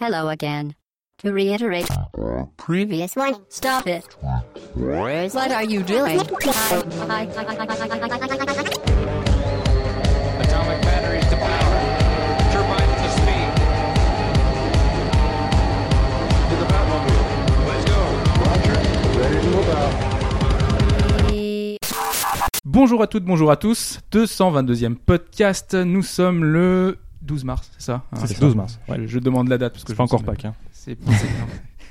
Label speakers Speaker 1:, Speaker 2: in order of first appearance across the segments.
Speaker 1: Hello again. To reiterate, previous one, stop it. What are you doing?
Speaker 2: Atomic batteries to power. Turbines to speed. To the Batmobile. Let's go.
Speaker 3: Bonjour à toutes, bonjour à tous. 222e podcast. Nous sommes le 12 mars, c'est ça hein,
Speaker 4: C'est le 12 mars.
Speaker 3: Je, je demande la date parce que
Speaker 4: C'est
Speaker 3: je
Speaker 4: pas
Speaker 3: me
Speaker 4: encore
Speaker 3: souviens.
Speaker 4: Pâques. hein.
Speaker 3: C'est c'est-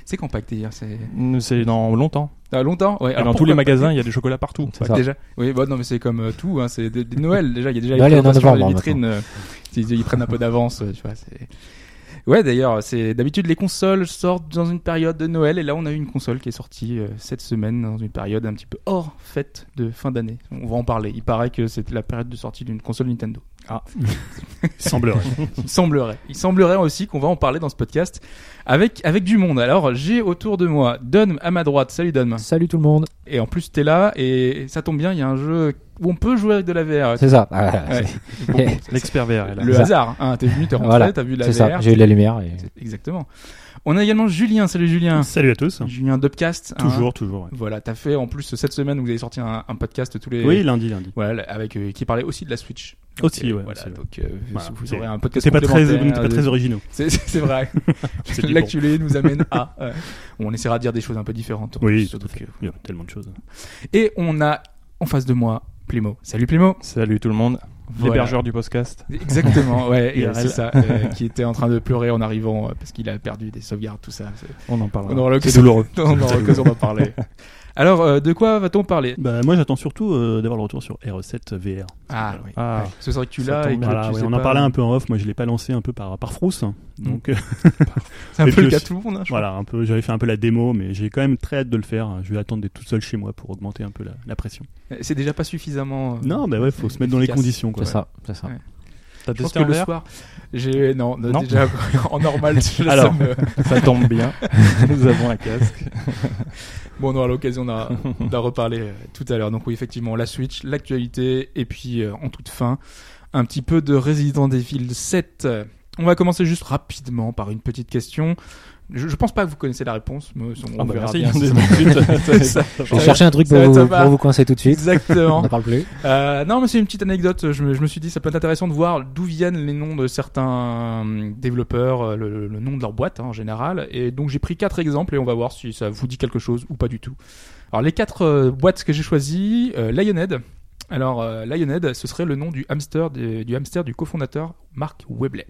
Speaker 3: c'est compact hier, c'est
Speaker 4: Nous, C'est dans longtemps.
Speaker 3: ah, longtemps. Ouais.
Speaker 4: Et
Speaker 3: alors
Speaker 4: dans tous
Speaker 3: pourquoi-
Speaker 4: les magasins, il y a des chocolats partout.
Speaker 5: C'est
Speaker 4: Pâques.
Speaker 5: ça.
Speaker 3: Déjà. Oui, bah non, mais c'est comme euh, tout. Hein, c'est des- des Noël déjà. Il y a déjà
Speaker 5: Noël
Speaker 3: les
Speaker 5: est en
Speaker 3: présentations dans les
Speaker 5: novembre,
Speaker 3: vitrines. euh, ils, ils prennent un peu d'avance. euh, Tu vois. c'est- Ouais, d'ailleurs, c'est d'habitude les consoles sortent dans une période de Noël et là on a eu une console qui est sortie euh, cette semaine dans une période un petit peu hors fête de fin d'année. On va en parler. Il paraît que c'est la période de sortie d'une console Nintendo.
Speaker 4: Semblerait.
Speaker 3: Il semblerait. Il semblerait aussi qu'on va en parler dans ce podcast avec avec du monde. Alors j'ai autour de moi Don à ma droite. Salut Don.
Speaker 5: Salut tout le monde.
Speaker 3: Et en plus t'es là et ça tombe bien. Il y a un jeu où on peut jouer avec de la VR.
Speaker 5: C'est ça. Ah,
Speaker 3: Ouais.
Speaker 5: c'est-
Speaker 4: L'expert VR est là.
Speaker 3: Le
Speaker 5: Ça.
Speaker 3: hasard. Hein, t'es venu, t'es rentré,
Speaker 5: Voilà,
Speaker 3: t'as vu la
Speaker 5: C'est ça.
Speaker 3: VR.
Speaker 5: J'ai eu de la lumière. et-
Speaker 3: C'est- Exactement. On a également Julien. Salut Julien.
Speaker 6: Salut à tous.
Speaker 3: Julien Dubcast. hein.
Speaker 6: Toujours, toujours. ouais.
Speaker 3: Voilà, t'as fait en plus cette semaine vous avez sorti un, un podcast tous les.
Speaker 6: Oui, lundi, lundi.
Speaker 3: Voilà, avec euh, qui parlait aussi de la Switch. Donc,
Speaker 6: Aussi,
Speaker 3: euh,
Speaker 6: ouais,
Speaker 3: voilà,
Speaker 6: aussi, ouais.
Speaker 3: donc euh,
Speaker 6: Voilà,
Speaker 3: vous
Speaker 6: c'est-
Speaker 3: aurez un podcast.
Speaker 6: T'es pas très,
Speaker 3: complémentaire
Speaker 6: t'es pas
Speaker 3: de-
Speaker 6: très originaux.
Speaker 3: C'est- C'est c'est vrai.
Speaker 6: C'est du bon.
Speaker 3: L'actualité nous amène à. euh, on essaiera de dire des choses un peu différentes.
Speaker 6: Oui,
Speaker 3: Surtout
Speaker 6: tout à fait.
Speaker 3: que-
Speaker 6: Il y a tellement de choses.
Speaker 3: Et on a en face de moi Plimo. Salut Plimo.
Speaker 4: Salut tout le monde.
Speaker 3: Voilà.
Speaker 4: L'hébergeur du podcast.
Speaker 3: Exactement, ouais, et
Speaker 4: IRL.
Speaker 3: c'est ça, euh, qui était en train de pleurer en arrivant euh, parce qu'il a perdu des sauvegardes, tout ça. C'est-
Speaker 4: On en parle.
Speaker 3: On aura
Speaker 4: C'est
Speaker 3: l'occasion
Speaker 4: douloureux.
Speaker 3: on aura l'occasion d'en parler. Alors, euh, de quoi va-t-on parler
Speaker 6: Bah, moi, j'attends surtout euh, d'avoir le retour sur RE7 VR.
Speaker 3: Ah oui.
Speaker 4: Ah,
Speaker 3: Ce serait que tu
Speaker 4: Ça
Speaker 3: l'as
Speaker 4: tombe
Speaker 3: et que
Speaker 4: bien.
Speaker 6: Voilà,
Speaker 3: tu
Speaker 6: ouais,
Speaker 3: sais
Speaker 6: on en
Speaker 3: pas-
Speaker 6: parlait un peu en off. Moi, je l'ai pas lancé un peu par, par frousse. Donc, euh,
Speaker 3: C'est un
Speaker 6: Et
Speaker 3: peu le cas
Speaker 6: puis
Speaker 3: de
Speaker 6: aussi-
Speaker 3: tout le monde, hein, je
Speaker 6: voilà, un peu, j'avais fait un peu la démo, mais j'ai quand même très hâte de le faire. Je vais attendre d'être tout seul chez moi pour augmenter un peu la, la pression.
Speaker 3: crois. C'est déjà pas suffisamment. euh,
Speaker 6: Non, bah ouais, faut se mettre dans les
Speaker 3: efficace.
Speaker 6: conditions, quoi.
Speaker 5: C'est ça. C'est ça.
Speaker 3: Ouais.
Speaker 4: t'as
Speaker 3: Je pense
Speaker 4: testé
Speaker 3: que
Speaker 4: un
Speaker 3: le
Speaker 4: verre
Speaker 3: soir, j'ai non,
Speaker 4: Non.
Speaker 3: déjà en normal. je- euh,
Speaker 4: Alors.
Speaker 3: ça me-
Speaker 4: Ça tombe bien. Nous avons un casque.
Speaker 3: Bon, on aura l'occasion d'en d'en reparler euh, tout à l'heure. Donc oui, effectivement, la Switch, l'actualité, et puis euh, en toute fin, un petit peu de Resident Evil 7. Euh, On va commencer juste rapidement par une petite question. Je, je pense pas que vous connaissez la réponse, mais on
Speaker 4: Ah bah
Speaker 3: verra
Speaker 4: merci.
Speaker 3: bien. Ça-
Speaker 5: Je
Speaker 3: ça-
Speaker 5: vais chercher un truc
Speaker 3: ça
Speaker 5: pour
Speaker 3: va, ça
Speaker 5: vous,
Speaker 3: va.
Speaker 5: pour vous coincer tout de suite. On
Speaker 3: Exactement.
Speaker 5: n'en parle plus.
Speaker 3: Euh, non, mais c'est une petite anecdote. Je me, je me suis dit, ça peut être intéressant de voir d'où viennent les noms de certains euh, développeurs, euh, le, le nom de leur boîte hein, en général. Et donc j'ai pris quatre exemples et on va voir si ça vous dit quelque chose ou pas du tout. Alors les quatre euh, boîtes que j'ai choisies, euh, Lionhead. Alors euh, Lionhead, ce serait le nom du hamster du, du hamster du cofondateur Mark Webley.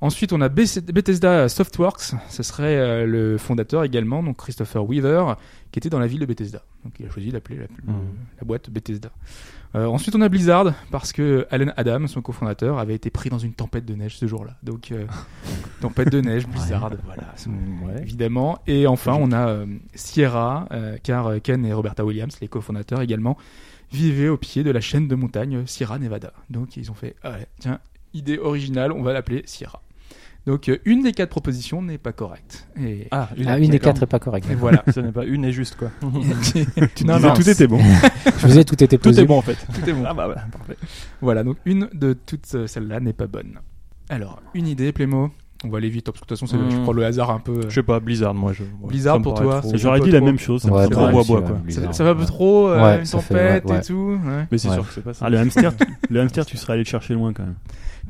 Speaker 3: Ensuite, on a Beth- Bethesda Softworks. Ce serait euh, le fondateur également, donc Christopher Weaver, qui était dans la ville de Bethesda. Donc il a choisi d'appeler la,
Speaker 4: Mhm.
Speaker 3: la boîte Bethesda. Euh, ensuite, on a Blizzard, parce que Alan Adam, son cofondateur, avait été pris dans une tempête de neige ce jour-là. Donc, euh, tempête de neige, Blizzard, voilà, c'est-
Speaker 5: Ah,
Speaker 4: Ouais.
Speaker 3: évidemment. Et enfin, on a euh, Sierra, euh, car euh, Ken et Roberta Williams, les cofondateurs également, vivaient au pied de la chaîne de montagne euh, Sierra Nevada. Donc, ils ont fait, ah ouais, tiens, idée originale, on va l'appeler Sierra. Donc, euh, une des quatre propositions n'est pas correcte. Et,
Speaker 4: Ah, une,
Speaker 5: Ah, une des quatre
Speaker 4: d'accord.
Speaker 5: est pas correcte.
Speaker 3: et voilà.
Speaker 4: Ce n'est pas une est juste, quoi.
Speaker 6: Tu
Speaker 3: Non,
Speaker 6: disais,
Speaker 3: non,
Speaker 6: tout était bon.
Speaker 5: Je vous ai tout été
Speaker 4: Tout est
Speaker 5: posé.
Speaker 4: bon, en fait.
Speaker 3: tout est bon.
Speaker 4: Ah bah voilà, parfait.
Speaker 3: Voilà, donc une de toutes euh, celles-là n'est pas bonne. Alors, une idée, Plémo. On va aller vite, hein, parce que de toute façon, c'est-
Speaker 4: Hmm.
Speaker 3: je prends le hasard un peu. euh,
Speaker 4: Je sais pas, Blizzard, moi. Je... ouais,
Speaker 3: Blizzard
Speaker 4: ça me
Speaker 3: pour
Speaker 4: paraît
Speaker 3: toi,
Speaker 4: trop-
Speaker 3: c'est genre-
Speaker 6: J'aurais
Speaker 3: peu
Speaker 6: dit la
Speaker 3: trop.
Speaker 6: même chose. ça me
Speaker 4: Ouais,
Speaker 6: semble-
Speaker 4: trop
Speaker 5: bah,
Speaker 4: bois,
Speaker 5: si,
Speaker 4: bois,
Speaker 5: ouais,
Speaker 4: quoi.
Speaker 3: ça,
Speaker 5: bizarre.
Speaker 3: ça va un peu trop, euh,
Speaker 5: Ouais,
Speaker 3: une
Speaker 5: ça fait-
Speaker 3: tempête
Speaker 5: ouais, ouais.
Speaker 3: et tout. ouais.
Speaker 4: Mais c'est
Speaker 5: Ouais.
Speaker 4: sûr que c'est pas ça.
Speaker 6: Ah, le hamster, tu- le hamster, tu serais allé le chercher loin quand même.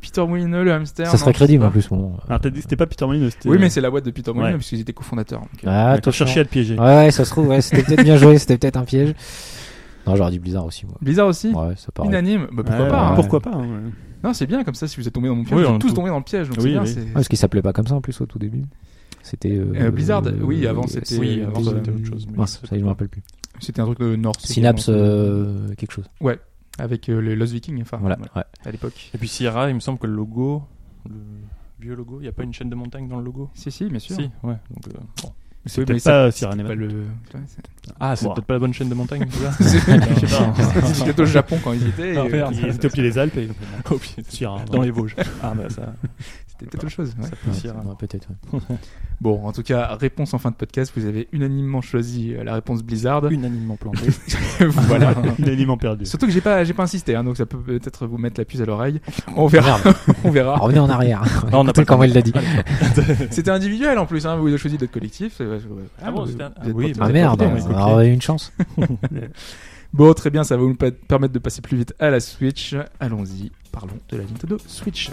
Speaker 3: Peter Molyneux, le hamster.
Speaker 5: Ça
Speaker 3: non,
Speaker 5: serait
Speaker 3: je sais
Speaker 5: crédible
Speaker 3: pas.
Speaker 5: en plus. bon. Ah,
Speaker 6: Alors, t'as dit que c'était pas Peter Molyneux, c'était.
Speaker 3: Oui, mais c'est la boîte de Peter Molyneux,
Speaker 6: Ouais.
Speaker 3: parce qu'ils étaient cofondateurs. donc, euh,
Speaker 5: Ah,
Speaker 6: T'as cherché à le piéger.
Speaker 5: Ouais, ouais, ça se trouve. Ouais, c'était peut-être bien joué. C'était peut-être un piège. Non, j'aurais dit Blizzard aussi, moi.
Speaker 3: Blizzard aussi
Speaker 5: Ouais, ça paraît.
Speaker 3: Unanime Bah, pourquoi
Speaker 6: Ouais,
Speaker 3: pas hein.
Speaker 5: ouais.
Speaker 6: Pourquoi pas hein, ouais.
Speaker 3: Non, c'est bien, comme ça, si vous êtes tombé dans mon piège,
Speaker 4: Oui,
Speaker 3: vous
Speaker 4: on
Speaker 3: êtes tous
Speaker 4: tout-
Speaker 3: tombés dans le piège, donc c'est
Speaker 6: Oui,
Speaker 3: bien.
Speaker 6: oui.
Speaker 3: c'est-
Speaker 5: Ouais, parce qu'il s'appelait pas comme ça en plus au tout début. C'était. euh,
Speaker 3: Euh, Blizzard, oui, avant, c'était-
Speaker 4: Oui,
Speaker 3: euh,
Speaker 4: avant,
Speaker 3: Blizzard,
Speaker 4: c'était autre chose. mais
Speaker 5: Mince, ça y est, je me rappelle plus.
Speaker 3: C'était un truc de North.
Speaker 5: Synapse,
Speaker 3: également.
Speaker 5: euh, quelque chose.
Speaker 3: Avec euh, les Lost Vikings, enfin,
Speaker 5: Voilà.
Speaker 3: voilà,
Speaker 5: ouais.
Speaker 3: à l'époque.
Speaker 4: Et puis Sierra, il me semble que le logo, le vieux logo, il n'y a pas une chaîne de montagne dans le logo
Speaker 3: Si, si, bien sûr.
Speaker 4: Si, ouais. Donc, euh, bon.
Speaker 6: C'est
Speaker 3: Oui, mais
Speaker 6: peut-être
Speaker 3: ça-
Speaker 6: pas
Speaker 3: c'est
Speaker 6: Sierra
Speaker 3: pas
Speaker 6: Nevada.
Speaker 3: le- ouais, c'est-
Speaker 4: Ah, c'est
Speaker 6: Ouah.
Speaker 4: peut-être pas la bonne chaîne de montagne, c'est ça
Speaker 3: Je sais pas. Ils étaient au Japon quand ils y étaient. et,
Speaker 4: Ah,
Speaker 3: euh,
Speaker 4: merde.
Speaker 6: Ils étaient au pied des Alpes et
Speaker 4: Oh, putain.
Speaker 6: Sierra.
Speaker 4: Dans les Vosges. Ah bah ça.
Speaker 3: C'était peut-être autre chose. ouais.
Speaker 4: Ça peut
Speaker 5: Ouais,
Speaker 4: dire.
Speaker 5: ouais, peut-être. ouais.
Speaker 3: Bon, en tout cas, réponse en fin de podcast. Vous avez unanimement choisi euh, la réponse Blizzard.
Speaker 4: Unanimement planté.
Speaker 3: voilà.
Speaker 6: Unanimement perdu.
Speaker 3: Surtout que j'ai pas, j'ai pas insisté, hein, donc ça peut peut-être vous mettre la puce à l'oreille. On verra, on verra.
Speaker 5: Revenez en arrière.
Speaker 4: Non, on n'a
Speaker 5: Écoutez
Speaker 4: pas
Speaker 5: comment il l'a dit. Ah,
Speaker 3: C'était individuel en plus, hein, vous avez choisi d'être collectif. euh,
Speaker 4: Ah bon,
Speaker 3: vous-
Speaker 4: c'était un-
Speaker 3: vous êtes
Speaker 4: oui,
Speaker 3: pas-
Speaker 5: Ah
Speaker 4: Peut-être
Speaker 5: merde,
Speaker 4: pas, mais
Speaker 5: on
Speaker 4: écoute,
Speaker 5: aurait eu une chance.
Speaker 3: Bon, très bien, ça va vous pa- permettre de passer plus vite à la Switch. Allons-y, parlons de la Nintendo Switch.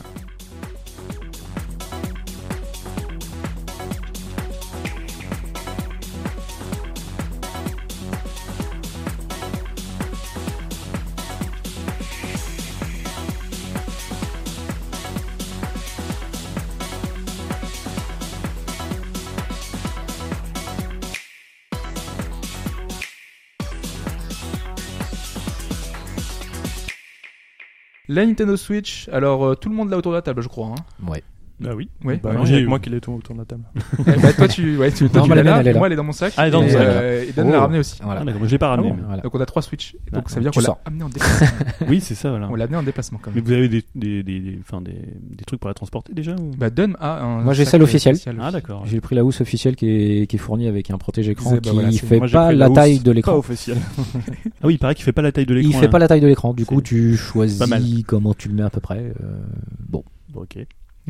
Speaker 3: La Nintendo Switch, alors euh, tout le monde là autour de la table, je crois. Hein.
Speaker 5: Ouais.
Speaker 6: Bah oui.
Speaker 3: Oui.
Speaker 4: Bah,
Speaker 6: Ouais,
Speaker 4: non,
Speaker 6: j'ai
Speaker 4: j'ai
Speaker 6: eu.
Speaker 4: moi qui l'ai tout autour de la table.
Speaker 3: Eh ben, toi, tu, ouais, tu, toi,
Speaker 5: Non,
Speaker 3: tu
Speaker 5: bah,
Speaker 3: l'as
Speaker 5: la mienne,
Speaker 3: là.
Speaker 5: elle est là.
Speaker 3: Moi, elle est dans mon sac.
Speaker 4: Ah, elle est dans
Speaker 3: et,
Speaker 4: mon sac.
Speaker 3: euh, et Dan
Speaker 5: Oh.
Speaker 3: l'a ramenée aussi.
Speaker 5: Voilà.
Speaker 6: Ah, d'accord, je l'ai pas
Speaker 5: Ah
Speaker 6: ramené.
Speaker 5: bon, voilà.
Speaker 3: Donc on a trois Switch. Donc ça veut dire
Speaker 5: Tu
Speaker 3: qu'on l'a
Speaker 5: sors.
Speaker 3: amené en déplacement.
Speaker 6: mais- Oui, c'est ça, voilà.
Speaker 3: on l'a amené en déplacement quand
Speaker 6: Mais
Speaker 3: même.
Speaker 6: vous avez des, des, des, des- enfin, des, des trucs pour la transporter déjà ou-
Speaker 3: Bah, Dan a un.
Speaker 5: Moi, j'ai
Speaker 3: sac euh,
Speaker 5: celle officielle.
Speaker 3: spécial
Speaker 6: Ah,
Speaker 3: aussi.
Speaker 6: d'accord.
Speaker 5: J'ai pris la housse officielle qui est, qui est fournie avec un protège-écran
Speaker 3: C'est-
Speaker 5: qui
Speaker 3: bah voilà, c'est-
Speaker 5: fait
Speaker 4: Moi, j'ai
Speaker 5: pas
Speaker 4: pris
Speaker 5: la,
Speaker 4: housse
Speaker 5: taille de l'écran.
Speaker 4: Pas officielle.
Speaker 6: Ah oui, il paraît qu'il fait pas la taille de l'écran.
Speaker 5: Il fait
Speaker 6: là.
Speaker 5: pas la taille de l'écran, du coup
Speaker 6: hein. C'est-
Speaker 5: tu choisis
Speaker 6: pas mal.
Speaker 5: comment tu le mets à peu près. euh, bon,
Speaker 6: Ok.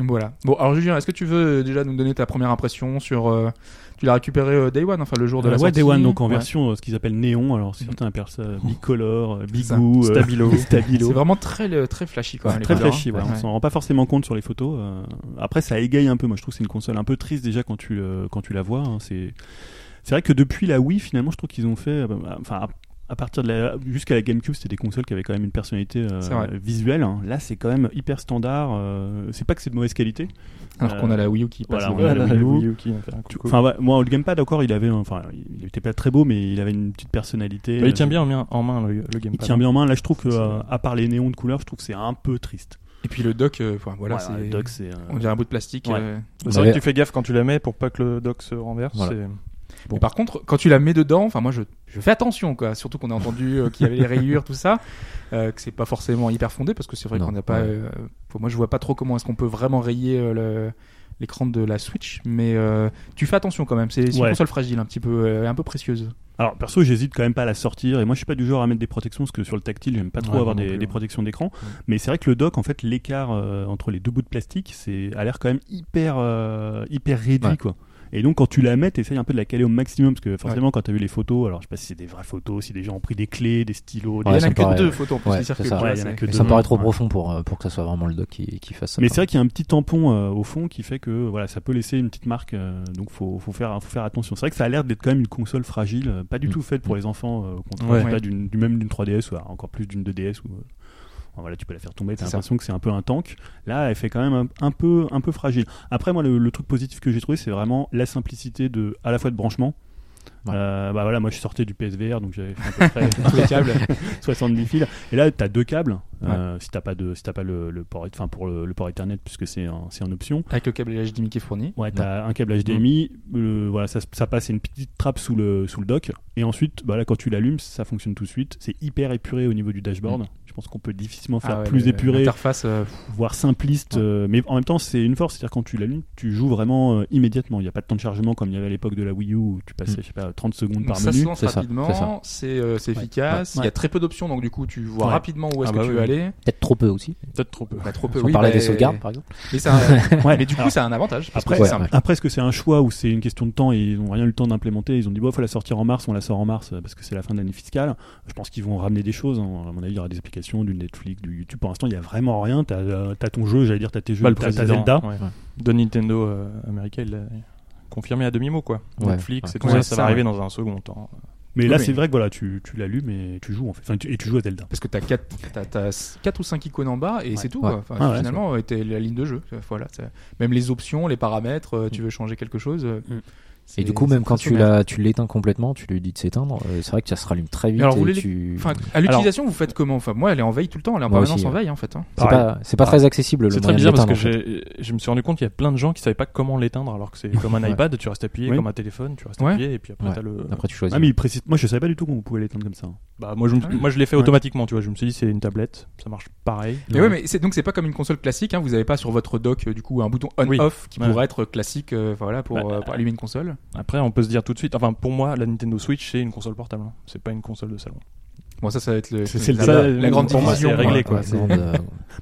Speaker 3: Voilà. Bon, alors Julien, est-ce que tu veux euh, déjà nous donner ta première impression sur. euh, tu l'as récupéré euh, Day One, enfin le jour de la
Speaker 6: Euh, ouais,
Speaker 3: sortie
Speaker 6: Day One, donc en
Speaker 3: Ouais.
Speaker 6: version euh, ce qu'ils appellent néon. Alors certains appellent ça euh, bicolore, euh,
Speaker 3: Ça.
Speaker 6: bigou, euh,
Speaker 4: Stabilo.
Speaker 3: C'est
Speaker 6: stabilo.
Speaker 3: vraiment très, le- très flashy quand même. les
Speaker 6: Très
Speaker 3: couleurs,
Speaker 6: flashy,
Speaker 3: hein.
Speaker 6: ouais, on s'en rend pas forcément compte sur les photos. euh, après, ça égaye un peu. Moi, je trouve que c'est une console un peu triste déjà quand tu, euh, quand tu la vois. hein, c'est c'est vrai que depuis la Wii, finalement, je trouve qu'ils ont fait. euh, bah, Enfin, à, à partir de la jusqu'à la GameCube, c'était des consoles qui avaient quand même une personnalité euh,
Speaker 3: C'est vrai.
Speaker 6: visuelle. hein. Là, c'est quand même hyper standard. euh, c'est pas que c'est de mauvaise qualité.
Speaker 3: Alors qu'on a la Wii U qui passe. euh,
Speaker 6: Voilà,
Speaker 3: devant.
Speaker 6: on a la Wii U.
Speaker 4: qui a fait un
Speaker 6: Tu-
Speaker 4: coucou.
Speaker 6: Enfin, ouais, moi, le gamepad, d'accord, il avait, un- enfin, il était pas très beau, mais il avait une petite personnalité.
Speaker 4: Bah, il tient
Speaker 6: Euh,
Speaker 4: bien en main, en main, le, le
Speaker 6: Il
Speaker 4: gamepad.
Speaker 6: tient bien en main. Là, je trouve que,
Speaker 4: C'est-
Speaker 6: euh, à part les néons de couleur, je trouve que c'est un peu triste.
Speaker 3: Et puis le dock, euh, enfin, voilà, c'est.
Speaker 6: le dock, c'est. euh,
Speaker 3: On dirait un bout de plastique.
Speaker 6: Ouais.
Speaker 3: euh.
Speaker 4: C'est vrai que tu fais gaffe quand tu la mets pour pas que le dock se renverse.
Speaker 5: Voilà.
Speaker 4: c'est-
Speaker 3: Mais par contre, quand tu la mets dedans, enfin moi je, je fais attention quoi. Surtout qu'on a entendu euh, qu'il y avait les rayures, tout ça, euh, que c'est pas forcément hyper fondé parce que c'est vrai
Speaker 5: Non,
Speaker 3: qu'on n'a pas.
Speaker 5: ouais.
Speaker 3: euh, faut- moi je vois pas trop comment est-ce qu'on peut vraiment rayer euh, le- l'écran de la Switch, mais euh, tu fais attention quand même. C'est c'est une
Speaker 6: Ouais.
Speaker 3: console fragile, un petit peu, euh, un peu précieuse.
Speaker 6: Alors perso, j'hésite quand même pas à la sortir. Et moi, je suis pas du genre à mettre des protections parce que sur le tactile, j'aime pas trop
Speaker 3: Ouais,
Speaker 6: avoir
Speaker 3: moi non
Speaker 6: des,
Speaker 3: plus,
Speaker 6: des
Speaker 3: ouais.
Speaker 6: protections d'écran. Mais c'est vrai que le dock, en fait, l'écart euh, entre les deux bouts de plastique, c'est a l'air quand même hyper euh, hyper réduit
Speaker 5: Ouais.
Speaker 6: quoi. Et donc, quand tu la mets, t'essayes un peu de la caler au maximum parce que forcément, quand t'as vu les photos, alors je sais pas si c'est des vraies photos, si des gens ont pris des clés, des stylos,
Speaker 5: Ouais,
Speaker 3: il
Speaker 6: des
Speaker 3: y en a
Speaker 5: ça
Speaker 3: que
Speaker 5: paraît-
Speaker 3: deux photos en plus
Speaker 5: ouais,
Speaker 3: qui
Speaker 5: c'est
Speaker 3: circulent.
Speaker 5: ça.
Speaker 3: tu vois,
Speaker 6: Ouais, il y en a
Speaker 3: c'est-
Speaker 6: que
Speaker 5: mais
Speaker 6: deux.
Speaker 5: ça me paraît trop
Speaker 6: Ouais.
Speaker 5: profond pour, euh, pour que ça soit vraiment le doc qui, qui fasse ça.
Speaker 6: Mais c'est vrai qu'il y a un petit tampon euh, au fond qui fait que voilà, ça peut laisser une petite marque. euh, donc faut, faut faire faut faire attention. C'est vrai que ça a l'air d'être quand même une console fragile, euh, pas du
Speaker 5: Mm.
Speaker 6: tout faite pour les enfants. euh, au contraire,
Speaker 3: Ouais.
Speaker 6: je sais pas, d'une- du même d'une 3DS ou alors encore plus d'une 2DS ou. euh, enfin, voilà, tu peux la faire tomber,
Speaker 3: C'est
Speaker 6: t'as
Speaker 3: ça.
Speaker 6: l'impression que c'est un peu un tank. Là, elle fait quand même un, un peu, un peu fragile. Après, moi, le, le truc positif que j'ai trouvé, c'est vraiment la simplicité de, à la fois de branchement.
Speaker 5: Ouais.
Speaker 6: Euh, bah voilà, moi je sortais du PSVR, donc j'avais fait à peu près
Speaker 3: tous les câbles.
Speaker 6: 70 fils. Et là, tu as deux câbles. euh, si t'as pas de, si t'as pas le, le port, enfin pour le, le port Ethernet, puisque c'est un, c'est en option.
Speaker 3: Avec le câble HDMI qui est fourni.
Speaker 6: Ouais, t'as un câble HDMI.
Speaker 3: Mm.
Speaker 6: euh, voilà, ça, se- ça passe une petite trappe sous le, sous le dock. Et ensuite, bah là, quand tu l'allumes, ça fonctionne tout de suite. C'est hyper épuré au niveau du dashboard. Je pense qu'on peut difficilement faire
Speaker 3: Mm. Ah ouais,
Speaker 6: plus
Speaker 3: le-
Speaker 6: épuré,
Speaker 3: L'interface. euh,
Speaker 6: voire simpliste. euh, mais en même temps, c'est une force. C'est-à-dire quand tu l'allumes, tu joues vraiment euh, immédiatement. Il n'y a pas de temps de chargement comme il y avait à l'époque de la Wii U où tu passais, je sais pas, 30 secondes
Speaker 3: Mm. Donc
Speaker 6: par
Speaker 3: ça se
Speaker 6: menu.
Speaker 3: lance
Speaker 5: c'est ça, c'est
Speaker 3: rapidement,
Speaker 5: ça.
Speaker 3: c'est euh, c'est
Speaker 5: Ouais.
Speaker 3: efficace, il y
Speaker 6: Ouais.
Speaker 3: a très peu d'options donc du coup tu vois
Speaker 6: Ouais.
Speaker 3: rapidement où est-ce
Speaker 4: Ah bah
Speaker 3: que tu
Speaker 4: oui,
Speaker 3: veux
Speaker 4: oui.
Speaker 3: aller.
Speaker 5: Peut-être trop peu aussi.
Speaker 4: Peut-être trop peu.
Speaker 3: Bah, trop peu,
Speaker 5: Si on
Speaker 3: oui,
Speaker 5: parlait
Speaker 3: bah,
Speaker 5: des sauvegardes par exemple.
Speaker 3: Mais, c'est un-
Speaker 6: Ouais.
Speaker 3: mais du coup,
Speaker 6: Alors,
Speaker 3: c'est un avantage. Parce
Speaker 6: Après,
Speaker 3: que c'est
Speaker 5: ouais,
Speaker 3: simple.
Speaker 6: Après, est-ce que c'est un choix ou c'est une question de temps et ils n'ont rien eu le temps d'implémenter Ils ont dit, bon, faut la sortir en mars, on la sort en mars euh, parce que c'est la fin de l'année fiscale. Je pense qu'ils vont ramener des choses. hein. À mon avis, il y aura des applications, du Netflix, du YouTube. Pour l'instant, il n'y a vraiment rien. T'as euh, t'as ton jeu, j'allais dire, t'as tes jeux,
Speaker 4: Bah, le
Speaker 6: t'as t'as
Speaker 4: président
Speaker 6: Zelda.
Speaker 4: ouais. de Nintendo euh, américain, il l'a confirmé à demi-mot quoi.
Speaker 5: Ouais.
Speaker 4: Netflix et tout
Speaker 3: Ouais,
Speaker 4: ça,
Speaker 3: c'est
Speaker 4: ça
Speaker 3: ça,
Speaker 4: va arriver dans un second temps.
Speaker 6: Mais
Speaker 3: Oui,
Speaker 6: là,
Speaker 3: mais-
Speaker 6: c'est vrai que voilà, tu, tu l'allumes et tu joues en fait. Enfin, tu- et tu joues à Zelda.
Speaker 3: Parce que t'as 4 t'as, t'as quatre ou 5 icônes en bas et c'est tout.
Speaker 5: Ouais.
Speaker 3: quoi. Enfin,
Speaker 6: Ah ouais,
Speaker 3: finalement, euh, t'es la ligne de jeu. Voilà, c'est- Même les options, les paramètres, euh, tu veux changer quelque chose. euh,
Speaker 6: Mm.
Speaker 5: Et
Speaker 3: C'est-
Speaker 5: du coup,
Speaker 3: c'est
Speaker 5: même quand
Speaker 3: très
Speaker 5: tu
Speaker 3: sommaire.
Speaker 5: l'as- tu l'éteins complètement, tu lui dis de s'éteindre, euh, c'est vrai que ça se rallume très vite.
Speaker 3: alors, vous
Speaker 5: et
Speaker 3: les-
Speaker 5: tu...
Speaker 3: Enfin, à l'utilisation, vous faites comment Enfin, moi, elle est en veille tout le temps. Elle est en
Speaker 5: Moi
Speaker 3: permanence
Speaker 5: aussi,
Speaker 3: en
Speaker 5: ouais.
Speaker 3: veille, en fait. hein.
Speaker 5: c'est pas, c'est pas très accessible le
Speaker 4: C'est très
Speaker 5: moyen de
Speaker 4: bizarre parce que
Speaker 5: l'éteindre, en fait.
Speaker 4: j'ai- je me suis rendu compte qu'il y a plein de gens qui savaient pas comment l'éteindre alors que c'est comme un
Speaker 5: Ouais.
Speaker 4: iPad, tu restes appuyé,
Speaker 6: Oui.
Speaker 4: comme un téléphone, tu restes
Speaker 3: Ouais.
Speaker 4: appuyé et puis après
Speaker 5: Ouais.
Speaker 4: t'as le.
Speaker 5: Après, tu choisis.
Speaker 6: Ah, mais il précise. Moi, je savais pas du tout qu'on pouvait l'éteindre comme ça. hein.
Speaker 4: Bah, moi je, me-
Speaker 3: Ah oui.
Speaker 4: moi je l'ai fait
Speaker 6: Ouais.
Speaker 4: automatiquement, tu vois. Je me suis dit c'est une tablette, ça marche pareil.
Speaker 3: Et ouais, mais c'est donc c'est pas comme une console classique. Hein, vous avez pas sur votre dock euh, du coup un bouton
Speaker 4: Oui.
Speaker 3: on/off qui
Speaker 4: Ouais.
Speaker 3: pourrait être classique, euh, enfin, voilà, pour,
Speaker 4: Bah,
Speaker 3: euh, pour allumer une console.
Speaker 4: Après, on peut se dire tout de suite. Enfin, pour moi, la Nintendo Switch c'est une console portable. hein. C'est pas une console de salon.
Speaker 3: Bon, ça, ça va être le,
Speaker 6: C'est- c'est le
Speaker 3: la,
Speaker 6: débat.
Speaker 3: la grande
Speaker 6: Pour moi,
Speaker 3: division.
Speaker 4: c'est réglé, quoi.
Speaker 3: Ouais, c'est-
Speaker 5: Grande, euh,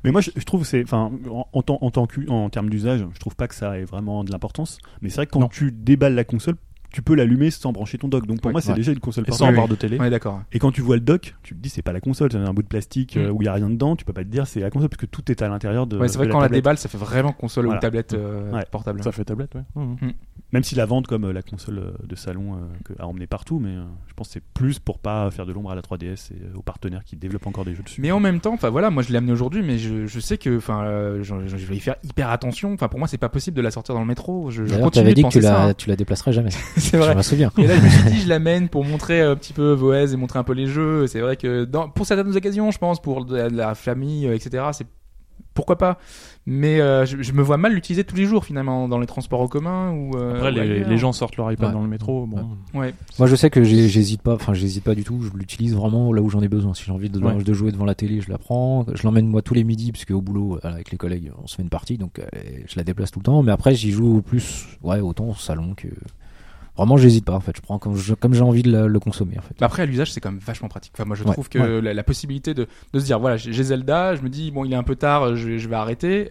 Speaker 6: Mais moi, je, je trouve que c'est, enfin, en, en, tant- en tant que- en termes d'usage, je trouve pas que ça ait vraiment de l'importance. Mais c'est vrai que quand
Speaker 4: Non.
Speaker 6: tu déballes la console, tu peux l'allumer sans brancher ton dock. Donc pour
Speaker 3: Ouais,
Speaker 6: moi, c'est
Speaker 5: ouais.
Speaker 6: déjà une console
Speaker 4: Et
Speaker 6: portable.
Speaker 4: sans
Speaker 3: oui,
Speaker 4: avoir de télé.
Speaker 3: On est d'accord.
Speaker 6: Et quand tu vois le dock, tu te dis c'est pas la console, c'est un bout de plastique euh,
Speaker 3: Mm.
Speaker 6: où il y a rien dedans. Tu peux pas te dire c'est la console parce que tout est à l'intérieur de.
Speaker 3: Ouais, c'est vrai
Speaker 6: de
Speaker 3: que quand on la
Speaker 6: tablette.
Speaker 3: déballe, ça fait vraiment console ou
Speaker 6: Voilà.
Speaker 3: tablette euh,
Speaker 6: Ouais.
Speaker 3: portable.
Speaker 4: Ça fait tablette, ouais. Mhm.
Speaker 3: Euh,
Speaker 6: Même si la vente comme euh, la console euh, de salon euh, que- à emmener partout, mais euh, je pense que c'est plus pour pas faire de l'ombre à la 3DS et euh, aux partenaires qui développent encore des jeux dessus.
Speaker 3: Mais en même temps, enfin voilà, moi je l'ai amené aujourd'hui, mais je, je sais que, enfin, euh, je, je- je vais y faire hyper attention. Enfin, pour moi, c'est pas possible de la sortir dans le métro. Je, je
Speaker 5: D'ailleurs, tu
Speaker 3: continue
Speaker 5: avais
Speaker 3: de
Speaker 5: dit que tu
Speaker 3: penser ça.
Speaker 5: la,
Speaker 3: hein.
Speaker 5: tu la déplacerais jamais.
Speaker 3: c'est
Speaker 5: Je
Speaker 3: vrai.
Speaker 5: me souviens.
Speaker 3: Et là, je me suis dit, je l'amène pour montrer euh, un petit peu Voez et montrer un peu les jeux. C'est vrai que dans, pour certaines occasions, je pense, pour de la, de la famille, euh, etc., c'est pourquoi pas. Mais euh, je, je me vois mal l'utiliser tous les jours finalement dans les transports en commun ou. euh,
Speaker 4: Après,
Speaker 3: ou
Speaker 4: les,
Speaker 3: ailleurs.
Speaker 4: les gens sortent leur iPad
Speaker 5: Ouais.
Speaker 4: dans le métro. Bon.
Speaker 3: Ouais.
Speaker 5: Moi, je sais que j'ai- j'hésite pas. Enfin, j'hésite pas du tout. Je l'utilise vraiment là où j'en ai besoin. Si j'ai envie de,
Speaker 4: Ouais.
Speaker 5: de jouer devant la télé, je la prends. Je l'emmène moi tous les midis parce qu'au boulot, euh, avec les collègues, on se fait une partie, donc euh, je la déplace tout le temps. Mais après, j'y joue plus, ouais, autant au salon que. Vraiment, j'hésite pas. En fait, je prends comme je- comme j'ai envie de la- le consommer. En fait.
Speaker 3: Bah Après, à l'usage, c'est quand même vachement pratique. Enfin, moi, je
Speaker 5: Ouais,
Speaker 3: trouve que la, la possibilité de, de se dire, voilà, j'ai j'ai Zelda, je me dis, bon, il est un peu tard, je, je vais arrêter.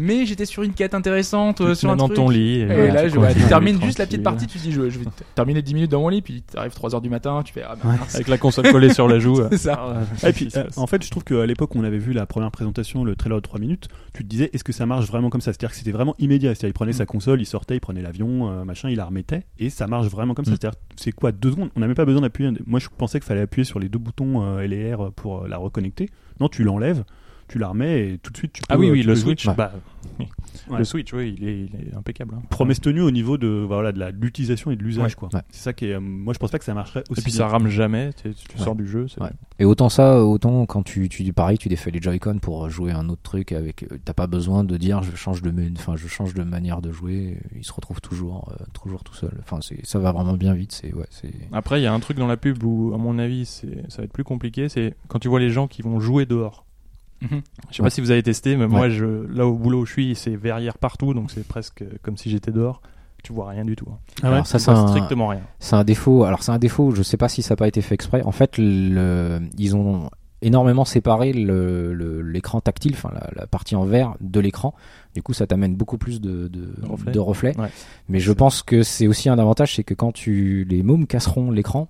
Speaker 3: Mais j'étais sur une quête intéressante, euh,
Speaker 4: Tu te
Speaker 3: sur
Speaker 4: mets
Speaker 3: un
Speaker 4: dans
Speaker 3: truc.
Speaker 4: ton lit.
Speaker 3: Et
Speaker 4: voilà,
Speaker 3: là,
Speaker 4: tu
Speaker 3: je, ouais, tu
Speaker 4: continues
Speaker 3: termines juste la petite partie,
Speaker 4: tranquille.
Speaker 3: tu te dis, je, je vais t- terminer 10 minutes dans mon lit, puis t'arrives 3h du matin, tu fais, ah, bah, mince.
Speaker 4: Avec la console collée sur la joue.
Speaker 3: C'est ça.
Speaker 4: Ah,
Speaker 6: Et puis,
Speaker 4: qu'est-ce
Speaker 6: euh,
Speaker 4: qui se passe
Speaker 6: en fait, je trouve qu'à l'époque, on avait vu la première présentation, le trailer de 3 minutes. Tu te disais, est-ce que ça marche vraiment comme ça C'est-à-dire que c'était vraiment immédiat. C'est-à-dire, il prenait
Speaker 4: Mm.
Speaker 6: sa console, il sortait, il prenait l'avion, euh, machin, il la remettait, et ça marche vraiment comme ça.
Speaker 5: Mm.
Speaker 6: C'est-à-dire, c'est quoi Deux secondes On n'a même pas besoin d'appuyer. Moi, je pensais qu'il fallait appuyer sur les deux boutons euh, et les R pour euh, la reconnecter. Non, tu l'enlèves, tu la remets, et tout de suite, tu peux.
Speaker 4: Ah oui,
Speaker 6: euh,
Speaker 4: oui,
Speaker 6: tu
Speaker 4: le
Speaker 6: peux jouer.
Speaker 4: Switch.
Speaker 5: Ouais.
Speaker 4: Bah,
Speaker 6: Ouais.
Speaker 4: Le Switch, oui, il est, il est impeccable. hein.
Speaker 6: Promesse tenue au niveau de voilà de la- de l'utilisation et de l'usage
Speaker 5: Ouais.
Speaker 6: quoi.
Speaker 5: Ouais.
Speaker 6: C'est ça qui est. euh, moi, je pense pas que ça marcherait aussi.
Speaker 4: Et puis
Speaker 6: bien.
Speaker 4: ça rame jamais, t'es- tu
Speaker 5: Ouais.
Speaker 4: sors du jeu. c'est-
Speaker 5: Ouais. Et autant ça, autant quand tu, tu dis pareil, tu défais les Joy-Con pour jouer à un autre truc avec. euh, T'as pas besoin de dire je change de, men- enfin je change de manière de jouer. Il se retrouve toujours, euh, toujours tout seul. Enfin, c'est, ça va vraiment bien vite. C'est ouais, c'est.
Speaker 4: Après, il y a un truc dans la pub où, à mon avis, c'est- ça va être plus compliqué. C'est quand tu vois les gens qui vont jouer dehors.
Speaker 3: Mhm.
Speaker 4: Je sais
Speaker 5: Ouais.
Speaker 4: pas si vous avez testé, mais moi,
Speaker 5: Ouais.
Speaker 4: je, là au boulot où je suis, c'est verrière partout, donc c'est presque comme si j'étais dehors. Tu vois rien du tout. hein.
Speaker 6: Ah ouais
Speaker 5: Alors ça,
Speaker 4: Tu
Speaker 5: c'est
Speaker 4: vois
Speaker 5: un,
Speaker 4: strictement rien.
Speaker 5: c'est un défaut. Alors c'est un défaut. Je sais pas si ça n'a pas été fait exprès. En fait, le, ils ont énormément séparé le, le- l'écran tactile, enfin la, la partie en vert de l'écran. Du coup, ça t'amène beaucoup plus de, de,
Speaker 4: De reflets.
Speaker 5: de reflets.
Speaker 4: Ouais.
Speaker 5: Mais je
Speaker 4: C'est-
Speaker 5: pense que c'est aussi un avantage, c'est que quand tu les mômes casseront l'écran,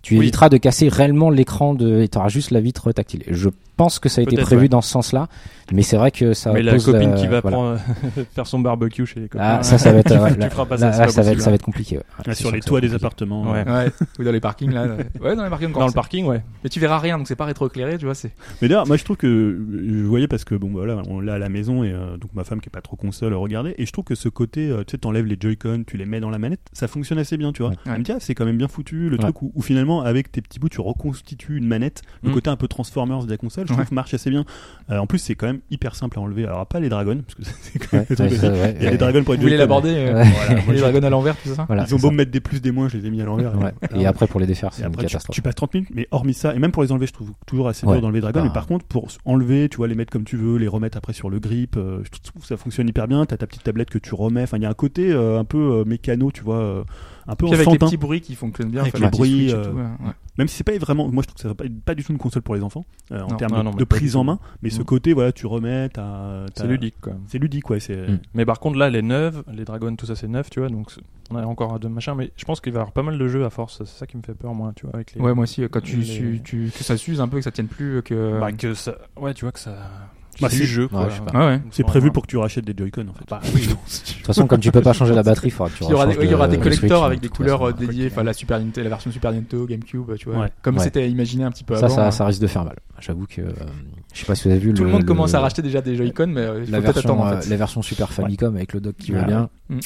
Speaker 5: tu
Speaker 4: Oui.
Speaker 5: éviteras de casser réellement l'écran de, et t'auras juste la vitre tactile. Je pense que ça a été
Speaker 4: Peut-être,
Speaker 5: prévu
Speaker 4: ouais.
Speaker 5: dans ce sens-là, mais c'est vrai que ça
Speaker 4: mais la
Speaker 5: Euh, pose
Speaker 4: copine qui va
Speaker 5: voilà.
Speaker 4: prendre, faire son barbecue chez les copains.
Speaker 5: Ah, ça, ça va être,
Speaker 4: tu,
Speaker 5: ouais,
Speaker 4: tu
Speaker 5: là-
Speaker 4: feras pas ça.
Speaker 5: là,
Speaker 4: c'est
Speaker 5: là,
Speaker 4: pas
Speaker 5: ça va être,
Speaker 4: possible.
Speaker 5: ça va être compliqué. ouais. Ouais,
Speaker 6: Ah,
Speaker 5: c'est
Speaker 6: sur
Speaker 5: sûr
Speaker 6: les
Speaker 5: que ça
Speaker 6: toits
Speaker 5: va être
Speaker 6: des
Speaker 5: compliqué.
Speaker 6: appartements.
Speaker 4: Ouais.
Speaker 6: euh.
Speaker 3: Ouais, ou dans les parkings là. Ouais, dans les parkings encore.
Speaker 4: hein. Dans le
Speaker 3: c'est-
Speaker 4: parking, ouais.
Speaker 3: Mais tu verras rien, donc c'est pas rétroéclairé, tu vois. C'est.
Speaker 6: Mais d'ailleurs, moi je trouve que je voyais parce que bon bah, voilà, on l'a à la maison et euh, donc ma femme qui est pas trop console euh, regardait et je trouve que ce côté euh, tu sais t'enlèves les Joy-Con, tu les mets dans la manette, ça fonctionne assez bien, tu vois.
Speaker 5: Ouais.
Speaker 6: Elle me dit, ah, c'est quand même bien foutu le
Speaker 5: Ouais.
Speaker 6: truc où, où finalement avec tes petits bouts tu reconstitues une manette, le
Speaker 3: Mm.
Speaker 6: côté un peu Transformers de la console, je
Speaker 3: Ouais.
Speaker 6: trouve que marche assez bien. Euh, en plus, c'est quand même hyper simple à enlever. Alors pas les dragons parce que c'est quand
Speaker 5: Ouais,
Speaker 6: même
Speaker 5: ouais,
Speaker 6: le truc
Speaker 5: ça,
Speaker 6: aussi.
Speaker 5: ouais,
Speaker 6: Il y a
Speaker 5: ouais.
Speaker 6: des dragons pour les
Speaker 3: Vous voulez
Speaker 6: Joy-Con.
Speaker 3: l'aborder euh,
Speaker 5: Ouais.
Speaker 6: Voilà, moi,
Speaker 3: les
Speaker 6: je-
Speaker 3: dragons à l'envers, tout ça.
Speaker 5: Voilà,
Speaker 6: Ils ont
Speaker 5: c'est
Speaker 6: beau
Speaker 5: ça.
Speaker 6: me mettre des plus, des moins, je les ai mis à l'envers.
Speaker 5: Ouais. Et après, pour les défaire,
Speaker 6: Et
Speaker 5: c'est une
Speaker 6: après, tu,
Speaker 5: catastrophe.
Speaker 6: tu passes 30 minutes, mais hormis ça, et même pour les enlever, je trouve toujours assez
Speaker 5: Ouais.
Speaker 6: dur d'enlever Dragon.
Speaker 5: Ah.
Speaker 6: Mais par contre, pour s- enlever, tu vois, les mettre comme tu veux, les remettre après sur le grip, euh, je trouve que ça fonctionne hyper bien. T'as ta petite tablette que tu remets. Enfin, il y a un côté euh, un peu euh, mécano, tu vois, euh, un peu
Speaker 3: Puis avec les
Speaker 6: enfantin.
Speaker 3: petits bruits qui fonctionnent bien,
Speaker 6: Avec
Speaker 3: enfin,
Speaker 6: les
Speaker 3: petits
Speaker 6: bruits,
Speaker 3: switches et
Speaker 6: euh,
Speaker 3: tout, ouais, ouais.
Speaker 6: Même si c'est pas vraiment, moi je trouve que c'est pas, pas du tout une console pour les enfants euh, en
Speaker 3: Non.
Speaker 6: termes
Speaker 4: Non,
Speaker 6: de,
Speaker 4: non, mais
Speaker 6: de
Speaker 4: pas
Speaker 6: prise
Speaker 4: du
Speaker 6: en
Speaker 4: tout.
Speaker 6: main. Mais ce
Speaker 4: Mm.
Speaker 6: côté, voilà, tu remets, t'as, t'as-
Speaker 5: Euh.
Speaker 4: C'est ludique, quoi.
Speaker 6: C'est ludique, ouais. C'est
Speaker 5: Mm.
Speaker 4: Mais par contre, là, les neuves, les dragons, tout ça, c'est neuf, tu vois. Donc, c'est- on a encore deux machins. Mais je pense qu'il va y avoir pas mal de jeux à force. C'est ça qui me fait peur, moi, tu vois. Avec les...
Speaker 3: Ouais, moi aussi, euh, quand tu,
Speaker 4: les-
Speaker 3: su- tu- que ça s'use un peu, que ça tienne plus, euh, que.
Speaker 4: Bah, que ça. Ouais, tu vois, que ça.
Speaker 6: Bah,
Speaker 4: c'est
Speaker 6: c'est-
Speaker 4: du jeu, quoi.
Speaker 5: Ouais, je sais pas.
Speaker 3: Ouais, ouais.
Speaker 6: c'est prévu pour que tu rachètes des Joy-Con en fait.
Speaker 4: Bah,
Speaker 5: De toute façon, comme tu peux pas changer la batterie, il faudra que tu
Speaker 3: Puis Il y aura des,
Speaker 5: rechanges
Speaker 3: ouais, il y aura
Speaker 5: de-
Speaker 3: des
Speaker 5: de
Speaker 3: collecteurs
Speaker 5: Switch,
Speaker 3: avec
Speaker 5: de
Speaker 3: des
Speaker 5: toute
Speaker 3: couleurs
Speaker 5: façon.
Speaker 3: euh, dédiées, enfin la Super Nintendo, la version Super Nintendo, GameCube, tu vois,
Speaker 6: Ouais.
Speaker 3: comme
Speaker 5: Ouais.
Speaker 3: c'était imaginé un petit peu
Speaker 5: Ça,
Speaker 3: avant.
Speaker 5: ça, ça risque de faire mal. J'avoue que euh, je sais pas si vous avez vu
Speaker 3: Ah hein. Tout le, monde commence à
Speaker 5: racheter
Speaker 3: racheter déjà des Joy-Con, mais euh, il
Speaker 5: la
Speaker 3: faut peut-être
Speaker 5: version,
Speaker 3: attendre en
Speaker 5: euh,
Speaker 3: fait.
Speaker 5: la version Super Famicom avec le dock qui va
Speaker 6: Ouais.
Speaker 5: bien.
Speaker 3: Mm.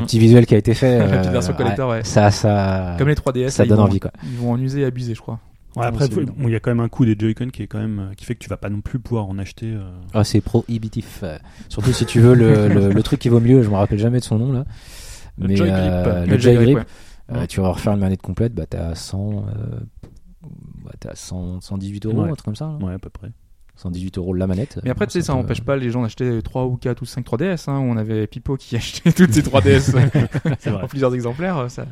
Speaker 5: Le petit visuel qui a été fait.
Speaker 3: La petite
Speaker 5: euh,
Speaker 3: version collector, ouais.
Speaker 5: Ça, ça.
Speaker 3: Comme les 3DS,
Speaker 5: ça
Speaker 3: là, ils
Speaker 5: donne
Speaker 3: vont-
Speaker 5: envie, quoi.
Speaker 3: Ils vont en user et abuser, je crois.
Speaker 6: Ouais, après,
Speaker 5: c'est
Speaker 6: faut-
Speaker 5: évident.
Speaker 6: bon, il y a quand même un coût des Joy-Con qui est quand même euh, qui fait que tu vas pas non plus pouvoir en acheter. euh.
Speaker 5: Ah, c'est prohibitif. Euh, Surtout si tu veux le, le, le truc qui vaut mieux, je me rappelle jamais de son nom là.
Speaker 4: Le
Speaker 5: Mais,
Speaker 4: Joy Grip.
Speaker 3: Le
Speaker 5: euh, le Joy
Speaker 3: Joy
Speaker 5: Grip,
Speaker 3: Grip,
Speaker 5: euh, tu vas refaire une manette complète, bah t'es à 100, euh, bah, t'es à 100, 118 euros,
Speaker 6: Ouais.
Speaker 5: un truc comme ça. là.
Speaker 6: Ouais, à peu près.
Speaker 5: 118 euros la manette.
Speaker 3: Mais après, tu sais, ça
Speaker 5: peut-
Speaker 3: n'empêche pas les gens d'acheter 3 ou 4 ou 5 3DS. Hein, où on avait Pipo qui achetait toutes ses 3DS
Speaker 6: C'est vrai.
Speaker 3: en plusieurs exemplaires. euh, Ça...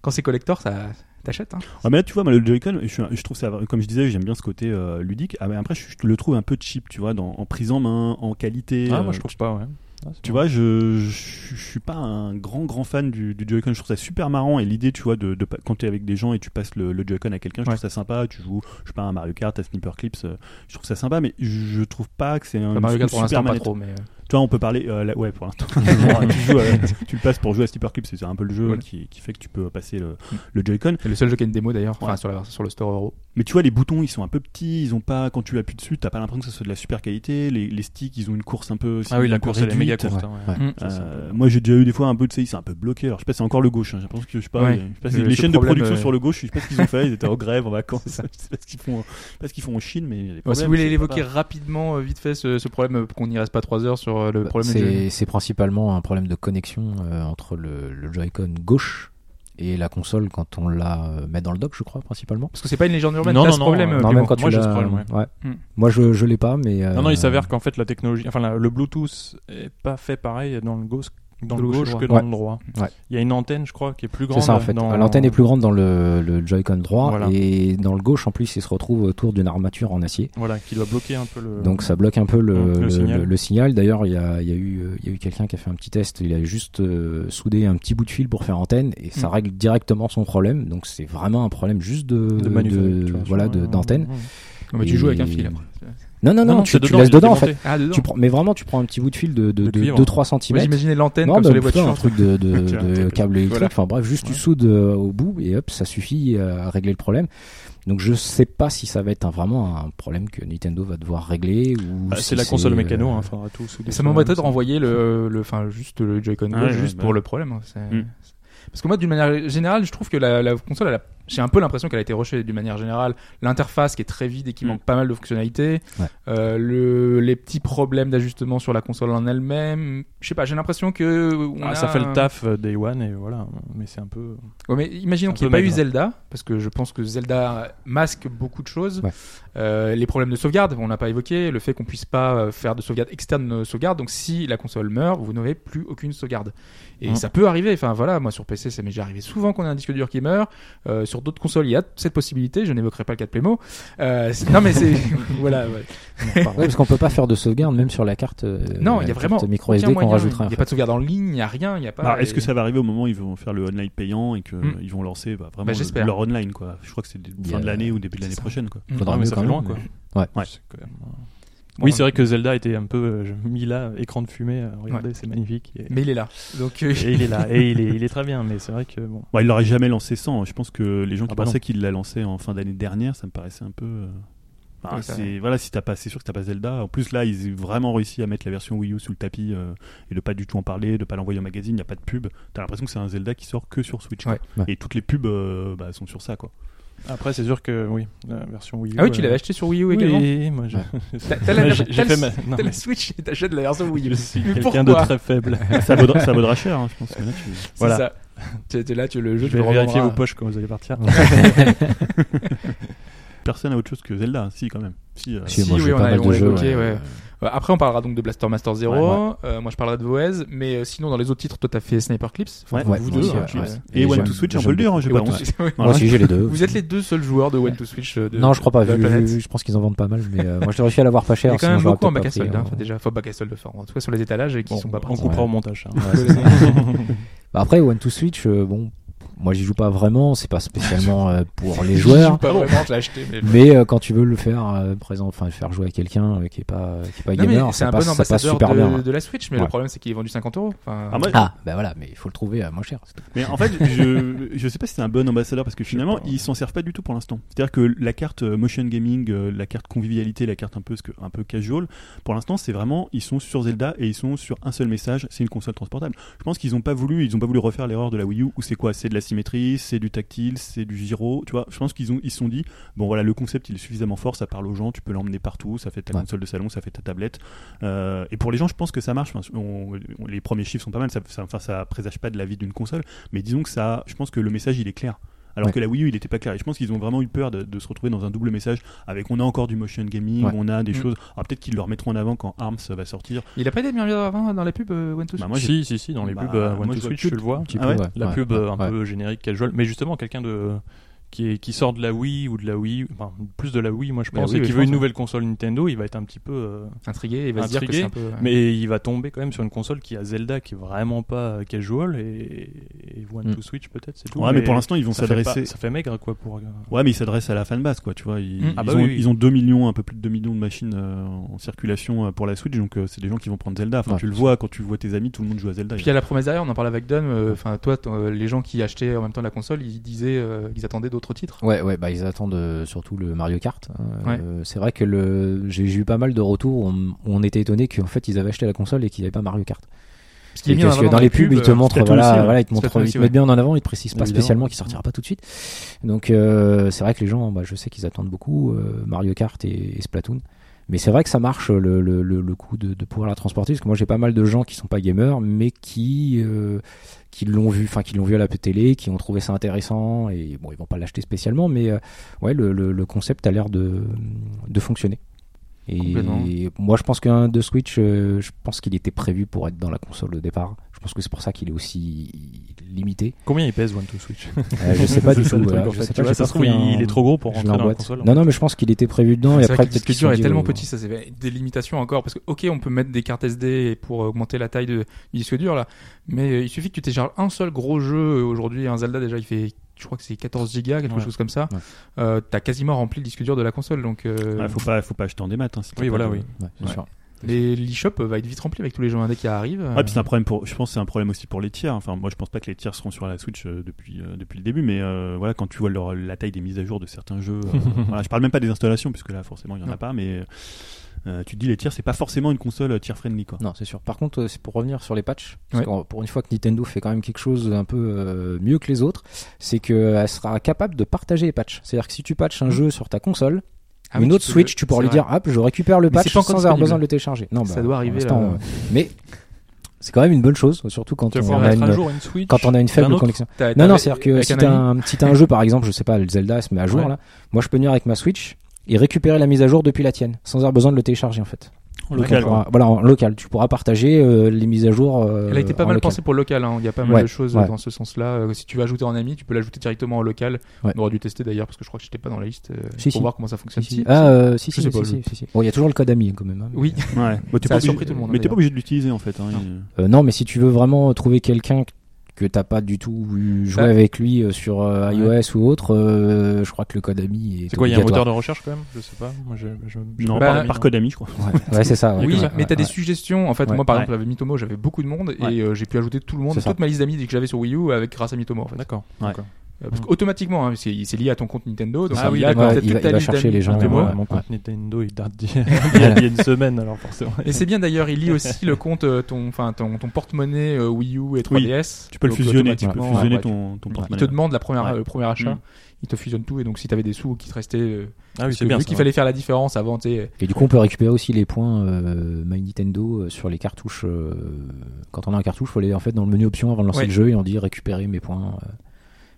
Speaker 3: Quand c'est collector, ça t'achètes. Hein.
Speaker 6: Ah, mais là, tu vois, moi, le Joy-Con, je, suis un- je trouve ça, comme je disais, j'aime bien ce côté euh, ludique. Ah, mais après, je, je le trouve un peu cheap, tu vois, dans- en prise en main, en qualité.
Speaker 4: Ah,
Speaker 6: euh,
Speaker 4: moi je trouve pas, ouais. Ah, c'est
Speaker 6: Tu
Speaker 4: marrant.
Speaker 6: vois, je, je, je suis pas un grand grand fan du, du Joy-Con. Je trouve ça super marrant et l'idée, tu vois, de, de pa- quand t'es avec des gens et tu passes le, le Joy-Con à quelqu'un, je
Speaker 3: Ouais.
Speaker 6: trouve ça sympa. Tu joues, je sais pas, un Mario Kart, à Sniper Clips, euh, je trouve ça sympa, mais je trouve pas que c'est un
Speaker 3: Enfin, Bah, Mario Kart, pour
Speaker 6: super
Speaker 3: l'instant, pas
Speaker 6: manette.
Speaker 3: trop. Mais... euh,
Speaker 6: Tu vois, on peut parler, euh, là- ouais, pour l'instant. tu, joues, euh, tu le passes pour jouer à Sniper Clips, c'est un peu le jeu
Speaker 3: Voilà.
Speaker 6: qui, qui fait que tu peux passer le, le Joy-Con.
Speaker 3: C'est le seul jeu qui a une démo d'ailleurs, enfin,
Speaker 6: Ouais.
Speaker 3: sur, la- sur le store euro.
Speaker 6: Mais tu vois, les boutons, ils sont un peu petits. Ils ont pas, quand tu appuies dessus, t'as pas l'impression que ce soit de la super qualité. Les, les sticks, ils ont une course un peu.
Speaker 4: Ah oui, la
Speaker 6: un peu
Speaker 4: course elle est
Speaker 6: réduite.
Speaker 4: méga courte. hein, ouais.
Speaker 5: Ouais.
Speaker 4: Ça, c'est un
Speaker 6: Euh,
Speaker 4: peu-
Speaker 6: moi j'ai déjà eu des fois un peu de CI, c'est un peu bloqué. Alors je sais pas, c'est encore le gauche. hein. J'ai l'impression que je sais pas,
Speaker 3: Ouais.
Speaker 6: il y a- je sais pas,
Speaker 3: Ce-
Speaker 6: c'est les
Speaker 3: ce
Speaker 6: chaînes de
Speaker 3: problème,
Speaker 6: production
Speaker 3: euh,
Speaker 6: sur le gauche, je sais pas ce qu'ils ont fait. Ils étaient en grève, en vacances.
Speaker 3: C'est
Speaker 6: Je
Speaker 3: ça.
Speaker 6: sais pas ce qu'ils font, je sais pas ce qu'ils font en Chine, mais il y a des
Speaker 3: Bon, si
Speaker 6: problèmes,
Speaker 3: vous voulez
Speaker 6: c'est
Speaker 3: l'évoquer
Speaker 6: pas-
Speaker 3: rapidement, euh, vite fait, ce, ce problème, euh, qu'on n'y reste pas 3 heures sur euh, le
Speaker 5: Bah,
Speaker 3: problème du.
Speaker 5: C'est c'est principalement un problème de connexion euh, entre le, le Joy-Con gauche et la console quand on la euh, met dans le dock, je crois, principalement.
Speaker 3: Parce que c'est pas une légende urbaine,
Speaker 4: Non,
Speaker 3: t'as
Speaker 4: non,
Speaker 3: ce
Speaker 4: non,
Speaker 3: problème.
Speaker 4: euh,
Speaker 3: euh,
Speaker 5: non,
Speaker 3: Pipo.
Speaker 5: même quand
Speaker 4: moi,
Speaker 5: tu
Speaker 4: j'ai
Speaker 5: l'as-
Speaker 4: ce problème, ouais.
Speaker 5: ouais.
Speaker 3: Hmm.
Speaker 5: Moi, je, je l'ai pas, mais. euh,
Speaker 4: Non, non, il s'avère qu'en fait la technologie, enfin la- le Bluetooth est pas fait pareil dans le gauche, dans
Speaker 3: Dans
Speaker 4: le
Speaker 3: le
Speaker 4: gauche
Speaker 3: droit.
Speaker 4: que dans
Speaker 5: Ouais.
Speaker 4: le droit.
Speaker 5: Ouais.
Speaker 4: Il y a une antenne, je crois, qui est plus grande.
Speaker 5: C'est ça en fait.
Speaker 4: dans-
Speaker 5: L'antenne est plus grande dans le, le Joy-Con droit
Speaker 4: Voilà.
Speaker 5: et dans le gauche en plus il se retrouve autour d'une armature en acier.
Speaker 4: Voilà, qui doit bloquer un peu le.
Speaker 5: Donc ça bloque un peu
Speaker 4: Mm,
Speaker 5: le,
Speaker 4: le
Speaker 5: le-
Speaker 4: signal.
Speaker 5: le- le signal. D'ailleurs il y a, il y a eu, euh, il y a eu quelqu'un qui a fait un petit test, il a juste euh, soudé un petit bout de fil pour faire antenne et ça
Speaker 3: Mm.
Speaker 5: règle directement son problème. Donc c'est vraiment un problème juste de,
Speaker 4: de
Speaker 5: de-
Speaker 4: manufacture.
Speaker 5: voilà de-
Speaker 4: Ouais,
Speaker 5: d'antenne.
Speaker 4: ouais, ouais.
Speaker 3: Non, mais tu joues avec un
Speaker 5: Et-
Speaker 3: fil après.
Speaker 5: Non non non, tu,
Speaker 4: c'est
Speaker 5: tu
Speaker 4: dedans,
Speaker 5: laisses
Speaker 4: il est
Speaker 5: dedans en fait.
Speaker 4: démonté.
Speaker 3: Ah, dedans.
Speaker 5: Tu prends, mais vraiment tu prends un petit bout de fil de, de,
Speaker 4: De
Speaker 5: de,
Speaker 4: cuivre.
Speaker 5: 3 cm.
Speaker 3: Vous imaginez l'antenne
Speaker 5: Non,
Speaker 3: comme
Speaker 5: bah,
Speaker 3: sur les
Speaker 5: putain,
Speaker 3: voitures.
Speaker 5: un truc de, de,
Speaker 6: Tiens,
Speaker 5: de
Speaker 6: tiens,
Speaker 5: câble électrique.
Speaker 3: voilà.
Speaker 5: Enfin bref, juste tu
Speaker 3: Ouais.
Speaker 5: soudes euh, au bout et hop, ça suffit euh, à régler le problème. Donc je sais pas si ça va être un- vraiment un problème que Nintendo va devoir régler ou.
Speaker 4: Bah,
Speaker 5: si
Speaker 4: c'est la console
Speaker 5: euh,
Speaker 4: mécano, hein, faudra tout
Speaker 3: Et
Speaker 4: souder
Speaker 3: ça
Speaker 4: sur
Speaker 3: m'embêterait
Speaker 4: la-
Speaker 3: de renvoyer le, le, enfin, juste le Joy-Con
Speaker 6: Ah
Speaker 3: gauche,
Speaker 6: ouais,
Speaker 3: juste
Speaker 6: bah
Speaker 3: pour
Speaker 6: ouais.
Speaker 3: le problème. hein, c'est-
Speaker 6: Mm.
Speaker 3: Parce que moi, d'une manière générale, je trouve que la, la console, elle a- j'ai un peu l'impression qu'elle a été rushée d'une manière générale. L'interface qui est très vide et qui
Speaker 6: Mm.
Speaker 3: manque pas mal de fonctionnalités.
Speaker 5: Ouais.
Speaker 3: Euh, le, les petits problèmes d'ajustement sur la console en elle-même. Je sais pas, j'ai l'impression que. on
Speaker 4: Ah,
Speaker 3: a
Speaker 4: ça fait
Speaker 3: un-
Speaker 4: le taf euh, Day One et voilà, mais c'est un peu.
Speaker 3: Ouais, mais imaginons
Speaker 4: Un
Speaker 3: qu'il n'y ait
Speaker 4: peu
Speaker 3: pas eu
Speaker 4: maigre.
Speaker 3: Zelda, parce que je pense que Zelda masque beaucoup de choses.
Speaker 5: Ouais.
Speaker 3: Euh, les problèmes de sauvegarde, on n'a pas évoqué, le fait qu'on puisse pas euh, faire de sauvegarde externe euh, sauvegarde. Donc si la console meurt, vous n'aurez plus aucune sauvegarde. Et
Speaker 4: Hum.
Speaker 3: ça peut arriver. Enfin voilà, moi sur PC, ça m'est déjà arrivé souvent qu'on a un disque dur qui meurt. Euh, sur d'autres consoles, il y a cette possibilité. Je n'évoquerai pas le cas de Playmo. Euh, c'est- non mais c'est voilà. ouais.
Speaker 5: Ouais, parce qu'on peut pas faire de sauvegarde même sur la carte. euh,
Speaker 3: Non, il y
Speaker 5: la
Speaker 3: a vraiment
Speaker 5: carte micro
Speaker 3: aucun
Speaker 5: SD qu'on
Speaker 3: moyen.
Speaker 5: rajoutera.
Speaker 3: Il n'y a pas de sauvegarde en ligne, il n'y a rien, il n'y a pas.
Speaker 6: Bah, Est-ce
Speaker 3: et-
Speaker 6: que ça va arriver au moment où ils vont faire le online payant et que
Speaker 3: Hmm.
Speaker 6: ils vont lancer bah, vraiment
Speaker 3: Bah,
Speaker 6: le-
Speaker 3: j'espère.
Speaker 6: leur online quoi Je crois que c'est dé-
Speaker 5: Il y
Speaker 6: fin
Speaker 5: a-
Speaker 6: de l'année ou début de l'année
Speaker 5: ça.
Speaker 6: prochaine quoi.
Speaker 3: Mm.
Speaker 5: Faudra
Speaker 4: Ah, mais
Speaker 5: mieux
Speaker 4: ça
Speaker 5: quand
Speaker 4: fait
Speaker 5: même,
Speaker 4: loin, quoi.
Speaker 5: mais- Ouais.
Speaker 6: Ouais.
Speaker 4: C'est quand même, euh,
Speaker 3: Bon,
Speaker 4: Oui, c'est vrai que Zelda était un peu euh, mis là, écran de fumée. euh, regardez, c'est magnifique. Et,
Speaker 3: Mais il est là. Donc euh,
Speaker 4: et il est là, et il est, il est très bien, mais c'est vrai que bon.
Speaker 6: Bon, il l'aurait jamais lancé sans. hein. Je pense que les gens qui
Speaker 4: Ah bah non.
Speaker 6: pensaient qu'il l'a lancé en fin d'année dernière, ça me paraissait un peu. euh, enfin,
Speaker 3: Ouais, ça-
Speaker 6: c'est voilà, si t'as pas, c'est sûr que t'as pas Zelda. En plus là, ils ont vraiment réussi à mettre la version Wii U sous le tapis euh, et de pas du tout en parler, de pas l'envoyer au magazine. Il y a pas de pub. T'as l'impression que c'est un Zelda qui sort que sur Switch. quoi.
Speaker 3: Ouais,
Speaker 5: ouais.
Speaker 6: Et toutes les pubs euh, bah, sont sur ça quoi.
Speaker 4: Après, c'est sûr que oui, la version Wii U. euh,
Speaker 3: ah oui, tu l'avais acheté sur Wii U
Speaker 4: Oui,
Speaker 3: également.
Speaker 4: moi je-
Speaker 5: Ouais.
Speaker 3: T'as- t'as la-
Speaker 4: j'ai j'ai
Speaker 3: t'as
Speaker 4: fait
Speaker 3: le-
Speaker 4: ma. non,
Speaker 3: T'as
Speaker 4: mais
Speaker 3: la Switch et t'achètes la version Wii U.
Speaker 4: je suis
Speaker 3: Mais
Speaker 4: quelqu'un de
Speaker 3: pourquoi
Speaker 4: très faible.
Speaker 6: ça, vaudra, ça vaudra cher, hein, je pense. que là, tu-
Speaker 3: C'est
Speaker 4: Voilà.
Speaker 3: ça. Tu- tu- là, tu, le jeu,
Speaker 4: Je
Speaker 3: tu
Speaker 4: vais
Speaker 3: le
Speaker 4: vérifier vos
Speaker 3: revendras.
Speaker 4: poches quand vous allez partir.
Speaker 6: Personne n'a autre chose que Zelda, si quand même. Si, euh,
Speaker 5: Si,
Speaker 3: Si,
Speaker 5: moi,
Speaker 3: oui,
Speaker 5: j'ai
Speaker 3: on
Speaker 5: pas
Speaker 3: a-
Speaker 5: mal
Speaker 3: on
Speaker 5: de
Speaker 3: l'a
Speaker 5: jeux.
Speaker 3: évoqué,
Speaker 5: ouais.
Speaker 3: ouais. Euh, Après, on parlera donc de Blaster Master Zero.
Speaker 6: Ouais,
Speaker 3: Euh, moi, je parlerai de Voez. Mais euh, sinon, dans les autres titres, toi, t'as fait Sniper Clips. Enfin,
Speaker 6: Ouais,
Speaker 3: vous
Speaker 5: moi
Speaker 3: deux.
Speaker 5: aussi,
Speaker 3: hein,
Speaker 5: ouais,
Speaker 3: tu-
Speaker 5: ouais.
Speaker 6: Et
Speaker 5: Et
Speaker 6: One to
Speaker 5: j'aime-
Speaker 6: Switch, on peut
Speaker 5: j'aime
Speaker 6: le dire, hein, j'ai
Speaker 3: Et
Speaker 6: pas
Speaker 3: One to
Speaker 6: honte.
Speaker 3: Switch, ouais.
Speaker 5: Moi aussi j'ai les deux.
Speaker 3: Vous êtes les deux seuls joueurs de One to Switch. euh, de-
Speaker 5: Non, je crois pas.
Speaker 3: de la
Speaker 5: vu-
Speaker 3: planète.
Speaker 5: vu- Je pense qu'ils en vendent pas mal, mais euh, moi j'ai réussi à l'avoir pas
Speaker 3: Il
Speaker 5: cher.
Speaker 3: y a quand
Speaker 5: sinon
Speaker 3: même
Speaker 5: j'aurais
Speaker 3: beaucoup en
Speaker 5: peut-être
Speaker 3: bac à
Speaker 5: pas pris,
Speaker 3: solde, hein.
Speaker 5: hein.
Speaker 3: Enfin, déjà, enfin, bac à solde, enfin, en tout cas sur les étalages et qui
Speaker 4: Bon,
Speaker 3: sont pas
Speaker 4: on
Speaker 3: partis.
Speaker 4: coupera
Speaker 5: Ouais.
Speaker 4: au montage. hein.
Speaker 5: Ouais, c'est- Bah, après One to Switch, euh, bon, Moi, j'y joue pas vraiment. C'est pas spécialement euh, pour les
Speaker 3: Je
Speaker 5: joueurs.
Speaker 3: joue Pas vraiment, je l'ai acheté, mais.
Speaker 5: Mais euh, quand tu veux le faire euh, présent, enfin le faire jouer à quelqu'un euh, qui est pas qui est pas
Speaker 3: Non, mais
Speaker 5: gamer,
Speaker 3: c'est
Speaker 5: ça
Speaker 3: un
Speaker 5: passe,
Speaker 3: bon
Speaker 5: ça passe
Speaker 3: ambassadeur
Speaker 5: super
Speaker 3: de,
Speaker 5: bien.
Speaker 3: de la Switch, mais
Speaker 5: Ouais.
Speaker 3: le problème c'est qu'il est vendu 50 euros. Enfin,
Speaker 6: Ah, moi,
Speaker 5: Ah, bah voilà, mais il faut le trouver à moins cher. c'est tout.
Speaker 6: Mais en fait, je, je sais pas si c'est un bon ambassadeur parce que finalement, ils s'en servent pas hein. du tout pour l'instant. C'est-à-dire que la carte euh, motion gaming, euh, la carte convivialité, la carte un peu, ce que- un peu casual, pour l'instant, c'est vraiment, ils sont sur Zelda et ils sont sur un seul message, c'est une console transportable. Je pense qu'ils ont pas voulu, ils ont pas voulu refaire l'erreur de la Wii U où c'est quoi C'est de la symétrie, c'est du tactile, c'est du gyro, tu vois. Je pense qu'ils ont, ils se sont dit, bon voilà, le concept il est suffisamment fort, ça parle aux gens, tu peux l'emmener partout, ça fait ta
Speaker 5: Ouais.
Speaker 6: console de salon, ça fait ta tablette. Euh, et pour les gens, je pense que ça marche. Enfin, on- on- les premiers chiffres sont pas mal, ça, ça, enfin, ça présage pas de la vie d'une console. Mais disons que ça, je pense que le message il est clair. Alors
Speaker 5: Ouais.
Speaker 6: que la Wii U il était pas clair. Et je pense qu'ils ont vraiment eu peur de, de se retrouver dans un double message avec on a encore du motion gaming,
Speaker 5: Ouais.
Speaker 6: on a des
Speaker 3: Mm.
Speaker 6: choses. Alors peut-être qu'ils le remettront en avant quand ARMS va sortir.
Speaker 3: Il a pas été bien avant dans la pub euh, One Two
Speaker 6: Bah,
Speaker 3: Switch
Speaker 6: moi j'ai.
Speaker 4: si, si, si, dans les
Speaker 6: Bah,
Speaker 4: pubs euh, One
Speaker 6: moi,
Speaker 4: to
Speaker 6: je vois
Speaker 4: Switch,
Speaker 6: que-
Speaker 4: je le vois.
Speaker 5: Un petit
Speaker 6: Ah
Speaker 5: peu,
Speaker 6: ouais
Speaker 5: ouais,
Speaker 4: La
Speaker 5: ouais,
Speaker 4: pub euh, un
Speaker 5: ouais.
Speaker 4: peu générique, casual. Mais justement, quelqu'un de qui, est- qui sort de la Wii ou de la Wii, enfin plus de la Wii, moi je
Speaker 3: Bah
Speaker 4: pense,
Speaker 3: oui,
Speaker 4: et
Speaker 3: oui,
Speaker 4: qui
Speaker 3: je
Speaker 4: veut une
Speaker 3: pense,
Speaker 4: nouvelle console Nintendo, il va être un petit peu. euh,
Speaker 3: Intrigué, il va se dire que
Speaker 4: Intrigué,
Speaker 3: c'est un peu. euh,
Speaker 4: Mais il va tomber quand même sur une console qui a Zelda qui est vraiment pas euh, casual et, et One
Speaker 5: Mm.
Speaker 4: to Switch peut-être, c'est tout.
Speaker 6: Ouais, mais, pour l'instant ils vont
Speaker 4: ça fait pas-
Speaker 6: s'adresser.
Speaker 4: Ça fait maigre quoi pour. euh,
Speaker 6: Ouais, mais ils s'adressent à la fanbase, quoi. Tu vois, ils,
Speaker 3: Mm.
Speaker 6: ils
Speaker 4: Ah bah
Speaker 6: ont,
Speaker 4: oui, oui.
Speaker 6: ils ont 2 millions, un peu plus de 2 millions de machines euh, en circulation euh, pour la Switch, donc euh, c'est des gens qui vont prendre Zelda. Enfin,
Speaker 5: Ouais.
Speaker 6: tu le vois quand tu vois tes amis, tout le monde joue à Zelda.
Speaker 3: Puis il y a la promesse derrière, on en parlait avec Dan. euh, Enfin, toi, t- euh, les gens qui achetaient en même temps la console, ils disaient euh, qu'ils attendaient d'autres titres.
Speaker 5: Ouais, ouais, bah ils attendent euh, surtout le Mario Kart. hein.
Speaker 3: Ouais.
Speaker 5: Euh, c'est vrai que le... j'ai j'ai eu pas mal de retours où on, où on était étonné qu'en fait ils avaient acheté la console et qu'il n'y avait pas Mario Kart.
Speaker 3: Parce qu'il est mis en
Speaker 5: parce que
Speaker 3: avant
Speaker 5: dans les pubs, ils te
Speaker 3: euh,
Speaker 5: montrent,
Speaker 6: Splatoon
Speaker 5: voilà,
Speaker 6: aussi, ouais.
Speaker 5: voilà, ils te montrent,
Speaker 3: Splatoon
Speaker 5: ils
Speaker 3: aussi,
Speaker 5: te
Speaker 3: ouais.
Speaker 5: mettent bien en avant, ils te précisent pas
Speaker 6: Évidemment.
Speaker 5: spécialement qu'il sortira pas tout de suite. Donc euh, c'est vrai que les gens, bah, je sais qu'ils attendent beaucoup euh, Mario Kart et, et Splatoon. Mais c'est vrai que ça marche le, le, le, le coup de, de pouvoir la transporter, parce que moi j'ai pas mal de gens qui sont pas gamers, mais qui euh, qui l'ont vu, enfin qui l'ont vu à la télé, qui ont trouvé ça intéressant et bon ils vont pas l'acheter spécialement, mais euh, ouais le, le, le concept a l'air de de fonctionner.
Speaker 3: Complètement.
Speaker 5: Et moi je pense qu'un de Switch, euh, je pense qu'il était prévu pour être dans la console au départ. Je pense que c'est pour ça qu'il est aussi limité.
Speaker 4: Combien il pèse One to Switch
Speaker 5: Euh, je sais pas du
Speaker 4: C'est ça
Speaker 5: tout.
Speaker 4: le truc,
Speaker 5: voilà.
Speaker 4: en
Speaker 5: Je
Speaker 4: fait. Tu
Speaker 5: sais pas,
Speaker 4: vois,
Speaker 5: j'ai
Speaker 4: ça
Speaker 5: pas
Speaker 4: se trouve
Speaker 5: pris un-
Speaker 4: il est trop gros pour
Speaker 5: je l'ai
Speaker 4: rentrer
Speaker 5: en
Speaker 4: dans la
Speaker 5: boîte.
Speaker 4: console. hein.
Speaker 5: Non non mais je pense qu'il était prévu dedans et
Speaker 3: C'est vrai
Speaker 5: après
Speaker 3: que le
Speaker 5: peut-être
Speaker 3: disque
Speaker 5: qu'ils
Speaker 3: dur
Speaker 5: sont
Speaker 3: est
Speaker 5: dit,
Speaker 3: tellement
Speaker 5: euh,
Speaker 3: petit, ça c'est des limitations encore. Parce que, ok, on peut mettre des cartes SD et pour augmenter la taille de- du disque dur là, mais euh, il suffit que tu télécharges un seul gros jeu euh, aujourd'hui. Un Zelda déjà, il fait, je crois que c'est 14 gigas, quelque
Speaker 4: Ouais.
Speaker 3: chose comme ça.
Speaker 5: Ouais.
Speaker 3: Euh, T'as quasiment rempli le disque dur de la console. Donc, euh,
Speaker 6: Ah, faut pas, faut pas acheter en démat. hein, si t'as
Speaker 4: Oui,
Speaker 6: pas
Speaker 4: voilà,
Speaker 6: de-
Speaker 4: oui.
Speaker 5: ouais, c'est
Speaker 6: Ouais.
Speaker 5: sûr.
Speaker 3: les- l'eShop va être vite rempli avec tous les jeux indés qui arrivent.
Speaker 6: Ah, puis c'est un problème pour. Je pense que c'est un problème aussi pour les tiers. Enfin, moi, je pense pas que les tiers seront sur la Switch euh, depuis euh, depuis le début, mais euh, voilà, quand tu vois leur- la taille des mises à jour de certains jeux, euh, voilà, je parle même pas des installations, puisque là, forcément, il y en
Speaker 3: Non.
Speaker 6: a pas, mais euh, tu te dis les tiers, c'est pas forcément une console euh, tier friendly, quoi.
Speaker 5: Non, c'est sûr. Par contre, euh, c'est pour revenir sur les patchs. parce
Speaker 3: Ouais.
Speaker 5: qu'on- pour une fois que Nintendo fait quand même quelque chose un peu euh, mieux que les autres, c'est qu'elle sera capable de partager les patchs. C'est-à-dire que si tu patches un jeu sur ta console,
Speaker 3: Mm. Ah oui,
Speaker 5: une
Speaker 3: tu
Speaker 5: autre
Speaker 3: peux-
Speaker 5: Switch, tu pourras
Speaker 3: c'est
Speaker 5: lui
Speaker 3: vrai.
Speaker 5: dire hop, je récupère le
Speaker 3: Mais c'est
Speaker 5: patch
Speaker 3: pas encore
Speaker 5: sans avoir
Speaker 3: disponible.
Speaker 5: besoin de le télécharger. Non,
Speaker 3: Ça
Speaker 5: bah,
Speaker 3: doit
Speaker 5: pour
Speaker 3: arriver,
Speaker 5: l'instant,
Speaker 3: là.
Speaker 5: euh, Mais c'est quand même une bonne chose, surtout quand
Speaker 4: Tu vas
Speaker 5: on
Speaker 4: pouvoir
Speaker 5: a
Speaker 4: mettre à
Speaker 5: une
Speaker 4: jour une Switch.
Speaker 5: quand on a une
Speaker 4: d'un
Speaker 5: faible
Speaker 4: autre.
Speaker 5: connexion.
Speaker 3: T'as-
Speaker 5: Non,
Speaker 3: t'as-
Speaker 5: non, c'est-à-dire que
Speaker 3: avec
Speaker 5: si
Speaker 3: un
Speaker 5: t'as
Speaker 3: ami,
Speaker 5: un petit un jeu, par exemple, je sais pas, le Zelda se met à jour
Speaker 3: Ouais.
Speaker 5: là. Moi, je peux venir avec ma Switch et récupérer la mise à jour depuis la tienne, sans avoir besoin de le télécharger en fait.
Speaker 3: Oh,
Speaker 6: En
Speaker 5: Donc,
Speaker 6: local.
Speaker 5: on pourra- voilà, en local, tu pourras partager euh, les mises à jour. euh,
Speaker 3: Elle a été pas
Speaker 5: en
Speaker 3: mal
Speaker 5: local.
Speaker 3: pensée pour le local. hein. Il y a pas mal
Speaker 5: Ouais,
Speaker 3: de choses
Speaker 5: ouais.
Speaker 3: dans ce sens-là. Euh, Si tu veux ajouter un ami, tu peux l'ajouter directement en local.
Speaker 5: Ouais.
Speaker 3: On aurait dû tester d'ailleurs parce que je crois que j'étais pas dans la liste euh,
Speaker 5: Si,
Speaker 3: pour
Speaker 5: si.
Speaker 3: voir comment ça fonctionne.
Speaker 5: Si, si. Ah, euh, si,
Speaker 3: Je
Speaker 5: si,
Speaker 3: sais
Speaker 5: si,
Speaker 3: pas,
Speaker 5: si,
Speaker 3: je-
Speaker 5: si, si. Bon, il y a toujours le code ami quand même. hein, mais-
Speaker 3: Oui.
Speaker 6: Ouais. Bah,
Speaker 3: Ça
Speaker 6: t'es pas
Speaker 3: a
Speaker 6: obligé-
Speaker 3: surpris tout le monde,
Speaker 6: Mais t'es
Speaker 3: d'ailleurs.
Speaker 6: pas obligé de l'utiliser en fait. hein,
Speaker 3: Non.
Speaker 6: il-
Speaker 5: Euh, non, mais si tu veux vraiment trouver quelqu'un que- que t'as pas du tout eu- joué
Speaker 3: Ah.
Speaker 5: avec lui euh, sur euh, iOS ou autre, euh, je crois que le code ami est.
Speaker 4: C'est quoi, il y a un moteur
Speaker 5: obligatoire.
Speaker 4: de recherche quand même Je sais pas. Moi, je, je, je
Speaker 6: Non,
Speaker 4: pas
Speaker 6: par,
Speaker 4: parmi,
Speaker 6: par
Speaker 4: non.
Speaker 6: code ami, je crois.
Speaker 5: Ouais, c'est ça. ouais.
Speaker 3: Oui,
Speaker 5: Ouais,
Speaker 3: mais
Speaker 5: ouais,
Speaker 3: t'as des
Speaker 5: Ah, ouais.
Speaker 3: suggestions. En fait,
Speaker 5: Ouais.
Speaker 3: moi, par
Speaker 6: Ouais.
Speaker 3: exemple, avec Mitomo, j'avais beaucoup de monde et
Speaker 6: Ouais.
Speaker 3: euh, j'ai pu ajouter tout le monde,
Speaker 5: C'est ça.
Speaker 3: toute ma liste d'amis que j'avais sur Wii U, avec grâce à Mitomo. En fait.
Speaker 4: D'accord.
Speaker 6: Ouais.
Speaker 4: d'accord.
Speaker 3: Euh,
Speaker 5: Mm.
Speaker 3: parce qu'automatiquement, hein, c'est c'est lié à ton compte Nintendo. Donc
Speaker 4: Ah oui,
Speaker 3: il, y a
Speaker 4: d'accord.
Speaker 3: peut-être
Speaker 5: Il va-
Speaker 3: toute ta
Speaker 5: il va
Speaker 3: liste
Speaker 5: chercher
Speaker 3: d'amis
Speaker 5: les gens,
Speaker 4: Ah, mais
Speaker 3: Mitomo.
Speaker 4: moi,
Speaker 5: ouais.
Speaker 4: mon compte Nintendo, il date d'il y a il y a une semaine, alors forcément.
Speaker 3: Et c'est bien d'ailleurs, il lie aussi le compte, euh, ton, enfin, ton, ton porte-monnaie euh, Wii U et 3DS.
Speaker 6: Tu peux le
Speaker 3: Donc,
Speaker 6: fusionner, tu peux
Speaker 3: automatiquement,
Speaker 6: fusionner
Speaker 3: ouais,
Speaker 6: ton, ton
Speaker 3: Il
Speaker 6: porte-monnaie.
Speaker 3: te demande la première,
Speaker 6: Ouais.
Speaker 3: euh, le premier achat,
Speaker 6: Mm.
Speaker 3: il te fusionne tout et donc si t'avais des sous qui te restaient, euh,
Speaker 4: Ah oui,
Speaker 3: parce
Speaker 4: c'est
Speaker 3: que
Speaker 4: bien.
Speaker 3: vu
Speaker 4: ça,
Speaker 3: qu'il
Speaker 4: ouais.
Speaker 3: fallait faire la différence avant, tu sais, euh,
Speaker 5: Et du coup, on peut récupérer aussi les points euh, My Nintendo euh, sur les cartouches. euh, quand on a un cartouche, faut aller en fait dans le menu options avant de lancer
Speaker 3: Ouais.
Speaker 5: le jeu et on dit récupérer mes points euh,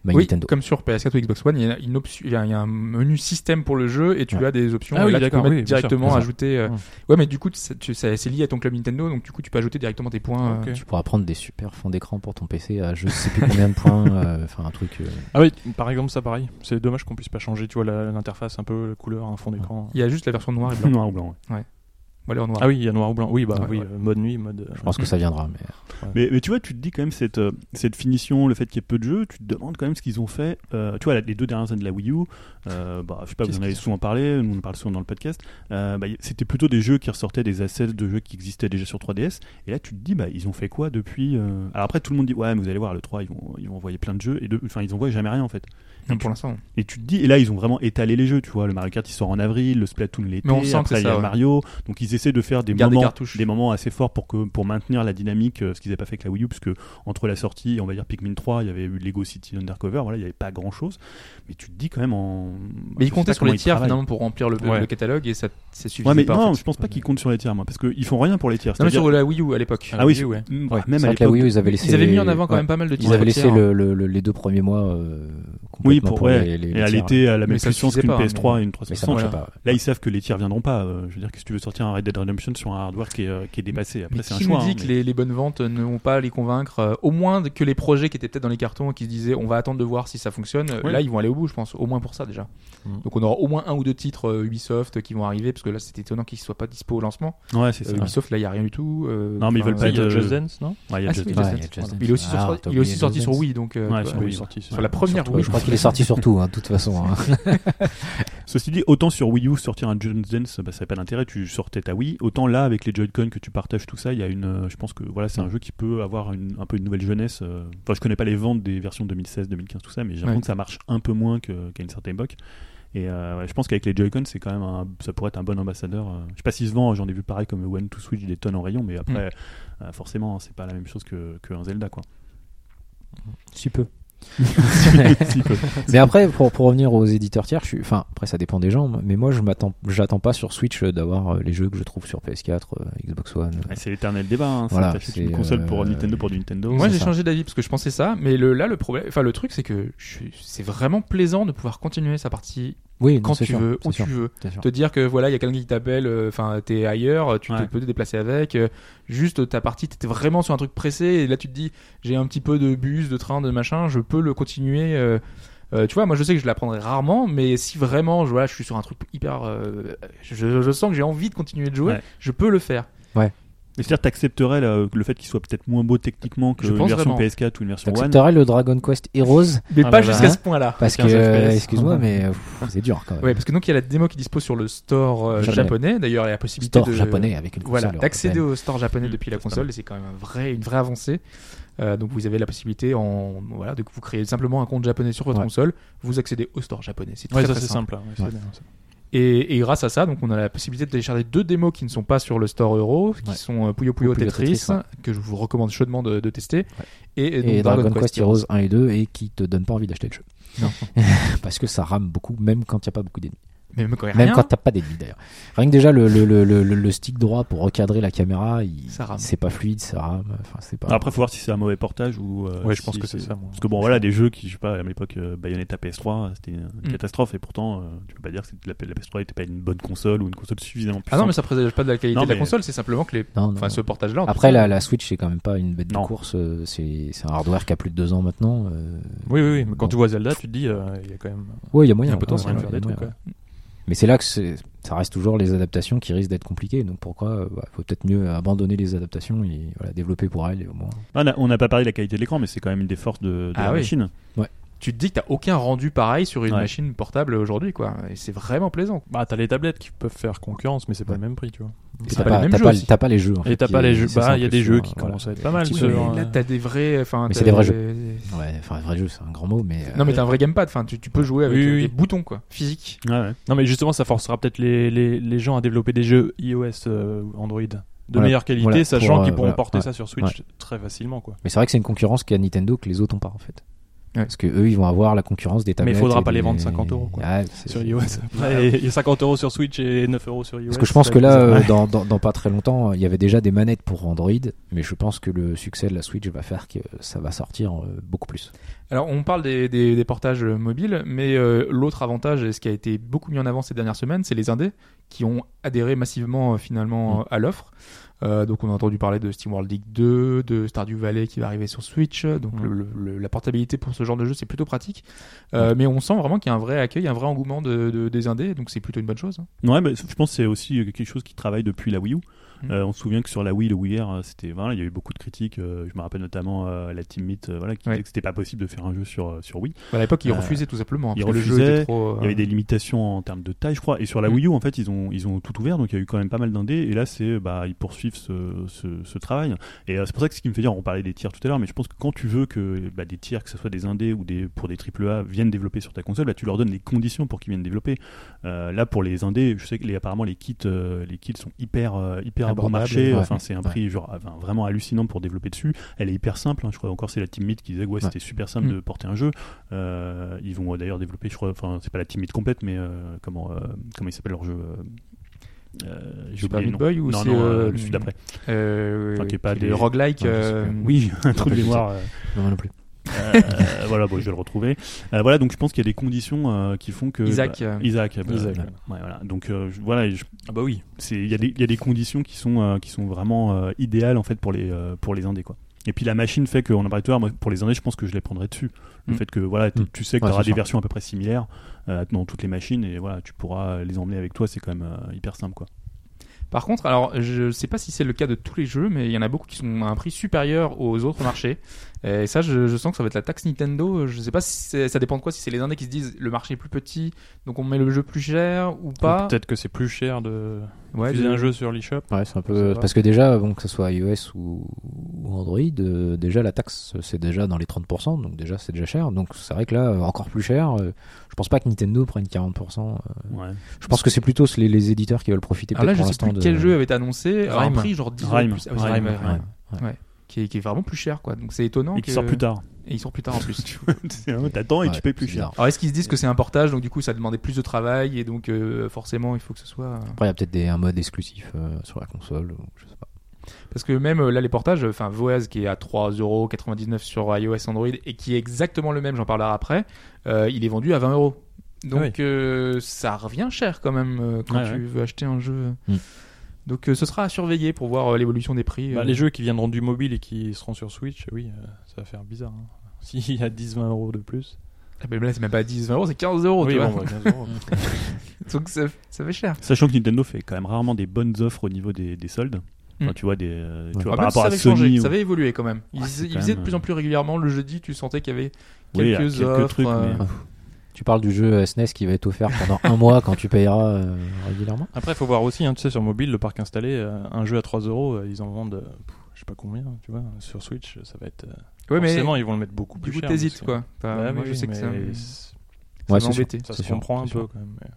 Speaker 5: My
Speaker 3: oui,
Speaker 5: Nintendo.
Speaker 3: comme sur PS4 ou Xbox One, il y a, une option- il y a- il y a un menu système pour le jeu et tu
Speaker 5: Ouais.
Speaker 3: as des options.
Speaker 4: Ah
Speaker 3: et
Speaker 4: oui,
Speaker 3: là, tu peux
Speaker 4: d'accord,
Speaker 3: mettre
Speaker 4: oui, bien sûr,
Speaker 3: directement
Speaker 4: bien sûr.
Speaker 3: ajouter. euh,
Speaker 4: Mm.
Speaker 3: Ouais, mais du coup, c'est tu- c'est- c'est lié à ton club Nintendo, donc du coup, tu peux ajouter directement tes points.
Speaker 4: Ok.
Speaker 3: euh,
Speaker 5: Tu pourras prendre des super fonds d'écran pour ton PC à je sais plus combien de points, euh, enfin un truc. euh,
Speaker 4: Ah oui, par exemple, ça pareil. C'est dommage qu'on puisse pas changer, tu vois, la- l'interface, un peu, la couleur, un fond d'écran.
Speaker 6: Mm.
Speaker 3: Il y a juste la version noire et blanc.
Speaker 6: Noir ou blanc. ouais.
Speaker 3: Voilà, en noir.
Speaker 4: Ah oui, il y a noir ou blanc. Oui, bah
Speaker 3: Ouais,
Speaker 4: oui,
Speaker 3: ouais.
Speaker 4: euh, mode nuit, mode.
Speaker 5: Je pense que ça viendra. Mais... euh,
Speaker 6: Mais, mais tu vois, tu te dis quand même cette, euh, cette finition, le fait qu'il y ait peu de jeux, tu te demandes quand même ce qu'ils ont fait. Euh, tu vois, la- les deux dernières années de la Wii U, euh, bah, je sais pas, vous
Speaker 4: Qu'est-ce
Speaker 6: en avez
Speaker 4: qu'ils
Speaker 6: souvent parlé, nous on en parle souvent dans le podcast. euh, bah, y- C'était plutôt des jeux qui ressortaient des assets de jeux qui existaient déjà sur 3DS. Et là, tu te dis, bah, ils ont fait quoi depuis euh, Alors après, tout le monde dit, ouais, mais vous allez voir, le 3, ils vont, ils vont envoyer plein de jeux. Et de- Enfin, ils envoient jamais rien en fait.
Speaker 3: Non, pour l'instant. non.
Speaker 6: Et tu te dis, et là, ils ont vraiment étalé les jeux, tu vois. Le Mario Kart, il sort en avril, le Splatoon l'été,
Speaker 3: Mais on sent que
Speaker 6: après
Speaker 3: c'est
Speaker 6: il y a
Speaker 3: ça, ouais.
Speaker 6: Mario. Donc, ils essaient de faire des
Speaker 3: Ils gardent des
Speaker 6: moments,
Speaker 3: cartouches.
Speaker 6: des moments assez forts pour, que, pour maintenir la dynamique, euh, ce qu'ils n'avaient pas fait avec la Wii U, parce que entre la sortie, et, on va dire Pikmin 3, il y avait eu Lego City Undercover, voilà, il n'y avait pas grand chose. Mais tu te dis quand même en. bah,
Speaker 3: Mais
Speaker 6: je
Speaker 3: ils
Speaker 6: sais
Speaker 3: comptaient
Speaker 6: pas
Speaker 3: sur
Speaker 6: comment
Speaker 3: les
Speaker 6: ils
Speaker 3: tiers
Speaker 6: travaillent.
Speaker 3: finalement pour remplir le,
Speaker 4: Ouais.
Speaker 3: le catalogue et ça, ça suffisait
Speaker 6: Ouais, mais
Speaker 3: pas. en
Speaker 6: non,
Speaker 3: fait.
Speaker 6: je pense pas qu'ils comptent sur les tiers, moi, parce qu'ils font rien pour les tiers.
Speaker 3: Non, mais
Speaker 6: C'est-à-dire-
Speaker 3: sur la Wii U à l'époque.
Speaker 6: Ah oui,
Speaker 3: La Wii U, ouais.
Speaker 6: Mm,
Speaker 5: Ouais,
Speaker 6: bah, même
Speaker 5: c'est vrai
Speaker 6: à
Speaker 5: que la
Speaker 6: l'époque.
Speaker 5: Wii U, ils avaient laissé.
Speaker 3: Ils avaient mis en
Speaker 5: les-
Speaker 3: avant quand
Speaker 5: ouais.
Speaker 3: même pas mal de hein. titres.
Speaker 5: Ils avaient laissé le- le- le- les deux premiers mois. euh,
Speaker 6: Oui,
Speaker 5: complètement
Speaker 6: pour, ouais.
Speaker 5: les- les- les
Speaker 6: et à
Speaker 5: tiers.
Speaker 6: l'été, à la
Speaker 3: Mais
Speaker 6: même
Speaker 3: ça
Speaker 6: puissance
Speaker 3: suffisait
Speaker 6: qu'une
Speaker 3: pas,
Speaker 6: PS3 et une
Speaker 5: Mais
Speaker 6: 360.
Speaker 5: ça marche
Speaker 3: Voilà.
Speaker 5: pas.
Speaker 6: Là, ils savent que les tirs viendront pas. euh, je veux dire que si tu veux sortir un Red Dead Redemption sur un hardware qui est, euh, qui est dépassé, après
Speaker 3: Mais
Speaker 6: c'est
Speaker 3: qui
Speaker 6: un choix.
Speaker 3: nous dit
Speaker 6: hein,
Speaker 3: que
Speaker 6: mais-
Speaker 3: les, les bonnes ventes ne vont pas les convaincre euh, Au moins que les projets qui étaient peut-être dans les cartons et qui se disaient on va attendre de voir si ça fonctionne, euh,
Speaker 6: Oui.
Speaker 3: là ils vont aller au bout, je pense, au moins pour ça déjà.
Speaker 4: Mm.
Speaker 3: Donc on aura au moins un ou deux titres euh, Ubisoft qui vont arriver, parce que là c'est étonnant qu'ils ne soient pas dispo au lancement.
Speaker 6: Ouais, c'est ça.
Speaker 3: Euh, Ubisoft là il n'y a rien du tout. euh,
Speaker 6: Non, mais ils
Speaker 3: enfin,
Speaker 6: veulent pas
Speaker 3: euh,
Speaker 4: Il y a
Speaker 6: de-
Speaker 4: Just Dance, non
Speaker 6: Ouais, il y a
Speaker 3: Ah,
Speaker 6: Just
Speaker 3: si,
Speaker 6: Dance.
Speaker 3: Just
Speaker 5: Ouais,
Speaker 3: Dance,
Speaker 5: Just
Speaker 3: voilà.
Speaker 5: Dance.
Speaker 3: Il est aussi,
Speaker 5: Ah,
Speaker 3: sur,
Speaker 5: t'as
Speaker 3: il est
Speaker 5: oublié
Speaker 3: aussi sorti
Speaker 5: Just
Speaker 3: sur
Speaker 5: Dance.
Speaker 3: Wii, donc euh,
Speaker 6: Ouais,
Speaker 3: voilà.
Speaker 6: sur Wii.
Speaker 3: Sur
Speaker 4: sorti.
Speaker 3: la première
Speaker 5: Surtout,
Speaker 3: Wii.
Speaker 5: je crois qu'il est sorti sur tout, hein, de toute façon. hein.
Speaker 6: Ceci dit, autant sur Wii U sortir un Just Dance, bah, ça n'a pas d'intérêt, tu sortais ta Wii. Autant là, avec les Joy-Con que tu partages, tout ça, il y a une. euh, je pense que voilà, c'est un jeu qui peut avoir une- un peu une nouvelle jeunesse. euh. Enfin, je connais pas les ventes des versions 2016, 2015, tout ça, mais j'ai l'impression
Speaker 3: Ouais.
Speaker 6: que ça marche un peu moins que- qu'à une certaine époque. Et euh, ouais, je pense qu'avec les Joy-Con, c'est quand même un- ça pourrait être un bon ambassadeur. euh. Je sais pas s'il se vend, j'en ai vu pareil comme One to Switch, des tonnes en rayon, mais après,
Speaker 5: Mm.
Speaker 6: euh, forcément, c'est pas la même chose que, que un Zelda, quoi.
Speaker 5: Si peu.
Speaker 6: Si peu.
Speaker 5: Mais après, pour, pour revenir aux éditeurs tiers, je suis, enfin, après ça dépend des gens, mais moi je m'attends, j'attends pas sur Switch euh, d'avoir euh, les jeux que je trouve sur PS4, euh, Xbox One.
Speaker 6: Ouais, c'est l'éternel débat. Hein.
Speaker 5: Voilà,
Speaker 6: c'est t'achètes
Speaker 5: c'est,
Speaker 6: une console pour
Speaker 5: euh,
Speaker 6: Nintendo pour du Nintendo.
Speaker 3: Moi,
Speaker 5: c'est
Speaker 3: j'ai
Speaker 5: ça.
Speaker 3: changé d'avis parce que je pensais ça, mais le, là, le problème, enfin, le truc, c'est que je suis- c'est vraiment plaisant de pouvoir continuer sa partie
Speaker 5: Oui, non,
Speaker 3: quand
Speaker 5: c'est
Speaker 3: tu
Speaker 5: sûr,
Speaker 3: veux,
Speaker 5: c'est
Speaker 3: où
Speaker 5: sûr,
Speaker 3: tu veux.
Speaker 5: c'est sûr.
Speaker 3: Te dire que voilà, il y a quelqu'un qui t'appelle, euh, enfin, t'es ailleurs, tu te-
Speaker 6: Ouais.
Speaker 3: peux te déplacer avec. euh, juste ta partie, t'étais vraiment sur un truc pressé, et là, tu te dis, j'ai un petit peu de bus, de train, de machin, je peux le continuer. euh, euh, tu vois, moi je sais que je la prendrai rarement, mais si vraiment je, voilà, je suis sur un truc hyper. euh, je, je sens que j'ai envie de continuer de jouer,
Speaker 6: Ouais.
Speaker 3: je peux le faire.
Speaker 6: Mais c'est-à-dire, t'accepterais là, le fait qu'il soit peut-être moins beau techniquement que
Speaker 3: Je
Speaker 6: une
Speaker 3: pense
Speaker 6: version
Speaker 3: vraiment.
Speaker 6: PS4 ou une version One.
Speaker 5: T'accepterais le Dragon Quest Heroes
Speaker 3: Mais pas
Speaker 4: Ah là là.
Speaker 5: bah,
Speaker 3: jusqu'à ce point-là.
Speaker 5: parce que,
Speaker 4: 15 FPS.
Speaker 5: euh, excuse-moi, mais euh, pff, c'est dur quand même.
Speaker 3: Ouais, parce que donc il y a la démo qui dispose sur le store euh,
Speaker 5: Japonais.
Speaker 3: japonais. D'ailleurs, il y a la possibilité
Speaker 5: Store
Speaker 3: de-
Speaker 5: japonais avec une
Speaker 3: Voilà,
Speaker 5: console
Speaker 3: d'accéder
Speaker 5: européenne.
Speaker 3: au store japonais
Speaker 6: Mm,
Speaker 3: depuis la
Speaker 6: c'est pas
Speaker 3: console,
Speaker 6: mal.
Speaker 3: et c'est quand même un vrai, une vraie avancée. Euh, donc vous avez la possibilité, en, voilà, de vous créer simplement un compte japonais sur votre
Speaker 5: Ouais.
Speaker 3: console, vous accédez au store japonais. C'est très,
Speaker 4: Ouais, ça
Speaker 3: très
Speaker 4: c'est
Speaker 3: simple.
Speaker 4: simple. hein. Ouais, c'est
Speaker 5: Ouais.
Speaker 4: bien, ça.
Speaker 3: Et, et grâce à ça, donc on a la possibilité de télécharger deux démos qui ne sont pas sur le store euro, qui
Speaker 5: Ouais.
Speaker 3: sont euh, Puyo Puyo
Speaker 5: Puyo Puyo
Speaker 3: Tetris,
Speaker 5: Tetris, ouais.
Speaker 3: que je vous recommande chaudement de, de tester, et, euh, donc
Speaker 5: Et Dragon, Quest Heroes 1 et 2 et qui te donne pas envie d'acheter le jeu.
Speaker 3: Non.
Speaker 5: parce que ça rame beaucoup, même quand il n'y a pas beaucoup d'ennemis.
Speaker 3: Mais même quand il y a
Speaker 5: Même
Speaker 3: rien,
Speaker 5: quand t'as pas d'ennemis d'ailleurs. Rien que déjà le, le, le, le, le stick droit pour recadrer la caméra, il-
Speaker 3: Ça rame.
Speaker 5: c'est pas fluide, ça rame. Enfin, c'est pas.
Speaker 6: Après, faut voir si c'est un mauvais portage ou. euh,
Speaker 4: Ouais, je
Speaker 6: si
Speaker 4: pense que c'est ça. moi.
Speaker 6: Parce que bon, voilà, des jeux qui, je sais pas, à l'époque, euh, Bayonetta PS3, c'était une
Speaker 3: Mm.
Speaker 6: catastrophe, et pourtant, euh, tu peux pas dire que c'était- la, la PS3 n'était pas une bonne console ou une console suffisamment
Speaker 3: Ah
Speaker 6: puissante.
Speaker 3: non, mais ça présage pas de la qualité
Speaker 6: Non,
Speaker 3: de la
Speaker 6: mais-
Speaker 3: console, c'est simplement que les,
Speaker 5: Non, non,
Speaker 3: enfin,
Speaker 5: non.
Speaker 3: ce portage-là. en tout
Speaker 5: Après,
Speaker 3: cas,
Speaker 5: la, la Switch, c'est quand même pas une bête de
Speaker 6: Non.
Speaker 5: course. euh, C'est c'est un hardware qui a plus de deux ans maintenant. euh,
Speaker 4: Oui, oui, oui. Mais quand
Speaker 5: Bon.
Speaker 4: tu vois Zelda, tu te dis, euh, il y a quand même
Speaker 5: Ouais, il y
Speaker 4: il
Speaker 5: a
Speaker 4: y
Speaker 5: moyen.
Speaker 4: a un potentiel
Speaker 5: ouais,
Speaker 4: de faire
Speaker 5: ouais,
Speaker 4: des
Speaker 5: il y
Speaker 4: trucs.
Speaker 5: a moyen,
Speaker 4: ouais.
Speaker 5: ouais. Mais c'est là que c'est- ça reste toujours les adaptations qui risquent d'être compliquées. Donc pourquoi euh, bah, faut peut-être mieux abandonner les adaptations et voilà, développer pour elles et au moins.
Speaker 6: Ah, on a- On n'a pas parlé de la qualité de l'écran, mais c'est quand même une des forces de, de
Speaker 3: Ah
Speaker 6: la
Speaker 3: oui.
Speaker 6: machine.
Speaker 3: tu te dis que t'as aucun rendu pareil sur une
Speaker 6: Ouais.
Speaker 3: machine portable aujourd'hui, quoi. Et c'est vraiment plaisant.
Speaker 4: Bah, t'as les tablettes qui peuvent faire concurrence, mais c'est pas le même prix, tu vois.
Speaker 3: Et c'est
Speaker 5: T'as
Speaker 3: pas, le
Speaker 5: pas,
Speaker 3: même
Speaker 5: t'as
Speaker 3: jeu
Speaker 5: pas-
Speaker 3: aussi.
Speaker 5: t'as pas les jeux. En fait,
Speaker 4: Et t'as
Speaker 5: qui-
Speaker 4: pas les jeux.
Speaker 5: c'est ça
Speaker 4: Bah,
Speaker 5: un
Speaker 4: il y a
Speaker 5: peu
Speaker 4: des
Speaker 5: chiant,
Speaker 4: jeux qui
Speaker 5: voilà.
Speaker 4: commencent à être pas mal.
Speaker 5: Oui,
Speaker 4: ce
Speaker 5: mais
Speaker 4: genre,
Speaker 3: Là,
Speaker 4: euh,
Speaker 3: t'as des vrais. Enfin,
Speaker 5: Mais
Speaker 3: t'as
Speaker 5: c'est des vrais
Speaker 3: des-
Speaker 5: Ouais, enfin, vrai jeu, c'est un grand mot, mais. euh,
Speaker 3: Non, mais t'as un vrai gamepad. Enfin, tu, tu peux jouer avec
Speaker 4: Oui,
Speaker 3: euh,
Speaker 4: oui.
Speaker 3: des boutons, quoi. Physique.
Speaker 6: Ouais, ouais.
Speaker 4: Non, mais justement, ça forcera peut-être les, les, les gens à développer des jeux iOS euh, Android de
Speaker 5: Voilà,
Speaker 4: meilleure qualité,
Speaker 5: voilà,
Speaker 4: sachant
Speaker 5: pour, euh,
Speaker 4: qu'ils pourront
Speaker 5: voilà,
Speaker 4: porter
Speaker 5: ouais,
Speaker 4: ça sur Switch très facilement, quoi.
Speaker 5: Mais c'est vrai que c'est une concurrence qu'a Nintendo que les autres ont pas en fait.
Speaker 3: Ouais.
Speaker 5: Parce que eux ils vont avoir la concurrence des
Speaker 4: Mais
Speaker 5: tablettes.
Speaker 4: faudra
Speaker 5: et
Speaker 4: pas les
Speaker 5: des-
Speaker 4: vendre 50 euros, quoi.
Speaker 5: Ouais, c'est-
Speaker 4: Sur iOS. Après, il y a 50 euros sur Switch et 9 euros sur iOS.
Speaker 5: Parce que je pense
Speaker 4: ça
Speaker 5: que
Speaker 4: va
Speaker 5: là,
Speaker 4: être bizarre.
Speaker 5: euh, dans, dans, dans pas très longtemps, il y avait déjà des manettes pour Android, mais je pense que le succès de la Switch va faire que ça va sortir euh, beaucoup plus.
Speaker 3: Alors, on parle des, des, des portages euh, mobiles, mais euh, l'autre avantage, et ce qui a été
Speaker 6: Mm.
Speaker 3: beaucoup mis en avant ces dernières semaines, c'est les indés qui ont adhéré massivement euh, finalement euh, à l'offre. Euh, donc on a entendu parler de SteamWorld League 2, de Stardew Valley qui va arriver sur Switch. Donc
Speaker 4: Mm.
Speaker 3: le- le- le- la portabilité pour ce genre de jeu c'est plutôt pratique. Euh,
Speaker 6: Mm.
Speaker 3: Mais on sent vraiment qu'il y a un vrai accueil, un vrai engouement de, de- des indés, donc c'est plutôt une bonne chose. hein.
Speaker 6: Ouais, mais je pense que c'est aussi euh, quelque chose qui travaille depuis la Wii U.
Speaker 3: Mm.
Speaker 6: Euh, on se souvient que sur la Wii, le Wii R, euh, c'était voilà, il y a eu beaucoup de critiques. euh, je me rappelle notamment euh, la Team Meet, euh, voilà, qui
Speaker 3: Ouais.
Speaker 6: disait que c'était pas possible de faire un jeu sur euh, sur Wii.
Speaker 3: Bah, à l'époque ils
Speaker 6: Euh,
Speaker 3: refusaient tout simplement,
Speaker 6: ils
Speaker 3: parce que le jeu
Speaker 6: refusaient,
Speaker 3: était trop... euh,
Speaker 6: Il y avait des limitations en termes de taille, je crois. Et sur la
Speaker 3: Mm.
Speaker 6: Wii U, en fait, ils ont, ils ont tout ouvert, donc il y a eu quand même pas mal d'indés. Et là, c'est, bah, ils poursuivent ce, ce, ce travail. Et euh, c'est pour ça que ce qui me fait dire, on parlait des tiers tout à l'heure, mais je pense que quand tu veux que bah, des tiers, que ce soit des indés ou des, pour des AAA, viennent développer sur ta console, bah, tu leur donnes les conditions pour qu'ils viennent développer. Euh, là, pour les indés, je sais que les, apparemment, les kits, euh, les kits sont hyper, euh, hyper à bon
Speaker 5: Abordables,
Speaker 6: marché.
Speaker 5: ouais.
Speaker 6: Enfin, c'est un
Speaker 5: Ouais.
Speaker 6: prix genre, enfin, vraiment hallucinant pour développer dessus. Elle est hyper simple. hein. Je crois encore, c'est la Team Meet qui disait que ouais,
Speaker 5: Ouais.
Speaker 6: c'était super simple
Speaker 3: Mm.
Speaker 6: de porter un jeu. Euh, ils vont euh, d'ailleurs développer, je crois, enfin, c'est pas la timide complète, mais euh, comment, euh, comment il s'appelle leur jeu euh, euh, j'ai
Speaker 3: Super Meat
Speaker 6: oublié le nom.
Speaker 3: Boy ou
Speaker 6: Non,
Speaker 3: c'est,
Speaker 6: non, euh,
Speaker 3: euh,
Speaker 6: le celui d'après.
Speaker 3: euh,
Speaker 6: Enfin, qui est pas
Speaker 3: qui
Speaker 6: des-
Speaker 3: est roguelike.
Speaker 5: Ouais, je sais
Speaker 3: euh,
Speaker 5: plus.
Speaker 6: Oui, un trou de
Speaker 5: Ah,
Speaker 6: mémoire. euh,
Speaker 5: Non, moi non plus.
Speaker 6: euh, voilà, bon, je vais le retrouver. Euh, voilà, donc je pense qu'il y a des conditions euh, qui font que
Speaker 3: Isaac, euh,
Speaker 6: Isaac. euh, bah,
Speaker 4: Isaac,
Speaker 6: ouais, voilà. Donc euh, je- voilà, je-
Speaker 4: Ah bah oui.
Speaker 6: c'est- il y, a des- il y a des conditions qui sont, euh, qui sont vraiment euh, idéales en fait pour les, euh, pour les indés quoi. Et puis la machine fait qu'on en parlait tout à l'heure, moi, pour les indés, je pense que je les prendrais dessus. Le
Speaker 3: Mm.
Speaker 6: fait que voilà, t-
Speaker 5: Mm.
Speaker 6: tu sais que
Speaker 5: Ouais,
Speaker 6: tu auras
Speaker 5: c'est
Speaker 6: des
Speaker 5: sûr.
Speaker 6: versions à peu près similaires euh, dans toutes les machines et voilà, tu pourras les emmener avec toi, c'est quand même euh, hyper simple quoi.
Speaker 3: Par contre, alors je sais pas si c'est le cas de tous les jeux, mais il y en a beaucoup qui sont à un prix supérieur aux autres marchés. Et ça, je, je sens que ça va être la taxe Nintendo. Je sais pas si c'est- ça dépend de quoi, si c'est les indés qui se disent le marché est plus petit, donc on met le jeu plus cher ou pas.
Speaker 4: Ou Peut-être que c'est plus cher de
Speaker 3: Ouais,
Speaker 4: diffuser
Speaker 3: de-
Speaker 4: un jeu sur l'eShop.
Speaker 5: Ouais, c'est un
Speaker 3: Ça
Speaker 5: peu.
Speaker 3: va.
Speaker 5: Parce que déjà, bon, que ce soit iOS ou, ou Android, euh, déjà la taxe c'est déjà dans les 30%, donc déjà c'est déjà cher. Donc c'est vrai que là, euh, encore plus cher. euh, je pense pas que Nintendo prenne 40%. euh.
Speaker 6: Ouais.
Speaker 5: je pense que c'est plutôt les, les éditeurs qui veulent profiter
Speaker 3: Alors Ah, là,
Speaker 5: peut-être
Speaker 3: je
Speaker 5: pour
Speaker 3: sais
Speaker 5: l'instant
Speaker 3: plus
Speaker 5: de.
Speaker 3: quel jeu avait été annoncé à un
Speaker 6: Rime.
Speaker 3: prix genre 10 euros
Speaker 6: Rime.
Speaker 3: plus- ah oui, c'est Rime,
Speaker 6: Rime,
Speaker 3: ouais,
Speaker 6: Rime.
Speaker 3: ouais. Qui, est, qui est vraiment plus cher, quoi. Donc c'est étonnant.
Speaker 6: Et qui
Speaker 3: que-
Speaker 6: sort plus tard.
Speaker 3: Et il sort plus tard en plus.
Speaker 6: C'est, hein, T'attends et
Speaker 5: Ouais,
Speaker 6: tu payes plus
Speaker 5: c'est
Speaker 6: cher.
Speaker 5: bizarre.
Speaker 3: Alors est-ce qu'ils se disent que c'est un portage, donc du coup ça demandait plus de travail et donc euh, forcément il faut que ce soit. euh,
Speaker 5: Après, il y a peut-être des- un mode exclusif euh, sur la console. ou je sais pas.
Speaker 3: Parce que même euh, là, les portages, euh, enfin, Voez qui est à 3,99€ sur iOS Android et qui est exactement le même, j'en parlerai après, euh, il est vendu à 20 euros. Donc
Speaker 4: Ah
Speaker 3: euh, ça revient cher quand même euh, quand
Speaker 6: Ouais,
Speaker 3: tu veux acheter un jeu.
Speaker 5: Mm.
Speaker 3: Donc euh, ce sera à surveiller pour voir euh, l'évolution des prix.
Speaker 4: Bah,
Speaker 3: euh.
Speaker 4: les jeux qui viendront du mobile et qui seront sur Switch, oui, euh, ça va faire bizarre. hein. S'il y a 10-20 euros de plus.
Speaker 3: Ah, mais là, c'est même pas 10, 20 euros, c'est 15 euros.
Speaker 4: oui,
Speaker 3: Oh, tu vois.
Speaker 4: bon, bah, 15 euros.
Speaker 6: bah.
Speaker 3: Donc ça, ça fait cher.
Speaker 6: Sachant que Nintendo fait quand même rarement des bonnes offres au niveau des, des soldes. Enfin,
Speaker 3: Mm.
Speaker 6: tu vois, des, euh, tu
Speaker 5: Ouais.
Speaker 6: vois
Speaker 3: Ah,
Speaker 6: par
Speaker 3: même si
Speaker 6: rapport
Speaker 3: ça
Speaker 6: à
Speaker 3: avait
Speaker 6: Sony.
Speaker 3: changé,
Speaker 6: ou-
Speaker 3: ça avait évolué quand même. Ils,
Speaker 6: Ouais, c'est
Speaker 3: ils
Speaker 6: quand
Speaker 3: faisaient de
Speaker 6: même,
Speaker 3: plus en plus régulièrement le jeudi, tu sentais qu'il y avait
Speaker 6: oui,
Speaker 3: quelques,
Speaker 6: à quelques
Speaker 3: offres,
Speaker 6: trucs,
Speaker 3: euh,
Speaker 6: mais-
Speaker 5: Tu parles du jeu euh, SNES qui va être offert pendant un mois quand tu payeras euh, régulièrement.
Speaker 4: Après, il faut voir aussi, hein, tu sais, sur mobile, le parc installé, euh, un jeu à 3 euros, euh, ils en vendent, euh, pff, je sais pas combien, tu vois. Sur Switch, ça va être. euh,
Speaker 3: Ouais, mais
Speaker 4: forcément, ils vont le mettre beaucoup
Speaker 3: du
Speaker 4: plus
Speaker 3: coup,
Speaker 4: cher.
Speaker 3: t'hésites
Speaker 4: parce que-
Speaker 3: quoi. Enfin,
Speaker 4: Bah
Speaker 3: moi,
Speaker 4: oui,
Speaker 3: je sais que ça.
Speaker 4: mais
Speaker 3: me-
Speaker 4: c'est-
Speaker 3: Ça
Speaker 5: Ouais,
Speaker 3: m'a
Speaker 5: c'est sûr.
Speaker 3: embêté.
Speaker 4: Ça
Speaker 5: C'est
Speaker 4: se
Speaker 5: sûr,
Speaker 4: comprend un
Speaker 5: c'est
Speaker 4: peu
Speaker 5: sûr.
Speaker 4: quand même. mais-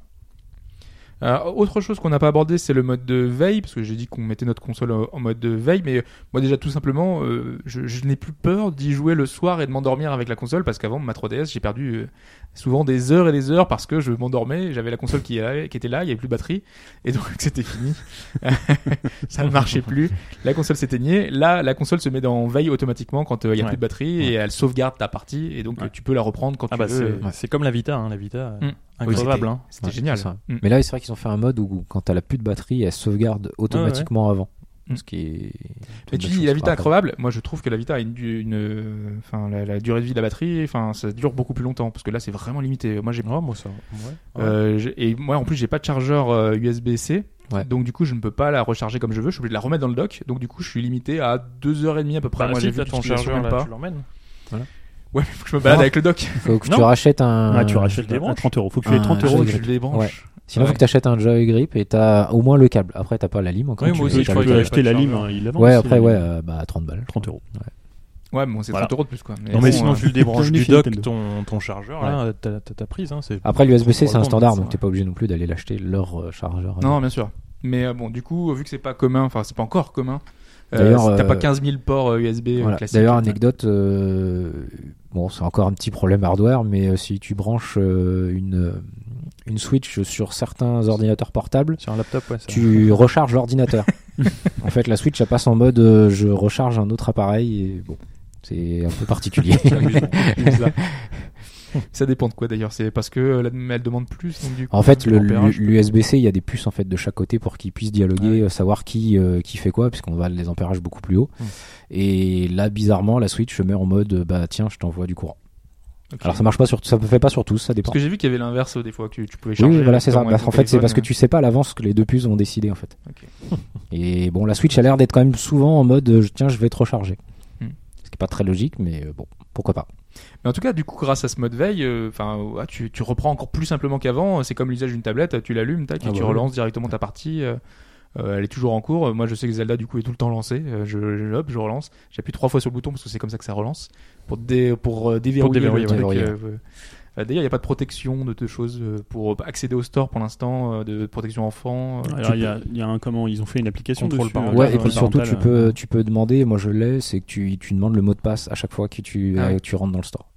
Speaker 3: Euh, autre chose qu'on n'a pas abordé, c'est le mode de veille, parce que j'ai dit qu'on mettait notre console en en mode de veille, mais euh, moi déjà tout simplement, euh, je, je n'ai plus peur d'y jouer le soir et de m'endormir avec la console, parce qu'avant ma 3DS, j'ai perdu euh, souvent des heures et des heures parce que je m'endormais, j'avais la console qui, allait- qui était là, il n'y avait plus de batterie, et donc c'était fini, ça ne marchait plus, la console s'éteignait, là la console se met en veille automatiquement quand euh, il n'y a
Speaker 4: Ouais.
Speaker 3: plus de batterie, et elle sauvegarde ta partie, et donc
Speaker 6: Ouais.
Speaker 3: euh, tu peux la reprendre quand
Speaker 4: Ah
Speaker 3: tu
Speaker 4: bah,
Speaker 3: veux.
Speaker 4: c'est c'est comme la Vita, hein, la Vita, euh,
Speaker 3: Mm. Oui, c'était-
Speaker 4: incroyable. hein.
Speaker 3: C'était
Speaker 5: Ouais,
Speaker 3: génial.
Speaker 5: c'est ça.
Speaker 3: Mm.
Speaker 5: Mais là, c'est vrai qu'ils ont fait un mode où, quand elle a plus de batterie, elle sauvegarde automatiquement avant.
Speaker 3: Ah, Mm.
Speaker 5: Ce qui est.
Speaker 3: Mais tu dis la Vita incroyable, moi je trouve que la Vita a une, du- une euh, enfin la, la durée de vie de la batterie, enfin ça dure beaucoup plus longtemps parce que là c'est vraiment limité. Moi j'ai
Speaker 4: Ouais, moi, ça. ouais.
Speaker 3: euh, j'ai- et moi en plus j'ai pas de chargeur euh, USB-C.
Speaker 5: Ouais.
Speaker 3: Donc du coup je ne peux pas la recharger comme je veux, je suis obligé de la remettre dans le dock. Donc du coup je suis limité à 2h30 à peu près.
Speaker 4: Bah,
Speaker 3: moi
Speaker 4: si
Speaker 3: j'ai vu
Speaker 4: t'as ton
Speaker 3: l'utilisation
Speaker 4: chargeur
Speaker 3: même
Speaker 4: là,
Speaker 3: pas.
Speaker 4: tu l'emmènes.
Speaker 3: Ouais, faut que je me balade
Speaker 5: Non.
Speaker 3: avec le dock.
Speaker 5: Faut que tu
Speaker 4: Non.
Speaker 5: rachètes un.
Speaker 6: Ah, tu rachètes
Speaker 4: des
Speaker 6: à
Speaker 4: branches.
Speaker 6: 30 euros. Faut que tu aies
Speaker 5: Ah,
Speaker 6: 30
Speaker 5: je
Speaker 6: euros.
Speaker 5: sais.
Speaker 3: je
Speaker 5: grip.
Speaker 3: les branche.
Speaker 5: Sinon,
Speaker 3: Ouais.
Speaker 5: faut que t'achètes un Joy Grip et t'as au moins le câble. Après, t'as pas la lime encore.
Speaker 4: Oui,
Speaker 5: tu
Speaker 4: moi
Speaker 5: peux-
Speaker 4: aussi,
Speaker 5: t'as
Speaker 4: je
Speaker 5: le
Speaker 4: crois
Speaker 6: Tu peux
Speaker 5: câble.
Speaker 4: avait
Speaker 6: acheter
Speaker 4: pas
Speaker 6: la
Speaker 4: de
Speaker 6: lime,
Speaker 4: chargeur.
Speaker 6: hein, il la vend
Speaker 5: Ouais,
Speaker 6: aussi,
Speaker 5: après,
Speaker 6: la
Speaker 5: ouais,
Speaker 6: lime.
Speaker 5: euh, bah 30 balles.
Speaker 6: 30 euros.
Speaker 3: Ouais, bon c'est
Speaker 6: Voilà.
Speaker 3: 30 euros de plus quoi. Mais
Speaker 6: Non,
Speaker 4: Non,
Speaker 6: mais
Speaker 4: mais
Speaker 3: bon,
Speaker 4: sinon,
Speaker 3: euh,
Speaker 4: tu le débranches
Speaker 6: bienvenue
Speaker 4: du
Speaker 6: chez
Speaker 4: dock,
Speaker 6: Nintendo.
Speaker 4: ton, ton chargeur, là, euh, t'as t'as ta prise. Hein, c'est-
Speaker 5: Après, l'USB-C, c'est un
Speaker 4: Probablement,
Speaker 5: standard,
Speaker 4: ça,
Speaker 5: donc t'es pas obligé non plus d'aller l'acheter leur euh, chargeur. euh.
Speaker 3: Non, bien sûr. Mais euh, bon, du coup, vu que c'est pas commun, enfin c'est pas encore commun, euh,
Speaker 5: D'ailleurs,
Speaker 3: c'est- t'as pas
Speaker 5: euh,
Speaker 3: 15 000 ports euh, USB euh,
Speaker 5: Voilà.
Speaker 3: classiques.
Speaker 5: D'ailleurs, anecdote, euh, bon, c'est encore un petit problème hardware, mais euh, si tu branches euh, une, euh, une Switch sur certains ordinateurs portables,
Speaker 4: Sur un laptop, ouais. ça-
Speaker 5: tu recharges l'ordinateur. en fait, la Switch, elle passe en mode euh, je recharge un autre appareil, et bon, c'est un peu particulier.
Speaker 3: C'est amusant. C'est bizarre. ça dépend de quoi d'ailleurs. C'est parce que euh, la- elle demande plus. donc du coup,
Speaker 5: En fait,
Speaker 3: je
Speaker 5: le-
Speaker 3: repère,
Speaker 5: le-
Speaker 3: je peux-
Speaker 5: l'USB-C, il y a des puces en fait de chaque côté pour qu'ils puissent
Speaker 3: Ah
Speaker 5: dialoguer, euh, savoir qui euh, qui fait quoi, puisqu'on va les ampérages beaucoup plus haut.
Speaker 3: Hmm.
Speaker 4: Mm.
Speaker 5: Et là, bizarrement, la Switch se met en mode euh, bah tiens, je t'envoie du courant.
Speaker 3: Ok.
Speaker 5: Alors ça marche pas sur, ça fait pas sur tous, ça dépend.
Speaker 3: Parce que j'ai vu qu'il y avait l'inverse euh, des fois que tu pouvais
Speaker 5: Oui,
Speaker 3: charger.
Speaker 5: voilà, c'est ça.
Speaker 3: directement avec
Speaker 5: Parce qu'en
Speaker 3: ton
Speaker 5: fait, c'est
Speaker 3: téléphone,
Speaker 5: parce que
Speaker 3: euh.
Speaker 5: tu sais pas à l'avance que les deux puces vont décider en fait.
Speaker 3: Ok.
Speaker 5: Et bon, la Switch a l'air d'être quand même souvent en mode euh, tiens, je vais te recharger.
Speaker 3: Hmm.
Speaker 5: Ce qui est pas très logique, mais euh, bon, pourquoi pas.
Speaker 3: Mais en tout cas, du coup, grâce à ce mode veille, euh, enfin, ouais, tu, tu reprends encore plus simplement qu'avant. C'est comme l'usage d'une tablette, tu l'allumes, tac,
Speaker 5: Ah
Speaker 3: et tu
Speaker 5: bah oui.
Speaker 3: relances directement ta partie. euh, euh, elle est toujours en cours. Moi, je sais que Zelda, du coup, est tout le temps lancée. Euh, je, je, hop, je relance. J'appuie trois fois sur le bouton parce que c'est comme ça que ça relance pour, dé, pour euh, déverrouiller
Speaker 4: déverrouiller,
Speaker 3: le truc,
Speaker 5: ouais.
Speaker 3: euh, euh, euh, D'ailleurs, il n'y a pas de protection de, de choses euh, pour accéder au store pour l'instant, euh, de protection enfant. euh,
Speaker 6: Alors,
Speaker 3: tu
Speaker 6: il y a, il y a un comment Ils ont fait une application
Speaker 4: Contrôle
Speaker 6: dessus,
Speaker 3: Ah,
Speaker 4: parental,
Speaker 6: euh,
Speaker 5: Ouais, et
Speaker 4: ouais,
Speaker 5: puis surtout, tu
Speaker 6: parental,
Speaker 5: peux,
Speaker 6: euh,
Speaker 5: tu peux demander, moi je l'ai, c'est que tu, tu demandes le mot de passe à chaque fois que tu,
Speaker 3: Ah
Speaker 5: euh,
Speaker 3: ouais.
Speaker 5: tu rentres dans le store.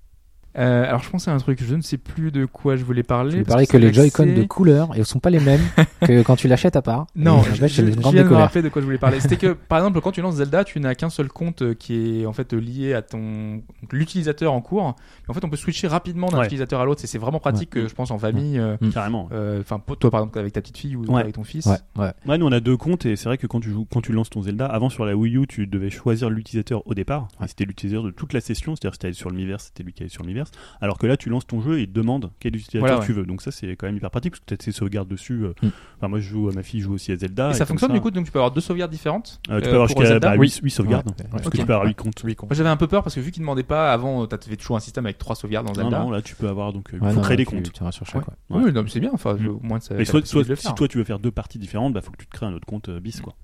Speaker 3: Euh, alors je pensais à un truc, je ne sais plus de quoi je voulais parler.
Speaker 5: Tu lui
Speaker 3: parce
Speaker 5: parlais que les
Speaker 3: c'est
Speaker 5: Joy-Con de
Speaker 3: l'accès-
Speaker 5: couleur ne sont pas les mêmes que quand tu l'achètes à part.
Speaker 3: Non,
Speaker 5: Et en
Speaker 3: je,
Speaker 5: fait,
Speaker 3: je,
Speaker 5: c'est une
Speaker 3: je
Speaker 5: grande
Speaker 3: viens de me
Speaker 5: découverte.
Speaker 3: rappeler de quoi je voulais parler. C'était que par exemple quand tu lances Zelda, tu n'as qu'un seul compte euh, qui est en fait euh, lié à ton donc, l'utilisateur en cours. Mais en fait on peut switcher rapidement d'un
Speaker 6: Ouais.
Speaker 3: utilisateur à l'autre. C'est- C'est vraiment pratique, euh, je pense en famille. euh,
Speaker 6: Carrément.
Speaker 3: euh, Enfin pour- toi par exemple avec ta petite fille ou
Speaker 6: Ouais.
Speaker 3: avec ton fils.
Speaker 5: Ouais, ouais.
Speaker 6: Ouais, nous on a deux comptes et c'est vrai que quand tu joues, quand tu lances ton Zelda, avant sur la Wii U, tu devais choisir l'utilisateur au départ. Et C'était l'utilisateur de toute la session, c'est-à-dire si t'allais sur l'univers, c'était lui qui allait sur l'univers. Alors que là, tu lances ton jeu et il te demande quel utilisateur
Speaker 3: Voilà, ouais.
Speaker 6: tu veux. Donc ça, c'est quand même hyper pratique parce que tu as tes sauvegardes dessus. euh,
Speaker 5: Mm.
Speaker 6: Enfin, moi, je joue, ma fille joue aussi à Zelda.
Speaker 3: Et ça
Speaker 6: Ah, comme
Speaker 3: fonctionne du coup donc tu peux avoir deux sauvegardes différentes.
Speaker 6: Euh, tu
Speaker 3: euh,
Speaker 6: peux avoir
Speaker 3: pour
Speaker 6: jusqu'à
Speaker 3: Zelda.
Speaker 6: bah,
Speaker 3: Oui.
Speaker 6: 8, sauvegardes.
Speaker 4: Ouais.
Speaker 6: Parce
Speaker 3: Ok.
Speaker 6: que tu peux avoir 8 comptes.
Speaker 4: Oui, con.
Speaker 3: Moi j'avais un peu peur parce que vu qu'ils demandaient pas avant, euh, t'as- t'avais toujours un système avec trois sauvegardes dans
Speaker 6: Non,
Speaker 3: Zelda.
Speaker 6: non, là, tu peux avoir donc. euh,
Speaker 5: Ouais,
Speaker 6: faut
Speaker 5: non,
Speaker 6: créer
Speaker 5: ouais,
Speaker 6: des
Speaker 5: tu-
Speaker 6: comptes.
Speaker 5: tu en as sur chaque, ouais.
Speaker 6: Ouais.
Speaker 3: Oui, non, mais c'est bien. Enfin,
Speaker 6: Mm.
Speaker 3: au moins ça.
Speaker 6: Mais
Speaker 3: Euh, t'as
Speaker 6: soit-
Speaker 3: la possibilité
Speaker 6: soit-
Speaker 3: de le
Speaker 6: si
Speaker 3: faire. hein.
Speaker 6: toi tu veux faire deux parties différentes, bah faut que tu te crées un autre compte euh, bis quoi.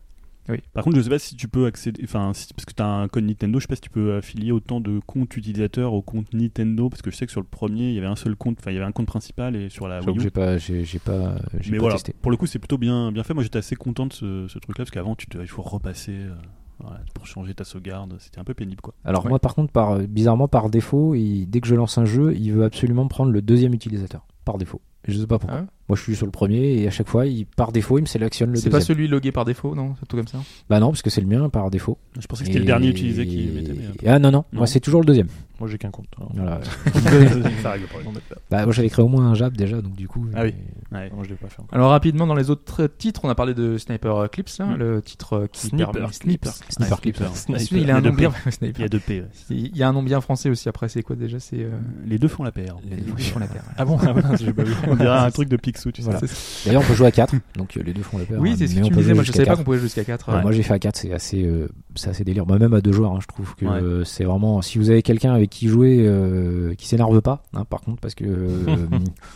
Speaker 3: Oui.
Speaker 6: Par contre, je sais pas si tu peux accéder, enfin, si- parce que tu as un code Nintendo, je sais pas si tu peux affilier autant de comptes utilisateurs au compte Nintendo, parce que je sais que sur le premier, il y avait un seul compte, enfin, il y avait un compte principal et sur la
Speaker 5: J'avoue
Speaker 6: Wii
Speaker 5: que
Speaker 6: U.
Speaker 5: J'ai pas, j'ai j'ai pas, j'ai
Speaker 6: Ah, Mais
Speaker 5: pas
Speaker 6: voilà,
Speaker 5: testé.
Speaker 6: pour le coup, c'est plutôt bien, bien fait. Moi, j'étais assez content de ce, ce truc-là, parce qu'avant, tu te- il faut repasser euh, voilà, pour changer ta sauvegarde. C'était un peu pénible, quoi.
Speaker 5: Alors
Speaker 3: Ouais.
Speaker 5: moi par contre, par, bizarrement par défaut, il- dès que je lance un jeu, il veut absolument prendre le deuxième utilisateur, par défaut. Et Je sais pas pourquoi.
Speaker 3: Ah ouais
Speaker 5: moi je suis sur le premier et à chaque fois, il, par défaut, il me sélectionne le
Speaker 3: C'est pas
Speaker 5: deuxième.
Speaker 3: celui logué par défaut, non C'est tout comme ça.
Speaker 5: Bah non, parce que c'est le mien par défaut.
Speaker 6: Je pensais que c'était le dernier utilisé qui
Speaker 5: Et-
Speaker 6: mettait. mais, euh,
Speaker 5: Ah non, non,
Speaker 6: Non.
Speaker 5: moi c'est toujours le deuxième.
Speaker 4: Moi, j'ai qu'un compte. hein. alors.
Speaker 5: Voilà.
Speaker 6: ça règle le problème.
Speaker 5: bah, moi j'avais créé au moins un jab déjà, donc du coup.
Speaker 4: Ah oui.
Speaker 5: euh,
Speaker 6: Ouais.
Speaker 4: Moi, je l'ai pas fait encore.
Speaker 3: Alors rapidement dans les autres titres, on a parlé de Sniper Clips, là,
Speaker 6: Mm.
Speaker 3: le titre euh, qui
Speaker 4: Sniper
Speaker 3: permet-
Speaker 4: Clips.
Speaker 5: Sniper
Speaker 6: Ouais,
Speaker 5: Clips.
Speaker 3: Ah, celui-là, il a un
Speaker 6: Il y
Speaker 3: nom
Speaker 6: a deux
Speaker 3: bien
Speaker 6: Il y a
Speaker 3: Sniper.
Speaker 6: deux P. ouais.
Speaker 3: Il y a un nom bien français aussi après. C'est quoi déjà C'est euh,
Speaker 6: Les deux font la paire.
Speaker 5: les-
Speaker 3: les fous font la paire.
Speaker 4: Ah bon Ah mince, j'ai pas vu.
Speaker 6: On dirait un truc de Picsou, tu sais.
Speaker 5: Voilà. D'ailleurs, on peut jouer à 4, donc euh, les deux font la paire.
Speaker 3: Oui,
Speaker 5: hein,
Speaker 3: c'est ce
Speaker 5: mais
Speaker 3: que
Speaker 5: on
Speaker 3: tu
Speaker 5: peut
Speaker 3: me disais.
Speaker 5: jouer
Speaker 3: Moi, je
Speaker 5: jusqu'à
Speaker 3: savais pas
Speaker 5: quatre.
Speaker 3: qu'on pouvait jouer jusqu'à 4.
Speaker 5: Ouais, Moi j'ai fait à 4, c'est assez, euh, c'est assez délire. Moi même à deux joueurs, hein, je trouve que
Speaker 6: Ouais.
Speaker 5: euh, c'est vraiment. Si vous avez quelqu'un avec qui jouer euh, qui s'énerve pas, hein, par contre, parce que euh,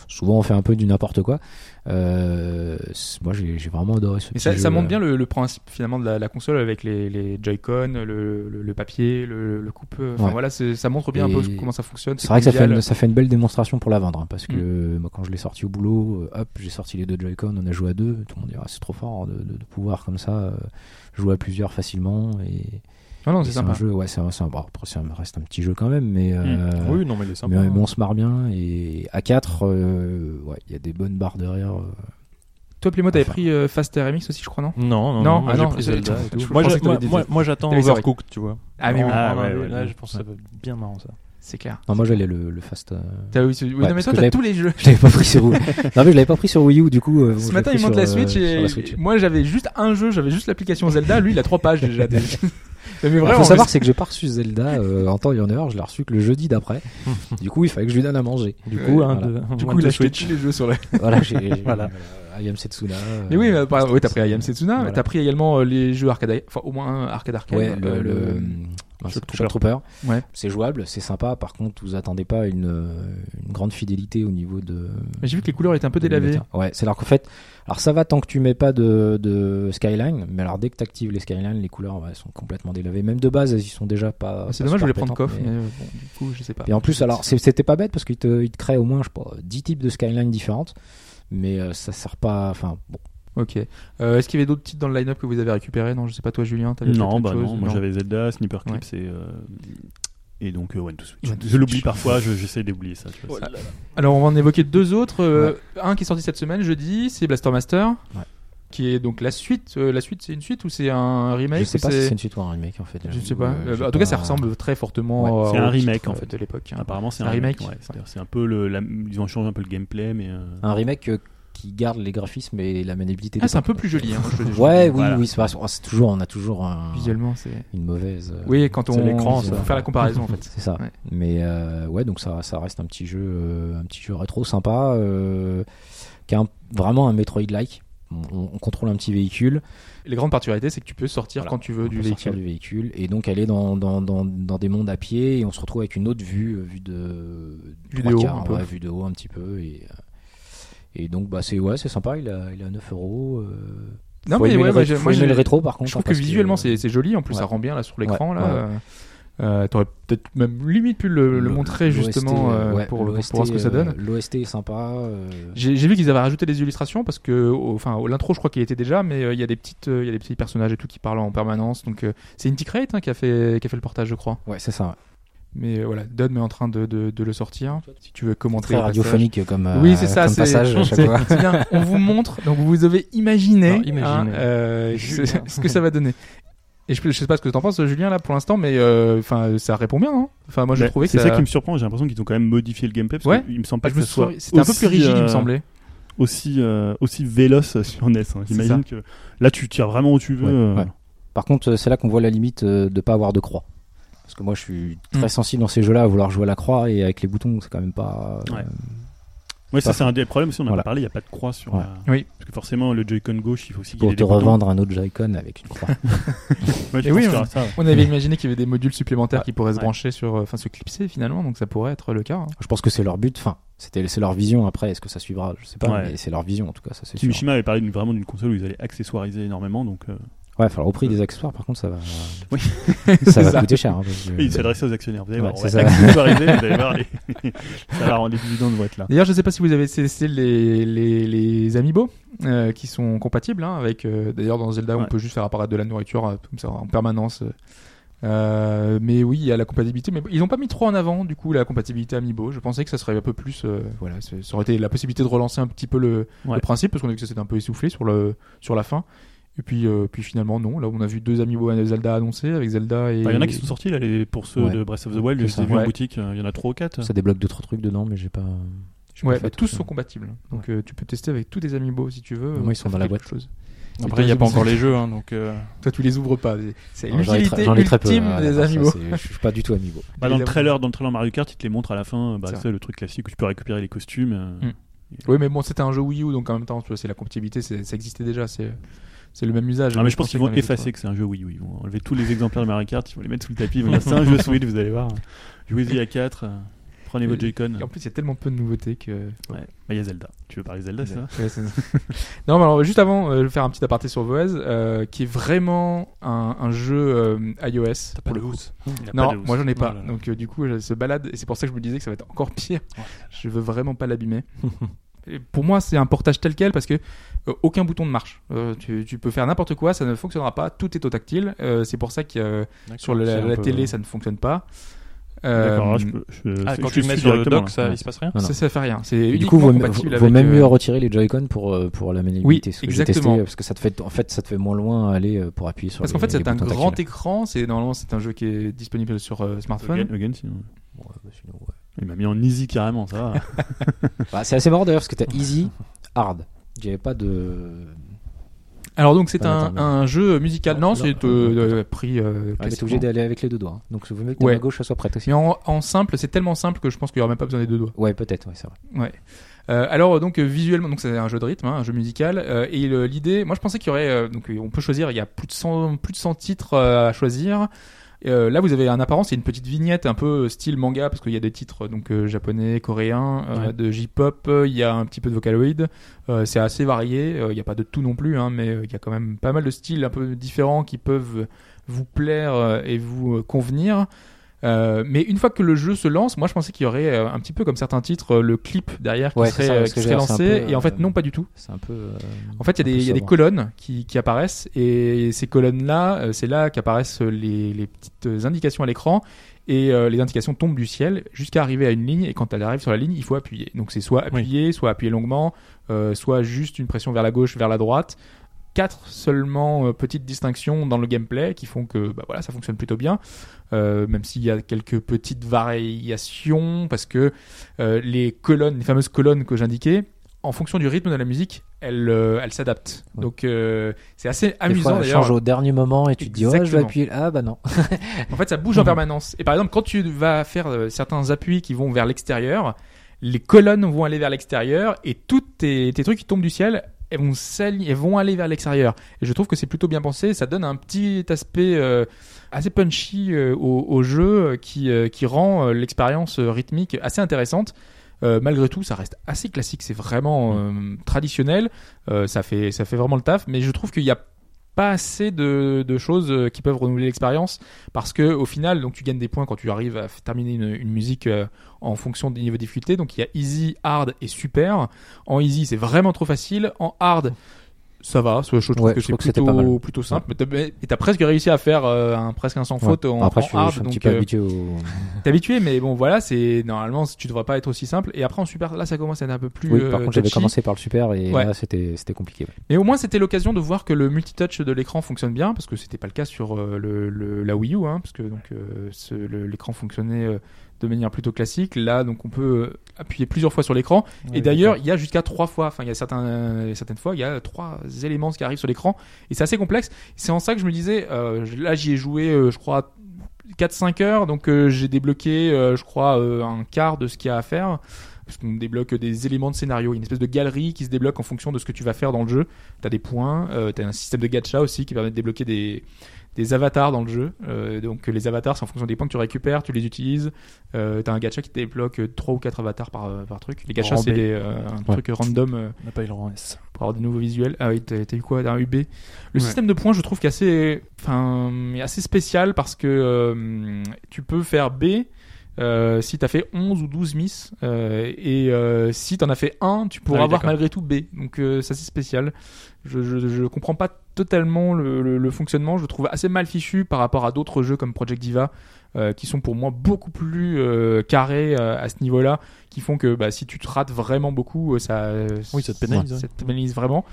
Speaker 5: souvent on fait un peu du n'importe quoi, euh, c'est- moi j'ai j'ai vraiment adoré ce
Speaker 3: Mais
Speaker 5: petit
Speaker 3: ça,
Speaker 5: jeu,
Speaker 3: ça montre
Speaker 5: euh,
Speaker 3: bien le, le principe finalement de la, la console avec les, les Joy-Con, le, le, le papier, le, le coupe. euh, Enfin
Speaker 5: Ouais.
Speaker 3: voilà, c'est- ça montre bien un peu
Speaker 5: Et
Speaker 3: comment ça fonctionne.
Speaker 5: C'est vrai que ça fait,
Speaker 3: convivial.
Speaker 5: une, ça fait une belle démonstration pour la vendre, hein, parce que
Speaker 3: Mm.
Speaker 5: moi, quand je l'ai sorti au boulot, euh, hop, j'ai sorti les deux Joy-Con, on a joué à deux, tout le monde dit ah, c'est trop fort hein, de, de- de pouvoir comme ça euh, jouer à plusieurs facilement. Et,
Speaker 3: Non, non,
Speaker 5: et
Speaker 3: c'est
Speaker 5: c'est
Speaker 3: sympa.
Speaker 5: un jeu, ouais, c'est un, c'est un- bon, après, c'est un- reste un petit jeu quand même, mais,
Speaker 3: Mm.
Speaker 5: euh,
Speaker 4: Oui, non, mais il est
Speaker 5: mais,
Speaker 4: sympa.
Speaker 5: euh, bon, on se marre bien. Et à 4, ouais, il y a des bonnes barres derrière. euh.
Speaker 3: Toi, Plémo, t'avais
Speaker 5: Enfin.
Speaker 3: pris euh, Fast Remix aussi, je crois, non
Speaker 4: Non, non,
Speaker 3: Non,
Speaker 4: non, moi,
Speaker 3: ah
Speaker 4: j'ai
Speaker 3: non,
Speaker 4: pris
Speaker 3: c'est-
Speaker 4: Zelda et
Speaker 3: je
Speaker 4: tout.
Speaker 3: pensais
Speaker 4: Moi,
Speaker 3: que
Speaker 4: j'a-
Speaker 3: t'avais
Speaker 4: moi-
Speaker 3: des-
Speaker 4: moi- moi, j'attends
Speaker 3: t'avais Sorry.
Speaker 4: Overcooked, tu vois.
Speaker 3: Ah mais
Speaker 4: Non,
Speaker 3: oui,
Speaker 6: Ah,
Speaker 4: non,
Speaker 6: ouais,
Speaker 4: mais
Speaker 6: ouais,
Speaker 4: là,
Speaker 6: ouais.
Speaker 4: je pense que ça va être bien marrant ça.
Speaker 3: c'est clair.
Speaker 5: Non, moi j'allais le, le fast. euh,
Speaker 3: T'as, oui, c'est- oui,
Speaker 5: Ouais,
Speaker 3: non, mais
Speaker 5: parce
Speaker 3: toi,
Speaker 5: que
Speaker 3: t'as
Speaker 5: j'avais-
Speaker 3: tous les jeux.
Speaker 5: Je l'avais pas pris sur Wii. non, mais je l'avais pas pris sur Wii U, du coup. euh, bon, je
Speaker 3: Ce
Speaker 5: l'ai
Speaker 3: matin,
Speaker 5: pris
Speaker 3: il monte
Speaker 5: sur,
Speaker 3: la
Speaker 5: euh,
Speaker 3: Switch
Speaker 5: sur
Speaker 3: et
Speaker 5: la Switch.
Speaker 3: moi, j'avais juste un jeu, j'avais juste l'application Zelda. Lui, il a trois pages déjà. des- Mais
Speaker 5: Il
Speaker 3: vraiment,
Speaker 5: faut savoir, c'est que j'ai pas reçu Zelda euh, en temps et en heure. Je l'ai reçu que le jeudi d'après. du coup, il fallait que je lui donne à manger.
Speaker 4: Du
Speaker 3: Ouais,
Speaker 4: coup, un
Speaker 5: voilà.
Speaker 4: de-
Speaker 3: Du
Speaker 4: un
Speaker 3: coup, il a
Speaker 4: de
Speaker 3: acheté
Speaker 4: Switch.
Speaker 3: tous les jeux sur la.
Speaker 5: Voilà, j'ai.
Speaker 4: Voilà.
Speaker 5: euh, I am Setsuna. euh,
Speaker 3: Mais oui, mais par- oui, t'as pris Ayam Setsuna,
Speaker 4: Voilà.
Speaker 3: mais t'as pris également euh, les jeux arcade, enfin au moins un arcade arcade.
Speaker 5: Ouais, le,
Speaker 3: euh,
Speaker 5: le,
Speaker 3: le-
Speaker 5: mince,
Speaker 4: Shock
Speaker 5: Shocktrooper.
Speaker 3: Ouais.
Speaker 5: C'est jouable, c'est sympa. Par contre, vous attendez pas une, euh, une grande fidélité au niveau de.
Speaker 3: Mais j'ai vu que les couleurs étaient un peu délavées.
Speaker 5: Ouais, c'est alors qu'en fait, alors ça va tant que tu mets pas de, de skyline, mais alors dès que tu actives les skylines, les couleurs ouais, elles sont complètement délavées. Même de base, elles y sont déjà pas.
Speaker 3: Ah, C'est
Speaker 5: pas
Speaker 3: dommage, je
Speaker 5: super
Speaker 3: voulais prendre
Speaker 5: pétantes,
Speaker 3: Coff,
Speaker 5: mais-
Speaker 3: mais euh, bon, du coup, je sais pas.
Speaker 5: Et en plus, alors c'est- c'était pas bête parce qu'il te, il te crée au moins, je sais pas, 10 types de skylines différentes, mais euh, ça sert pas. Enfin, bon.
Speaker 3: Ok. Euh, Est-ce qu'il y avait d'autres titres dans le line-up que vous avez récupéré Non, je sais pas, toi, Julien, t'avais peut-être
Speaker 6: Non,
Speaker 3: autre
Speaker 6: bah
Speaker 3: chose
Speaker 6: non, moi j'avais Zelda, Sniper Clips et, euh, et donc euh, One to Switch.
Speaker 3: One to
Speaker 6: je l'oublie parfois, je- j'essaie d'oublier ça. tu vois, c'est-
Speaker 3: Alors, on va en évoquer deux autres. euh, Un qui est sorti cette semaine, jeudi, c'est Blaster Master.
Speaker 5: Ouais.
Speaker 3: qui est donc la suite. Euh, la suite, c'est une suite ou c'est un remake
Speaker 5: Je sais
Speaker 3: ou
Speaker 5: pas si c'est une suite ou un remake en fait.
Speaker 3: Je sais
Speaker 5: Euh,
Speaker 3: pas.
Speaker 5: je
Speaker 3: Euh,
Speaker 5: sais
Speaker 3: en tout cas,
Speaker 5: pas.
Speaker 3: ça ressemble très fortement.
Speaker 5: Ouais.
Speaker 3: euh,
Speaker 6: C'est un
Speaker 3: au titre,
Speaker 6: remake, en
Speaker 3: euh,
Speaker 6: fait.
Speaker 3: de l'époque. hein.
Speaker 6: Apparemment, c'est
Speaker 3: Un
Speaker 6: un
Speaker 3: remake,
Speaker 6: remake.
Speaker 3: ouais.
Speaker 6: ouais. C'est-à-dire, C'est un peu le. la- Ils ont changé un peu le gameplay, mais. euh,
Speaker 5: Un remake euh, qui garde les graphismes et la maniabilité.
Speaker 3: Ah, c'est un
Speaker 5: d'époque,
Speaker 3: peu plus joli. hein, je te- je te-
Speaker 5: Ouais, oui,
Speaker 6: Voilà.
Speaker 5: oui, c'est vrai. Oh, c'est toujours, on a toujours un-
Speaker 3: Visuellement, c'est.
Speaker 5: une mauvaise. euh,
Speaker 3: Oui, quand
Speaker 5: c'est
Speaker 3: on
Speaker 5: l'écran,
Speaker 3: faut
Speaker 5: ça.
Speaker 3: faire la comparaison en fait.
Speaker 5: C'est ça.
Speaker 3: Ouais.
Speaker 5: Mais euh, ouais, donc ça, ça reste un petit jeu, euh, un petit jeu rétro sympa, euh, qui est un- vraiment un Metroid-like. On, on- on contrôle un petit véhicule,
Speaker 3: Les grandes particularités, c'est que tu peux sortir
Speaker 5: Voilà.
Speaker 3: quand tu
Speaker 5: on
Speaker 3: veux du
Speaker 5: peut sortir
Speaker 3: véhicule.
Speaker 5: du véhicule, et donc aller dans, dans, dans, dans des mondes à pied, et on se retrouve avec une autre vue, euh, vue de
Speaker 3: Vue
Speaker 5: trois
Speaker 3: de haut,
Speaker 5: quarts,
Speaker 3: un peu.
Speaker 5: ouais, vue de haut un petit peu, et, euh, et donc bah c'est ouais, c'est sympa. Il a, il a 9 euros. euh,
Speaker 3: Non,
Speaker 5: faut
Speaker 3: mais
Speaker 5: aimer
Speaker 3: ouais,
Speaker 5: le,
Speaker 3: bah,
Speaker 5: ré-
Speaker 3: j'ai-
Speaker 5: faut
Speaker 3: moi,
Speaker 5: aimer
Speaker 3: j'ai-
Speaker 5: le rétro par contre.
Speaker 3: Je
Speaker 5: hein,
Speaker 3: trouve que
Speaker 5: parce
Speaker 3: visuellement, c'est euh, c'est joli. En plus,
Speaker 5: ouais.
Speaker 3: ça rend bien là sur l'écran.
Speaker 5: Ouais,
Speaker 3: là.
Speaker 5: ouais.
Speaker 3: euh, euh, T'aurais peut-être même limite pu le, le
Speaker 5: Le-
Speaker 3: montrer
Speaker 5: l'OST,
Speaker 3: justement
Speaker 5: euh,
Speaker 3: euh,
Speaker 5: ouais,
Speaker 3: pour, pour
Speaker 5: l'OST,
Speaker 3: voir ce que ça donne.
Speaker 5: euh, L'OST est sympa. euh,
Speaker 3: J'ai j'ai vu qu'ils avaient rajouté des illustrations parce que, au- enfin, au- l'intro, je crois qu'il était déjà, mais euh, il y a des petites, euh, il y a des petits personnages et tout qui parlent en permanence. Donc, euh, c'est Inti Crate hein, qui a fait, qui a fait le portage, je crois.
Speaker 5: Ouais, c'est ça.
Speaker 3: Mais euh, voilà, Don est en train de, de, de le sortir. Si tu veux commenter,
Speaker 5: Très
Speaker 3: au passage.
Speaker 5: radiophonique comme, euh,
Speaker 3: Oui, c'est ça.
Speaker 5: comme
Speaker 3: c'est-
Speaker 5: passage à chaque
Speaker 3: c'est-
Speaker 5: fois.
Speaker 3: c'est bien. On vous montre, donc vous devez imaginer,
Speaker 4: Non, imaginez.
Speaker 3: hein, euh,
Speaker 4: Julien.
Speaker 3: ce, ce que ça va donner. Et je, je sais pas ce que t'en penses, Julien, là, pour l'instant, mais euh, enfin, ça répond bien. hein. Enfin, moi, j'ai
Speaker 6: bah,
Speaker 3: trouvé que
Speaker 6: c'est
Speaker 3: ça.
Speaker 6: ça qui me surprend. J'ai l'impression qu'ils ont quand même modifié le gameplay. Parce
Speaker 3: Ouais.
Speaker 6: qu'il me semble
Speaker 3: Ah,
Speaker 6: pas
Speaker 3: je
Speaker 6: que
Speaker 3: me
Speaker 6: ça soit
Speaker 3: souviens- C'était un peu
Speaker 6: aussi,
Speaker 3: plus rigide, il
Speaker 6: euh,
Speaker 3: me semblait.
Speaker 6: aussi euh, aussi véloce sur NES. hein.
Speaker 3: C'est
Speaker 6: J'imagine que là, tu tires vraiment où tu veux.
Speaker 5: Ouais,
Speaker 6: euh,
Speaker 5: ouais. Par contre, euh, c'est là qu'on voit la limite euh, de pas avoir de croix. Parce que moi, je suis très
Speaker 3: Mm.
Speaker 5: sensible dans ces jeux-là à vouloir jouer à la croix et avec les boutons, c'est quand même pas. euh,
Speaker 6: Ouais. Ouais, ça
Speaker 5: Pas
Speaker 6: c'est un des problèmes aussi. On en
Speaker 5: Voilà.
Speaker 6: a parlé. Il y a pas de croix sur.
Speaker 5: Ouais.
Speaker 6: la-
Speaker 3: Oui.
Speaker 6: Parce que forcément, le Joy-Con gauche, il faut aussi qu'il
Speaker 5: Pour
Speaker 6: ait
Speaker 5: te
Speaker 6: des boutons.
Speaker 5: revendre un autre Joy-Con avec une croix.
Speaker 6: Ouais, je
Speaker 3: Et
Speaker 6: pense
Speaker 3: oui,
Speaker 6: qu'il y
Speaker 3: ouais.
Speaker 6: aura ça, ouais.
Speaker 3: On avait imaginé qu'il y avait des modules supplémentaires qui pourraient se
Speaker 6: Ouais.
Speaker 3: brancher sur, euh, enfin, se clipser finalement, donc ça pourrait être le cas. hein.
Speaker 5: je pense que c'est leur but. Enfin, c'était, c'est leur vision. Après, est-ce que ça suivra Je sais pas.
Speaker 6: Ouais.
Speaker 5: Mais c'est leur vision en tout cas. Ça, c'est sûr.
Speaker 6: Kimishima avait parlé d'une- vraiment d'une console où ils allaient accessoiriser énormément. Donc, euh,
Speaker 5: Ouais, falloir au prix des accessoires. Par contre, ça va.
Speaker 6: Oui.
Speaker 5: ça va
Speaker 3: Ça.
Speaker 5: coûter cher. hein, parce que-
Speaker 6: oui, ils s'adressaient aux actionnaires. Vous allez
Speaker 5: Ouais,
Speaker 6: voir, on
Speaker 5: c'est
Speaker 6: va
Speaker 5: ça.
Speaker 6: accessoiriser, vous allez voir, les, salaires, les dividendes vont être là.
Speaker 3: D'ailleurs, je sais pas si vous avez testé les, les, les amiibo euh, qui sont compatibles hein, avec. euh, D'ailleurs, dans Zelda, on
Speaker 6: Ouais.
Speaker 3: peut juste faire apparaître de la nourriture euh, comme ça en permanence. euh. Euh, mais oui, il y a la compatibilité. Mais ils n'ont pas mis trop en avant du coup la compatibilité amiibo. Je pensais que ça serait un peu plus. euh, voilà, c'est- ça aurait été la possibilité de relancer un petit peu le,
Speaker 6: Ouais.
Speaker 3: le principe parce qu'on a vu que ça s'était un peu essoufflé sur le sur la fin. Et puis, euh, puis finalement, non. Là, on a vu deux amiibo à Zelda annoncés avec Zelda et.
Speaker 6: Enfin, Bah, Il y en a qui sont sortis là, les- pour ceux
Speaker 5: Ouais.
Speaker 6: de Breath of the Wild, je
Speaker 5: C'est
Speaker 6: les
Speaker 5: ça.
Speaker 6: ai vus
Speaker 3: Ouais.
Speaker 6: en boutique, euh, il y en a 3 ou 4.
Speaker 5: Ça débloque d'autres trucs dedans, mais j'ai pas. j'ai
Speaker 3: Ouais,
Speaker 5: pas fait
Speaker 3: bah, tous
Speaker 5: ça.
Speaker 3: sont compatibles. Donc euh, tu peux tester avec tous tes amiibo si tu veux.
Speaker 5: Moi, ils sont
Speaker 3: Ça
Speaker 5: dans
Speaker 3: fait
Speaker 5: la
Speaker 3: quelque
Speaker 5: boîte.
Speaker 3: chose.
Speaker 4: Après, il n'y a pas encore les jeux, hein, donc. euh,
Speaker 3: Toi, tu les ouvres pas. C'est
Speaker 5: Non, j'en ai très-
Speaker 3: l'utilité
Speaker 5: j'en ai très peu,
Speaker 3: ultime
Speaker 5: hein,
Speaker 3: des
Speaker 5: ça,
Speaker 3: animaux.
Speaker 5: c'est- Je suis pas du tout amiibo.
Speaker 6: Bah, dans, le
Speaker 3: Évidemment.
Speaker 6: trailer, dans le trailer Mario Kart, ils te les montrent à la fin, euh, bah,
Speaker 3: C'est
Speaker 6: c'est le truc classique où tu peux récupérer les costumes. euh,
Speaker 3: Hmm. Oui, mais bon, c'était un jeu Wii U, donc en même temps, tu vois, c'est la compatibilité, c'est- ça existait déjà, c'est c'est le même usage.
Speaker 6: Ah, mais je pense
Speaker 3: pensais
Speaker 6: qu'ils vont
Speaker 3: qu'on avait dit,
Speaker 6: effacer que c'est un jeu Wii U. Ils vont enlever tous les exemplaires de Mario Kart, ils vont les mettre sous le tapis. ils vont dire, C'est un jeu Switch, vous allez voir. Jouez-y à 4, prenez votre Joy-Con.
Speaker 3: quoi. Et En plus, il y a tellement peu de nouveautés que.
Speaker 6: Ouais. Bah, il y a Zelda. Tu veux parler de Zelda, c'est ça
Speaker 3: Ouais, c'est- non, mais alors, juste avant, euh, je vais faire un petit aparté sur Voez, euh, qui est vraiment un, un jeu euh, iOS. pour le coup.
Speaker 6: Il y a pas
Speaker 3: Non,
Speaker 6: de-
Speaker 3: moi j'en ai pas.
Speaker 4: Oh là là.
Speaker 3: Donc euh, du coup, je se balade et c'est pour ça que je me disais que ça va être encore pire.
Speaker 6: Oh là
Speaker 3: Je veux vraiment pas l'abîmer. Et pour moi, c'est un portage tel quel parce que euh, aucun bouton ne marche. Euh, tu, tu peux faire n'importe quoi, ça ne fonctionnera pas. Tout est au tactile. Euh, c'est pour ça que euh, sur le-
Speaker 4: c'est
Speaker 3: la,
Speaker 4: un
Speaker 3: la
Speaker 4: peu-
Speaker 3: télé, ça ne fonctionne pas. Euh,
Speaker 6: D'accord, alors je peux- je-
Speaker 4: Ah,
Speaker 6: je
Speaker 4: quand
Speaker 6: te
Speaker 4: tu le mets
Speaker 6: suis
Speaker 4: sur le
Speaker 6: directement,
Speaker 4: dock,
Speaker 6: là.
Speaker 4: ça,
Speaker 5: Ouais.
Speaker 4: il se passe rien.
Speaker 5: Non, non.
Speaker 3: ça, ça fait rien. C'est
Speaker 5: Et du
Speaker 3: uniquement
Speaker 5: coup, vaut, vaut-
Speaker 3: compatible
Speaker 5: vaut
Speaker 3: avec,
Speaker 5: même mieux
Speaker 3: euh,
Speaker 5: retirer les Joy-Con pour, euh, pour la maniabilité.
Speaker 3: Oui,
Speaker 5: ce que j'ai testé,
Speaker 3: exactement.
Speaker 5: parce que ça te fait, en fait, ça te fait moins loin aller euh, pour appuyer sur.
Speaker 3: Parce
Speaker 5: les-
Speaker 3: qu'en fait,
Speaker 5: les
Speaker 3: c'est un
Speaker 5: boutons
Speaker 3: grand
Speaker 5: tactiles.
Speaker 3: écran. C'est normalement c'est un jeu qui est disponible sur euh, smartphone.
Speaker 6: Again, again, sinon.
Speaker 5: Ouais, bah, sinon, ouais.
Speaker 6: Il m'a mis en easy carrément, ça va.
Speaker 5: Bah, c'est assez marrant d'ailleurs parce que t'as easy, hard. J'avais pas de.
Speaker 3: Alors donc c'est
Speaker 5: Pas
Speaker 3: un,
Speaker 5: d'intermédiaire.
Speaker 3: un jeu musical.
Speaker 5: Ah,
Speaker 3: Non,
Speaker 5: là,
Speaker 3: c'est
Speaker 5: là,
Speaker 3: euh, euh, pris. euh,
Speaker 5: Ah, mais t'es
Speaker 3: classiquement.
Speaker 5: obligé d'aller avec les deux doigts. hein. Donc, vous voulez que ta
Speaker 3: Ouais.
Speaker 5: main gauche elle soit prête aussi.
Speaker 3: Mais en, en simple, c'est tellement simple que je pense qu'il n'y aura même pas besoin des deux doigts.
Speaker 5: Ouais, peut-être. Ouais, c'est vrai.
Speaker 3: Ouais. Euh, alors donc euh, visuellement, donc c'est un jeu de rythme, hein, un jeu musical. euh, et le- l'idée, moi je pensais qu'il y aurait, euh, donc euh, on peut choisir, il y a plus de 100 plus de 100 titres euh, à choisir. Euh, là, vous avez un apparence, c'est une petite vignette un peu euh, style manga parce qu'il y a des titres donc euh, japonais, coréens, euh,
Speaker 6: Ouais.
Speaker 3: de J-pop, euh, il y a un petit peu de Vocaloid. Euh, c'est assez varié. euh, Il n'y a pas de tout non plus, hein, mais euh, il y a quand même pas mal de styles un peu différents qui peuvent vous plaire euh, et vous euh, convenir. Euh, mais une fois que le jeu se lance, moi je pensais qu'il y aurait euh, un petit peu comme certains titres euh, le clip derrière qui
Speaker 5: Ouais,
Speaker 3: serait,
Speaker 5: c'est ça,
Speaker 3: euh,
Speaker 5: parce
Speaker 3: qui
Speaker 5: que
Speaker 3: serait
Speaker 5: j'ai- c'est un
Speaker 3: lancé
Speaker 5: peu,
Speaker 3: et en fait
Speaker 5: euh,
Speaker 3: non pas du tout.
Speaker 5: C'est un peu. euh,
Speaker 3: En fait, il y a
Speaker 5: un peu
Speaker 3: des, il y a des
Speaker 5: sobre.
Speaker 3: colonnes qui, qui apparaissent et ces colonnes-là, euh, c'est là qu'apparaissent les, les petites indications à l'écran et euh, les indications tombent du ciel jusqu'à arriver à une ligne et quand elle arrive sur la ligne, il faut appuyer. Donc c'est soit appuyer, soit appuyer longuement, euh, soit juste une pression vers la gauche, vers la droite. quatre seulement euh, petites distinctions dans le gameplay qui font que bah, voilà, ça fonctionne plutôt bien, Euh, même s'il y a quelques petites variations, parce que euh, les colonnes, les fameuses colonnes que j'indiquais, en fonction du rythme de la musique, elles euh, elles s'adaptent.
Speaker 5: Ouais.
Speaker 3: Donc euh, c'est assez
Speaker 5: Des
Speaker 3: amusant
Speaker 5: fois, elle
Speaker 3: d'ailleurs.
Speaker 5: change au dernier moment et tu te dis, ouais, je vais
Speaker 3: Exactement.
Speaker 5: appuyer. Ah bah non.
Speaker 3: En fait, ça bouge en permanence. Et par exemple, quand tu vas faire euh, certains appuis qui vont vers l'extérieur, les colonnes vont aller vers l'extérieur et tous tes, tes trucs qui tombent du ciel, elles vont, s'aligner- elles vont aller vers l'extérieur. Et je trouve que c'est plutôt bien pensé. Ça donne un petit aspect euh, assez punchy euh, au, au jeu euh, qui, euh, qui rend euh, l'expérience euh, rythmique assez intéressante. Euh, malgré tout, ça reste assez classique. C'est vraiment euh, traditionnel. Euh, ça, fait, ça fait vraiment le taf. Mais je trouve qu'il n'y a pas assez de, de choses euh, qui peuvent renouveler l'expérience parce que au final donc tu gagnes des points quand tu arrives à f- terminer une, une musique euh, en fonction du niveau de difficulté donc il y a easy hard et super en easy c'est vraiment trop facile en hard ça va je je trouve
Speaker 5: Ouais,
Speaker 3: que
Speaker 5: je
Speaker 3: c'est
Speaker 5: trouve que c'était
Speaker 3: plutôt,
Speaker 5: pas mal.
Speaker 3: plutôt simple mais t'as- mais t'as presque réussi à faire euh, un, presque un sans faute en,
Speaker 5: Après,
Speaker 3: en
Speaker 5: je suis, je
Speaker 3: hard
Speaker 5: suis un
Speaker 3: donc
Speaker 5: petit peu
Speaker 3: euh,
Speaker 5: habitué au.
Speaker 3: t'es habitué mais bon voilà c'est normalement tu devrais pas être aussi simple et après en super là ça commence à être un peu plus
Speaker 5: Oui,
Speaker 3: euh,
Speaker 5: par contre, j'avais
Speaker 3: touchy.
Speaker 5: commencé par le super et
Speaker 3: Ouais.
Speaker 5: là, c'était c'était compliqué.
Speaker 3: Mais au moins, c'était l'occasion de voir que le multitouch de l'écran fonctionne bien, parce que c'était pas le cas sur euh, le, le- la Wii U, hein, parce que donc euh, ce- le- l'écran fonctionnait euh, de manière plutôt classique. Là, donc on peut euh, appuyer plusieurs fois sur l'écran. et d'ailleurs, il y a jusqu'à trois fois. Enfin, il y a certains, euh, certaines fois, il y a trois éléments qui arrivent sur l'écran, et c'est assez complexe. C'est en ça que je me disais, euh, je- là, j'y ai joué, euh, je crois. 4-5 heures, donc euh, j'ai débloqué, euh, je crois, euh, un quart de ce qu'il y a à faire, parce qu'on débloque des éléments de scénario, une espèce de galerie qui se débloque en fonction de ce que tu vas faire dans le jeu. T'as des points, euh, t'as un système de gacha aussi qui permet de débloquer des, des avatars dans le jeu. Euh, donc les avatars, c'est en fonction des points que tu récupères, tu les utilises. Euh, t'as un gacha qui te débloque 3 ou 4 avatars par, euh, par truc. Les gachas,
Speaker 4: En
Speaker 3: c'est
Speaker 4: B.
Speaker 3: des, euh, un
Speaker 5: Ouais.
Speaker 3: truc random euh,
Speaker 4: On n'a pas eu le rang S.
Speaker 3: pour avoir des nouveaux visuels. Ah oui, t'as t'as eu quoi Un UB. Le
Speaker 6: Ouais.
Speaker 3: système de points, je trouve qu'assez enfin, assez spécial parce que euh, tu peux faire B. euh, si t'as fait 11 ou 12 miss euh, et euh, si t'en as fait un tu pourras
Speaker 4: Ah oui,
Speaker 3: avoir
Speaker 4: d'accord.
Speaker 3: malgré tout B donc euh, ça c'est spécial je, je, je comprends pas totalement le, le- le fonctionnement je le trouve assez mal fichu par rapport à d'autres jeux comme Project Diva euh, qui sont pour moi beaucoup plus euh, carrés euh, à ce niveau là qui font que bah, si tu te rates vraiment beaucoup euh, ça
Speaker 4: Oui, ça te pénalise, ouais.
Speaker 3: ça te pénalise vraiment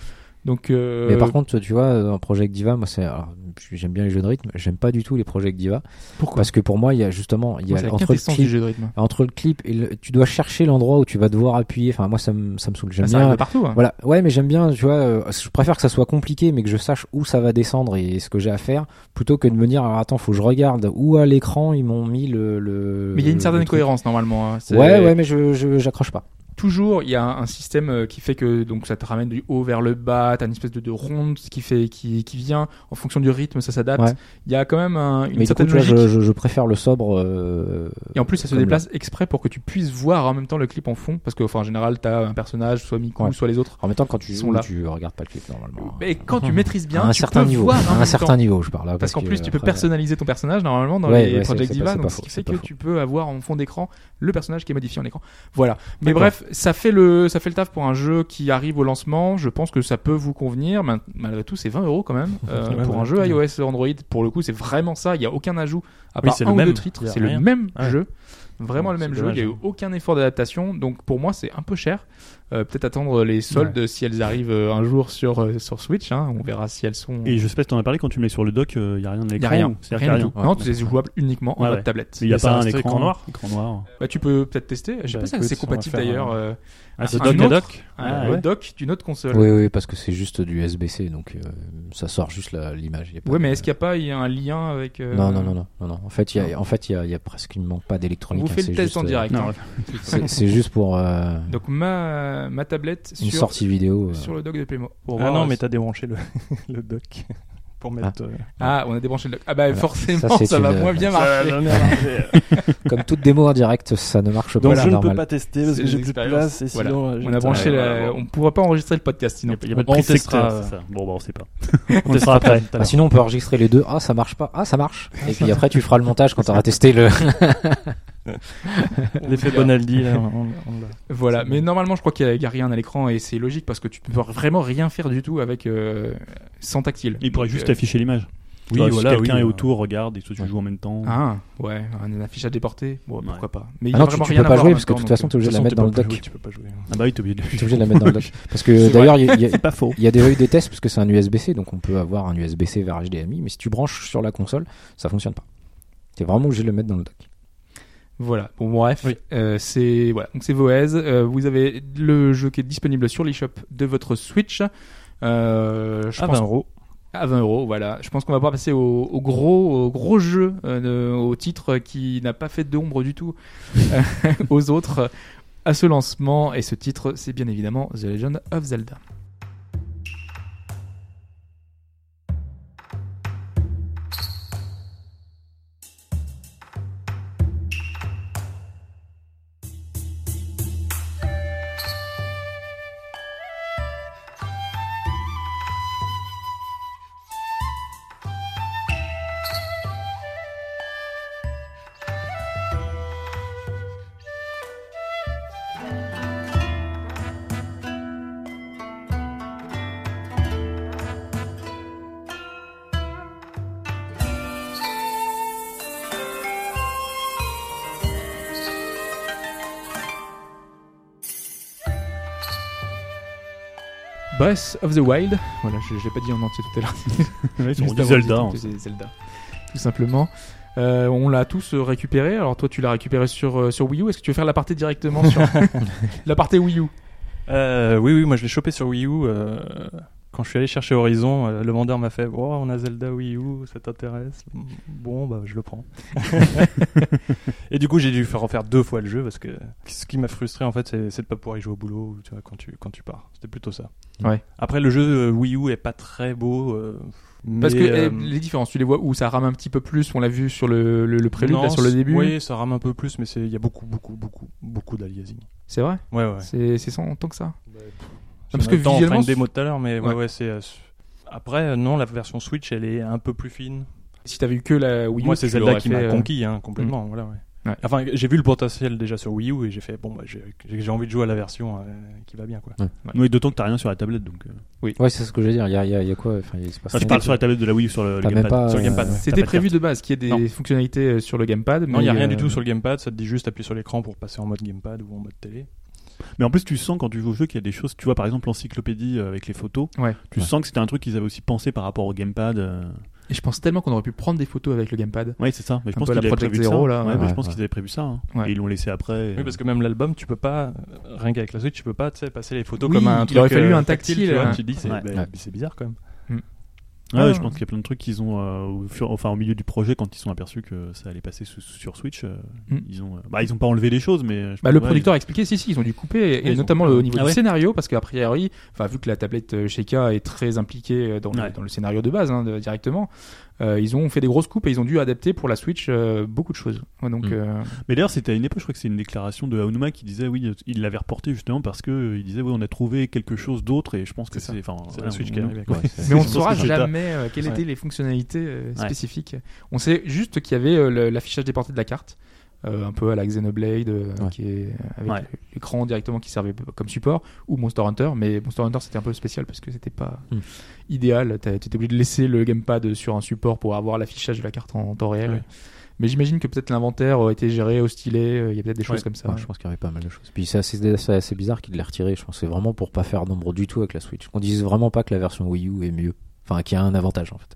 Speaker 3: donc euh,
Speaker 5: Mais par contre, tu vois, dans Project Diva, moi, c'est, alors, j'aime bien les jeux de rythme, j'aime pas du tout les Project Diva.
Speaker 3: Pourquoi
Speaker 5: Parce que pour moi, il y a justement, il y
Speaker 3: moi,
Speaker 5: a
Speaker 3: c'est la
Speaker 5: entre le
Speaker 3: quintessence du
Speaker 5: clip,
Speaker 3: jeu de rythme
Speaker 5: entre le clip et le- tu dois chercher l'endroit où tu vas devoir appuyer. Enfin, moi, ça me, ça me saoule. J'aime
Speaker 3: Bah, ça
Speaker 5: bien.
Speaker 3: arrive partout hein.
Speaker 5: Voilà. Ouais, mais j'aime bien, tu vois, euh, je préfère que ça soit compliqué, mais que je sache où ça va descendre et ce que j'ai à faire, plutôt que de me dire, alors attends, faut que je regarde où à l'écran ils m'ont mis le, le-
Speaker 3: mais il y a une
Speaker 5: le
Speaker 3: certaine
Speaker 5: truc.
Speaker 3: cohérence normalement hein. C'est-
Speaker 5: Ouais, ouais, mais je, je- j'accroche pas.
Speaker 3: toujours il y a un un système euh, qui fait que donc ça te ramène du haut vers le bas t'as une espèce de, de ronde qui fait qui, qui vient en fonction du rythme ça s'adapte
Speaker 5: Ouais.
Speaker 3: il y a quand même un- une
Speaker 5: mais du coup,
Speaker 3: certaine
Speaker 5: tu vois,
Speaker 3: logique
Speaker 5: je, je, je préfère le sobre. euh,
Speaker 3: et en plus ça se
Speaker 5: comme
Speaker 3: déplace exprès pour que tu puisses voir en même temps le clip en fond parce que enfin en général t'as un personnage soit Miku
Speaker 5: Ouais.
Speaker 3: soit les autres
Speaker 5: En même temps, quand tu
Speaker 3: Ils
Speaker 5: joues,
Speaker 3: sont là.
Speaker 5: tu regardes pas le clip normalement.
Speaker 3: et quand tu maîtrises bien
Speaker 5: à un
Speaker 3: tu
Speaker 5: certain
Speaker 3: peux
Speaker 5: niveau,
Speaker 3: voir hein, en
Speaker 5: à un
Speaker 3: même
Speaker 5: certain
Speaker 3: temps.
Speaker 5: niveau, je parle là.
Speaker 3: parce qu'en
Speaker 5: que
Speaker 3: plus tu peux
Speaker 5: après,
Speaker 3: personnaliser ton personnage normalement dans
Speaker 5: Ouais,
Speaker 3: les
Speaker 5: ouais,
Speaker 3: Project
Speaker 5: c'est- c'est
Speaker 3: Diva
Speaker 5: pas- c'est
Speaker 3: donc
Speaker 5: pas
Speaker 3: ce qui
Speaker 5: faux,
Speaker 3: fait
Speaker 5: c'est
Speaker 3: que
Speaker 5: pas faux.
Speaker 3: tu peux avoir en fond d'écran le personnage qui est modifié en écran voilà mais bref ça fait le ça fait le taf pour un jeu qui arrive au lancement je pense que ça peut vous convenir Mal- malgré tout c'est 20 euros quand même euh,
Speaker 4: Ouais,
Speaker 3: pour
Speaker 4: ouais.
Speaker 3: un jeu iOS Android pour le coup c'est vraiment ça il y a aucun ajout à
Speaker 4: Oui,
Speaker 3: part
Speaker 4: c'est
Speaker 3: un
Speaker 4: le
Speaker 3: ou
Speaker 4: même.
Speaker 3: deux titres
Speaker 4: Il y a
Speaker 3: c'est le
Speaker 4: rien.
Speaker 3: même
Speaker 4: Ah ouais.
Speaker 3: jeu vraiment
Speaker 4: Bon,
Speaker 3: le même
Speaker 4: c'est
Speaker 3: jeu il y a eu
Speaker 4: dommage. hein.
Speaker 3: aucun effort d'adaptation donc pour moi c'est un peu cher Euh, peut-être attendre les soldes si elles arrivent euh, un jour sur euh, sur Switch hein. on verra si elles sont
Speaker 6: Et je sais pas si t'en as parlé quand tu mets sur le dock, il n'y a rien à
Speaker 3: il y a
Speaker 6: l'écran.
Speaker 3: rien,
Speaker 6: C'est-à-dire qu'il y
Speaker 3: rien
Speaker 6: a
Speaker 3: du
Speaker 6: rien.
Speaker 3: tout. Non, c'est jouable uniquement en
Speaker 6: Ouais,
Speaker 3: mode
Speaker 6: ouais.
Speaker 3: tablette.
Speaker 6: Il n'y a
Speaker 4: Mais ça
Speaker 6: pas un
Speaker 4: reste
Speaker 6: écran,
Speaker 4: écran noir.
Speaker 6: Écran noir.
Speaker 3: Bah, tu peux peut-être tester. Je sais
Speaker 4: Bah,
Speaker 3: pas si
Speaker 4: écoute,
Speaker 3: c'est
Speaker 4: on va
Speaker 3: compatible
Speaker 4: faire,
Speaker 3: d'ailleurs. euh,
Speaker 4: Ah,
Speaker 3: c'est
Speaker 4: c'est
Speaker 3: un
Speaker 4: doc,
Speaker 3: autre.
Speaker 4: des docs.
Speaker 3: un-
Speaker 6: Ah,
Speaker 3: le
Speaker 6: ouais.
Speaker 3: doc d'une autre console.
Speaker 5: euh, Oui, oui, parce que c'est juste du SBC, donc euh, ça sort juste la- l'image. y a pas
Speaker 3: Ouais,
Speaker 5: de-
Speaker 3: mais est-ce qu'il n'y a pas il y a un lien avec euh,
Speaker 5: Non, non, non, non, non, non. En fait, il y a, en fait, il y a, il y a pratiquement pas
Speaker 3: On
Speaker 5: d'électronique.
Speaker 3: vous
Speaker 5: hein,
Speaker 3: fait
Speaker 5: c'est
Speaker 3: le test
Speaker 5: juste,
Speaker 3: en
Speaker 5: euh,
Speaker 3: direct.
Speaker 6: Non,
Speaker 3: hein.
Speaker 6: ouais.
Speaker 5: C'est c'est juste pour euh,
Speaker 3: Donc ma ma tablette
Speaker 5: une
Speaker 3: sur
Speaker 5: sortie vidéo. euh.
Speaker 3: sur le doc de Playmo. Pour
Speaker 4: Ah
Speaker 3: voir
Speaker 4: non,
Speaker 3: si-
Speaker 4: mais t'as débranché le, le doc pour mettre. euh,
Speaker 3: ah, on a débranché le doc. Ah bah
Speaker 5: Voilà.
Speaker 3: forcément,
Speaker 5: Ça,
Speaker 3: ça,
Speaker 5: c'est une-
Speaker 3: va moins bien
Speaker 4: ça va
Speaker 3: marcher.
Speaker 4: jamais marcher.
Speaker 5: Comme toute démo en direct, ça ne marche pas.
Speaker 4: Donc
Speaker 5: c'est
Speaker 4: je ne peux
Speaker 5: normal.
Speaker 4: pas tester parce
Speaker 3: C'est
Speaker 4: que j'ai
Speaker 3: une
Speaker 4: plus de
Speaker 3: expérience.
Speaker 4: place et
Speaker 3: Voilà.
Speaker 4: sinon. euh,
Speaker 3: On
Speaker 4: putain,
Speaker 3: a branché
Speaker 4: ouais,
Speaker 3: la-
Speaker 4: ouais,
Speaker 3: on pourra pas enregistrer le podcast
Speaker 6: Il
Speaker 3: sinon.
Speaker 6: n'y a, pas- y a pas de
Speaker 4: On
Speaker 6: prix secteur,
Speaker 4: testera,
Speaker 6: c'est ça. Bon, bah, on sait pas. on testera
Speaker 4: après.
Speaker 6: après.
Speaker 5: Ah, sinon, on peut enregistrer les deux. Ah, ça marche pas. Ah, ça marche. Et puis après, tu feras le montage quand t'auras testé le.
Speaker 4: bon. L'effet Bonaldi, là, on, on l'a.
Speaker 3: Voilà, mais normalement je crois qu'il n'y a, rien à l'écran et c'est logique parce que tu peux vraiment rien faire du tout avec euh, sans tactile.
Speaker 6: Il pourrait
Speaker 3: Donc,
Speaker 6: juste
Speaker 3: euh,
Speaker 6: afficher l'image.
Speaker 4: Oui,
Speaker 6: Oui, voilà,
Speaker 4: voilà,
Speaker 6: si quelqu'un
Speaker 4: oui,
Speaker 6: est
Speaker 4: euh,
Speaker 6: autour, regarde, et soit tu
Speaker 5: ouais.
Speaker 6: joues en même temps.
Speaker 3: Ah, ouais, un affichage déporté. Bon, pourquoi pas. Mais il y
Speaker 5: Ah
Speaker 3: a
Speaker 5: non, tu,
Speaker 3: vraiment
Speaker 5: tu
Speaker 3: rien
Speaker 5: peux
Speaker 3: à
Speaker 5: pas
Speaker 3: voir
Speaker 5: jouer
Speaker 3: en
Speaker 5: parce que
Speaker 3: même
Speaker 5: de toute
Speaker 3: temps, euh,
Speaker 5: façon, t'es obligé de la
Speaker 4: façon,
Speaker 5: mettre
Speaker 4: t'es
Speaker 5: dans
Speaker 4: pas obligé-
Speaker 5: le dock.
Speaker 4: oui, tu peux pas jouer.
Speaker 6: Ah bah oui, t'es obligé de le
Speaker 5: T'es obligé de la mettre dans le dock. Parce que
Speaker 3: C'est
Speaker 5: d'ailleurs, il y a- il y a-
Speaker 6: C'est pas faux.
Speaker 5: il y a déjà eu des tests parce que c'est un USB-C, donc on peut avoir un USB-C vers HDMI, mais si tu branches sur la console, ça fonctionne pas. T'es vraiment obligé de le mettre dans le dock.
Speaker 3: Voilà, euh, bon bref,
Speaker 4: Oui.
Speaker 3: euh, c'est voilà, donc c'est Voez. Euh, vous avez le jeu qui est disponible sur l'eShop de votre Switch. Euh, je
Speaker 4: Ah,
Speaker 3: pense
Speaker 4: 20 euros.
Speaker 3: à 20 euros, voilà. Je pense qu'on va pouvoir passer au, au gros, au gros jeu, euh, de- au titre qui n'a pas fait d'ombre du tout euh, aux autres à ce lancement. Et ce titre, c'est bien évidemment The Legend of Zelda. Breath of the Wild. Voilà, je, je l'ai pas dit en entier tout à l'heure.
Speaker 6: Ouais, ils ont
Speaker 3: Juste
Speaker 6: dit
Speaker 3: avant le
Speaker 6: Zelda.
Speaker 3: titre, c'est Zelda. Tout simplement. Euh, on l'a tous euh, récupéré. Alors toi, tu l'as récupéré sur, euh, sur Wii U. Est-ce que tu veux faire la partie directement sur la partie Wii U
Speaker 4: Euh, oui, oui, moi je l'ai chopé sur Wii U. euh, quand je suis allé chercher Horizon, euh, le vendeur m'a fait oh, on a Zelda Wii U, ça t'intéresse Bon, bah je le prends. et du coup, j'ai dû faire refaire deux fois le jeu parce que ce qui m'a frustré en fait, c'est c'est de pas pouvoir y jouer au boulot tu vois, quand, tu, quand tu pars. C'était plutôt ça.
Speaker 3: Ouais.
Speaker 4: Après, le jeu euh, Wii U est pas très beau. euh,
Speaker 3: Parce
Speaker 4: mais,
Speaker 3: que
Speaker 4: euh,
Speaker 3: eh, les différences, tu les vois où ça rame un petit peu plus. On l'a vu sur le, le, le prélude,
Speaker 4: non,
Speaker 3: là, sur le
Speaker 4: c'est-
Speaker 3: début.
Speaker 4: Oui, ça rame un peu plus, mais c'est- il y a beaucoup, beaucoup, beaucoup, beaucoup d'aliasing.
Speaker 3: C'est vrai
Speaker 4: Ouais, ouais.
Speaker 3: C'est c'est sans tant que ça
Speaker 4: J'en
Speaker 3: Parce
Speaker 4: avais
Speaker 3: que
Speaker 4: le temps, on fera
Speaker 3: visuellement,
Speaker 4: une démo tout à l'heure, mais ouais,
Speaker 3: Ouais.
Speaker 4: ouais, c'est. euh, s- Après, euh, non, la version Switch, elle est un peu plus fine.
Speaker 3: Si t'avais eu que la Wii U,
Speaker 4: Moi, c'est
Speaker 3: tu
Speaker 4: Zelda
Speaker 3: l'aurais
Speaker 4: qui
Speaker 3: fait,
Speaker 4: m'a
Speaker 3: euh,
Speaker 4: conquis, hein, complètement. Voilà, ouais.
Speaker 3: Ouais.
Speaker 4: Enfin, j'ai vu le potentiel déjà sur Wii U et j'ai fait bon, bah, j'ai j'ai envie de jouer à la version euh, qui va bien, quoi.
Speaker 6: Oui, d'autant que t'as rien sur la tablette. Donc, euh,
Speaker 5: Ouais, c'est ce que je veux dire. Il y a, il y a- il y a quoi enfin, il se passe
Speaker 6: Enfin, tu
Speaker 5: rien.
Speaker 6: parles sur la tablette de la Wii ou sur le,
Speaker 5: T'as
Speaker 6: le
Speaker 5: même
Speaker 6: gamepad
Speaker 5: pas,
Speaker 6: Sur le
Speaker 5: euh,
Speaker 6: gamepad.
Speaker 5: ouais.
Speaker 6: T'as
Speaker 3: C'était
Speaker 6: pas de
Speaker 3: prévu
Speaker 6: carte.
Speaker 3: de base qu'il y ait des
Speaker 4: Non.
Speaker 3: fonctionnalités euh, sur le gamepad.
Speaker 4: Non, il
Speaker 3: mais,
Speaker 4: n'y a rien du
Speaker 3: euh,
Speaker 4: tout sur le gamepad, ça te dit juste appuyer sur l'écran pour passer en mode gamepad ou en mode télé.
Speaker 6: Mais en plus, tu sens quand tu joues au jeu qu'il y a des choses. Tu vois, par exemple, l'encyclopédie euh, avec les photos.
Speaker 3: Ouais.
Speaker 6: Tu
Speaker 5: Ouais.
Speaker 6: sens que c'était un truc qu'ils avaient aussi pensé par rapport au gamepad. euh.
Speaker 3: Et je pense tellement qu'on aurait pu prendre des photos avec le gamepad.
Speaker 6: Ouais, c'est ça. Mais je
Speaker 3: Un
Speaker 6: pense
Speaker 3: peu
Speaker 6: qu'ils
Speaker 3: la
Speaker 6: avaient
Speaker 3: Project
Speaker 6: prévu
Speaker 3: Zero,
Speaker 6: ça.
Speaker 3: là,
Speaker 6: Ouais,
Speaker 5: ouais.
Speaker 6: mais je
Speaker 5: Ouais,
Speaker 6: pense
Speaker 5: ouais.
Speaker 6: qu'ils avaient prévu ça. hein.
Speaker 3: Ouais.
Speaker 6: Et ils l'ont laissé après.
Speaker 3: euh,
Speaker 6: euh,
Speaker 4: Oui, parce que même l'album, tu peux pas, euh, rien qu'avec la Switch, tu peux pas tu sais, passer les photos
Speaker 3: Oui,
Speaker 4: comme un
Speaker 3: il
Speaker 4: truc.
Speaker 3: aurait fallu
Speaker 4: euh,
Speaker 3: un tactile,
Speaker 4: tu vois,
Speaker 3: ouais.
Speaker 4: tu te dis, c'est
Speaker 6: Ouais.
Speaker 4: bah,
Speaker 5: Ouais.
Speaker 4: c'est bizarre quand même.
Speaker 6: Ouais,
Speaker 3: Ah.
Speaker 6: je pense qu'il y a plein de trucs qu'ils ont euh, au fur- enfin au milieu du projet quand ils sont aperçus que ça allait passer sous- sur Switch. euh,
Speaker 3: Mm.
Speaker 6: Ils ont, euh, bah ils ont pas enlevé les choses, mais euh, je
Speaker 3: Bah, le
Speaker 6: pense- ouais,
Speaker 3: producteur a expliqué, si, si, ils ont dû couper, et,
Speaker 4: ils ont
Speaker 3: notamment
Speaker 4: coupé.
Speaker 3: le- au niveau
Speaker 6: Ah
Speaker 3: du
Speaker 6: ouais
Speaker 3: scénario, parce qu'a priori, enfin, vu que la tablette euh, Sheikah est très impliquée euh, dans, le,
Speaker 6: Ouais.
Speaker 3: dans le scénario de base, hein, de- directement, euh, ils ont fait des grosses coupes et ils ont dû adapter pour la Switch euh, beaucoup de choses. Ouais, donc,
Speaker 5: Mm.
Speaker 3: euh,
Speaker 6: Mais d'ailleurs, c'était à une époque, je crois que c'est une déclaration de Aonuma qui disait oui, euh, il l'avait reporté justement parce que euh, il disait oui, on a trouvé quelque chose d'autre et je pense que
Speaker 4: C'est
Speaker 6: c'est enfin
Speaker 4: C'est
Speaker 6: voilà,
Speaker 4: la Switch
Speaker 6: on-
Speaker 4: qui est arrivée, quoi.
Speaker 5: Ouais, c'est-
Speaker 3: mais on ne
Speaker 6: Je pense
Speaker 3: saura
Speaker 6: que c'est
Speaker 3: jamais euh, quelles
Speaker 4: Ouais.
Speaker 3: étaient les fonctionnalités euh,
Speaker 6: Ouais.
Speaker 3: spécifiques. On sait juste qu'il y avait euh, le- l'affichage déporté de la carte, euh, un peu à la Xenoblade, euh,
Speaker 5: Ouais.
Speaker 3: qui est euh, avec
Speaker 6: Ouais.
Speaker 3: l'écran directement qui servait comme support, ou Monster Hunter, mais Monster Hunter c'était un peu spécial parce que c'était pas
Speaker 5: Hmm.
Speaker 3: idéal. Tu étais obligé de laisser le gamepad sur un support pour avoir l'affichage de la carte en temps réel.
Speaker 4: Ouais.
Speaker 3: Mais j'imagine que peut-être l'inventaire a été géré au stylet, euh, il y a peut-être des choses
Speaker 4: Ouais.
Speaker 3: comme ça.
Speaker 5: Ouais, je pense qu'il y avait pas mal de choses. Puis c'est assez, c'est assez bizarre qu'il l'ait retiré. Je pense que c'est vraiment pour pas faire d'ombre du tout avec la Switch. Qu'on dise vraiment pas que la version Wii U est mieux. Enfin, qu'il y a un avantage en fait.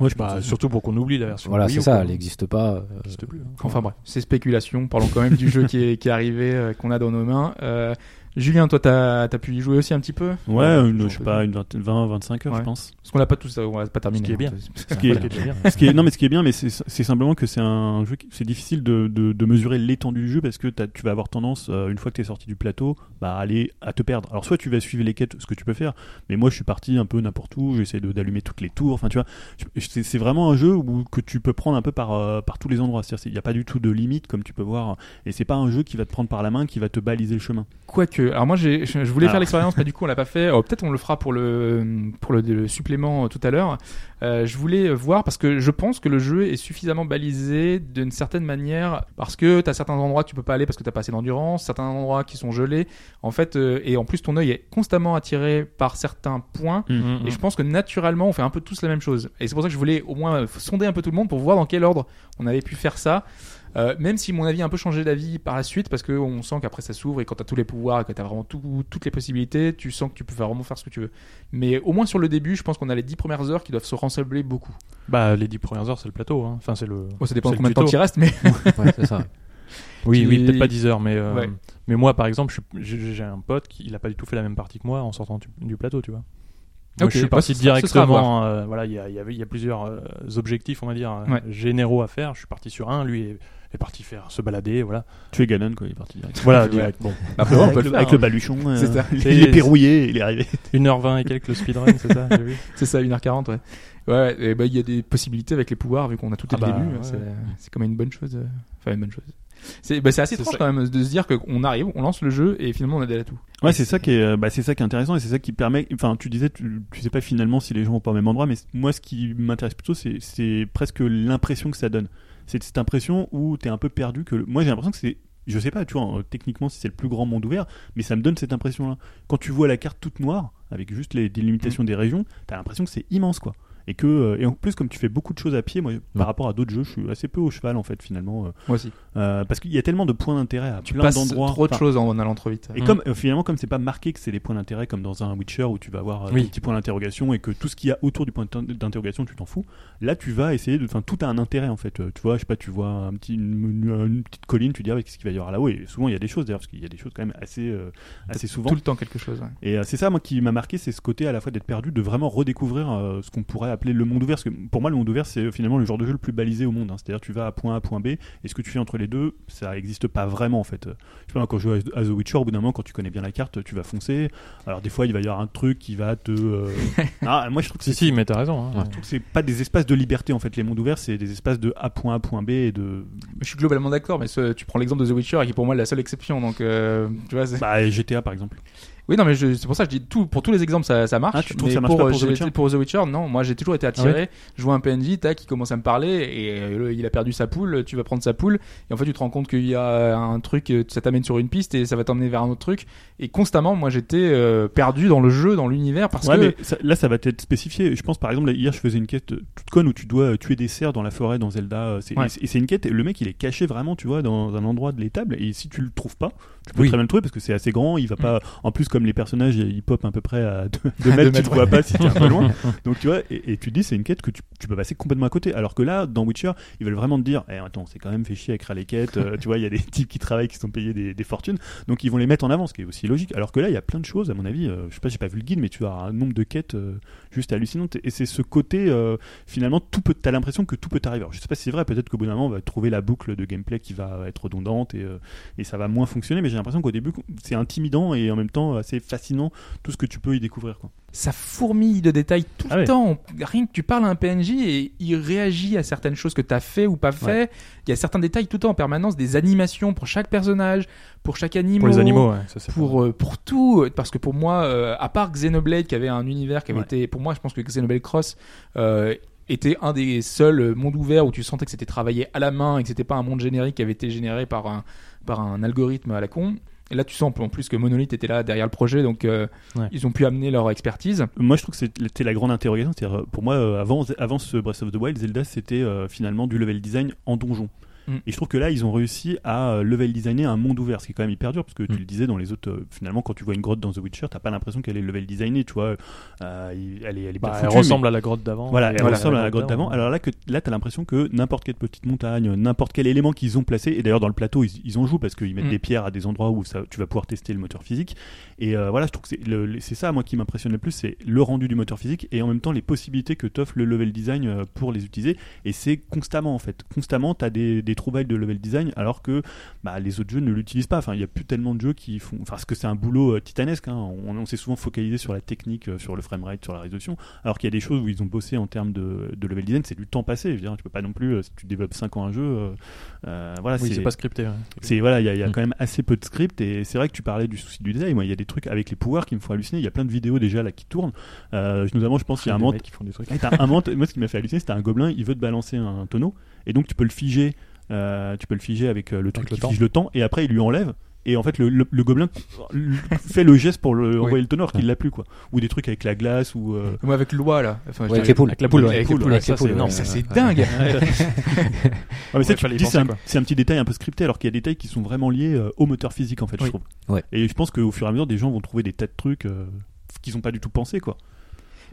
Speaker 6: Ouais, je
Speaker 4: Bah,
Speaker 6: pense-
Speaker 4: surtout pour qu'on oublie la version.
Speaker 5: Voilà,
Speaker 4: Wii
Speaker 5: c'est
Speaker 4: U,
Speaker 5: ça.
Speaker 4: quoi.
Speaker 5: Elle n'existe pas. euh,
Speaker 4: Elle existe plus, hein.
Speaker 3: Enfin bref, c'est spéculation. Parlons quand même du jeu qui est, qui est arrivé, euh, qu'on a dans nos mains. Euh, Julien, toi, t'as as pu y jouer aussi un petit peu
Speaker 6: Ouais, une-
Speaker 3: toujours
Speaker 6: je sais
Speaker 3: peu.
Speaker 6: pas, une 20-25 heures,
Speaker 3: Ouais.
Speaker 6: je pense.
Speaker 3: Parce qu'on l'a pas tous, on l'a pas terminé. hein.
Speaker 4: Ce qui est bien.
Speaker 6: Ce qui est-
Speaker 4: Voilà.
Speaker 6: ce qui est, non, mais ce qui est bien, mais c'est c'est simplement que c'est un jeu, qui- c'est difficile de, de, de mesurer l'étendue du jeu parce que t'as- tu vas avoir tendance, euh, une fois que tu es sorti du plateau, bah, à aller à te perdre. Alors, soit tu vas suivre les quêtes, ce que tu peux faire, mais moi je suis parti un peu n'importe où, j'essaie de- d'allumer toutes les tours, enfin tu vois, je- c'est c'est vraiment un jeu où, que tu peux prendre un peu par, euh, par tous les endroits. C'est-à-dire, il n'y a pas du tout de limite comme tu peux voir, et c'est pas un jeu qui va te prendre par la main, qui va te baliser le chemin.
Speaker 3: Quoique, que. Alors moi, j'ai, je je voulais
Speaker 6: Alors.
Speaker 3: faire l'expérience, mais du coup, on l'a pas fait. Oh, peut-être on le fera pour le pour le, le supplément euh, tout à l'heure. Euh, je voulais voir parce que je pense que le jeu est suffisamment balisé d'une certaine manière parce que t'as certains endroits que tu peux pas aller parce que t'as pas assez d'endurance, certains endroits qui sont gelés. En fait, euh, et en plus, ton œil est constamment attiré par certains points.
Speaker 6: Mm.
Speaker 3: Et je pense que naturellement, on fait un peu tous la même chose. Et c'est pour ça que je voulais au moins euh, sonder un peu tout le monde pour voir dans quel ordre on avait pu faire ça. Euh, même si mon avis a un peu changé d'avis par la suite, parce qu'on sent qu'après ça s'ouvre et quand t'as tous les pouvoirs et que t'as vraiment tout- toutes les possibilités, tu sens que tu peux vraiment faire ce que tu veux. Mais au moins sur le début, je pense qu'on a les 10 premières heures qui doivent se ressembler beaucoup.
Speaker 4: Bah, les 10 premières heures, c'est le plateau. hein. Enfin, c'est le.
Speaker 3: Bon, ça dépend
Speaker 4: c'est
Speaker 3: de
Speaker 4: le
Speaker 3: combien de temps
Speaker 4: tuto.
Speaker 3: t'y restes, mais
Speaker 5: Ouais, c'est ça.
Speaker 4: Oui,
Speaker 3: Qui-
Speaker 4: oui, peut-être pas 10 heures, mais, euh,
Speaker 3: Ouais.
Speaker 4: mais moi, par exemple, je suis- j'ai j'ai un pote qui il a pas du tout fait la même partie que moi en sortant du, du plateau, tu vois. Moi,
Speaker 3: Ok,
Speaker 4: je suis
Speaker 3: bah,
Speaker 4: parti
Speaker 3: ce sera- ce sera à
Speaker 4: directement. euh, voilà, il y a, il y avait- il y a plusieurs euh, objectifs, on va dire, euh,
Speaker 3: Ouais.
Speaker 4: généraux à faire. Je suis parti sur un, lui est, est parti faire se balader, voilà.
Speaker 6: Tu es Ganon, quoi, il est parti direct.
Speaker 4: Voilà,
Speaker 3: Ouais.
Speaker 4: direct. Bon,
Speaker 3: après, on
Speaker 6: avec,
Speaker 3: peut le
Speaker 6: le,
Speaker 3: faire,
Speaker 6: avec
Speaker 3: hein.
Speaker 6: le baluchon, euh,
Speaker 3: C'est ça.
Speaker 6: il
Speaker 4: C'est-
Speaker 6: est pérouillé, il est arrivé.
Speaker 4: 1h20 et quelques le speedrun, c'est ça j'ai vu
Speaker 3: c'est ça, 1h40, ouais. Ouais, et bah, il y a des possibilités avec les pouvoirs, vu qu'on a tout dès
Speaker 4: Ah
Speaker 3: le
Speaker 4: bah,
Speaker 3: début.
Speaker 4: ouais.
Speaker 3: C'est, c'est quand même une bonne chose. euh, Enfin, une bonne chose. C'est, bah, c'est assez
Speaker 4: C'est
Speaker 3: étrange
Speaker 4: ça.
Speaker 3: quand même de se dire qu'on arrive, on lance le jeu et finalement on a des atouts.
Speaker 6: Ouais, c'est ça qui est, euh, bah, c'est ça qui est intéressant et c'est ça qui permet. Enfin, tu disais, tu, tu sais pas finalement si les gens vont pas au même endroit, mais c- moi, ce qui m'intéresse plutôt, c'est, c'est presque l'impression que ça donne. C'est cette impression où t'es un peu perdu. Que le- moi, j'ai l'impression que c'est, je sais pas, tu vois, euh, techniquement, si c'est le plus grand monde ouvert, mais ça me donne cette impression-là. Quand tu vois la carte toute noire avec juste les
Speaker 3: Mmh.
Speaker 6: délimitations des régions, t'as l'impression que c'est immense, quoi. Et que, euh, et en plus, comme tu fais beaucoup de choses à pied, moi, par rapport à d'autres jeux, je suis assez peu au cheval, en fait, finalement, euh,
Speaker 3: Moi aussi.
Speaker 6: euh, parce qu'il y a tellement de points d'intérêt à
Speaker 3: Tu
Speaker 6: plein
Speaker 3: passes
Speaker 6: d'endroits.
Speaker 3: trop de
Speaker 6: Enfin,
Speaker 3: choses en, en allant trop vite.
Speaker 6: et
Speaker 4: Mm.
Speaker 6: comme euh, finalement, comme c'est pas marqué que c'est des points d'intérêt comme dans un Witcher où tu vas avoir euh, un
Speaker 4: Oui.
Speaker 6: petit point d'interrogation et que tout ce qu'il y a autour du point d'inter- d'interrogation, tu t'en fous. Là, tu vas essayer de. Enfin, tout a un intérêt en fait. Euh, Tu vois, je sais pas, tu vois un petit, une, une- une petite colline, tu dis ah, ouais, qu'est-ce qu'il va y avoir là-haut. Et souvent, il y a des choses d'ailleurs, parce qu'il y a des choses quand même assez, euh, assez souvent.
Speaker 3: Tout le temps quelque chose. ouais.
Speaker 6: Et euh, c'est ça, moi, qui m'a marqué, c'est ce côté à la fois d'être perdu, de vraiment redécouvrir euh, ce qu'on pourrait appeler le monde ouvert. Parce que pour moi, le monde ouvert, c'est euh, finalement le genre de jeu le plus balisé au monde. hein. C'est-à-dire, tu vas à point A, à point B, et ce que tu fais entre les deux, ça n'existe pas vraiment, en fait. Euh, Je sais pas, moi, quand je joue à à The Witcher, au bout d'un moment, quand tu connais bien la carte, tu vas foncer. Alors, des fois, il va y avoir un truc qui va te. euh, Ah, moi, je trouve que
Speaker 4: Si,
Speaker 6: c'est.
Speaker 4: si, mais t'as raison. hein.
Speaker 5: Ouais.
Speaker 6: je trouve que c'est pas des espaces de liberté en fait les mondes ouverts c'est des espaces de A point A point B et de
Speaker 3: Je suis globalement d'accord, mais ce- tu prends l'exemple de The Witcher, qui est pour moi la seule exception. Donc, euh, tu vois, c'est-
Speaker 6: bah, GTA par exemple
Speaker 3: oui, non, mais je- c'est pour ça que je dis tout. Pour tous les exemples, ça, ça marche.
Speaker 6: Ah, tu trouves que
Speaker 3: mais
Speaker 6: ça marche pas pour
Speaker 3: euh,
Speaker 6: The
Speaker 3: j'ai-
Speaker 6: Witcher Ah
Speaker 3: pour The Witcher, non. Moi, j'ai toujours été attiré. Je vois un PNJ, tac, qui commence à me parler, et euh, il a perdu sa poule. Tu vas prendre sa poule, et en fait, tu te rends compte qu'il y a un truc, euh, ça t'amène sur une piste, et ça va t'emmener vers un autre truc. Et constamment, moi, j'étais euh, perdu dans le jeu, dans l'univers, parce
Speaker 6: ouais,
Speaker 3: que
Speaker 6: mais ça- là, ça va être spécifié. Je pense, par exemple, là, hier, je faisais une quête toute conne où tu dois euh, tuer des cerfs dans la forêt, dans Zelda. euh, c'est-
Speaker 3: Ouais.
Speaker 6: Et c'est- et c'est une quête, et le mec, il est caché vraiment, tu vois, dans un endroit de l'étable. Et si tu le trouves pas, tu peux
Speaker 4: Oui.
Speaker 6: très bien le trouver parce que c'est assez grand. Il va
Speaker 3: Mm.
Speaker 6: pas. En plus, comme les personnages, ils popent à peu près à 2 mètres, tu
Speaker 3: mètres,
Speaker 6: le vois pas si t'es un peu loin. Donc, tu vois, et, et tu te dis, c'est une quête que tu, tu peux passer complètement à côté. Alors que là, dans Witcher, ils veulent vraiment te dire, eh, attends, c'est quand même fait chier à créer les quêtes. euh, tu vois, il y a des types qui travaillent, qui sont payés des, des fortunes. Donc ils vont les mettre en avant, ce qui est aussi logique. Alors que là, il y a plein de choses, à mon avis. euh, je sais pas, j'ai pas vu le guide, mais tu as un nombre de quêtes euh, juste hallucinantes. Et c'est ce côté, euh, finalement, tout peut. T'as l'impression que tout peut t'arriver. Alors, je sais pas si c'est vrai. Peut-être qu'au bout d'un moment, on va trouver la boucle de gameplay qui va être redondante et, euh, et ça va moins fonctionner. Mais j'ai l'impression qu'au début, c'est intimidant et en même temps assez fascinant tout ce que tu peux y découvrir. Quoi.
Speaker 3: ça fourmille de détails tout
Speaker 4: Ah
Speaker 3: le
Speaker 4: ouais.
Speaker 3: temps. Rien que tu parles à un PNJ et il réagit à certaines choses que tu as fait ou pas fait. Il y a certains détails tout le temps en permanence, des animations pour chaque personnage, pour chaque animal.
Speaker 4: Pour les animaux, ouais, ça, c'est
Speaker 3: Pour, euh, pour tout, euh, parce que pour moi, euh, à part Xenoblade qui avait un univers qui avait
Speaker 6: Ouais.
Speaker 3: été, pour moi, je pense que Xenoblade Cross euh, était un des seuls euh, mondes ouverts où tu sentais que c'était travaillé à la main et que c'était pas un monde générique qui avait été généré par un, par un algorithme à la con. Et là, tu sens en plus que Monolith était là derrière le projet, donc euh,
Speaker 4: Ouais.
Speaker 3: ils ont pu amener leur expertise.
Speaker 6: Moi, je trouve que c'était la grande interrogation. C'est-à-dire, euh, pour moi, euh, avant, avant ce Breath of the Wild, Zelda, c'était euh, finalement du level design en donjon.
Speaker 3: Mm.
Speaker 6: Et je trouve que là, ils ont réussi à euh, level designer un monde ouvert, ce qui est quand même hyper dur, parce que tu
Speaker 4: Mm.
Speaker 6: le disais dans les autres. euh, finalement, quand tu vois une grotte dans The Witcher, t'as pas l'impression qu'elle est level designée, tu vois. Euh, il- elle est, elle est
Speaker 4: Bah,
Speaker 6: bien
Speaker 4: elle
Speaker 6: foutue,
Speaker 4: ressemble à la grotte d'avant.
Speaker 6: mais- Voilà, elle
Speaker 3: Voilà,
Speaker 6: ressemble à la grotte d'avant.
Speaker 4: hein.
Speaker 6: Alors là, que là, t'as l'impression que n'importe quelle petite montagne, n'importe quel élément qu'ils ont placé, et d'ailleurs dans le plateau, ils, ils en jouent parce qu'ils mettent
Speaker 3: Mm.
Speaker 6: des pierres à des endroits où ça, tu vas pouvoir tester le moteur physique. Et euh, voilà, je trouve que c'est le- le- c'est ça, moi, qui m'impressionne le plus, c'est le rendu du moteur physique et en même temps les possibilités que t'offre le level design euh, pour les utiliser. Et c'est constamment, en fait. Constamment, t'as des, des des trouvailles de level design, alors que bah, les autres jeux ne l'utilisent pas. Enfin, il n'y a plus tellement de jeux qui font. Enfin, parce que c'est un boulot euh, titanesque. hein. On, on s'est souvent focalisé sur la technique, euh, sur le framerate, sur la résolution, alors qu'il y a des choses où ils ont bossé en termes de, de level design, c'est du temps passé. Je veux dire, tu peux pas non plus, euh, si tu développes 5 ans un jeu, euh, euh, voilà,
Speaker 4: Oui, c'est pas scripté. ouais.
Speaker 6: c'est voilà, il y a, il y a
Speaker 4: Mm.
Speaker 6: quand même assez peu de script et c'est vrai que tu parlais du souci du design. Moi, il y a des trucs avec les pouvoirs qui me font halluciner. Il y a plein de vidéos déjà là qui tournent. Euh, notamment, je pense qu'il y a un
Speaker 4: Des
Speaker 6: moment
Speaker 4: mecs qui font des trucs.
Speaker 6: et t'as un mante- moi, ce qui m'a fait halluciner, c'était un gobelin, il veut te balancer un tonneau, et donc tu peux le figer, euh, tu peux le figer avec euh, le truc
Speaker 4: le
Speaker 6: qui
Speaker 4: temps.
Speaker 6: fige le temps, et après il lui enlève. Et en fait, le, le- le gobelin le- fait le geste pour le, envoyer le tonneau, alors qu'il l'a plus quoi. Ou des trucs avec la glace, ou euh,
Speaker 3: Moi, avec l'oie, là. Enfin, je
Speaker 5: Ouais, avec
Speaker 3: dirais-
Speaker 5: les poules.
Speaker 4: Avec la poule,
Speaker 3: Avec
Speaker 4: ouais.
Speaker 3: les poules,
Speaker 5: avec
Speaker 4: ça,
Speaker 5: les poules,
Speaker 4: c'est énorme.
Speaker 3: Mais ça, c'est
Speaker 5: Ouais.
Speaker 3: dingue.
Speaker 6: Ah, mais ça,
Speaker 4: Ouais,
Speaker 6: tu
Speaker 4: fallait
Speaker 6: te
Speaker 4: y
Speaker 6: dis,
Speaker 4: penser,
Speaker 6: c'est un,
Speaker 4: quoi.
Speaker 6: c'est un petit détail un peu scripté, alors qu'il y a des détails qui sont vraiment liés euh, au moteur physique, en fait,
Speaker 3: Oui.
Speaker 6: je trouve.
Speaker 5: Ouais.
Speaker 6: Et je pense qu'au fur et à mesure, des gens vont trouver des tas de trucs euh, qu'ils n'ont pas du tout pensé, quoi.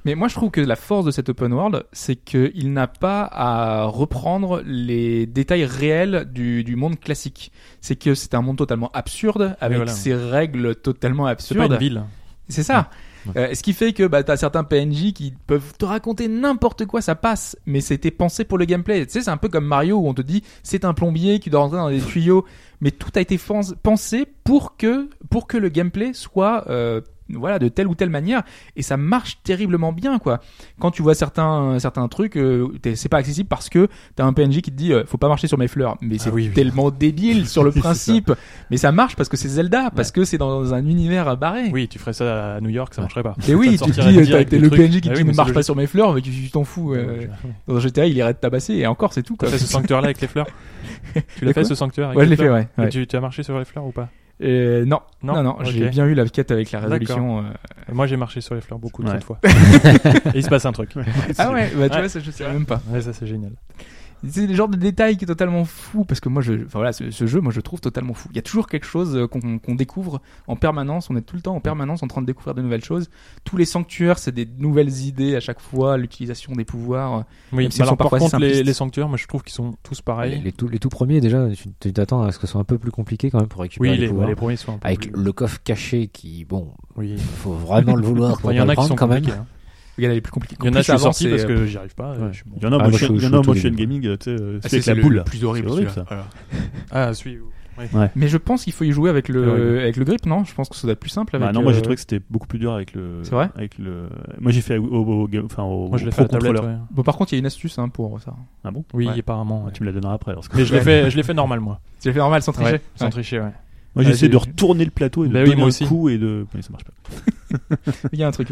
Speaker 3: Mais moi, je trouve que la force de cet open world, c'est qu'il n'a pas à reprendre les détails réels du, du monde classique. C'est que c'est un monde totalement absurde, avec
Speaker 4: voilà.
Speaker 3: ses règles totalement
Speaker 4: C'est pas
Speaker 3: absurdes.
Speaker 4: une ville.
Speaker 3: C'est ça.
Speaker 5: Ouais.
Speaker 3: Euh, ce qui fait que bah, t'as certains PNJ qui peuvent te raconter n'importe quoi, ça passe, mais c'était pensé pour le gameplay. Tu sais, c'est un peu comme Mario où on te dit c'est un plombier qui doit rentrer dans des tuyaux, mais tout a été fence- pensé pour que pour que le gameplay soit euh, voilà de telle ou telle manière et ça marche terriblement bien quoi. Quand tu vois certains certains trucs, euh, t'es- c'est pas accessible parce que t'as un PNJ qui te dit euh, faut pas marcher sur mes fleurs, mais c'est
Speaker 4: Ah oui, oui.
Speaker 3: tellement débile sur le
Speaker 4: C'est ça.
Speaker 3: principe, mais ça marche parce que c'est Zelda, parce que c'est dans un univers barré.
Speaker 4: Oui, tu ferais ça à New York, ça
Speaker 5: Ouais.
Speaker 4: marcherait pas.
Speaker 3: Et oui,
Speaker 4: Ça
Speaker 3: tu
Speaker 4: te
Speaker 3: te
Speaker 4: sortirait
Speaker 3: dis, t'as-
Speaker 4: direct
Speaker 3: t'as
Speaker 4: des
Speaker 3: le
Speaker 4: trucs.
Speaker 3: PNJ qui
Speaker 4: Ah
Speaker 3: te
Speaker 4: oui,
Speaker 3: dit
Speaker 4: mais
Speaker 3: ne
Speaker 4: c'est Ah
Speaker 3: marche pas
Speaker 4: logique.
Speaker 3: sur mes fleurs, mais tu tu t'en fous.
Speaker 4: Ouais,
Speaker 3: euh,
Speaker 4: ouais.
Speaker 3: Dans GTA, il irait de tabasser, et encore, c'est tout.
Speaker 4: T'as
Speaker 3: Quoi.
Speaker 4: fait ce sanctuaire-là avec les fleurs Tu
Speaker 3: De
Speaker 4: l'as fait
Speaker 3: quoi
Speaker 4: ce sanctuaire avec
Speaker 3: Ouais, je
Speaker 4: les
Speaker 3: l'ai fait,
Speaker 4: fleurs
Speaker 3: ouais. ouais.
Speaker 4: Et Tu, tu as marché sur les fleurs ou pas
Speaker 3: Euh, non, non,
Speaker 4: Non
Speaker 3: non,
Speaker 4: Ok.
Speaker 3: j'ai bien eu la quête avec la résolution. euh.
Speaker 4: Moi j'ai marché sur les fleurs beaucoup trop
Speaker 6: Ouais.
Speaker 4: de fois. Et il se passe un truc.
Speaker 3: Ah ouais, bah tu
Speaker 4: Ouais.
Speaker 3: vois, ça, je sais même pas.
Speaker 4: Ouais, ça c'est génial.
Speaker 3: C'est le genre de détail qui est totalement fou, parce que moi, je, enfin voilà, ce, ce jeu, moi, je le trouve totalement fou. Il y a toujours quelque chose euh, qu'on qu'on découvre en permanence, on est tout le temps en permanence en train de découvrir de nouvelles choses. Tous les sanctuaires, c'est des nouvelles idées à chaque fois, l'utilisation des pouvoirs.
Speaker 4: Oui,
Speaker 3: Même s'ils sont
Speaker 4: alors par
Speaker 3: parfois
Speaker 4: contre, les,
Speaker 3: simplistes.
Speaker 4: les sanctuaires, moi je trouve qu'ils sont tous
Speaker 5: Les,
Speaker 4: pareils.
Speaker 5: les tout, les tout premiers, déjà, tu- tu t'attends à ce que ce soit un peu plus compliqué quand même pour récupérer
Speaker 4: oui,
Speaker 5: les
Speaker 4: les,
Speaker 5: pouvoirs.
Speaker 4: les premiers sont un peu
Speaker 5: Avec
Speaker 4: plus-
Speaker 5: le coffre caché qui, bon,
Speaker 4: Oui.
Speaker 5: faut vraiment le vouloir pour
Speaker 4: Enfin, il y en
Speaker 5: pas
Speaker 4: a
Speaker 5: le
Speaker 4: qui sont
Speaker 5: prendre quand même.
Speaker 4: compliqués. hein.
Speaker 3: Regarde, elle est plus compliquée.
Speaker 4: Il y en a
Speaker 3: Plus euh,
Speaker 4: qui
Speaker 3: ça
Speaker 4: sont sortis
Speaker 3: avance,
Speaker 4: parce
Speaker 3: et-
Speaker 4: que j'y arrive pas.
Speaker 5: Ouais.
Speaker 4: je suis bon.
Speaker 6: Il y en a,
Speaker 5: Ah,
Speaker 6: moi,
Speaker 5: moi,
Speaker 6: chez-
Speaker 5: je-
Speaker 6: il y
Speaker 5: je
Speaker 6: en a,
Speaker 5: suis
Speaker 6: moi,
Speaker 5: tous
Speaker 6: chez
Speaker 5: les-
Speaker 6: Gaming, euh, tu sais, euh,
Speaker 3: Ah,
Speaker 6: c'est avec
Speaker 3: c'est
Speaker 6: la
Speaker 3: le-
Speaker 6: boule.
Speaker 3: le plus horrible
Speaker 6: C'est horrible,
Speaker 3: celui-là.
Speaker 6: ça.
Speaker 3: Voilà.
Speaker 4: Ah, celui. oui.
Speaker 3: Mais je pense qu'il faut y jouer avec
Speaker 4: Ah
Speaker 3: le,
Speaker 4: ouais.
Speaker 3: avec le grip, non Je pense que ça doit être plus simple. Avec,
Speaker 6: Bah non, moi j'ai
Speaker 3: euh,
Speaker 6: trouvé que c'était beaucoup plus dur avec le.
Speaker 3: C'est vrai
Speaker 6: avec le... Moi j'ai fait au, au, au- enfin, au-
Speaker 4: Moi je l'ai
Speaker 6: au
Speaker 4: fait à
Speaker 6: Pro
Speaker 4: tablette.
Speaker 6: Controller.
Speaker 4: ouais.
Speaker 3: Bon, par contre, il y a une astuce hein, pour ça.
Speaker 6: Ah bon
Speaker 4: Oui,
Speaker 3: Ouais.
Speaker 4: apparemment. ouais.
Speaker 6: Tu me la donneras après. alors, parce que-
Speaker 4: Mais je l'ai fait, je l'ai fait normal moi.
Speaker 3: Tu l'as fait normal sans tricher.
Speaker 4: Ouais, Sans
Speaker 3: Ouais.
Speaker 4: tricher, ouais.
Speaker 6: Moi j'ai
Speaker 3: Ah,
Speaker 6: essayé
Speaker 3: j'ai-
Speaker 6: de retourner le plateau et de
Speaker 4: Bah oui,
Speaker 6: donner
Speaker 4: moi
Speaker 6: un
Speaker 4: aussi.
Speaker 6: coup et de. Mais ça marche pas.
Speaker 3: Il y a un truc.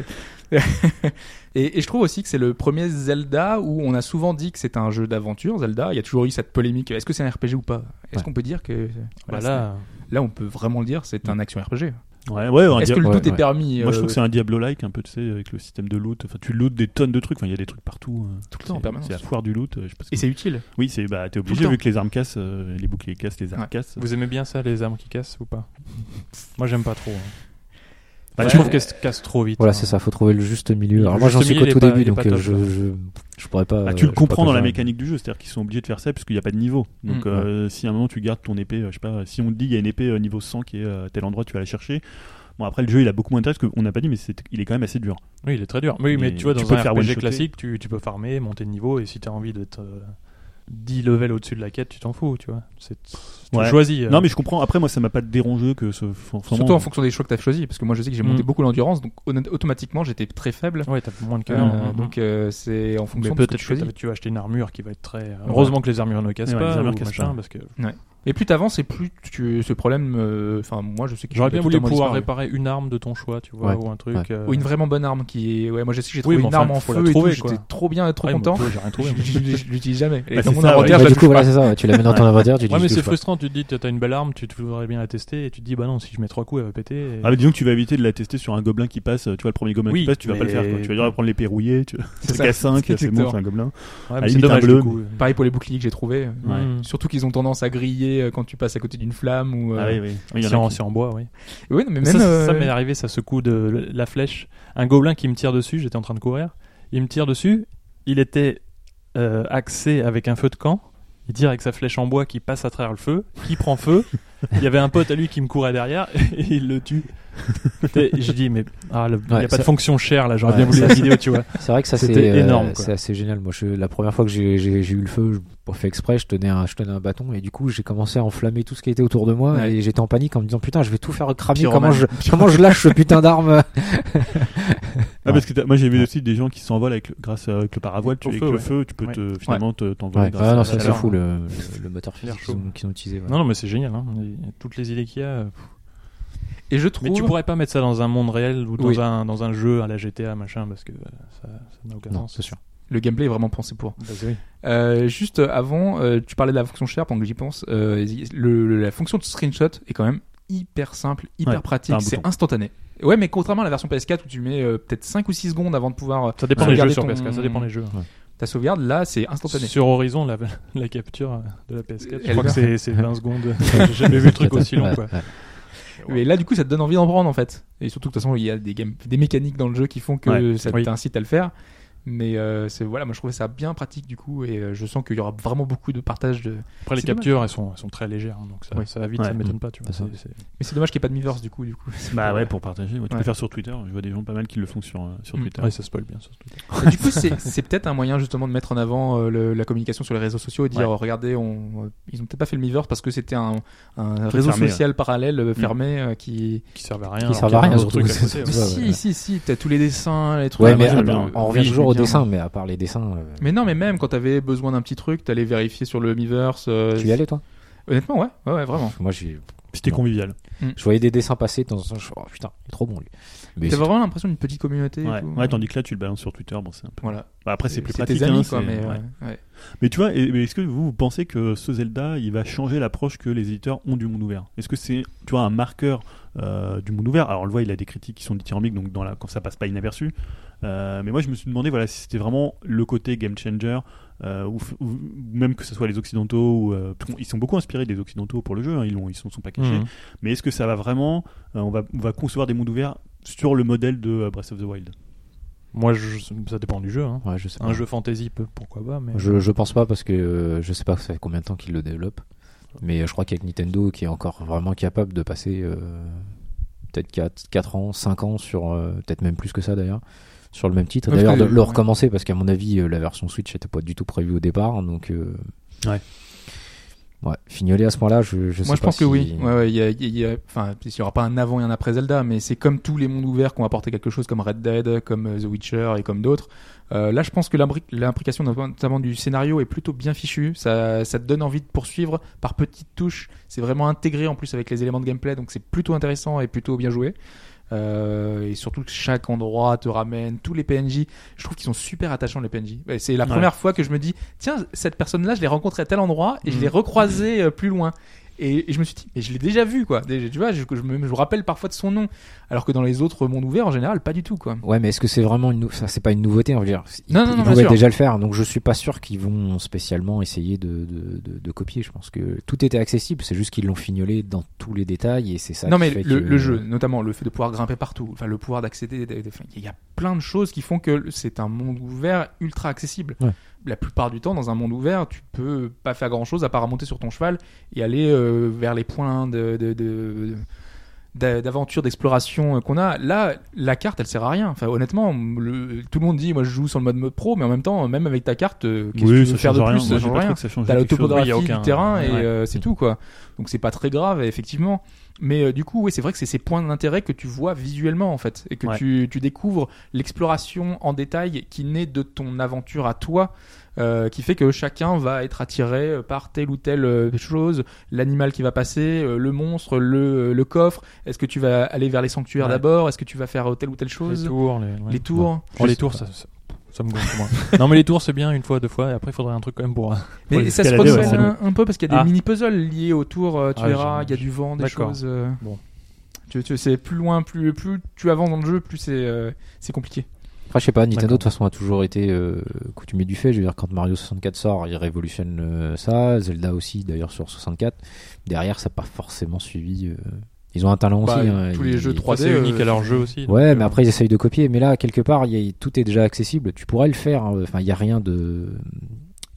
Speaker 3: et, et je trouve aussi que c'est le premier Zelda où on a souvent dit que c'était un jeu d'aventure, Zelda. Il y a toujours eu cette polémique. Est-ce que c'est un RPG ou pas Est-ce
Speaker 5: Ouais.
Speaker 3: qu'on peut dire que.
Speaker 4: Bah
Speaker 3: voilà,
Speaker 4: là,
Speaker 3: c'est- là, on peut vraiment le dire, c'est un action RPG.
Speaker 6: Ouais, ouais, on
Speaker 3: Est-ce
Speaker 6: dirait-
Speaker 3: que le
Speaker 5: ouais,
Speaker 3: doute est
Speaker 5: ouais.
Speaker 3: permis
Speaker 6: Moi, je
Speaker 3: euh,
Speaker 6: trouve que c'est un Diablo-like, un peu, tu sais, avec le système de loot. Enfin, tu lootes des tonnes de trucs. Enfin, il y a des trucs partout. euh.
Speaker 3: Tout le temps, en
Speaker 6: C'est-
Speaker 3: permanence.
Speaker 6: C'est la foire du loot. euh, Je sais pas ce
Speaker 3: Et
Speaker 6: que-
Speaker 3: c'est utile.
Speaker 6: Oui, c'est bah t'es
Speaker 3: Tout
Speaker 6: obligé
Speaker 3: le
Speaker 6: vu que les armes cassent, euh, les boucliers cassent, les armes
Speaker 3: Ouais.
Speaker 6: cassent.
Speaker 4: vous aimez bien ça, les armes qui cassent ou pas Moi j'aime pas trop. hein.
Speaker 6: Bah,
Speaker 4: je
Speaker 6: tu-
Speaker 4: trouve qu'elles se cassent trop vite.
Speaker 5: Voilà,
Speaker 4: hein.
Speaker 5: c'est ça, faut trouver le juste milieu. Alors
Speaker 4: Le
Speaker 5: moi, j'en
Speaker 4: juste
Speaker 5: suis qu'au
Speaker 4: milieu,
Speaker 5: tout
Speaker 4: il est pas- il
Speaker 5: début,
Speaker 4: est
Speaker 5: donc
Speaker 4: pas
Speaker 5: euh,
Speaker 4: top, Ah,
Speaker 5: je, je, je pourrais pas.
Speaker 6: Bah,
Speaker 5: euh,
Speaker 6: tu
Speaker 5: je
Speaker 6: le
Speaker 5: pourrais
Speaker 6: comprends
Speaker 5: pas
Speaker 6: dans la
Speaker 5: faire-
Speaker 6: mécanique du jeu, c'est-à-dire qu'ils sont obligés de faire ça parce qu'il n'y a pas de niveau. Donc
Speaker 3: Mm.
Speaker 6: euh, si à un moment tu gardes ton épée, euh, je sais pas, si on te dit il y a une épée euh, niveau 100 qui est euh, à tel endroit, tu vas la chercher. Bon après le jeu il a beaucoup moins d'intérêt parce qu'on n'a pas dit mais c'est, il est quand même assez dur.
Speaker 4: Oui, il est très dur. Oui, mais,
Speaker 6: Mais
Speaker 4: tu vois,
Speaker 6: tu
Speaker 4: dans
Speaker 6: peux
Speaker 4: un
Speaker 6: te faire
Speaker 4: RPG
Speaker 6: one-shotter.
Speaker 4: classique, tu, tu peux farmer, monter de niveau, et si t'as envie d'être euh, 10 levels au-dessus de la quête, tu t'en fous, tu vois. C'est, tu
Speaker 6: Ouais.
Speaker 4: choisis. euh.
Speaker 6: Non mais je comprends. Après moi ça m'a pas dérangé que ce. forcément-
Speaker 3: Surtout en fonction des choix que tu as choisi, parce que moi je sais que j'ai monté
Speaker 4: Mm.
Speaker 3: beaucoup l'endurance, donc honnête- automatiquement j'étais très faible.
Speaker 4: Ouais, t'as moins de
Speaker 3: Euh,
Speaker 6: Ah
Speaker 4: cœur. hein.
Speaker 3: Donc euh, c'est en
Speaker 4: mais
Speaker 3: fonction de ce que
Speaker 4: peut-être
Speaker 3: tu
Speaker 4: que,
Speaker 3: choisis.
Speaker 4: t'as- tu vas acheter une armure qui va être très. Heureusement que les armures ne cassent
Speaker 6: Ouais,
Speaker 4: pas,
Speaker 6: les armures
Speaker 4: ou
Speaker 6: cassent
Speaker 4: machin,
Speaker 6: pas.
Speaker 4: parce que
Speaker 3: Et plus t'avances et plus tu, ce problème, euh, enfin moi je sais que
Speaker 4: j'aurais bien voulu
Speaker 3: totalement
Speaker 4: pouvoir
Speaker 3: disparu.
Speaker 4: réparer une arme de ton choix, tu vois,
Speaker 5: Ouais.
Speaker 4: ou un truc.
Speaker 5: Ouais.
Speaker 4: euh,
Speaker 3: ou une vraiment bonne arme qui est, ouais moi je sais que j'ai
Speaker 4: Oui,
Speaker 3: trouvé
Speaker 4: mais
Speaker 3: une
Speaker 4: enfin,
Speaker 3: arme en
Speaker 4: faut
Speaker 3: feu
Speaker 4: la
Speaker 3: et
Speaker 4: trouver,
Speaker 3: tout,
Speaker 4: quoi.
Speaker 3: j'étais trop bien, trop
Speaker 4: ouais, mais
Speaker 3: content.
Speaker 4: moi, j'ai rien trouvé. moi.
Speaker 3: Je- je- je l'utilise jamais. Elle est
Speaker 6: Bah,
Speaker 3: dans
Speaker 6: c'est
Speaker 3: mon
Speaker 6: ça,
Speaker 3: inventaire,
Speaker 5: Bah,
Speaker 3: je la
Speaker 5: du
Speaker 3: touche
Speaker 5: coup, voilà,
Speaker 3: pas.
Speaker 5: c'est ça. ouais, Tu l'amènes dans ton inventaire, tu dis.
Speaker 4: Ouais, mais
Speaker 5: je
Speaker 4: c'est
Speaker 5: touche pas.
Speaker 4: frustrant. Tu te dis, t'as t'as une belle arme, tu te voudrais bien la tester, et tu te dis, bah non, si je mets trois coups, elle va péter. et-
Speaker 6: Ah mais disons que tu vas éviter de la tester sur un gobelin qui passe. euh, Tu vois le premier gobelin
Speaker 4: Oui,
Speaker 6: qui passe, tu vas
Speaker 4: mais-
Speaker 6: pas le faire. Quoi. Tu vas dire on va prendre l'épée rouillée, tu
Speaker 3: C'est
Speaker 6: truc à
Speaker 3: ça.
Speaker 6: 5, c'est bon,
Speaker 3: Exactement.
Speaker 6: c'est un gobelin.
Speaker 4: Ouais,
Speaker 6: à
Speaker 4: mais c'est
Speaker 6: limite, un
Speaker 4: dommage, du
Speaker 6: bleu,
Speaker 4: coup. euh.
Speaker 3: Pareil pour les boucliers que j'ai trouvé.
Speaker 6: Ouais.
Speaker 4: Mm.
Speaker 3: Surtout qu'ils ont tendance à griller euh, quand tu passes à côté d'une flamme ou. euh,
Speaker 6: Ah oui, oui. Il y en
Speaker 4: C'est
Speaker 6: a
Speaker 4: en,
Speaker 6: qui-
Speaker 4: c'est en bois, oui.
Speaker 3: Oui, non, mais même.
Speaker 4: ça, ça-
Speaker 3: euh,
Speaker 4: ça m'est arrivé, ça, ce coup de la flèche. Un gobelin qui me tire dessus, j'étais en train de courir. Il me tire dessus, il était euh, axé avec un feu de camp. Il tire avec sa flèche en bois qui passe à travers le feu, qui prend feu, Il y avait un pote à lui qui me courait derrière et il le tue. Et J'ai dit, mais ah, le- il n'y
Speaker 5: Ouais,
Speaker 4: a pas
Speaker 5: ça-
Speaker 4: de fonction chère là, j'aurais
Speaker 5: Ouais,
Speaker 4: bien voulu
Speaker 5: ça,
Speaker 4: la vidéo, tu vois.
Speaker 5: C'est vrai que ça c'est
Speaker 4: C'était
Speaker 5: euh,
Speaker 4: énorme, quoi.
Speaker 5: c'est assez génial. Moi, je, la première fois que j'ai j'ai- j'ai eu le feu, je pas fait exprès, je tenais un, je tenais un bâton et du coup j'ai commencé à enflammer tout ce qui était autour de moi
Speaker 4: Ouais.
Speaker 5: et j'étais en panique en me disant putain, je vais tout faire cramer. Comment
Speaker 6: Pyromane.
Speaker 5: je, comment je lâche ce putain d'arme
Speaker 6: Ah, parce que t'as- moi j'ai vu aussi des gens qui s'envolent avec, le- grâce à, avec le paravoile, tu,
Speaker 4: Au
Speaker 6: avec
Speaker 4: feu,
Speaker 6: le
Speaker 4: ouais.
Speaker 6: feu, tu peux te, finalement te- t'envoler
Speaker 5: Ouais,
Speaker 6: grâce
Speaker 5: ah
Speaker 6: à
Speaker 5: non,
Speaker 6: la
Speaker 5: ça c'est
Speaker 6: chaleur.
Speaker 5: fou le, le- le moteur physique
Speaker 4: chaud.
Speaker 5: qu'ils ont- qu'ils ont utilisé. ouais.
Speaker 4: Non, non, mais c'est génial. Hein. Et Toutes les idées qu'il y a. euh, pff.
Speaker 3: Et je trouve.
Speaker 4: Mais tu pourrais pas mettre ça dans un monde réel ou dans,
Speaker 3: Oui.
Speaker 4: un, dans un jeu à la GTA, machin, parce que euh, ça ça n'a aucun
Speaker 5: Non,
Speaker 4: sens.
Speaker 5: c'est sûr.
Speaker 3: Le gameplay est vraiment pensé pour.
Speaker 4: Bah, oui.
Speaker 3: Euh, juste avant, euh, tu parlais de la fonction chère, pendant que j'y pense. euh, y- le- le- la fonction de screenshot est quand même hyper simple, hyper
Speaker 6: Ouais,
Speaker 3: pratique,
Speaker 6: t'as un
Speaker 3: c'est
Speaker 6: bouton.
Speaker 3: instantané. Ouais, mais contrairement à la version PS4 où tu mets euh, peut-être 5 ou 6 secondes avant de pouvoir euh,
Speaker 4: Ça dépend
Speaker 3: Ouais.
Speaker 4: des jeux
Speaker 3: Regarder
Speaker 4: sur
Speaker 3: ton-
Speaker 4: PS4, ça dépend des jeux. hein.
Speaker 3: ta sauvegarde, là c'est instantané.
Speaker 4: Sur Horizon, la, la capture euh, de la PS4, je
Speaker 3: Elle
Speaker 4: crois que
Speaker 3: est
Speaker 4: c'est c'est 20 secondes. J'ai jamais vu le truc aussi long,
Speaker 5: Ouais,
Speaker 4: quoi.
Speaker 5: ouais.
Speaker 3: Et là, du coup, ça te donne envie d'en prendre en fait. Et surtout que de toute façon, il y a des, game- des mécaniques dans le jeu qui font que
Speaker 4: Ouais,
Speaker 3: ça
Speaker 4: oui.
Speaker 3: t'incite à le faire. Mais euh, c'est voilà, moi je trouvais ça bien pratique du coup, et euh, je sens qu'il y aura vraiment beaucoup de partage de.
Speaker 4: Après, les
Speaker 3: C'est dommage.
Speaker 4: captures, elles sont, elles sont très légères, hein, donc ça,
Speaker 3: Oui.
Speaker 4: ça va vite,
Speaker 6: Ouais.
Speaker 4: ça m'étonne pas, tu vois.
Speaker 5: C'est ça.
Speaker 4: c'est- c'est-
Speaker 3: Mais c'est dommage qu'il n'y ait pas de Miiverse du coup, du coup.
Speaker 6: Bah ouais, pour partager. ouais, Tu
Speaker 3: euh, Ouais.
Speaker 6: peux faire sur Twitter. hein. Je vois des gens pas mal qui le font sur, euh, sur
Speaker 3: Mm.
Speaker 6: Twitter.
Speaker 4: Ouais, ça spoil bien, surtout.
Speaker 3: Et du coup, c'est c'est peut-être un moyen justement de mettre en avant euh, le- la communication sur les réseaux sociaux et dire
Speaker 6: Ouais.
Speaker 3: oh, regardez, on, euh, ils ont peut-être pas fait le Miiverse parce que c'était un, un réseau
Speaker 6: fermé,
Speaker 3: social parallèle euh, fermé euh, qui.
Speaker 4: Qui servent à rien. hein.
Speaker 5: Qui
Speaker 4: alors qu'il
Speaker 5: servent
Speaker 4: y
Speaker 5: à
Speaker 4: a
Speaker 5: rien
Speaker 4: un autre
Speaker 5: hein, surtout.
Speaker 4: truc à côté, ouais.
Speaker 5: Mm. Ouais,
Speaker 3: Mais si,
Speaker 5: ouais.
Speaker 3: si, si, t'as tous les dessins, les trucs.
Speaker 5: Ouais,
Speaker 6: Ah,
Speaker 5: mais
Speaker 6: moi, j'aime
Speaker 5: alors,
Speaker 6: bien.
Speaker 5: on revient
Speaker 3: Oui,
Speaker 5: toujours
Speaker 3: je
Speaker 5: au
Speaker 3: veux bien.
Speaker 5: dessin, mais à part les dessins, euh,
Speaker 3: Mais non, mais même quand t'avais besoin d'un petit truc, t'allais vérifier sur le Miiverse. euh,
Speaker 5: tu y allais toi
Speaker 3: Honnêtement, ouais, ouais, ouais, vraiment.
Speaker 5: Moi, j'ai-
Speaker 6: C'était
Speaker 5: Non.
Speaker 6: convivial.
Speaker 5: je voyais des dessins passer de temps en temps, je suis oh putain, il est trop bon lui. Mais
Speaker 3: T'as
Speaker 5: c'est-
Speaker 3: vraiment l'impression d'une petite communauté. et
Speaker 6: Ouais.
Speaker 3: tout.
Speaker 6: Ouais, tandis que là, tu le balances sur Twitter. Bon, c'est un peu.
Speaker 3: Voilà.
Speaker 6: Bah, après, c'est plus
Speaker 3: tes
Speaker 6: pratique.
Speaker 3: amis,
Speaker 6: hein,
Speaker 3: quoi,
Speaker 6: c'est-
Speaker 3: mais, euh.
Speaker 6: ouais.
Speaker 3: ouais, ouais.
Speaker 6: Mais tu vois, et- mais est-ce que vous, vous pensez que ce Zelda, il va changer l'approche que les éditeurs ont du monde ouvert Est-ce que c'est, tu vois, un marqueur euh, du monde ouvert Alors, on le voit, il a des critiques qui sont dithyrambiques, donc dans la, quand ça passe pas inaperçu. Euh, mais moi, je me suis demandé, voilà, si c'était vraiment le côté game changer, euh, ou, f- ou même que ce soit les occidentaux, ou, euh, parce qu'on- ils sont beaucoup inspirés des occidentaux pour le jeu, hein, ils l'ont, ils s'en sont pas cachés.
Speaker 3: Mm.
Speaker 4: Mhm.
Speaker 6: Mais est-ce que ça va vraiment, euh, on, va, on va concevoir des mondes ouverts sur le modèle de euh, Breath of the Wild
Speaker 4: Moi, je- ça dépend du jeu. hein.
Speaker 5: Ouais, je sais
Speaker 4: Un
Speaker 5: pas.
Speaker 4: jeu fantasy peut, pourquoi pas, mais.
Speaker 5: Je, je pense pas parce que euh, je sais pas ça fait combien de temps qu'ils le développent. Mais euh, je crois qu'avec Nintendo qui est encore vraiment capable de passer euh, peut-être 4, ans, 5 ans sur euh, peut-être même plus que ça d'ailleurs sur le même titre. Et
Speaker 3: Ouais, parce
Speaker 5: D'ailleurs de
Speaker 3: que-
Speaker 5: le
Speaker 3: ouais.
Speaker 5: recommencer parce qu'à mon avis euh, la version Switch était pas du tout prévue au départ donc euh,
Speaker 6: Ouais.
Speaker 5: Ouais, fignoler à ce point-là, je, je sais
Speaker 3: Moi, je
Speaker 5: pas
Speaker 3: pense
Speaker 5: si-
Speaker 3: que oui. Ouais, ouais, il y a- il y a- enfin, il y aura pas un avant et un après Zelda, mais c'est comme tous les mondes ouverts qui ont apporté quelque chose, comme Red Dead, comme euh, The Witcher et comme d'autres. Euh, là, je pense que l'imbri- l'implication notamment- notamment du scénario est plutôt bien fichue. Ça, ça te donne envie de poursuivre par petites touches. C'est vraiment intégré en plus avec les éléments de gameplay, donc c'est plutôt intéressant et plutôt bien joué. Euh, et surtout que chaque endroit te ramène tous les PNJ. Je trouve qu'ils sont super attachants les PNJ. Ouais, C'est la
Speaker 6: Ouais.
Speaker 3: première fois que je me dis tiens cette personne-là je l'ai rencontrée à tel endroit et je
Speaker 4: Mhm.
Speaker 3: l'ai recroisée euh, plus loin. Et, et je me suis dit mais je l'ai déjà vu quoi. Déjà, tu vois je, je me, je me rappelle parfois de son nom alors que dans les autres mondes ouverts en général pas du tout quoi.
Speaker 5: Ouais, mais est-ce que c'est vraiment une nou- ça c'est pas une nouveauté on va dire Ils,
Speaker 3: Non, non, non,
Speaker 5: ils
Speaker 3: bien
Speaker 5: pouvaient
Speaker 3: sûr.
Speaker 5: déjà le faire, donc je suis pas sûr qu'ils vont spécialement essayer de, de, de- de copier. Je pense que tout était accessible, c'est juste qu'ils l'ont fignolé dans tous les détails et c'est ça.
Speaker 3: Non
Speaker 5: qui
Speaker 3: mais
Speaker 5: fait
Speaker 3: le,
Speaker 5: que-
Speaker 3: le jeu, notamment le fait de pouvoir grimper partout, enfin le pouvoir d'accéder, des- des- enfin, il y a plein de choses qui font que c'est un monde ouvert ultra accessible.
Speaker 5: Ouais.
Speaker 3: La plupart du temps, dans un monde ouvert, tu peux pas faire grand chose à part monter sur ton cheval et aller euh, vers les points de, de- de- d'a- d'aventure, d'exploration euh, qu'on a. Là, la carte, elle sert à rien. Enfin, honnêtement, le- tout le monde dit, moi, je joue sur le mode, mode pro, mais en même temps, même avec ta carte, euh, qu'est-ce que tu veux faire de plus
Speaker 6: Moi,
Speaker 3: Ça
Speaker 6: j'ai
Speaker 3: change
Speaker 6: pas
Speaker 3: rien.
Speaker 6: trouvé que ça changeait
Speaker 3: T'as la
Speaker 6: quelque chose.
Speaker 4: Oui,
Speaker 3: topographie
Speaker 4: y a aucun-
Speaker 3: du terrain et
Speaker 4: ouais.
Speaker 3: euh, c'est tout quoi. Donc c'est pas très grave effectivement. Mais euh, du coup, oui, c'est vrai que c'est ces points d'intérêt que tu vois visuellement en fait et que
Speaker 6: Ouais.
Speaker 3: tu, tu découvres l'exploration en détail qui naît de ton aventure à toi. euh, qui fait que chacun va être attiré par telle ou telle euh, chose, l'animal qui va passer, euh, le monstre, le, le coffre. Est-ce que tu vas aller vers les sanctuaires
Speaker 4: Ouais.
Speaker 3: d'abord Est-ce que tu vas faire euh, telle ou telle
Speaker 4: Les
Speaker 3: chose
Speaker 4: tours, les. ouais.
Speaker 3: Les tours.
Speaker 4: Oh,
Speaker 5: Je
Speaker 4: les
Speaker 5: sais
Speaker 4: tours,
Speaker 5: pas.
Speaker 4: ça, ça- ça me gonfle moi. non, mais les tours, c'est bien une fois, deux fois, et après, il faudrait un truc quand même pour.
Speaker 3: Mais
Speaker 6: les
Speaker 3: ça se
Speaker 6: escalader, ouais,
Speaker 3: renouvelle
Speaker 6: c'est
Speaker 3: un, un peu parce qu'il y a des
Speaker 4: Ah.
Speaker 3: mini puzzles liés autour. euh, Tu
Speaker 4: Ah,
Speaker 3: verras,
Speaker 4: j'ai-
Speaker 3: il y a du vent, des
Speaker 4: D'accord.
Speaker 3: choses. euh,
Speaker 4: Bon.
Speaker 3: Tu, tu c'est plus loin, plus plus tu avances dans le jeu, plus c'est euh, c'est compliqué.
Speaker 5: Après, je sais pas, Nintendo de
Speaker 4: D'accord.
Speaker 5: toute façon a toujours été euh, coutumier du fait. Je veux dire, quand Mario 64 sort, il révolutionne euh, ça. Zelda aussi, d'ailleurs, sur 64. Derrière, ça n'a pas forcément suivi. euh, Ils ont un talent
Speaker 3: Bah,
Speaker 5: aussi. hein,
Speaker 3: tous les
Speaker 5: ils-
Speaker 3: jeux 3D,
Speaker 4: C'est
Speaker 3: euh,
Speaker 4: unique à leur jeu aussi. donc,
Speaker 5: Ouais,
Speaker 4: euh,
Speaker 5: mais après ils essayent de copier. Mais là, quelque part, il y a- tout est déjà accessible. Tu pourrais le faire. hein. Enfin, il y a rien de.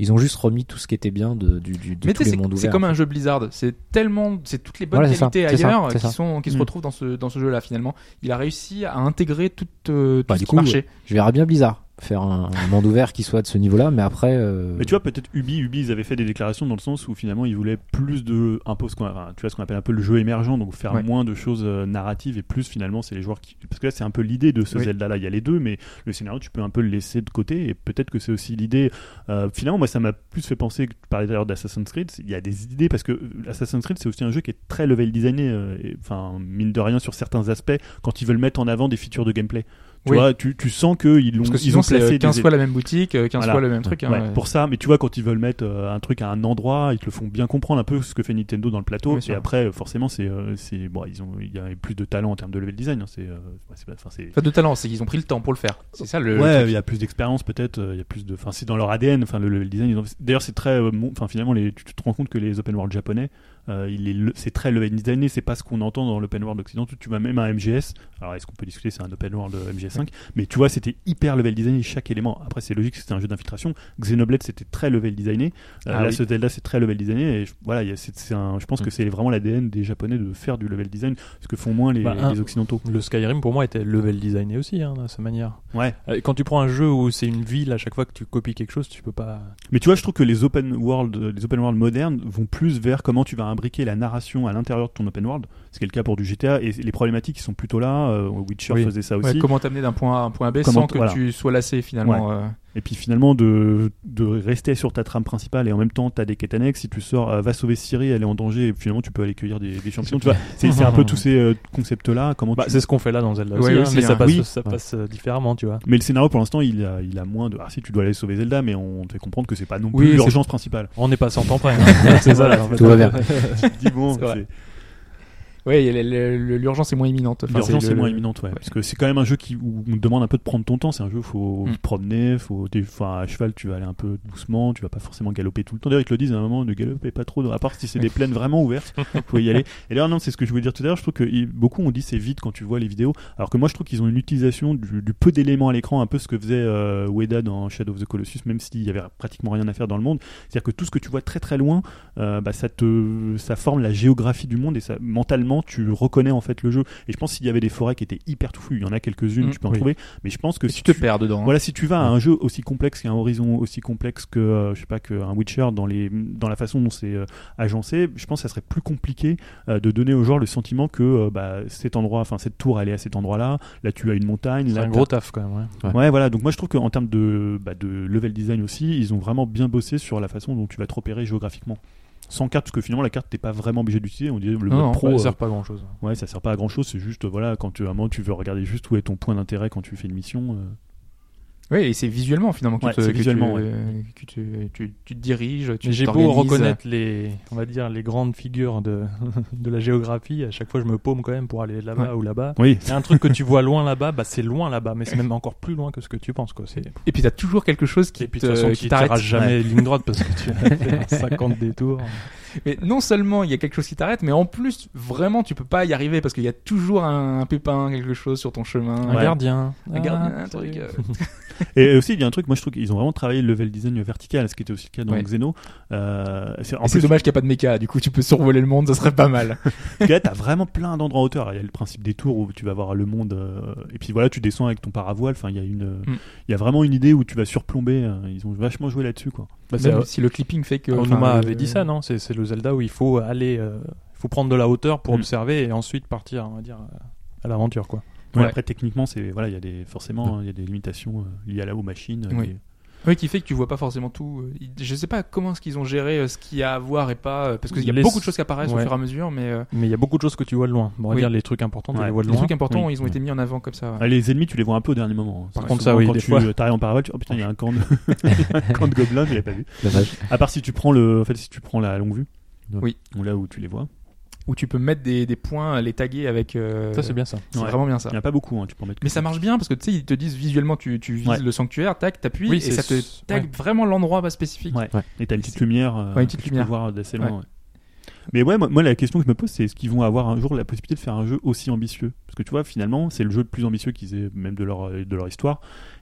Speaker 5: Ils ont juste remis tout ce qui était bien de, du, du, de
Speaker 3: Mais
Speaker 5: tous
Speaker 3: tu
Speaker 5: les
Speaker 3: sais,
Speaker 5: mondes
Speaker 3: c'est- c'est
Speaker 5: ouverts.
Speaker 3: comme un jeu Blizzard. C'est tellement, c'est toutes les bonnes
Speaker 5: Voilà, c'est ça,
Speaker 3: qualités
Speaker 5: c'est ça,
Speaker 3: ailleurs euh,
Speaker 5: c'est
Speaker 3: qui
Speaker 5: ça.
Speaker 3: sont, qui se
Speaker 6: Mm.
Speaker 3: retrouvent dans ce dans ce jeu-là finalement. Il a réussi à intégrer tout, euh, tout
Speaker 5: Bah,
Speaker 3: ce
Speaker 5: du
Speaker 3: qui
Speaker 5: coup,
Speaker 3: marchait.
Speaker 5: Je verrais bien Blizzard faire un, un monde ouvert qui soit de ce niveau-là, mais après. euh,
Speaker 6: Mais tu vois, peut-être Ubi, Ubi, ils avaient fait des déclarations dans le sens où finalement ils voulaient plus de un peu ce qu'on, enfin, tu vois, ce qu'on appelle un peu le jeu émergent, donc faire
Speaker 3: Ouais.
Speaker 6: moins de choses euh, narratives et plus finalement c'est les joueurs qui, parce que là c'est un peu l'idée de ce
Speaker 3: Oui.
Speaker 6: Zelda-là. Il y a les deux, mais le scénario tu peux un peu le laisser de côté et peut-être que c'est aussi l'idée. euh, finalement, moi ça m'a plus fait penser que tu parlais d'ailleurs d'Assassin's Creed. Il y a des idées parce que euh, Assassin's Creed c'est aussi un jeu qui est très level designé, euh, et, enfin mine de rien sur certains aspects quand ils veulent mettre en avant des features de gameplay. Tu
Speaker 3: Oui.
Speaker 6: vois, tu, tu sens qu'ils l'ont
Speaker 3: Parce que
Speaker 6: ils ont
Speaker 3: sinon,
Speaker 6: placé
Speaker 3: c'est
Speaker 6: des
Speaker 3: 15 fois la même boutique, euh, 15
Speaker 6: Voilà.
Speaker 3: fois le même truc. hein.
Speaker 6: Ouais, pour ça, mais tu vois, quand ils veulent mettre euh, un truc à un endroit, ils te le font bien comprendre un peu ce que fait Nintendo dans le plateau.
Speaker 3: Bien
Speaker 6: et
Speaker 3: sûr.
Speaker 6: après, euh, forcément, c'est, euh, c'est bon, ils ont, il y a plus de talent en termes de level design. hein, c'est, euh, ouais, c'est pas- enfin, c'est-
Speaker 3: Enfin, de talent, c'est qu'ils ont pris le temps pour le faire. C'est ça le.
Speaker 6: ouais, il y a plus d'expérience peut-être. euh, Il y a plus de, enfin, c'est dans leur ADN. Enfin, le level design. ils ont- D'ailleurs, c'est très, euh, mon- enfin, finalement, les, tu tu te rends compte que les open world japonais, euh, il est le- c'est très level designé. C'est pas ce qu'on entend dans l'open world occidental. Tu vas même à MGS. Alors, est-ce qu'on peut discuter C'est un open world euh, MGS5, mais tu vois, c'était hyper level designé chaque élément. Après, c'est logique, c'était un jeu d'infiltration. Xenoblade, c'était très level designé. Euh,
Speaker 3: Ah
Speaker 6: là,
Speaker 3: oui.
Speaker 6: ce Zelda, c'est très level designé. Et je, voilà, il y a- c'est, c'est un, je pense que c'est vraiment l'ADN des Japonais de faire du level design, ce que font moins les,
Speaker 4: Bah, un-
Speaker 6: les occidentaux.
Speaker 4: Le Skyrim pour moi était level designé aussi hein, de sa manière.
Speaker 6: Ouais.
Speaker 4: Euh, Quand tu prends un jeu où c'est une ville à chaque fois que tu copies quelque chose, tu peux pas.
Speaker 6: Mais tu vois, je trouve que les open world, les open world modernes vont plus vers comment tu vas imbriquer la narration à l'intérieur de ton open world. Ce qui est le cas pour du GTA et les problématiques qui sont plutôt là. euh, Witcher
Speaker 3: Oui.
Speaker 6: faisait ça
Speaker 3: Ouais,
Speaker 6: aussi.
Speaker 3: comment t'amener d'un point A à un point B
Speaker 6: Comment
Speaker 3: sans
Speaker 6: t-
Speaker 3: que
Speaker 6: voilà.
Speaker 3: tu sois lassé finalement. euh.
Speaker 6: Et puis finalement de, de rester sur ta trame principale et en même temps t'as des quêtes annexes. Si tu sors, euh, va sauver Syrie, elle est en danger et finalement tu peux aller cueillir des, des champignons. Tu vois, c'est c'est un peu tous ces euh, concepts-là. Comment
Speaker 4: Bah,
Speaker 6: tu-
Speaker 4: c'est ce qu'on fait là dans Zelda
Speaker 3: Ouais,
Speaker 4: aussi, hein,
Speaker 3: aussi,
Speaker 4: mais ça
Speaker 3: hein.
Speaker 4: passe,
Speaker 6: Oui.
Speaker 4: ça
Speaker 5: Ouais.
Speaker 4: passe euh, différemment, tu vois.
Speaker 6: Mais le scénario pour l'instant il a, il a moins de. Ah si tu dois aller sauver Zelda, mais on te fait comprendre que c'est pas non plus
Speaker 3: Oui, c'est-
Speaker 6: l'urgence principale.
Speaker 4: On n'est pas sans temps près. hein. c'est ça.
Speaker 6: Voilà,
Speaker 4: en fait.
Speaker 5: tout va bien.
Speaker 6: Tu te dis bon,
Speaker 3: C'est vrai.
Speaker 6: c'est-
Speaker 3: Ouais, et le- le- le- l'urgence est moins imminente. Enfin,
Speaker 6: L'urgence
Speaker 3: le-
Speaker 6: est moins
Speaker 3: le-
Speaker 6: imminente, ouais. Parce que c'est quand même un jeu qui où on te demande un peu de prendre ton temps. C'est un jeu où faut
Speaker 3: Mm.
Speaker 6: te promener, faut t'es- enfin, à cheval, tu vas aller un peu doucement, tu vas pas forcément galoper tout le temps. D'ailleurs, ils te le disent à un moment, ne galopez pas trop, à part si c'est des plaines vraiment ouvertes, faut y aller. Et d'ailleurs, non, c'est ce que je voulais dire tout à l'heure. Je trouve que il- beaucoup ont dit c'est vite quand tu vois les vidéos, alors que moi, je trouve qu'ils ont une utilisation du, du peu d'éléments à l'écran, un peu ce que faisait euh, Ueda dans Shadow of the Colossus, même s'il y avait pratiquement rien à faire dans le monde. C'est-à-dire que tout ce que tu vois très très loin, euh, bah, ça te ça forme la géographie du monde et ça mentalement tu reconnais en fait le jeu. Et je pense s'il y avait des forêts qui étaient hyper touffues, il y en a quelques-unes,
Speaker 3: Mm,
Speaker 6: tu peux en
Speaker 4: oui.
Speaker 6: trouver, mais je pense que
Speaker 3: Et
Speaker 6: si
Speaker 3: tu te perds dedans. hein.
Speaker 6: voilà, si tu vas à un jeu aussi complexe qu'un Horizon, aussi complexe que euh, je sais pas que un Witcher dans les dans la façon dont c'est euh, agencé, je pense que ça serait plus compliqué euh, de donner aux joueurs le sentiment que euh, bah, cet endroit, enfin cette tour elle est à cet endroit-là, là tu as une montagne,
Speaker 4: C'est
Speaker 6: là
Speaker 4: un
Speaker 6: t'as-
Speaker 4: gros taf quand même. ouais.
Speaker 6: Ouais, voilà. Donc moi, je trouve qu'en termes de, bah, de level design aussi, ils ont vraiment bien bossé sur la façon dont tu vas te repérer géographiquement. Sans carte, parce que finalement, la carte, t'es pas vraiment obligé d'utiliser. On dirait le
Speaker 3: Non,
Speaker 6: mode
Speaker 3: non,
Speaker 6: pro.
Speaker 4: Ça
Speaker 6: euh,
Speaker 4: sert pas à grand chose.
Speaker 6: ouais, ça sert pas à grand chose. C'est juste, voilà, quand tu, à un moment, tu veux regarder juste où est ton point d'intérêt quand tu fais une mission. euh.
Speaker 3: Ouais, et c'est visuellement finalement que,
Speaker 6: Ouais,
Speaker 3: te-
Speaker 6: c'est
Speaker 3: que tu-
Speaker 6: visuellement, ouais.
Speaker 3: euh, que tu, tu- tu te diriges. Tu
Speaker 4: Mais j'ai beau
Speaker 3: t'organises.
Speaker 4: reconnaître les, on va dire, les grandes figures de, de la géographie, à chaque fois je me paume quand même pour aller là-bas ou là-bas.
Speaker 6: Oui.
Speaker 4: Il y a un truc que tu vois loin là-bas, bah c'est loin là-bas, mais c'est même encore plus loin que ce que tu penses. Quoi. C'est...
Speaker 3: Et puis t'as toujours quelque chose qui
Speaker 4: Et puis de
Speaker 3: te-
Speaker 4: toute façon,
Speaker 3: qui
Speaker 4: tu tireras
Speaker 3: t'arrête.
Speaker 4: jamais ligne droite parce que tu as fait un 50 détours.
Speaker 3: Mais non seulement il y a quelque chose qui t'arrête, mais en plus vraiment tu peux pas y arriver parce qu'il y a toujours un, un pépin, quelque chose sur ton chemin.
Speaker 4: Un
Speaker 6: Ouais.
Speaker 4: gardien.
Speaker 3: Un gardien, un
Speaker 4: Ah,
Speaker 3: truc. euh.
Speaker 6: Et aussi, il y a un truc, moi, je trouve qu'ils ont vraiment travaillé le level design vertical, ce qui était aussi le cas dans
Speaker 3: Ouais.
Speaker 6: Xeno. Euh, c'est, en
Speaker 3: Et C'est
Speaker 6: plus,
Speaker 3: dommage qu'il n'y a pas de méca, du coup tu peux survoler le monde, ça serait pas mal.
Speaker 6: Parce que là, t'as vraiment plein d'endroits en hauteur. Alors, Il y a le principe des tours où tu vas voir le monde, euh, et puis voilà, tu descends avec ton paravoile. Enfin, il y a une, euh,
Speaker 3: Mm.
Speaker 6: il y a vraiment une idée où tu vas surplomber. euh, Ils ont vachement joué là-dessus, quoi.
Speaker 4: c'est-
Speaker 3: Même si le clipping fait que.
Speaker 4: Onuma
Speaker 3: enfin, euh,
Speaker 4: avait
Speaker 3: le-
Speaker 4: dit ça, non c'est, c'est le Zelda où il faut aller, euh, faut prendre de la hauteur pour
Speaker 6: Mm.
Speaker 4: observer et ensuite partir, on va dire, euh, à l'aventure, quoi.
Speaker 6: Ouais,
Speaker 3: Ouais. Mm.
Speaker 6: Après, techniquement, c'est voilà, il y a des forcément, hein, il y a des limitations euh, liées à la aux machines. euh,
Speaker 3: Oui.
Speaker 6: et-
Speaker 3: Oui, qui fait que tu vois pas forcément tout. euh, il- Je sais pas comment est-ce qu'ils ont géré euh, ce qu'il y a à voir et pas. euh, Parce qu'il y a
Speaker 4: Les-
Speaker 3: beaucoup de choses qui apparaissent
Speaker 4: Ouais.
Speaker 3: au fur et à mesure, mais euh,
Speaker 4: Mais il y a beaucoup de choses que tu vois de loin. Bon, on va
Speaker 3: Oui.
Speaker 4: dire les trucs importants, tu
Speaker 6: Ouais.
Speaker 4: les vois de
Speaker 3: les
Speaker 4: loin.
Speaker 3: trucs importants,
Speaker 6: oui.
Speaker 3: ils ont été mis en avant comme ça. ouais.
Speaker 6: Ah, les ennemis, tu les vois un peu au dernier moment. hein.
Speaker 4: Par
Speaker 6: C'est
Speaker 4: contre,
Speaker 6: souvent
Speaker 4: ça, oui,
Speaker 6: Quand
Speaker 4: des
Speaker 6: tu
Speaker 4: fois.
Speaker 6: euh, t'arrives en paravoile, tu- oh putain, il y a un camp de, un camp de gobelins, je l'avais pas vu.
Speaker 5: Dommage.
Speaker 6: À part si tu prends le, en fait, si tu prends la longue vue.
Speaker 3: Oui.
Speaker 6: Ou là où tu les vois.
Speaker 3: Où tu peux mettre des, des points, les taguer avec. euh,
Speaker 4: Ça, c'est bien ça.
Speaker 3: C'est
Speaker 6: Ouais.
Speaker 3: vraiment bien ça.
Speaker 6: Il y en a pas beaucoup, hein, tu peux en mettre.
Speaker 3: Mais ça marche bien parce que tu sais, ils te disent visuellement, tu, tu vises
Speaker 6: Ouais.
Speaker 3: le sanctuaire, tac, t'appuies,
Speaker 4: Oui,
Speaker 3: et
Speaker 4: c'est-
Speaker 3: ça te tag vraiment l'endroit pas spécifique.
Speaker 6: Ouais. Et t'as une petite
Speaker 3: C'est-
Speaker 6: lumière. euh,
Speaker 3: Ouais, une petite
Speaker 6: que tu
Speaker 3: lumière.
Speaker 6: peux voir d'assez
Speaker 3: Ouais.
Speaker 6: loin. ouais. Mais ouais, moi, moi, la question que je me pose, c'est est-ce qu'ils vont avoir un jour la possibilité de faire un jeu aussi ambitieux Parce que tu vois, finalement, c'est le jeu le plus ambitieux qu'ils aient, même de leur, euh, de leur histoire.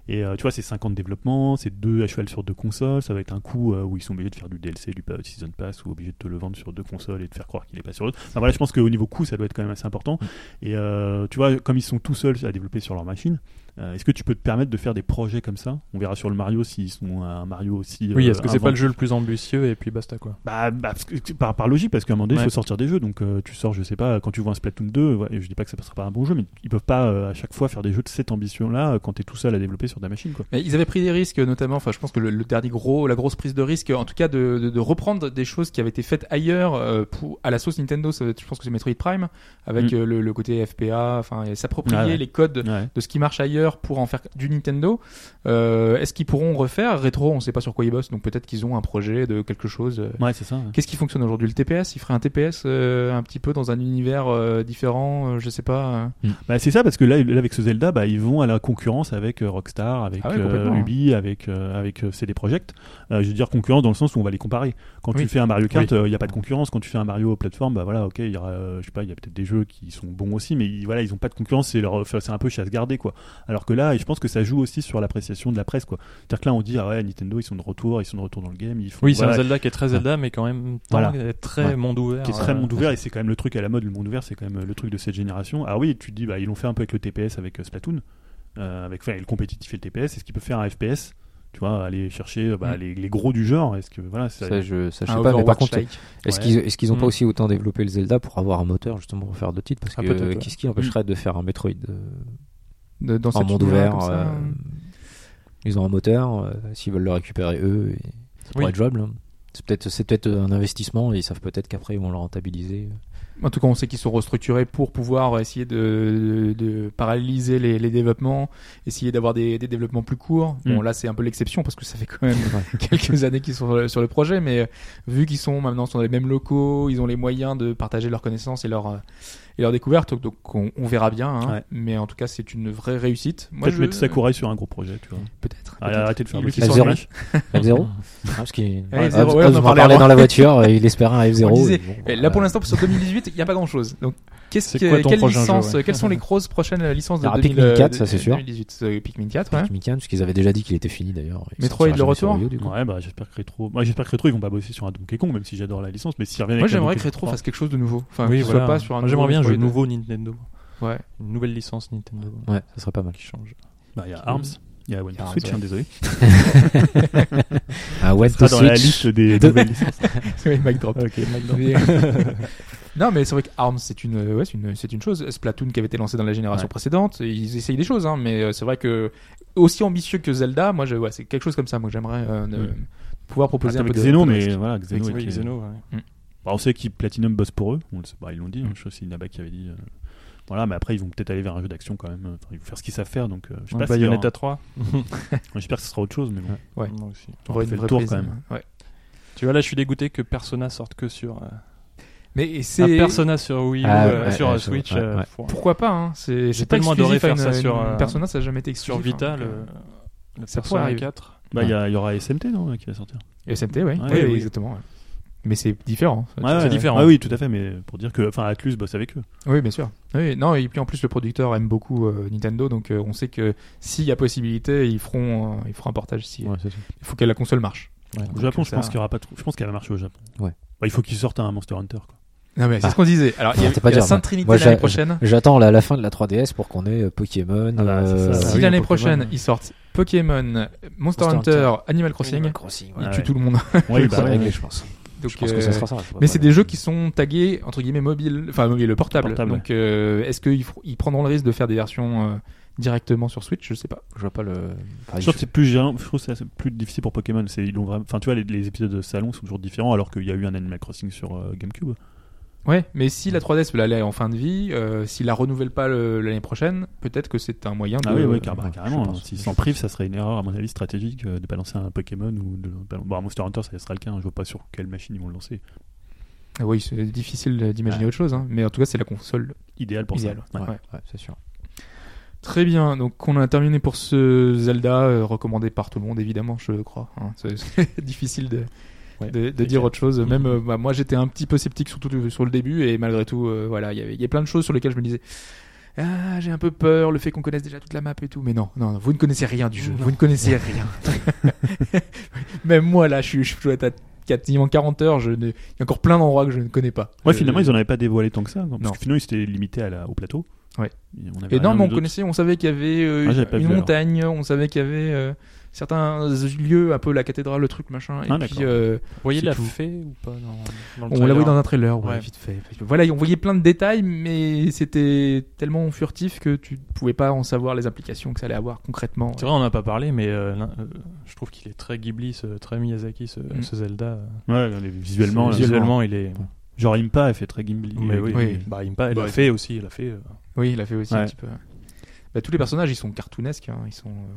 Speaker 6: Et euh, tu vois, c'est 50 développements, c'est deux à cheval sur deux consoles, ça va être un coup euh, où ils sont obligés de faire du DLC, du pa- Season Pass, ou obligés de te le vendre sur deux consoles et de faire croire qu'il est pas sur l'autre. Enfin voilà, je pense qu'au niveau coût, ça doit être quand même assez important. Et euh, tu vois, comme ils sont tout seuls à développer sur leur machine, euh, est-ce que tu peux te permettre de faire des projets comme ça On verra sur le Mario s'ils sont un Mario aussi.
Speaker 4: Oui,
Speaker 6: euh,
Speaker 4: est-ce que c'est
Speaker 6: invent-
Speaker 4: pas le jeu le plus ambitieux et puis basta quoi
Speaker 6: bah, bah, parce que- par, par logique, parce qu'à un moment donné, il
Speaker 4: Ouais.
Speaker 6: faut sortir des jeux. Donc, euh, tu sors, je sais pas, quand tu vois un Splatoon 2, ouais, je dis pas que ça passera pas un bon jeu, mais ils peuvent pas euh, à chaque fois faire des jeux de cette ambition-là euh, quand t'es tout seul à développer sur ta machine. Quoi.
Speaker 3: Mais ils avaient pris des risques, notamment. Enfin, je pense que le, le dernier gros, la grosse prise de risque, en tout cas, de, de, de reprendre des choses qui avaient été faites ailleurs euh, pour, à la sauce Nintendo. ça va être- je pense que c'est Metroid Prime avec
Speaker 6: Mm.
Speaker 3: euh, le, le côté FPA. Enfin, et s'approprier
Speaker 5: Ah
Speaker 6: Ouais, ouais.
Speaker 3: les codes de ce qui marche ailleurs pour en faire du Nintendo. Euh, Est-ce qu'ils pourront refaire rétro On ne sait pas sur quoi ils bossent, donc peut-être qu'ils ont un projet de quelque chose. euh.
Speaker 6: Ouais, c'est ça. ouais.
Speaker 3: Qu'est-ce qui fonctionne aujourd'hui Le TPS Il ferait un TPS euh, un petit peu dans un univers euh, différent, euh, je sais pas. euh.
Speaker 6: Bah, c'est ça, parce que là, là, avec ce Zelda, bah, ils vont à la concurrence avec euh, Rockstar, avec
Speaker 3: Ah ouais,
Speaker 6: euh,
Speaker 3: complètement, hein.
Speaker 6: Ubi, avec, euh, avec euh, CD Projekt. Euh, je veux dire concurrence dans le sens où on va les comparer. Quand
Speaker 3: Oui.
Speaker 6: tu fais un Mario Kart, euh,
Speaker 4: Oui.
Speaker 6: il n'y a pas de concurrence. Quand tu fais un Mario plateforme, bah voilà, ok, il y aura, euh, je sais pas, il y a peut-être des jeux qui sont bons aussi, mais ils- voilà, ils n'ont pas de concurrence, c'est leur, enfin, c'est un peu chasse gardée, quoi. Alors que là, et je pense que ça joue aussi sur l'appréciation de la presse, quoi. C'est-à-dire que là, on dit, ah ouais, Nintendo, ils sont de retour, ils sont de retour dans le game, ils font,
Speaker 4: Oui, c'est
Speaker 6: voilà,
Speaker 4: un Zelda qui est très Zelda, mais quand même
Speaker 6: Voilà.
Speaker 4: tant qu'il est très
Speaker 6: Ouais.
Speaker 4: monde ouvert.
Speaker 6: qui est très
Speaker 4: euh,
Speaker 6: monde ouvert et c'est quand même le truc à la mode le monde ouvert c'est quand même euh, le truc de cette génération ah oui tu te dis bah ils l'ont fait un peu avec le TPS avec euh, Splatoon euh, avec enfin, le compétitif et le TPS est-ce qu'il peut faire un FPS tu vois aller chercher euh, bah,
Speaker 3: Mm.
Speaker 6: les, les gros du genre est-ce que voilà ça-
Speaker 5: Ça, je, ça, je
Speaker 3: Un
Speaker 5: sais pas, mais par contre,
Speaker 3: Overwatch-like.
Speaker 5: est-ce
Speaker 6: Ouais.
Speaker 5: qu'ils est-ce qu'ils ont
Speaker 4: Mm.
Speaker 5: pas aussi autant développé le Zelda pour avoir un moteur justement pour faire deux titres Parce
Speaker 4: Ah,
Speaker 5: que
Speaker 4: peut-être,
Speaker 5: euh,
Speaker 4: ouais.
Speaker 5: qu'est-ce qui empêcherait de faire un Metroid euh,
Speaker 3: De- dans
Speaker 5: en
Speaker 3: cet
Speaker 5: monde
Speaker 3: univers
Speaker 5: ouvert
Speaker 3: comme ça,
Speaker 5: euh,
Speaker 3: hein.
Speaker 5: Ils ont un moteur, euh, s'ils veulent le récupérer eux, et ça pourrait
Speaker 4: Oui.
Speaker 5: être jouable. hein. C'est peut-être c'est peut-être un investissement et ils savent peut-être qu'après ils vont le rentabiliser.
Speaker 3: En tout cas, on sait qu'ils sont restructurés pour pouvoir essayer de, de, de paralléliser les, les développements, essayer d'avoir des, des développements plus courts. Bon,
Speaker 6: Mm.
Speaker 3: là, c'est un peu l'exception parce que ça fait quand même quelques années qu'ils sont sur le- sur le projet, mais euh, vu qu'ils sont maintenant sur les mêmes locaux, ils ont les moyens de partager leurs connaissances et leurs euh, et leurs découvertes. Donc, donc on, on verra bien. hein.
Speaker 6: Ouais.
Speaker 3: Mais en tout cas, c'est une vraie réussite. Moi,
Speaker 6: peut-être
Speaker 3: je
Speaker 6: mettre Sakurai sur un gros projet tu vois
Speaker 3: Peut-être.
Speaker 6: Ah, arrêtez de faire
Speaker 3: Il
Speaker 6: le
Speaker 3: lui fait
Speaker 6: petit
Speaker 5: son
Speaker 6: Smash.
Speaker 5: F0 Ah, Parce qu'il
Speaker 3: Ouais,
Speaker 6: ah,
Speaker 5: Hobbs-
Speaker 3: F0, ouais, on en
Speaker 5: Hobbs
Speaker 3: parlait
Speaker 5: m'en parlait
Speaker 3: avant.
Speaker 5: dans la voiture et il espérait un F0.
Speaker 3: On disait,
Speaker 5: bon, euh,
Speaker 3: Et là, pour
Speaker 5: voilà.
Speaker 3: l'instant, sur 2018, il n'y a pas grand-chose. Donc, qu'est-ce
Speaker 4: C'est
Speaker 3: que,
Speaker 4: quoi ton
Speaker 3: quelle
Speaker 4: prochain jeu,
Speaker 3: licence,
Speaker 4: ouais.
Speaker 3: quelles sont les grosses prochaines euh, licences
Speaker 5: Il y
Speaker 3: de
Speaker 5: aura
Speaker 3: 2000,
Speaker 5: Pikmin 4,
Speaker 3: euh,
Speaker 5: ça, c'est sûr.
Speaker 3: 2018, euh, Pikmin 4, ouais.
Speaker 5: Pikmin, parce qu'ils avaient déjà dit qu'il était fini d'ailleurs. Il
Speaker 3: Metroid,
Speaker 5: sortira
Speaker 3: le
Speaker 5: jamais sur
Speaker 3: retour
Speaker 5: Wii U, du coup.
Speaker 6: ouais bah j'espère que Retro moi j'espère que Retro ils vont pas bosser sur un Donkey Kong même si j'adore la licence mais s'ils reviennent
Speaker 3: Moi,
Speaker 6: avec un
Speaker 3: j'aimerais que
Speaker 6: Donkey Kong
Speaker 3: Retro fasse quelque chose de nouveau. Enfin,
Speaker 4: Oui,
Speaker 3: qu'il soit
Speaker 4: voilà.
Speaker 3: pas sur un
Speaker 4: Moi, J'aimerais
Speaker 3: nouveau
Speaker 4: bien un jeu
Speaker 3: Metroid.
Speaker 4: nouveau Nintendo.
Speaker 3: Ouais.
Speaker 4: Une nouvelle licence Nintendo
Speaker 5: Ouais, ça serait pas mal.
Speaker 4: qui change.
Speaker 6: bah, il y a Arms il y a One
Speaker 3: Il y a
Speaker 6: to Switch
Speaker 3: Arms, ouais.
Speaker 6: hein, désolé
Speaker 5: Ah, One
Speaker 6: Ça
Speaker 5: to
Speaker 6: sera dans la
Speaker 5: Switch.
Speaker 6: liste des
Speaker 5: De-
Speaker 6: nouvelles licences
Speaker 3: Oui, mic drop.
Speaker 4: Ok,
Speaker 3: Mais- non, mais c'est vrai que Arms, c'est une, euh, ouais, c'est une, c'est une chose. Splatoon qui avait été lancé dans la génération
Speaker 6: Ouais.
Speaker 3: précédente, et ils essayent des choses, hein, mais euh, c'est vrai que aussi ambitieux que Zelda, moi, je, ouais, c'est quelque chose comme ça. Moi, j'aimerais euh, ne-
Speaker 6: Oui.
Speaker 3: pouvoir proposer
Speaker 6: Attends,
Speaker 3: un peu
Speaker 6: mais
Speaker 3: de.
Speaker 6: Xeno
Speaker 3: peu de
Speaker 6: mais
Speaker 3: risque.
Speaker 6: voilà Xeno
Speaker 4: Oui,
Speaker 6: était-
Speaker 4: Xeno, ouais.
Speaker 6: Bah, on sait qui Platinum bosse pour eux, on le sait pas, ils l'ont dit, hein. je sais aussi Naba qui avait dit. euh, Voilà, mais après ils vont peut-être aller vers un jeu d'action quand même, euh, enfin, ils vont faire ce qu'ils savent faire, donc euh, je sais pas s'il y
Speaker 4: bah,
Speaker 6: aura-
Speaker 4: Bayonetta 3.
Speaker 6: j'espère que ce sera autre chose, mais bon.
Speaker 4: Ouais.
Speaker 3: Ouais.
Speaker 4: Moi aussi.
Speaker 3: On aurait
Speaker 6: On fait
Speaker 3: une
Speaker 6: le tour,
Speaker 3: reprise,
Speaker 6: quand même.
Speaker 3: ouais.
Speaker 4: Tu vois, là, je suis dégoûté que Persona sorte que sur. euh,
Speaker 3: Mais et c'est.
Speaker 4: un Persona sur Wii U,
Speaker 5: Ah,
Speaker 4: euh,
Speaker 5: ouais,
Speaker 4: sur
Speaker 5: ouais,
Speaker 4: euh,
Speaker 5: je
Speaker 4: Switch.
Speaker 5: vois,
Speaker 4: euh,
Speaker 5: ouais, ouais.
Speaker 4: pour-
Speaker 3: Pourquoi pas hein. C'est
Speaker 4: J'ai
Speaker 3: c'est pas
Speaker 4: tellement adoré
Speaker 3: exclusif à
Speaker 4: faire
Speaker 3: une-
Speaker 4: ça sur,
Speaker 3: une
Speaker 4: euh,
Speaker 3: Persona, ça a jamais été exclusif.
Speaker 4: Sur Vita,
Speaker 3: hein, donc,
Speaker 4: le, le
Speaker 3: ça pourrait
Speaker 4: Persona
Speaker 3: arriver.
Speaker 4: 4.
Speaker 6: Bah, il y, a- il y aura SMT non, qui va sortir.
Speaker 3: euh, SMT, ouais.
Speaker 6: Ouais,
Speaker 3: Ouais,
Speaker 6: ouais, oui.
Speaker 3: exactement. ouais. Mais c'est différent. ça, tu
Speaker 6: Ouais,
Speaker 3: vois.
Speaker 6: ouais,
Speaker 4: différent.
Speaker 6: ouais, oui, tout à fait, mais pour dire que. Enfin, Atlus bosse avec eux.
Speaker 3: Oui, bien sûr. Oui, non, et puis en plus, le producteur aime beaucoup euh, Nintendo, donc euh, on sait que s'il y a possibilité, ils feront, euh, ils feront un portage. Si,
Speaker 5: Ouais, c'est ça.
Speaker 3: Il faut que la console marche.
Speaker 6: Au Japon,
Speaker 3: donc,
Speaker 6: je
Speaker 3: ça-
Speaker 6: pense qu'il y aura pas trop. Je pense qu'elle va marcher au Japon.
Speaker 5: Ouais.
Speaker 6: Bah, il faut qu'ils sortent un Monster Hunter, quoi.
Speaker 3: Non, mais c'est
Speaker 5: Ah.
Speaker 3: ce qu'on disait. Alors, il y a,
Speaker 5: Faut pas
Speaker 3: il y a
Speaker 5: dire,
Speaker 3: Sainte
Speaker 5: moi.
Speaker 3: Trinité
Speaker 5: Moi,
Speaker 3: l'année
Speaker 5: j'a-
Speaker 3: prochaine.
Speaker 5: J'attends la, la fin de la 3DS pour qu'on ait euh, Pokémon.
Speaker 6: Ah bah, c'est
Speaker 5: euh,
Speaker 6: ça.
Speaker 3: Si
Speaker 6: Ah oui,
Speaker 3: l'année
Speaker 6: Pokémon,
Speaker 3: prochaine,
Speaker 6: ouais.
Speaker 3: ils sortent Pokémon, Monster,
Speaker 5: Monster
Speaker 3: Hunter,
Speaker 5: Hunter,
Speaker 3: Animal Crossing,
Speaker 5: Animal Crossing, ouais.
Speaker 6: Ah
Speaker 3: ils tuent
Speaker 6: ouais.
Speaker 3: tout le monde.
Speaker 6: Ouais,
Speaker 5: Ouais,
Speaker 6: bah,
Speaker 5: c'est
Speaker 6: ouais.
Speaker 5: réglé, je pense.
Speaker 3: Donc,
Speaker 5: Je pense que ça
Speaker 3: euh,
Speaker 5: sera ça. je vois
Speaker 3: Mais
Speaker 5: pas
Speaker 3: c'est
Speaker 5: le-
Speaker 3: des jeux qui sont tagués entre guillemets mobile, enfin mobile portable.
Speaker 6: Portable,
Speaker 3: Donc euh, est-ce qu'ils feront- ils prendront le risque de faire des versions euh, directement sur Switch Je sais pas.
Speaker 5: Je vois pas le. enfin,
Speaker 6: Je
Speaker 5: il
Speaker 6: trouve que c'est plus, gênant- je trouve que c'est plus difficile pour Pokémon. C'est, ils l'ont vraiment- Enfin, tu vois, les, les épisodes de salon sont toujours différents, alors qu'il y a eu un Animal Crossing sur euh, GameCube.
Speaker 3: Ouais, mais si la 3DS peut l'aller en fin de vie, euh, s'il la renouvelle pas le- l'année prochaine, peut-être que c'est un moyen de.
Speaker 6: Ah oui, oui, car-
Speaker 5: ouais,
Speaker 6: bah,
Speaker 5: je
Speaker 6: carrément.
Speaker 5: pense.
Speaker 6: hein. S'ils s'en privent, ça serait une erreur, à mon avis, stratégique euh, de pas lancer un Pokémon ou de. Bon, un Monster Hunter, ça sera le cas. hein. Je vois pas sur quelle machine ils vont le lancer.
Speaker 3: Ah Oui, c'est difficile d'imaginer
Speaker 6: Ouais.
Speaker 3: autre chose, hein. mais en tout cas c'est la console
Speaker 6: Idéal pour
Speaker 3: idéale.
Speaker 6: ça. Ouais.
Speaker 5: Ouais, ouais, c'est sûr.
Speaker 3: Très bien, donc on a terminé pour ce Zelda euh, recommandé par tout le monde, évidemment, je crois. hein. C'est c'est difficile de,
Speaker 4: Ouais,
Speaker 3: de, de dire autre chose. Même euh, bah, moi, j'étais un petit peu sceptique surtout sur le début, et malgré tout, euh, voilà, il y avait- il y a plein de choses sur lesquelles je me disais. ah, j'ai un peu peur, le fait qu'on connaisse déjà toute la map et tout. Mais non, non, non, vous ne connaissez rien du jeu. Vous ne connaissez rien. Même moi, là, je suis, je dois être à quasiment 40 heures. Je ne- Il y a encore plein d'endroits que je ne connais pas. Euh,
Speaker 6: Ouais,
Speaker 3: Je-
Speaker 6: finalement, ils en avaient pas dévoilé tant que ça. quoi,
Speaker 3: Non.
Speaker 6: Parce que finalement, ils s'étaient limités à la- au plateau.
Speaker 3: Ouais.
Speaker 6: Et on avait
Speaker 3: Et non,
Speaker 6: rien
Speaker 3: mais on
Speaker 6: d'autre.
Speaker 3: connaissait, on savait qu'il y avait euh,
Speaker 6: Ah, j'avais pas
Speaker 3: une
Speaker 6: vu, alors.
Speaker 3: montagne, on savait qu'il y avait euh, certains lieux, un peu la cathédrale, le truc, machin. Et
Speaker 6: Ah,
Speaker 3: puis,
Speaker 6: d'accord.
Speaker 3: euh,
Speaker 4: Vous voyez
Speaker 3: C'est
Speaker 4: la
Speaker 3: tout.
Speaker 4: fée ou pas dans, dans le
Speaker 3: on l'a vu
Speaker 4: trailer
Speaker 3: dans un trailer, ouais,
Speaker 4: Ouais.
Speaker 3: vite fait. Voilà, on voyait plein de détails, mais c'était tellement furtif que tu ne pouvais pas en savoir les implications que ça allait avoir concrètement.
Speaker 4: C'est vrai, on n'a pas parlé, mais euh, l'un- euh, je trouve qu'il est très Ghibli, ce, très Miyazaki, ce,
Speaker 3: Mm.
Speaker 4: ce Zelda. Euh,
Speaker 6: Ouais, les- visuellement. euh, là,
Speaker 4: visuellement, il est.
Speaker 6: Genre Impa a fait très euh, Gimli.
Speaker 4: Mais oui,
Speaker 3: oui.
Speaker 4: Bah, il me paraît-
Speaker 6: Bah,
Speaker 4: la fée aussi, la fée. euh,
Speaker 3: Oui, il a fait aussi un
Speaker 6: Ouais.
Speaker 3: petit peu. Bah, tous les personnages, ils sont cartoonesques. hein, Ils sont. euh,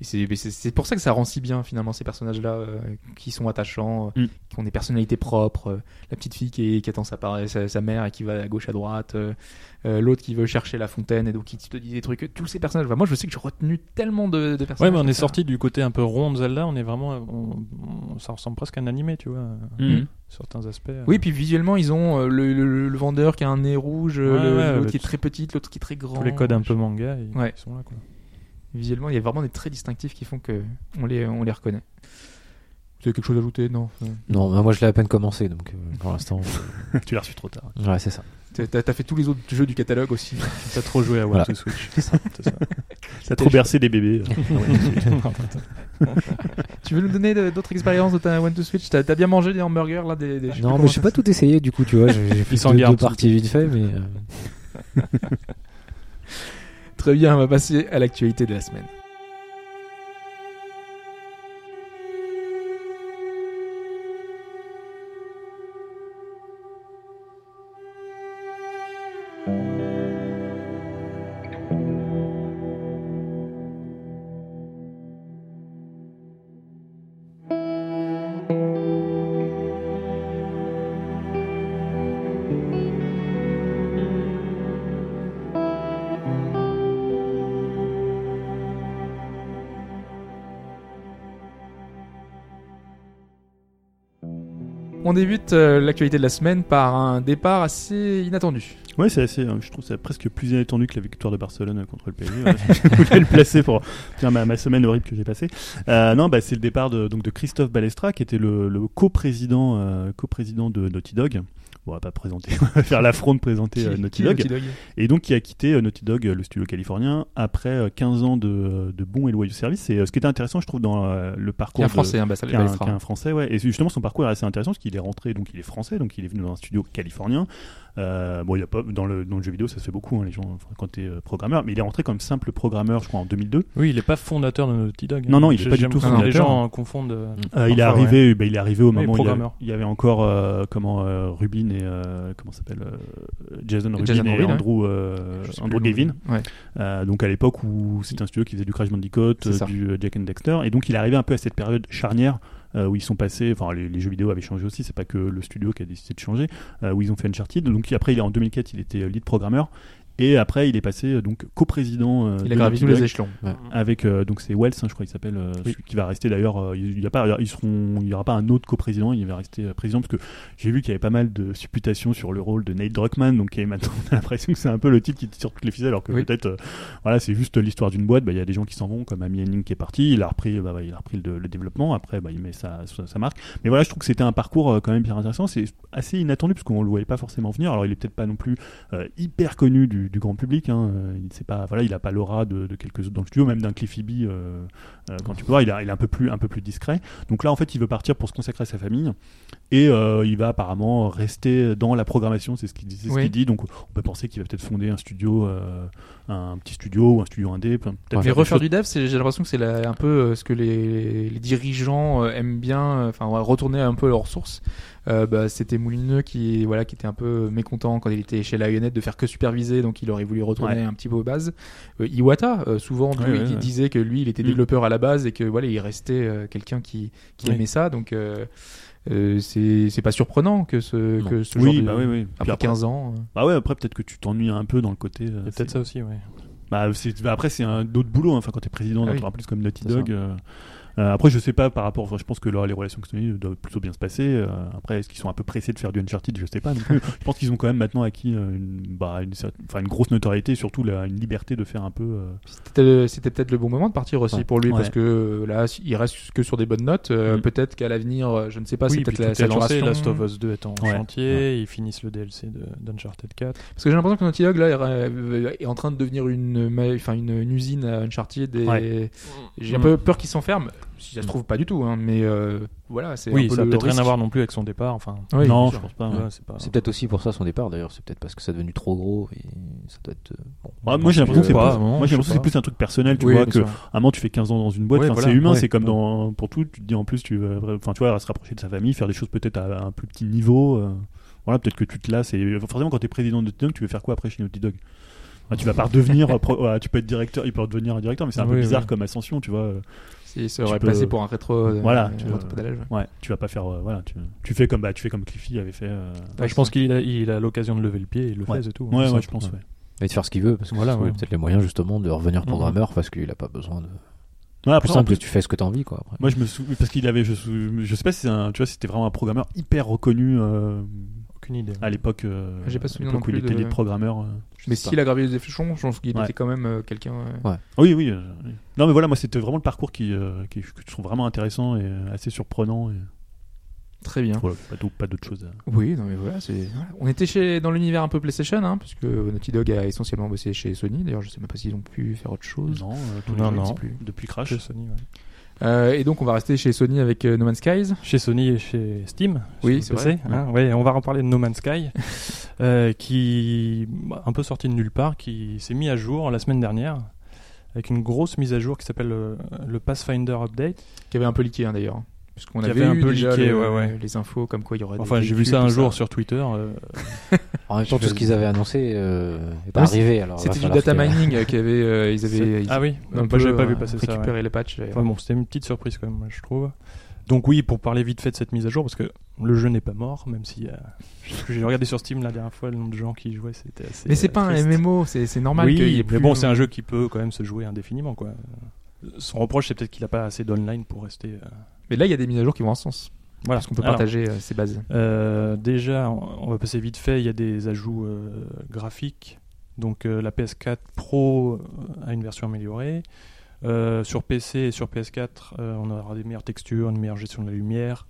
Speaker 3: et c'est- mais c'est- C'est pour ça que ça rend si bien finalement ces personnages-là, euh, qui sont attachants, euh,
Speaker 6: Mm.
Speaker 3: qui ont des personnalités propres. euh, la petite fille qui, est- qui attend sa, par- sa, sa mère et qui va à gauche à droite. euh, euh, L'autre qui veut chercher la fontaine et donc qui te dit des trucs. Tous ces personnages. Enfin, moi, je sais que j'ai retenu tellement de, de
Speaker 4: Ouais,
Speaker 3: personnages.
Speaker 4: mais on
Speaker 3: comme
Speaker 4: est
Speaker 3: ça.
Speaker 4: sorti du côté un peu rond de Zelda, on est vraiment. on- on- ça ressemble presque à un animé, tu vois. euh,
Speaker 6: Mhm.
Speaker 4: Certains aspects.
Speaker 3: Mm.
Speaker 4: euh,
Speaker 3: Oui, puis visuellement, ils ont euh, le, le- le vendeur qui a un nez rouge, euh,
Speaker 4: Ouais,
Speaker 3: le-
Speaker 4: ouais,
Speaker 3: l'autre
Speaker 4: le-
Speaker 3: qui est très petite, l'autre qui est très grand.
Speaker 4: Tous les codes un peu manga, ils,
Speaker 3: Ouais.
Speaker 4: ils sont là, quoi.
Speaker 3: Visuellement, il y a vraiment des traits distinctifs qui font que on les, on les reconnaît. Vous avez quelque chose à ajouter Non. euh,
Speaker 5: Non, bah, moi je l'ai à peine commencé, donc euh, pour l'instant.
Speaker 6: tu l'as reçu trop tard.
Speaker 5: ouais, c'est ça.
Speaker 3: t'as- T'as t'as fait tous les autres jeux du catalogue aussi.
Speaker 4: T'as trop joué à World
Speaker 5: Voilà.
Speaker 4: to Switch. C'est ça, c'est ça.
Speaker 6: Ça a trop bercé des bébés. euh.
Speaker 3: tu veux nous donner de- d'autres expériences de ta One to Switch T'as t'as bien mangé des hamburgers là des, des- je sais plus
Speaker 5: Non,
Speaker 3: comment
Speaker 5: mais je sais
Speaker 3: ça
Speaker 5: pas tout essayé du coup, tu vois. J'ai j'ai fait
Speaker 4: s'en
Speaker 5: deux,
Speaker 4: garde,
Speaker 5: deux parties vite fait, mais. euh,
Speaker 3: s'appelle. Très bien, on va passer à l'actualité de la semaine. On débute euh, l'actualité de la semaine par un départ assez inattendu.
Speaker 6: Ouais, c'est assez. euh, Je trouve ça presque plus inattendu que la victoire de Barcelone euh, contre le PSG. ouais. je voulais le placer pour dire ma, ma semaine horrible que j'ai passée. Euh, non, bah, c'est le départ de, donc de Christophe Balestra, qui était le, le coprésident euh, coprésident de Naughty Dog. Bon, on va pas présenter, on va faire l'affront de présenter euh,
Speaker 3: Qui- qui
Speaker 6: Naughty
Speaker 3: est
Speaker 6: Dog.
Speaker 3: Naughty Dog
Speaker 6: Et donc, qui a quitté euh, Naughty Dog, euh, le studio californien, après euh, 15 ans de, de bons et loyaux services. Et euh, ce qui était intéressant, je trouve, dans euh,
Speaker 3: Qui
Speaker 6: le
Speaker 3: est
Speaker 6: parcours
Speaker 3: un
Speaker 6: de,
Speaker 3: français, hein, bah, ça
Speaker 6: qui est un- qui est un français, ouais. Et justement, son parcours est assez intéressant parce qu'il est rentré, donc il est français, donc il est venu dans un studio californien. Euh, bon, il y a pas dans le dans le jeu vidéo, ça se fait beaucoup, hein, les gens enfin, quand t'es euh, programmeur. Mais il est rentré comme simple programmeur, je crois, en 2002.
Speaker 4: Oui, il est pas fondateur de Naughty Dog. hein.
Speaker 6: Non, non, il est
Speaker 4: J'ai-
Speaker 6: pas du
Speaker 4: j'aime
Speaker 6: tout
Speaker 4: quand Les
Speaker 6: fondateur.
Speaker 4: gens euh, confondent. euh,
Speaker 6: Euh, il
Speaker 4: parfois,
Speaker 6: est
Speaker 4: ouais.
Speaker 6: arrivé, ben, il est arrivé au
Speaker 4: Oui,
Speaker 6: moment où il y avait,
Speaker 4: programmeur.
Speaker 6: il y avait encore euh, comment euh, Rubin et euh, comment s'appelle euh, Jason Rubin
Speaker 3: Jason
Speaker 6: et
Speaker 3: Rubin, ouais.
Speaker 6: Andrew euh, Andrew Gavin.
Speaker 3: Ouais.
Speaker 6: Euh, donc à l'époque où c'était un studio qui faisait du Crash Bandicoot,
Speaker 3: C'est
Speaker 6: euh,
Speaker 3: ça.
Speaker 6: du euh, Jack and Dexter, et donc il arrivait un peu à cette période charnière euh, où ils sont passés, enfin les, les jeux vidéo avaient changé aussi, c'est pas que le studio qui a décidé de changer, euh, où ils ont fait Uncharted. Donc après il est en 2004, il était euh, lead programmeur, et après il est passé euh, donc coprésident. euh,
Speaker 3: Il
Speaker 6: de
Speaker 3: a gravi tous
Speaker 6: Naughty
Speaker 3: les
Speaker 6: Dog
Speaker 3: échelons.
Speaker 6: avec euh, donc c'est Wells hein, je crois il s'appelle euh, celui qui va rester d'ailleurs euh, il n'y a pas ils seront il y aura pas un autre coprésident il va rester euh, président parce que j'ai vu qu'il y avait pas mal de supputations sur le rôle de Nate Druckmann donc et maintenant on a l'impression que c'est un peu le type qui tire toutes les ficelles alors que
Speaker 3: Oui.
Speaker 6: peut-être euh, voilà c'est juste l'histoire d'une boîte bah, il y a des gens qui s'en vont comme Amy Henning qui est parti il a repris bah, bah, il a repris le, le développement après bah, il met sa, sa, sa marque mais voilà je trouve que c'était un parcours euh, quand même bien intéressant c'est assez inattendu parce qu'on le voyait pas forcément venir alors il est peut-être pas non plus euh, hyper connu du, du grand public. Hein. Euh, Il sait pas, voilà, il a pas l'aura de, de quelques autres dans le studio, même d'un Cliffy B. euh, euh, quand tu peux voir, il, a- il est un peu plus, un peu plus discret. Donc là, en fait, il veut partir pour se consacrer à sa famille et euh, il va apparemment rester dans la programmation. C'est ce qu'il dit. c'est ce
Speaker 3: Oui.
Speaker 6: qu'il dit. Donc, on peut penser qu'il va peut-être fonder un studio, euh, un petit studio ou un studio indé. peu- peut-être
Speaker 5: Ouais.
Speaker 3: Mais
Speaker 6: faire des
Speaker 3: refaire
Speaker 6: choses-
Speaker 3: du dev, c'est- j'ai l'impression que c'est la- un peu euh, ce que les, les dirigeants euh, aiment bien, euh, enfin ouais, retourner un peu à leurs sources. Euh, bah, c'était Moulineux qui voilà qui était un peu mécontent quand il était chez Lionhead de faire que superviser, donc il aurait voulu retourner
Speaker 6: Ouais.
Speaker 3: un petit peu aux bases. Euh, Iwata, euh, souvent lui,
Speaker 6: Ouais, ouais,
Speaker 3: il
Speaker 6: ouais.
Speaker 3: disait que lui, il était
Speaker 6: Mm.
Speaker 3: développeur à la base et que voilà, il restait euh, quelqu'un qui, qui
Speaker 4: Oui.
Speaker 3: aimait ça, donc. Euh, euh, c'est c'est pas surprenant que ce,
Speaker 5: Non.
Speaker 3: que ce
Speaker 6: Oui,
Speaker 3: genre de-
Speaker 6: bah oui, oui. Puis
Speaker 3: Après
Speaker 6: après,
Speaker 3: 15 ans. euh,
Speaker 6: bah ouais, après peut-être que tu t'ennuies un peu dans le côté. euh,
Speaker 4: Il y a
Speaker 6: c'est-
Speaker 4: peut-être ça aussi, ouais.
Speaker 6: Bah, c'est- bah, après, c'est un d'autres boulot. hein. Enfin, quand t'es président
Speaker 3: Ah oui.
Speaker 6: d'entreprise comme Naughty
Speaker 5: C'est ça.
Speaker 6: Dog, euh, Euh, après, je sais pas par rapport. enfin, je pense que leur- les relations avec Sony doivent plutôt bien se passer. Euh, après, est-ce qu'ils sont un peu pressés de faire du Uncharted Je sais pas. non plus. je pense qu'ils ont quand même maintenant acquis euh, une, bah, une, certaine- enfin, une grosse notoriété et surtout la- une liberté de faire un peu. euh,
Speaker 3: C'était le- c'était peut-être le bon moment de partir aussi
Speaker 6: Ouais.
Speaker 3: pour lui parce
Speaker 6: Ouais.
Speaker 3: que euh, là, il reste que sur des bonnes notes. Euh,
Speaker 6: Mm.
Speaker 3: Peut-être qu'à l'avenir, euh, je ne sais pas, c'est
Speaker 4: oui, puis
Speaker 3: peut-être la
Speaker 4: tout est lancé, mm.
Speaker 3: saturation.
Speaker 4: Last of Us 2 est en
Speaker 6: Ouais.
Speaker 4: chantier, ils finissent le DLC de- d'Uncharted 4.
Speaker 3: Parce que j'ai l'impression que Naughty Dog là est, euh, est en train de devenir une, ma- enfin une, une usine à Uncharted. Et
Speaker 6: Ouais.
Speaker 3: J'ai un
Speaker 4: Mm.
Speaker 3: peu peur qu'il s'enferme. Si ça se trouve pas du tout, hein, mais euh, voilà, c'est un
Speaker 4: Oui,
Speaker 3: peu
Speaker 4: ça n'a
Speaker 3: le
Speaker 4: peut-être rien
Speaker 3: risque.
Speaker 4: à voir non plus avec son départ. Enfin,
Speaker 3: Oui,
Speaker 6: non,
Speaker 3: bien
Speaker 6: je
Speaker 3: sûr.
Speaker 6: pense pas. ouais.
Speaker 4: voilà, c'est pas.
Speaker 5: C'est peut-être aussi pour ça son départ d'ailleurs, c'est peut-être parce que ça est devenu trop gros et ça doit être. euh, Bon,
Speaker 6: Ouais, moi, j'ai l'impression que c'est
Speaker 4: Je sais pas,
Speaker 6: plus,
Speaker 4: non,
Speaker 6: moi, j'ai
Speaker 4: je sais
Speaker 6: l'impression que c'est
Speaker 4: pas.
Speaker 6: plus un truc personnel. Tu
Speaker 4: Oui,
Speaker 6: vois
Speaker 4: bien
Speaker 6: que
Speaker 4: sûr.
Speaker 6: à un moment, tu fais 15 ans dans une boîte.
Speaker 4: Ouais,
Speaker 6: enfin,
Speaker 4: voilà,
Speaker 6: c'est humain.
Speaker 4: ouais.
Speaker 6: C'est comme dans pour tout. Tu te dis en plus, tu vas- enfin, tu vois, se rapprocher de sa famille, faire des choses peut-être à, à un plus petit niveau. euh, voilà, peut-être que tu te lasses. Et euh, forcément, quand t'es président de Naughty Dog, tu veux faire quoi après chez Naughty Dog Enfin, tu vas pas redevenir, euh, pro- ouais, tu peux être directeur, il peut redevenir un directeur, mais c'est un peu
Speaker 4: Oui,
Speaker 6: bizarre
Speaker 4: oui.
Speaker 6: comme ascension, tu vois. euh,
Speaker 3: Si, ça
Speaker 6: Tu
Speaker 3: aurait
Speaker 6: peux-
Speaker 3: passé pour un rétro. euh,
Speaker 6: Voilà,
Speaker 3: euh,
Speaker 6: tu
Speaker 3: rétro
Speaker 6: vois.
Speaker 3: pédalage, ouais.
Speaker 6: Ouais, tu vas pas faire, euh, voilà, tu, tu fais comme, bah, tu fais comme Cliffy avait fait. euh,
Speaker 4: Bah, je pense qu'il a il a l'occasion de lever le pied et il le fait, c'est tout. hein,
Speaker 6: Ouais,
Speaker 4: c'est
Speaker 6: ouais,
Speaker 4: simple.
Speaker 6: je pense, ouais.
Speaker 5: et de faire ce qu'il veut parce que
Speaker 4: Voilà,
Speaker 5: voilà,
Speaker 4: ouais.
Speaker 5: peut-être les moyens justement de revenir
Speaker 4: Mhm.
Speaker 5: programmeur parce qu'il a pas besoin de.
Speaker 6: Ouais, après,
Speaker 5: Plus
Speaker 6: en
Speaker 5: simple,
Speaker 6: plus,
Speaker 5: tu fais ce que t'as envie quoi. Après.
Speaker 6: Moi, je me souviens parce qu'il avait, je, sou- je sais pas si c'est un, tu vois, c'était vraiment un programmeur hyper reconnu euh,
Speaker 4: Aucune idée.
Speaker 6: à l'époque. euh,
Speaker 3: J'ai pas
Speaker 6: à
Speaker 3: souvenir non
Speaker 6: l'époque où il
Speaker 3: plus
Speaker 6: était
Speaker 3: de-
Speaker 6: lead programmeur. euh, je
Speaker 3: Mais
Speaker 6: sais
Speaker 3: s'il
Speaker 6: pas.
Speaker 3: a gravé les échelons, je pense qu'il
Speaker 6: Ouais.
Speaker 3: était quand même euh, quelqu'un. euh,
Speaker 6: Oui, oui. euh, oui. non, mais voilà, moi, c'était vraiment le parcours qui, euh, qui- que je trouve vraiment intéressant et euh, assez surprenant. Et,
Speaker 3: Très
Speaker 4: Hein
Speaker 3: bien.
Speaker 6: voilà, pas d'au- pas d'autre chose. à-
Speaker 3: Oui, non mais voilà, c'est. voilà. On était chez dans l'univers un peu PlayStation, hein, puisque Naughty Dog a essentiellement bossé chez Sony. D'ailleurs, je sais même pas s'ils ont pu faire autre chose.
Speaker 6: Non, euh, tous les
Speaker 4: Non,
Speaker 6: jeux,
Speaker 4: non.
Speaker 6: je sais plus. Depuis Crash.
Speaker 4: Chez Sony, ouais.
Speaker 3: Euh, et donc, on va rester chez Sony avec euh, No Man's Skies.
Speaker 4: Chez Sony et chez Steam.
Speaker 3: Oui,
Speaker 4: sur
Speaker 3: c'est
Speaker 4: PC, hein. ouais, on va reparler de No Man's Sky, euh, qui bah, un peu sorti de nulle part, qui s'est mis à jour la semaine dernière avec une grosse mise à jour qui s'appelle euh, le Pathfinder Update.
Speaker 3: qui avait un peu leaké hein, d'ailleurs. Puisqu'on
Speaker 4: Qui
Speaker 3: avait,
Speaker 4: avait un
Speaker 3: eu
Speaker 4: peu
Speaker 3: déjà
Speaker 4: leaké,
Speaker 3: le-
Speaker 4: ouais, ouais.
Speaker 3: les infos comme quoi il y aurait. Ah, des
Speaker 4: Enfin, j'ai vu
Speaker 3: véhicules,
Speaker 4: ça un
Speaker 3: tout
Speaker 4: jour sur Twitter. euh,
Speaker 5: En même temps, tout ce qu'ils avaient annoncé euh, est pas
Speaker 3: Ah,
Speaker 5: arrivé. alors il va
Speaker 3: C'était du
Speaker 5: falloir
Speaker 3: data
Speaker 5: que-
Speaker 3: mining euh, qui avait, euh, ils avaient. ils
Speaker 4: Ah oui,
Speaker 3: avaient un
Speaker 4: bah,
Speaker 3: peu,
Speaker 4: j'avais pas vu
Speaker 3: euh,
Speaker 4: passer ça. ouais.
Speaker 3: Récupérer les patchs. et-
Speaker 4: Enfin bon, c'était une petite surprise quand même, moi, je trouve. Donc oui, pour parler vite fait de cette mise à jour, parce que le jeu n'est pas mort, même si euh, ce que j'ai regardé sur Steam la dernière fois, le nombre de gens qui y jouaient, c'était assez.
Speaker 3: mais c'est
Speaker 4: euh,
Speaker 3: pas un
Speaker 4: triste.
Speaker 3: MMO, c'est c'est normal
Speaker 4: oui,
Speaker 3: qu'il y ait
Speaker 4: mais
Speaker 3: plus- hein.
Speaker 4: bon, c'est un jeu qui peut quand même se jouer indéfiniment, quoi. Euh, Son reproche, c'est peut-être qu'il n'a pas assez d'online pour rester. euh,
Speaker 3: Mais là, il y a des mises à jour qui vont en ce sens.
Speaker 4: Voilà.
Speaker 3: Parce qu'on peut
Speaker 4: Alors,
Speaker 3: partager euh, ces bases.
Speaker 4: euh, déjà, on on va passer vite fait. Il y a des ajouts euh, graphiques. Donc euh, la PS4 Pro euh, a une version améliorée. Euh, sur PC et sur PS4, euh, on aura des meilleures textures, une meilleure gestion de la lumière,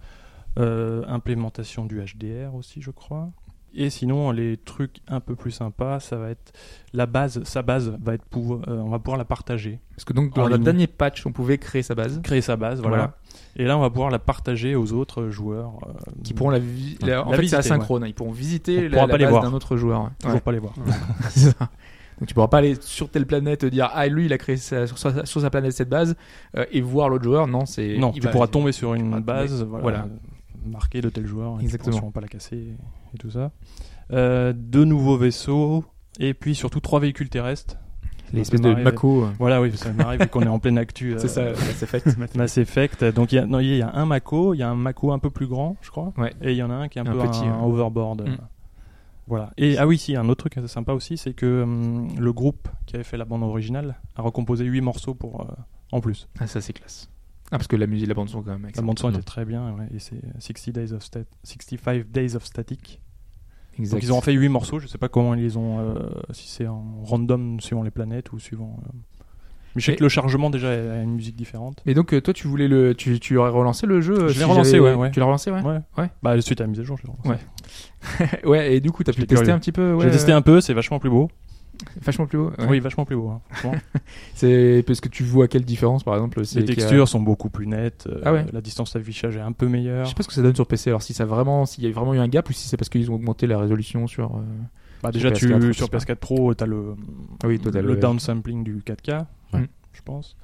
Speaker 4: euh, implémentation du HDR aussi, je crois. Et sinon, les trucs un peu plus sympas, ça va être la base. Sa base va être pour, euh, on va pouvoir la partager.
Speaker 3: Parce que donc,
Speaker 4: en
Speaker 3: dans le
Speaker 4: ligne.
Speaker 3: dernier patch, on pouvait créer sa base.
Speaker 4: créer sa base, voilà.
Speaker 3: Voilà.
Speaker 4: Et là, on va pouvoir la partager aux autres joueurs. euh,
Speaker 3: Qui pourront la, vi- la- En
Speaker 4: La
Speaker 3: fait, c'est
Speaker 4: visiter,
Speaker 3: asynchrone. hein, Ils pourront visiter
Speaker 4: On
Speaker 3: la,
Speaker 4: pourra
Speaker 3: la
Speaker 4: pas les
Speaker 3: base
Speaker 4: voir.
Speaker 3: d'un autre joueur. ouais.
Speaker 4: toujours pas les voir.
Speaker 3: Ouais. C'est ça. Donc tu pourras pas aller sur telle planète dire ah lui il a créé sa- sur, sa, sur sa planète cette base euh, et voir l'autre joueur non c'est
Speaker 4: non,
Speaker 3: il
Speaker 4: tu
Speaker 3: va-
Speaker 4: pourras tomber sur une
Speaker 3: pourras tomber.
Speaker 4: base, voilà,
Speaker 3: Voilà.
Speaker 4: euh, marquée de tel joueur. et tu
Speaker 3: Exactement.
Speaker 4: pourras sûrement pas la casser et, et tout ça. Euh, deux nouveaux vaisseaux et puis surtout trois véhicules terrestres.
Speaker 3: l'espèce de Mako euh,
Speaker 4: Voilà, oui, ça m'arrive vu qu'on est en pleine actu. euh,
Speaker 3: c'est ça Mass Effect
Speaker 4: Mass Effect. Donc il y a, non, il y a un Mako, il y a un Mako un peu plus grand, je crois.
Speaker 3: Ouais.
Speaker 4: Et il y en a un qui est un,
Speaker 3: Un
Speaker 4: peu
Speaker 3: petit,
Speaker 4: un,
Speaker 3: ouais.
Speaker 4: overboard.
Speaker 3: Mm.
Speaker 4: Voilà. Et ah oui, si un autre truc assez sympa aussi, c'est que hum, le groupe qui avait fait la bande originale a recomposé huit morceaux pour euh, en plus.
Speaker 3: ah ça c'est classe ah parce que la musique la bande son quand même
Speaker 4: La bande son
Speaker 5: Mm.
Speaker 4: était très bien ouais, et c'est 60 Days of Stat- 65 Days of Static.
Speaker 3: exact.
Speaker 4: Donc ils ont en fait huit morceaux, je sais pas comment ils les ont euh, si c'est en random suivant les planètes ou suivant euh. Mais je sais
Speaker 3: Et-
Speaker 4: que le chargement déjà a une musique différente.
Speaker 3: mais donc euh, toi tu voulais le tu, tu aurais relancé le jeu euh,
Speaker 4: Je
Speaker 3: si
Speaker 4: l'ai relancé,
Speaker 3: j'avais-
Speaker 4: ouais, ouais.
Speaker 3: tu l'as relancé ouais
Speaker 4: Ouais.
Speaker 3: Ouais.
Speaker 4: Bah suite à la mise à jour, je l'ai relancé.
Speaker 3: Ouais. ouais et du coup t'as pu
Speaker 4: J'étais
Speaker 3: tester
Speaker 4: curieux.
Speaker 3: un petit peu ouais,
Speaker 4: J'ai testé
Speaker 3: euh,
Speaker 4: un peu, c'est vachement plus beau.
Speaker 3: vachement plus haut ouais.
Speaker 4: Oui, vachement plus beau. hein, franchement.
Speaker 3: c'est parce que tu vois quelle différence par exemple c'est
Speaker 4: les
Speaker 3: qu'il y a-
Speaker 4: textures sont beaucoup plus nettes. euh,
Speaker 3: Ah ouais.
Speaker 4: La distance d'affichage est un peu
Speaker 3: je
Speaker 4: meilleure.
Speaker 3: sais pas ce que ça donne sur PC alors si ça vraiment s'il y a vraiment eu un gap ou si c'est parce qu'ils ont augmenté la résolution sur euh,
Speaker 4: Bah,
Speaker 3: sur
Speaker 4: déjà,
Speaker 3: PS4, je sais
Speaker 4: tu, sur
Speaker 3: pas.
Speaker 4: PS4 Pro, t'as le,
Speaker 3: Ah oui, toi, t'as
Speaker 4: le
Speaker 3: le-
Speaker 4: downsampling du 4K,
Speaker 5: Ouais.
Speaker 4: je pense.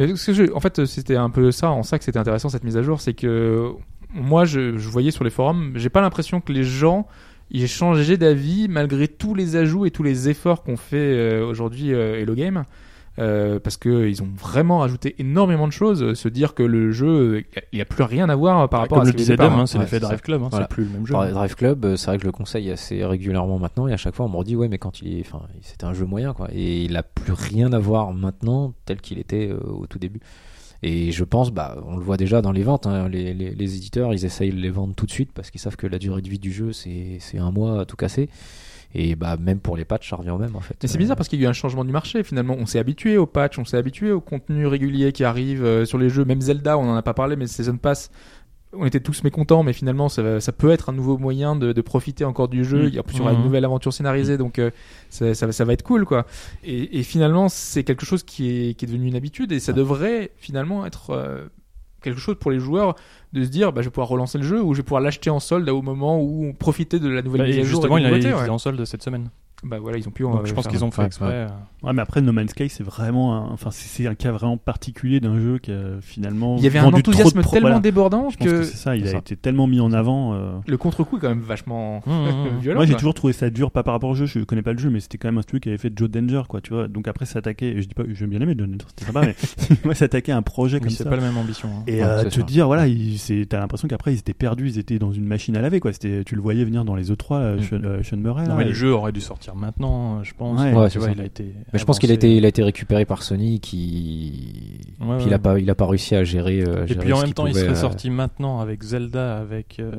Speaker 3: Mais parce que je- en fait, c'était un peu ça, en ça que c'était intéressant cette mise à jour, c'est que moi, je, je voyais sur les forums, j'ai pas l'impression que les gens ils changeaient d'avis malgré tous les ajouts et tous les efforts qu'on fait euh, aujourd'hui euh, Hello Game. Euh, parce que ils ont vraiment ajouté énormément de choses. euh, Se dire que le jeu, euh, il n'y a plus rien à voir par rapport
Speaker 4: Comme
Speaker 3: à ce
Speaker 4: le
Speaker 3: qu'il y
Speaker 4: disait
Speaker 3: avait
Speaker 4: Dom,
Speaker 3: pas,
Speaker 4: hein, c'est
Speaker 5: Ouais,
Speaker 4: l'effet
Speaker 5: c'est
Speaker 4: Drive
Speaker 5: ça.
Speaker 4: Club, hein,
Speaker 5: Voilà.
Speaker 4: c'est plus le même jeu.
Speaker 5: Par Drive Club, euh, c'est vrai que je le conseille assez régulièrement maintenant, et à chaque fois on me redit ouais, mais quand il est, enfin, il- c'était un jeu moyen quoi, et il a plus rien à voir maintenant tel qu'il était euh, au tout début. Et je pense, bah, on le voit déjà dans les ventes, hein, les, les- les éditeurs, ils essayent de les vendre tout de suite parce qu'ils savent que la durée de vie du jeu, c'est c'est un mois à tout casser. Et bah, même pour les patchs, ça revient au même en fait.
Speaker 3: Mais c'est
Speaker 5: Euh,
Speaker 3: bizarre parce qu'il y a eu un changement du marché finalement. On s'est habitué aux patchs, on s'est habitué au contenu régulier qui arrive euh, sur les jeux. Même Zelda, on en a pas parlé, mais Season Pass, on était tous mécontents, mais finalement ça, ça peut être un nouveau moyen de, de profiter encore du jeu.
Speaker 4: Mm.
Speaker 3: Et En plus, on aura une
Speaker 4: Mhm.
Speaker 3: nouvelle aventure scénarisée, donc euh, ça, ça- ça va être cool quoi. Et, et finalement, c'est quelque chose qui est, qui est devenu une habitude et ça devrait finalement être euh, quelque chose pour les joueurs de se dire bah, je vais pouvoir relancer le jeu ou je vais pouvoir l'acheter en solde au moment où on profitait de la nouvelle
Speaker 4: Bah,
Speaker 3: mise à
Speaker 4: et
Speaker 3: jour
Speaker 4: justement,
Speaker 3: et
Speaker 4: il
Speaker 3: des
Speaker 4: a
Speaker 3: nouveautés,
Speaker 4: été
Speaker 3: ouais.
Speaker 4: en solde cette semaine.
Speaker 3: Bah voilà, ils ont pu.
Speaker 4: Donc je pense qu'ils ont fait
Speaker 5: ouais,
Speaker 4: exprès. euh,
Speaker 6: Ouais, mais après, No Man's Sky, c'est vraiment un, enfin, c'est- c'est un cas vraiment particulier d'un jeu qui a finalement.
Speaker 3: Il y avait un
Speaker 6: vendu trop de
Speaker 3: enthousiasme
Speaker 6: pro-
Speaker 3: tellement
Speaker 6: voilà.
Speaker 3: débordant
Speaker 6: Je pense que,
Speaker 3: que,
Speaker 6: c'est ça, il
Speaker 5: c'est
Speaker 6: a
Speaker 5: ça.
Speaker 6: été tellement mis en avant. euh,
Speaker 3: le contre-coup est quand même vachement
Speaker 5: Mmh,
Speaker 4: Hum, hum, hum.
Speaker 3: violent.
Speaker 6: Mmh, Moi, j'ai
Speaker 3: quoi.
Speaker 6: toujours trouvé ça dur, pas par rapport au jeu, je connais pas le jeu, mais c'était quand même un studio qui avait fait Joe Danger, quoi, tu vois. Donc après, s'attaquer, et je dis pas, j'aime bien aimer Joe Danger, c'était sympa, mais moi, s'attaquer à un projet comme
Speaker 4: Oui, c'est
Speaker 6: ça.
Speaker 4: pas la même ambition. hein.
Speaker 6: Et
Speaker 5: Ouais,
Speaker 6: euh,
Speaker 5: c'est
Speaker 6: te
Speaker 5: ça.
Speaker 6: dire, voilà, il- c'est- t'as l'impression qu'après, ils étaient perdus, ils étaient dans une machine à laver, quoi. C'était, tu le voyais venir dans les E3, là,
Speaker 5: Mm.
Speaker 6: Sean, euh, Sean Murray,
Speaker 4: Non,
Speaker 6: là,
Speaker 4: mais
Speaker 6: et-
Speaker 4: le jeu aurait dû sortir maintenant, je pense.
Speaker 6: Ouais.
Speaker 4: Tu
Speaker 5: Ouais,
Speaker 4: vois,
Speaker 5: c'est
Speaker 4: il a été.
Speaker 5: Euh, Mais je pense qu'il a
Speaker 4: avancé.
Speaker 5: été, il a été récupéré par Sony qui,
Speaker 4: Ouais,
Speaker 5: puis il a
Speaker 4: ouais.
Speaker 5: pas, il a pas réussi à gérer. euh,
Speaker 4: Et
Speaker 5: gérer
Speaker 4: puis en
Speaker 5: ce
Speaker 4: même
Speaker 5: qu'il
Speaker 4: temps, il
Speaker 5: pouvait,
Speaker 4: serait
Speaker 5: euh,
Speaker 4: sorti maintenant avec Zelda, avec euh,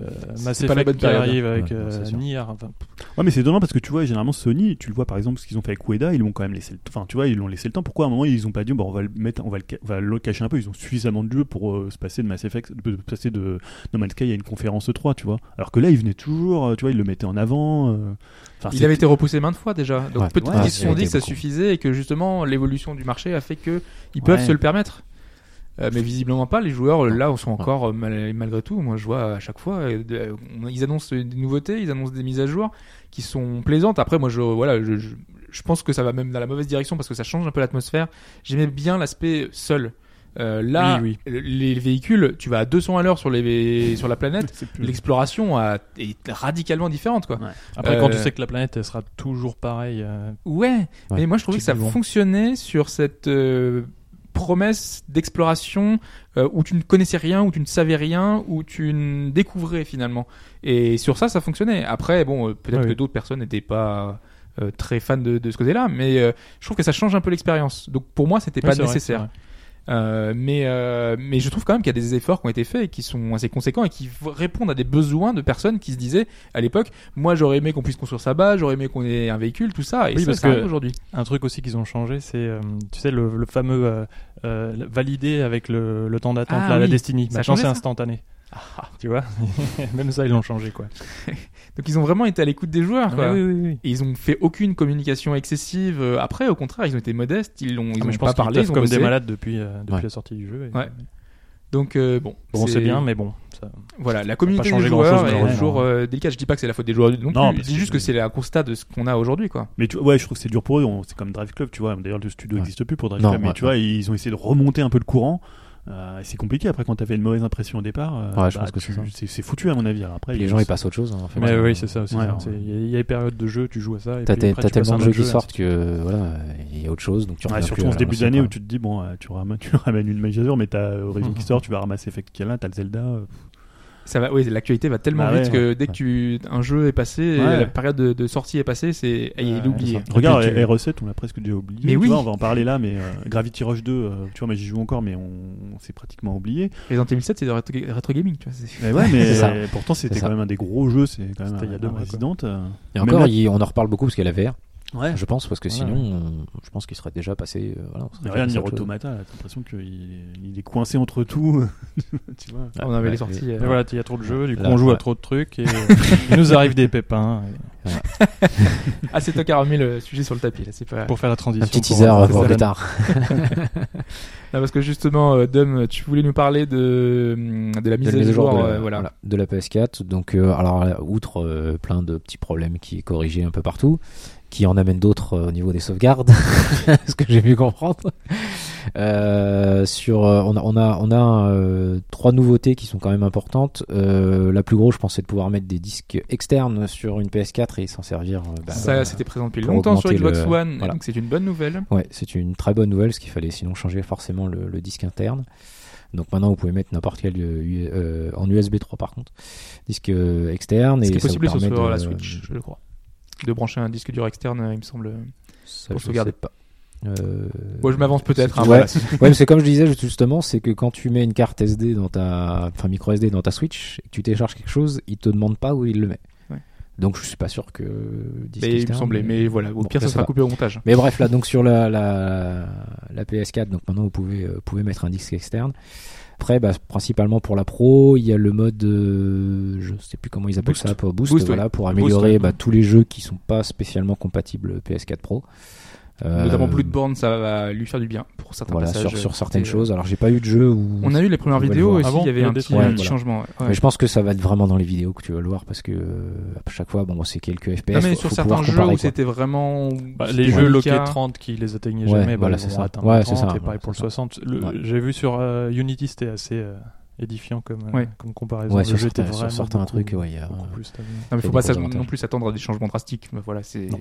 Speaker 4: Mass
Speaker 3: C'est pas la bonne
Speaker 4: Effect qui
Speaker 3: période.
Speaker 4: arrive, avec
Speaker 5: Ouais, non, c'est
Speaker 4: euh,
Speaker 5: sûr.
Speaker 4: Nier. enfin,
Speaker 6: Ouais, mais c'est étonnant parce que tu vois, généralement Sony, tu le vois par exemple ce qu'ils ont fait avec Ueda, ils l'ont quand même laissé le enfin tu vois, ils l'ont laissé le temps. Pourquoi à un moment ils ont pas dit bon, on va le mettre on va le, ca- on va le cacher un peu, ils ont suffisamment de jeux pour euh, se passer de Mass Effect, de, de passer de No Man's Sky à une conférence E3, tu vois. Alors que là, ils venaient toujours, euh, tu vois, ils le mettaient en avant. euh, enfin,
Speaker 3: Il
Speaker 6: c'était-
Speaker 3: avait été repoussé maintes fois déjà. Donc
Speaker 5: Ah, Ouais.
Speaker 3: peut-être
Speaker 5: Ouais,
Speaker 3: qu'ils se
Speaker 5: il a
Speaker 3: sont dit
Speaker 5: été
Speaker 3: que ça
Speaker 5: beaucoup.
Speaker 3: suffisait et que justement l'évolution du marché a fait que ils peuvent
Speaker 6: Ouais.
Speaker 3: se le permettre. Euh, mais visiblement pas. Les joueurs euh,
Speaker 5: Non.
Speaker 3: là on sont encore euh, mal- malgré tout. Moi je vois à chaque fois euh, de- on- ils annoncent des nouveautés, ils annoncent des mises à jour qui sont plaisantes. Après moi je voilà je, je- je pense que ça va même dans la mauvaise direction parce que ça change un peu l'atmosphère. J'aimais bien l'aspect seul. Euh, là,
Speaker 4: Oui,
Speaker 3: le- les véhicules, tu vas à 200 à l'heure sur les sur la planète.
Speaker 6: c'est plus-
Speaker 3: L'exploration a- est radicalement différente, quoi.
Speaker 4: Après, quand
Speaker 3: Euh,
Speaker 4: tu sais que la planète elle sera toujours pareille, euh,
Speaker 3: Ouais, mais moi je trouvais que ça
Speaker 4: Petit bonbon.
Speaker 3: fonctionnait sur cette euh, promesse d'exploration euh, où tu ne connaissais rien, où tu ne savais rien, où tu ne découvrais finalement. Et sur ça, ça fonctionnait. Après, bon, euh, peut-être
Speaker 4: Ah oui.
Speaker 3: que d'autres personnes n'étaient pas euh, très fans de, de ce côté-là, mais euh, je trouve que ça change un peu l'expérience. Donc pour moi, c'était
Speaker 4: oui,
Speaker 3: pas
Speaker 4: c'est vrai,
Speaker 3: nécessaire.
Speaker 4: c'est vrai.
Speaker 3: Euh, mais, euh, mais je trouve quand même qu'il y a des efforts qui ont été faits et qui sont assez conséquents et qui v- répondent à des besoins de personnes qui se disaient à l'époque moi j'aurais aimé qu'on puisse construire sa base, j'aurais aimé qu'on ait un véhicule, tout ça. Et
Speaker 4: Oui,
Speaker 3: ça,
Speaker 4: parce
Speaker 3: ça arrive
Speaker 4: que-
Speaker 3: aujourd'hui.
Speaker 4: Un truc aussi qu'ils ont changé, c'est euh, tu sais le, le fameux euh, euh, le- validé avec le, le temps d'attente,
Speaker 3: Ah
Speaker 4: la, la
Speaker 3: oui.
Speaker 4: Destiny.
Speaker 3: Ça a
Speaker 4: Maintenant,
Speaker 3: changé,
Speaker 4: c'est
Speaker 3: ça Ah.
Speaker 4: instantané. Tu vois, même ça ils l'ont changé quoi.
Speaker 3: Donc ils ont vraiment été à l'écoute des joueurs. Quoi.
Speaker 4: Ah, oui, oui, oui.
Speaker 3: Et ils ont fait aucune communication excessive. Euh, Après, au contraire, ils ont été modestes. Ils l'ont, ils
Speaker 4: Ah,
Speaker 3: ont
Speaker 4: mais je
Speaker 3: pas
Speaker 4: pense qu'ils
Speaker 3: parlé.
Speaker 4: taffent
Speaker 3: Ils ont
Speaker 4: comme des
Speaker 3: bossé.
Speaker 4: malades depuis euh, depuis
Speaker 5: Ouais.
Speaker 4: la sortie du jeu. et-
Speaker 3: Ouais. Donc euh, bon,
Speaker 4: Bon, c'est bien, mais bon, ça-
Speaker 3: Voilà, la communauté
Speaker 4: pas
Speaker 3: des
Speaker 4: changé grand-chose,
Speaker 3: joueurs est
Speaker 4: malheureusement. hein.
Speaker 3: toujours euh, délicate. Je dis pas que c'est la faute des joueurs non,
Speaker 6: Non,
Speaker 3: plus. Je
Speaker 6: parce
Speaker 3: dis
Speaker 6: que-
Speaker 3: juste que c'est un constat de ce qu'on a aujourd'hui, quoi.
Speaker 6: Mais tu ouais, je trouve que c'est dur pour eux. on- C'est comme Drive Club, tu vois. D'ailleurs, le studio
Speaker 5: Ouais.
Speaker 6: n'existe plus pour Drive
Speaker 5: Non,
Speaker 6: Club, mais
Speaker 5: ouais,
Speaker 6: tu vois, ils ont essayé de remonter un peu le courant. Euh, c'est compliqué après quand t'avais une mauvaise impression au départ. euh,
Speaker 5: Ouais, je
Speaker 6: bah,
Speaker 5: pense que c'est
Speaker 6: tu-
Speaker 5: ça.
Speaker 6: c'est c'est foutu à mon avis. Alors après,
Speaker 5: puis les gens ils passent à autre chose. hein, en fait.
Speaker 4: Mais oui, c'est ça aussi.
Speaker 6: Ouais,
Speaker 4: ça.
Speaker 6: ouais.
Speaker 4: C'est- Il y a- il y, a des périodes de jeu, tu joues à ça. et
Speaker 5: T'as
Speaker 4: puis
Speaker 5: t'as-
Speaker 4: après,
Speaker 5: t'as
Speaker 4: tu passes à
Speaker 5: tellement
Speaker 4: un
Speaker 5: de jeux
Speaker 4: autre
Speaker 5: qui
Speaker 4: jeu,
Speaker 5: sortent que voilà, il y a autre chose donc tu
Speaker 6: Ouais,
Speaker 5: reviens
Speaker 6: surtout
Speaker 5: plus
Speaker 6: en
Speaker 5: à
Speaker 6: ce
Speaker 5: la
Speaker 6: début
Speaker 5: recette,
Speaker 6: d'année
Speaker 5: quoi.
Speaker 6: où tu te dis, bon, euh, tu, ramènes, tu ramènes une magie à jour, mais t'as Horizon qui sort, tu vas ramasser Effect qui est là, t'as le Zelda. euh,
Speaker 3: Ça va, oui, l'actualité va tellement
Speaker 6: Bah
Speaker 3: vite
Speaker 6: ouais,
Speaker 3: que dès que tu un jeu est passé,
Speaker 6: Ouais.
Speaker 3: la période de, de sortie est passée, c'est et il
Speaker 4: Ouais,
Speaker 3: est oublié. euh,
Speaker 4: c'est
Speaker 6: Regarde,
Speaker 4: Et puis tu-
Speaker 6: R7, on l'a presque déjà oublié.
Speaker 3: Mais
Speaker 6: tu
Speaker 3: oui.
Speaker 6: vois, on va en parler là, mais euh, Gravity Rush 2, euh, tu vois, moi j'y joue encore, mais on, on s'est pratiquement oublié.
Speaker 3: Resident Evil 7, c'est de rétro, rétro gaming, tu vois. c'est-
Speaker 6: Mais ouais, mais
Speaker 5: C'est ça.
Speaker 6: euh, pourtant c'était
Speaker 5: C'est ça.
Speaker 6: quand même un des gros jeux, c'est quand même
Speaker 4: C'était il y a
Speaker 6: un-
Speaker 4: deux
Speaker 6: un
Speaker 4: mois, quoi.
Speaker 6: Resident, euh,
Speaker 5: Et
Speaker 6: même
Speaker 5: encore,
Speaker 6: là-
Speaker 5: il- on en reparle beaucoup parce qu'il y a la VR,
Speaker 6: Ouais.
Speaker 5: je pense, parce que
Speaker 4: Ouais,
Speaker 5: sinon, on- je pense qu'il serait déjà passé. euh, voilà, on serait
Speaker 6: Mais
Speaker 5: déjà
Speaker 6: regarde
Speaker 5: passé à
Speaker 6: Nier
Speaker 5: autre chose.
Speaker 6: Automata, là, t'as l'impression qu'il est- il est coincé entre tout. tu vois.
Speaker 3: On avait
Speaker 5: Ouais,
Speaker 3: les sorties.
Speaker 5: et-
Speaker 3: euh,
Speaker 4: Et voilà, il y a trop de jeux, du coup
Speaker 5: Là,
Speaker 4: on joue à
Speaker 5: ouais.
Speaker 4: trop de trucs et il nous arrive des pépins et-
Speaker 3: Ah, c'est toi qui as remis le sujet sur le tapis. Là, c'est pas.
Speaker 4: pour faire la transition.
Speaker 5: Un petit
Speaker 4: pour-
Speaker 5: teaser
Speaker 6: hein.
Speaker 5: euh,
Speaker 4: pour
Speaker 5: pour
Speaker 4: la-
Speaker 5: plus tard.
Speaker 3: Non, parce que justement, euh, Dom, tu voulais nous parler de, de la mise
Speaker 5: De la
Speaker 3: à
Speaker 5: mise à jour
Speaker 3: jour.
Speaker 5: de la-
Speaker 3: euh, voilà.
Speaker 5: voilà, de la PS4. Donc, euh, alors, là, outre euh, plein de petits problèmes qui corrigés un peu partout, qui en amènent d'autres euh, au niveau des sauvegardes, ce que j'ai pu comprendre. Euh, sur, euh, on a, on a, on a euh, trois nouveautés qui sont quand même importantes. Euh, la plus grosse, je pense, c'est de pouvoir mettre des disques externes sur une PS4 et s'en servir. euh, bah,
Speaker 3: ça,
Speaker 5: bah,
Speaker 3: c'était présent depuis
Speaker 5: pour
Speaker 3: longtemps sur
Speaker 5: augmenter
Speaker 3: Xbox
Speaker 5: le-
Speaker 3: One,
Speaker 5: voilà.
Speaker 3: donc c'est une bonne nouvelle.
Speaker 5: Ouais, c'est une très bonne nouvelle, parce qu'il fallait sinon changer forcément le, le disque interne. Donc maintenant, vous pouvez mettre n'importe quel euh, U- euh, en USB 3 par contre, disque euh, externe.
Speaker 3: Ce qui
Speaker 5: et
Speaker 3: est
Speaker 5: ça
Speaker 3: possible
Speaker 5: vous
Speaker 3: sur
Speaker 5: permet de-
Speaker 3: la Switch, je le crois. De brancher un disque dur externe, il me semble. euh,
Speaker 5: Ça,
Speaker 3: pour
Speaker 5: je
Speaker 3: sauvegarder.
Speaker 5: sais pas. Euh,
Speaker 3: Moi, je m'avance peut-être. hein,
Speaker 5: Ouais.
Speaker 3: voilà.
Speaker 5: Ouais, mais c'est comme je disais juste- justement, c'est que quand tu mets une carte SD dans ta, enfin micro SD dans ta Switch, et que tu télécharges quelque chose, il te demande pas où il le met.
Speaker 3: Ouais.
Speaker 5: Donc je suis pas sûr que. disque
Speaker 3: Mais il me
Speaker 5: externe,
Speaker 3: semblait. Mais voilà, au
Speaker 5: Bon,
Speaker 3: pire,
Speaker 5: je
Speaker 3: ça
Speaker 5: sais
Speaker 3: sera
Speaker 5: pas.
Speaker 3: coupé au montage.
Speaker 5: Mais bref, là, donc sur la, la, la PS4, donc maintenant vous pouvez, euh, vous pouvez mettre un disque externe. Après, bah, principalement pour la pro, il y a le mode, euh, je sais plus comment ils appellent
Speaker 3: Boost.
Speaker 5: ça, pour boost,
Speaker 3: Boost,
Speaker 5: voilà, pour
Speaker 3: Boost,
Speaker 5: améliorer
Speaker 3: ouais.
Speaker 5: bah, tous les jeux qui sont pas spécialement compatibles PS4 Pro. Euh,
Speaker 3: Notamment Bloodborne, ça va lui faire du bien pour certains
Speaker 5: Voilà,
Speaker 3: passages.
Speaker 5: sur, sur certaines
Speaker 3: Et, euh,
Speaker 5: choses. Alors, j'ai pas eu de jeu où.
Speaker 3: On a eu les premières
Speaker 5: On va le
Speaker 3: vidéos
Speaker 5: voir.
Speaker 3: aussi,
Speaker 4: Ah bon
Speaker 3: il y avait
Speaker 4: Il y a
Speaker 3: un
Speaker 4: des
Speaker 3: petit,
Speaker 4: trucs.
Speaker 3: un
Speaker 5: Ouais,
Speaker 3: petit
Speaker 5: voilà.
Speaker 3: changement. ouais. Ouais.
Speaker 5: Mais je pense que ça va être vraiment dans les vidéos que tu vas le voir parce que euh, à chaque fois, bon, c'est quelques FPS.
Speaker 3: Non, mais
Speaker 5: faut-
Speaker 3: sur
Speaker 5: faut
Speaker 3: certains
Speaker 5: pouvoir
Speaker 3: jeux
Speaker 5: comparer,
Speaker 3: où
Speaker 5: quoi.
Speaker 3: c'était vraiment.
Speaker 4: Bah,
Speaker 3: c'était
Speaker 4: les
Speaker 3: le
Speaker 4: jeux
Speaker 3: cas.
Speaker 4: loqués 30 qui les atteignaient
Speaker 5: Ouais,
Speaker 4: jamais, bah,
Speaker 5: voilà,
Speaker 4: ils
Speaker 5: c'est
Speaker 4: vont
Speaker 5: ça.
Speaker 4: atteindre
Speaker 5: Ouais,
Speaker 4: 30,
Speaker 5: c'est ça,
Speaker 4: et
Speaker 5: voilà,
Speaker 4: pareil pour le
Speaker 5: c'est
Speaker 4: 60. Le-
Speaker 5: Ouais.
Speaker 4: J'ai vu sur euh, Unity, c'était assez euh, édifiant comme, euh,
Speaker 3: Ouais.
Speaker 4: comme comparaison.
Speaker 5: Ouais,
Speaker 4: le
Speaker 5: sur
Speaker 4: jeu était
Speaker 5: certains, sur
Speaker 4: vraiment
Speaker 5: certains
Speaker 4: beaucoup-
Speaker 5: trucs, ouais, il y a-
Speaker 4: beaucoup plus stable. Ah,
Speaker 3: Non, mais
Speaker 5: Il y a
Speaker 3: faut pas
Speaker 5: des
Speaker 3: s'a-
Speaker 5: gros avantages.
Speaker 3: non plus s'attendre à des changements drastiques. mais Voilà, c'est.
Speaker 5: Non.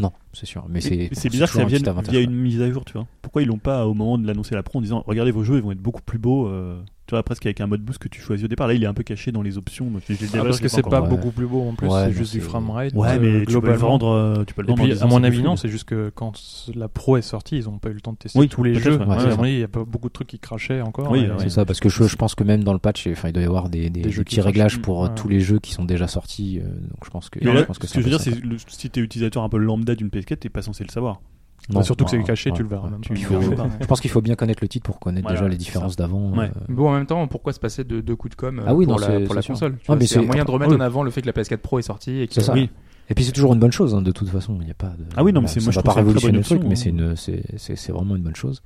Speaker 5: Non, c'est sûr. Mais c'est.
Speaker 6: Et C'est bizarre que ça
Speaker 5: toujours un
Speaker 6: vienne
Speaker 5: petit avantage,
Speaker 6: via
Speaker 5: ouais.
Speaker 6: une mise à jour, tu vois. Pourquoi ils l'ont pas au moment de l'annoncer la pro en disant regardez vos jeux, ils vont être beaucoup plus beaux, euh, tu vois, presque avec un mode boost que tu choisis au départ. Là, il est un peu caché dans les options. donc je l'ai
Speaker 4: Ah,
Speaker 6: développé,
Speaker 4: parce
Speaker 6: je
Speaker 4: que
Speaker 6: l'ai
Speaker 4: c'est
Speaker 6: encore
Speaker 4: pas
Speaker 5: encore.
Speaker 4: beaucoup plus beau en plus,
Speaker 5: Ouais,
Speaker 4: c'est
Speaker 5: non,
Speaker 4: juste du
Speaker 5: c'est-
Speaker 4: framerate.
Speaker 6: Ouais,
Speaker 4: euh,
Speaker 6: mais tu peux le
Speaker 4: globalement.
Speaker 6: vendre. euh, tu peux le
Speaker 4: Et
Speaker 6: vendre en
Speaker 4: puis, à
Speaker 6: disant,
Speaker 4: mon
Speaker 6: c'est
Speaker 4: avis,
Speaker 6: plus
Speaker 4: non,
Speaker 6: fluide.
Speaker 4: c'est juste que quand la pro est sortie, ils n'ont pas eu le temps de tester
Speaker 6: Oui,
Speaker 4: tous les
Speaker 6: peut-être,
Speaker 4: jeux.
Speaker 6: ouais.
Speaker 4: Ouais,
Speaker 5: Ouais,
Speaker 4: à
Speaker 5: c'est
Speaker 4: mon avis, il y a pas beaucoup de trucs qui crachaient encore.
Speaker 6: Oui,
Speaker 4: et-
Speaker 6: ouais.
Speaker 5: C'est ça, parce que je, je pense que même dans le patch, enfin, il doit y avoir des, des-
Speaker 4: Des jeux qui
Speaker 5: des petits
Speaker 4: sortent.
Speaker 5: réglages pour euh,
Speaker 4: Ouais.
Speaker 5: tous les jeux qui sont déjà sortis. euh, donc je pense que.
Speaker 6: Mais là,
Speaker 5: je pense
Speaker 6: ce que je veux
Speaker 5: un
Speaker 6: dire,
Speaker 5: peu
Speaker 6: c'est
Speaker 5: ça.
Speaker 6: le- si t'es utilisateur un peu lambda d'une PS4, t'es pas censé le savoir.
Speaker 5: Non,
Speaker 4: surtout que
Speaker 5: bah,
Speaker 4: c'est caché,
Speaker 5: ouais,
Speaker 4: tu le verras
Speaker 5: ouais.
Speaker 4: même
Speaker 5: Tu-
Speaker 4: pas.
Speaker 5: il
Speaker 6: Tu
Speaker 5: faut-
Speaker 6: le verras pas.
Speaker 5: Je pense qu'il faut bien connaître le titre pour connaître
Speaker 6: Voilà,
Speaker 5: déjà les
Speaker 6: c'est ça.
Speaker 5: différences d'avant.
Speaker 6: Ouais.
Speaker 5: euh,
Speaker 3: Bon, en même temps, pourquoi se passer de deux coups de com euh,
Speaker 5: Ah oui,
Speaker 3: pour
Speaker 5: non,
Speaker 3: la,
Speaker 5: c'est-
Speaker 3: pour la
Speaker 5: c'est sûr.
Speaker 3: console tu
Speaker 5: Ah,
Speaker 3: vois,
Speaker 5: mais
Speaker 3: C'est un
Speaker 5: c'est-
Speaker 3: moyen de remettre
Speaker 5: oui.
Speaker 3: en avant le fait que la PS4 Pro est sortie. Et que,
Speaker 5: C'est ça.
Speaker 3: Oui.
Speaker 6: Oui.
Speaker 5: Et puis c'est toujours une bonne chose, hein, de toute façon. Il n'y a pas. De...
Speaker 6: Ah oui, non, mais c'est-
Speaker 5: ça
Speaker 6: moi, je
Speaker 5: va pas
Speaker 6: trouve ça une très bonne
Speaker 5: révolutionner le truc,
Speaker 6: option,
Speaker 5: mais
Speaker 6: hein.
Speaker 5: c'est une- c'est c'est- c'est vraiment une bonne chose.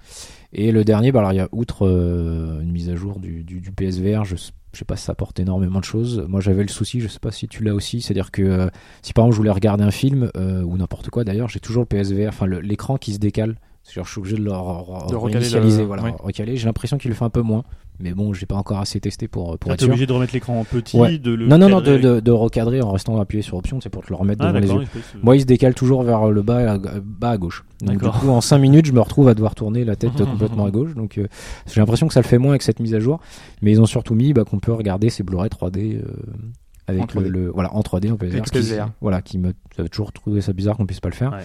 Speaker 5: Et le dernier, bah, alors il y a outre euh, une mise à jour du, du, du PSVR, je je sais pas si ça apporte énormément de choses. Moi, j'avais le souci, je sais pas si tu l'as aussi, c'est-à-dire que euh, si par exemple je voulais regarder un film euh, ou n'importe quoi, d'ailleurs, j'ai toujours le PSVR, enfin le- l'écran qui se décale. Genre, je suis obligé de le re-
Speaker 4: De
Speaker 5: re-
Speaker 4: recaler
Speaker 5: réinitialiser,
Speaker 4: le-
Speaker 5: voilà,
Speaker 4: oui.
Speaker 5: recaler. J'ai l'impression qu'il le fait un peu moins, mais bon, j'ai pas encore assez testé pour pour
Speaker 6: Ah, T'es
Speaker 5: être sûr.
Speaker 6: obligé de remettre l'écran en petit,
Speaker 5: Ouais.
Speaker 6: de le.
Speaker 5: Non, non, non, de,
Speaker 6: cadrer avec-
Speaker 5: de, de recadrer en restant appuyé sur option, c'est pour te le remettre
Speaker 6: Ah,
Speaker 5: devant les yeux.
Speaker 6: d'accord. je
Speaker 3: Mm.
Speaker 6: sais pas,
Speaker 5: Moi, il se décale toujours vers euh, le bas, et la- bas à gauche. Donc, du
Speaker 4: D'accord.
Speaker 5: coup, en 5 minutes, je me retrouve à devoir tourner la tête complètement à gauche. Donc, euh, j'ai l'impression que ça le fait moins avec cette mise à jour. Mais ils ont surtout mis bah, qu'on peut regarder ces Blu-ray 3D euh,
Speaker 3: En
Speaker 5: avec
Speaker 3: 3D.
Speaker 5: le, le- voilà en 3D en PSVR.
Speaker 3: Avec
Speaker 5: qui-
Speaker 3: PSVR.
Speaker 5: Voilà, qui me j'avais toujours trouvé ça bizarre qu'on puisse pas le faire.
Speaker 6: Ouais.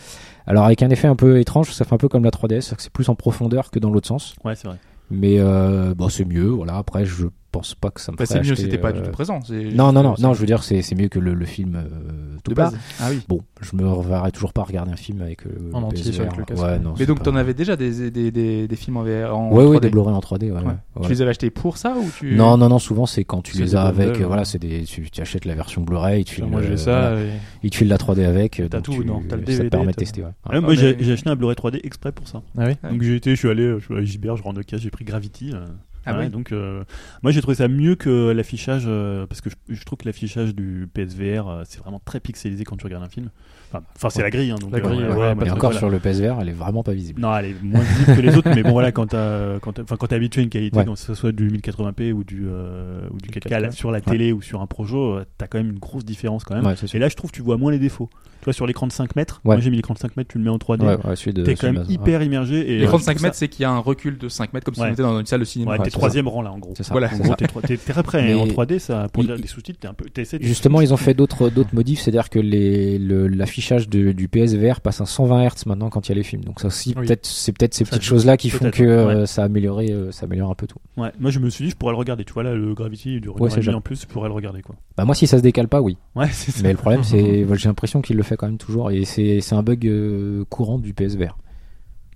Speaker 5: Alors, avec un effet un peu étrange, ça fait un peu comme la 3DS, c'est-à-dire que c'est plus en profondeur que dans l'autre sens.
Speaker 6: Ouais, c'est vrai.
Speaker 5: Mais euh, bon, c'est mieux. Voilà. Après, je pense pas que ça me.
Speaker 3: Bah,
Speaker 5: ferait
Speaker 3: c'est mieux
Speaker 5: acheter,
Speaker 3: si t'es pas du
Speaker 5: euh,
Speaker 3: tout présent. c'est-
Speaker 5: Non, non, non,
Speaker 3: c'est-
Speaker 5: non. Je veux dire, c'est c'est mieux que le, le film euh, tout
Speaker 3: de
Speaker 5: bas.
Speaker 3: base. Ah oui.
Speaker 5: Bon, je me reverrai toujours pas regarder un film avec euh,
Speaker 4: En
Speaker 5: le
Speaker 4: entier,
Speaker 5: PSVR.
Speaker 4: avec le casque.
Speaker 5: Ouais, non,
Speaker 3: Mais
Speaker 5: c'est
Speaker 3: donc,
Speaker 5: pas-
Speaker 3: t'en avais déjà des, des, des, des films en VR en
Speaker 5: Ouais, ouais,
Speaker 3: 3D.
Speaker 5: des Blu-ray en 3D. Ouais,
Speaker 3: Ouais.
Speaker 5: ouais.
Speaker 3: Tu
Speaker 5: ouais.
Speaker 3: les avais achetés pour ça ou tu.
Speaker 5: Non, non, non. Souvent, c'est quand tu
Speaker 4: C'est
Speaker 5: les
Speaker 4: des
Speaker 5: as avec.
Speaker 4: bundles,
Speaker 5: euh, Voilà,
Speaker 4: ouais.
Speaker 5: c'est des. Tu, tu achètes la version Blu-ray. Tu euh,
Speaker 4: Moi, j'ai ça. et-
Speaker 5: Il te file la 3D avec. euh,
Speaker 4: T'as
Speaker 5: donc
Speaker 4: tout,
Speaker 5: tu-
Speaker 4: non, t'as le
Speaker 5: Ça
Speaker 4: DVD,
Speaker 5: te permet de
Speaker 4: t'as-
Speaker 5: tester. Ouais.
Speaker 6: Ah, moi,
Speaker 3: mais-
Speaker 6: j'ai j'ai acheté un Blu-ray 3D exprès pour ça.
Speaker 4: Ah oui
Speaker 3: Ouais.
Speaker 6: Donc j'ai été, je suis allé, euh, je suis allé à Gibert, je rentre au cas, j'ai pris Gravity. euh,
Speaker 3: Ah
Speaker 6: voilà,
Speaker 3: oui.
Speaker 6: Donc euh, moi j'ai trouvé ça mieux que l'affichage euh, parce que je, je trouve que l'affichage du PSVR euh, c'est vraiment très pixelisé quand tu regardes un film. Enfin, enfin, c'est la grille. hein, donc,
Speaker 4: La grille, ouais,
Speaker 6: voilà,
Speaker 4: ouais,
Speaker 5: Et
Speaker 6: moi,
Speaker 4: Parce
Speaker 6: je-
Speaker 5: encore
Speaker 6: voilà.
Speaker 5: sur le PSVR, elle est vraiment pas visible.
Speaker 6: Non, elle est moins visible que les autres, mais bon voilà, quand t'as quand t'as- enfin, quand t'es habitué à une qualité,
Speaker 5: Ouais.
Speaker 6: que ce soit du 1080p ou du euh, ou du 4K, là,
Speaker 4: 4K.
Speaker 6: sur la télé ou sur un projo, euh, t'as quand même une grosse différence quand même.
Speaker 5: Ouais, c'est
Speaker 6: Et
Speaker 5: sûr.
Speaker 6: là je trouve que tu vois moins les défauts. Tu vois sur l'écran de 5 mètres,
Speaker 5: Ouais.
Speaker 6: moi j'ai mis l'écran de 5 mètres, tu le mets en 3D.
Speaker 5: Ouais, ouais, celui de.
Speaker 6: T'es
Speaker 5: celui
Speaker 6: quand
Speaker 5: de
Speaker 6: même
Speaker 5: base. Ouais.
Speaker 6: hyper immergé. et,
Speaker 3: L'écran
Speaker 6: euh,
Speaker 3: de
Speaker 6: je
Speaker 3: 5
Speaker 6: trouve
Speaker 3: mètres, c'est qu'il y a un recul de 5 mètres comme si
Speaker 6: Ouais.
Speaker 3: on était dans une salle de cinéma.
Speaker 6: Ouais,
Speaker 5: Ouais,
Speaker 6: t'es
Speaker 5: c'est ça.
Speaker 6: troisième rang là en gros.
Speaker 5: C'est ça.
Speaker 3: Voilà.
Speaker 6: En gros, t'es trois- t'es très près.
Speaker 5: Mais-
Speaker 6: hein, En 3D, ça, pour
Speaker 5: Il-
Speaker 6: dire des sous-titres, t'es un peu. t'essaies de-
Speaker 5: Justement, ils ont fait d'autres d'autres modifs, c'est-à-dire que les- le- l'affichage de- du PSVR passe à 120 Hz maintenant quand il y a les films. Donc ça aussi,
Speaker 4: Oui.
Speaker 5: peut-être, c'est peut-être ces
Speaker 6: Ça
Speaker 5: petites
Speaker 6: joue,
Speaker 5: choses-là qui font
Speaker 6: peut-être,
Speaker 5: que euh,
Speaker 6: ouais.
Speaker 5: ça améliore euh, ça améliore un peu tout.
Speaker 6: Ouais, moi je me suis dit, je pourrais le regarder. Tu vois là, le Gravity du
Speaker 5: Ouais, c'est
Speaker 6: regard
Speaker 5: joli.
Speaker 6: en plus, je pourrais le regarder quoi.
Speaker 5: Bah moi, si ça se décale pas, oui.
Speaker 6: Ouais, c'est ça.
Speaker 5: Mais le problème, c'est j'ai l'impression qu'il le fait quand même toujours, et c'est c'est un bug euh, courant du PSVR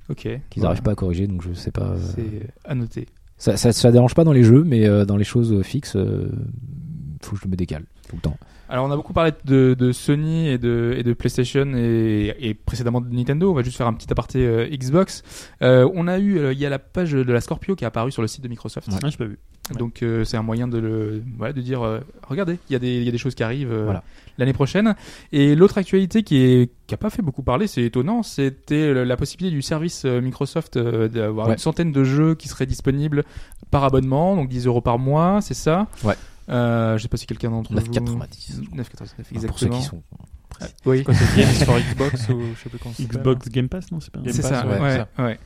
Speaker 3: Ok.
Speaker 5: qu'ils n'arrivent pas à corriger. Donc je sais pas. euh,
Speaker 3: C'est à noter.
Speaker 5: Ça, ça, ça dérange pas dans les jeux, mais euh, dans les choses euh, fixes, euh, faut que je me décale tout le temps.
Speaker 3: Alors on a beaucoup parlé de, de Sony et de, et de PlayStation et, et précédemment de Nintendo. On va juste faire un petit aparté euh, Xbox. Euh, on a eu, euh, il y a la page de la Scorpio qui est apparue sur le site de Microsoft.
Speaker 6: Ouais, j'ai pas vu. Ouais.
Speaker 3: Donc euh, c'est un moyen de le, voilà, de dire, euh, regardez, il y, a des- il y a des choses qui arrivent euh,
Speaker 5: Voilà.
Speaker 3: l'année prochaine. Et l'autre actualité qui est qui a pas fait beaucoup parler, c'est étonnant, c'était le- la possibilité du service euh, Microsoft euh, d'avoir
Speaker 5: Ouais.
Speaker 3: une centaine de jeux qui seraient disponibles par abonnement, donc 10 euros par mois, c'est ça.
Speaker 5: Ouais.
Speaker 3: Euh, je sais pas si quelqu'un d'entre vous.
Speaker 5: 9,90.
Speaker 3: 9,99
Speaker 5: Pour ceux
Speaker 3: exactement.
Speaker 5: qui sont.
Speaker 3: Oui,
Speaker 4: Quoi, c'est Games for Xbox ou je sais plus comment ça s'appelle,
Speaker 6: Xbox
Speaker 5: hein.
Speaker 6: Game Pass, non C'est pas.
Speaker 4: Game
Speaker 3: c'est
Speaker 4: Pass,
Speaker 3: ça.
Speaker 4: ouais,
Speaker 3: ouais,
Speaker 4: c'est ça.
Speaker 3: ouais.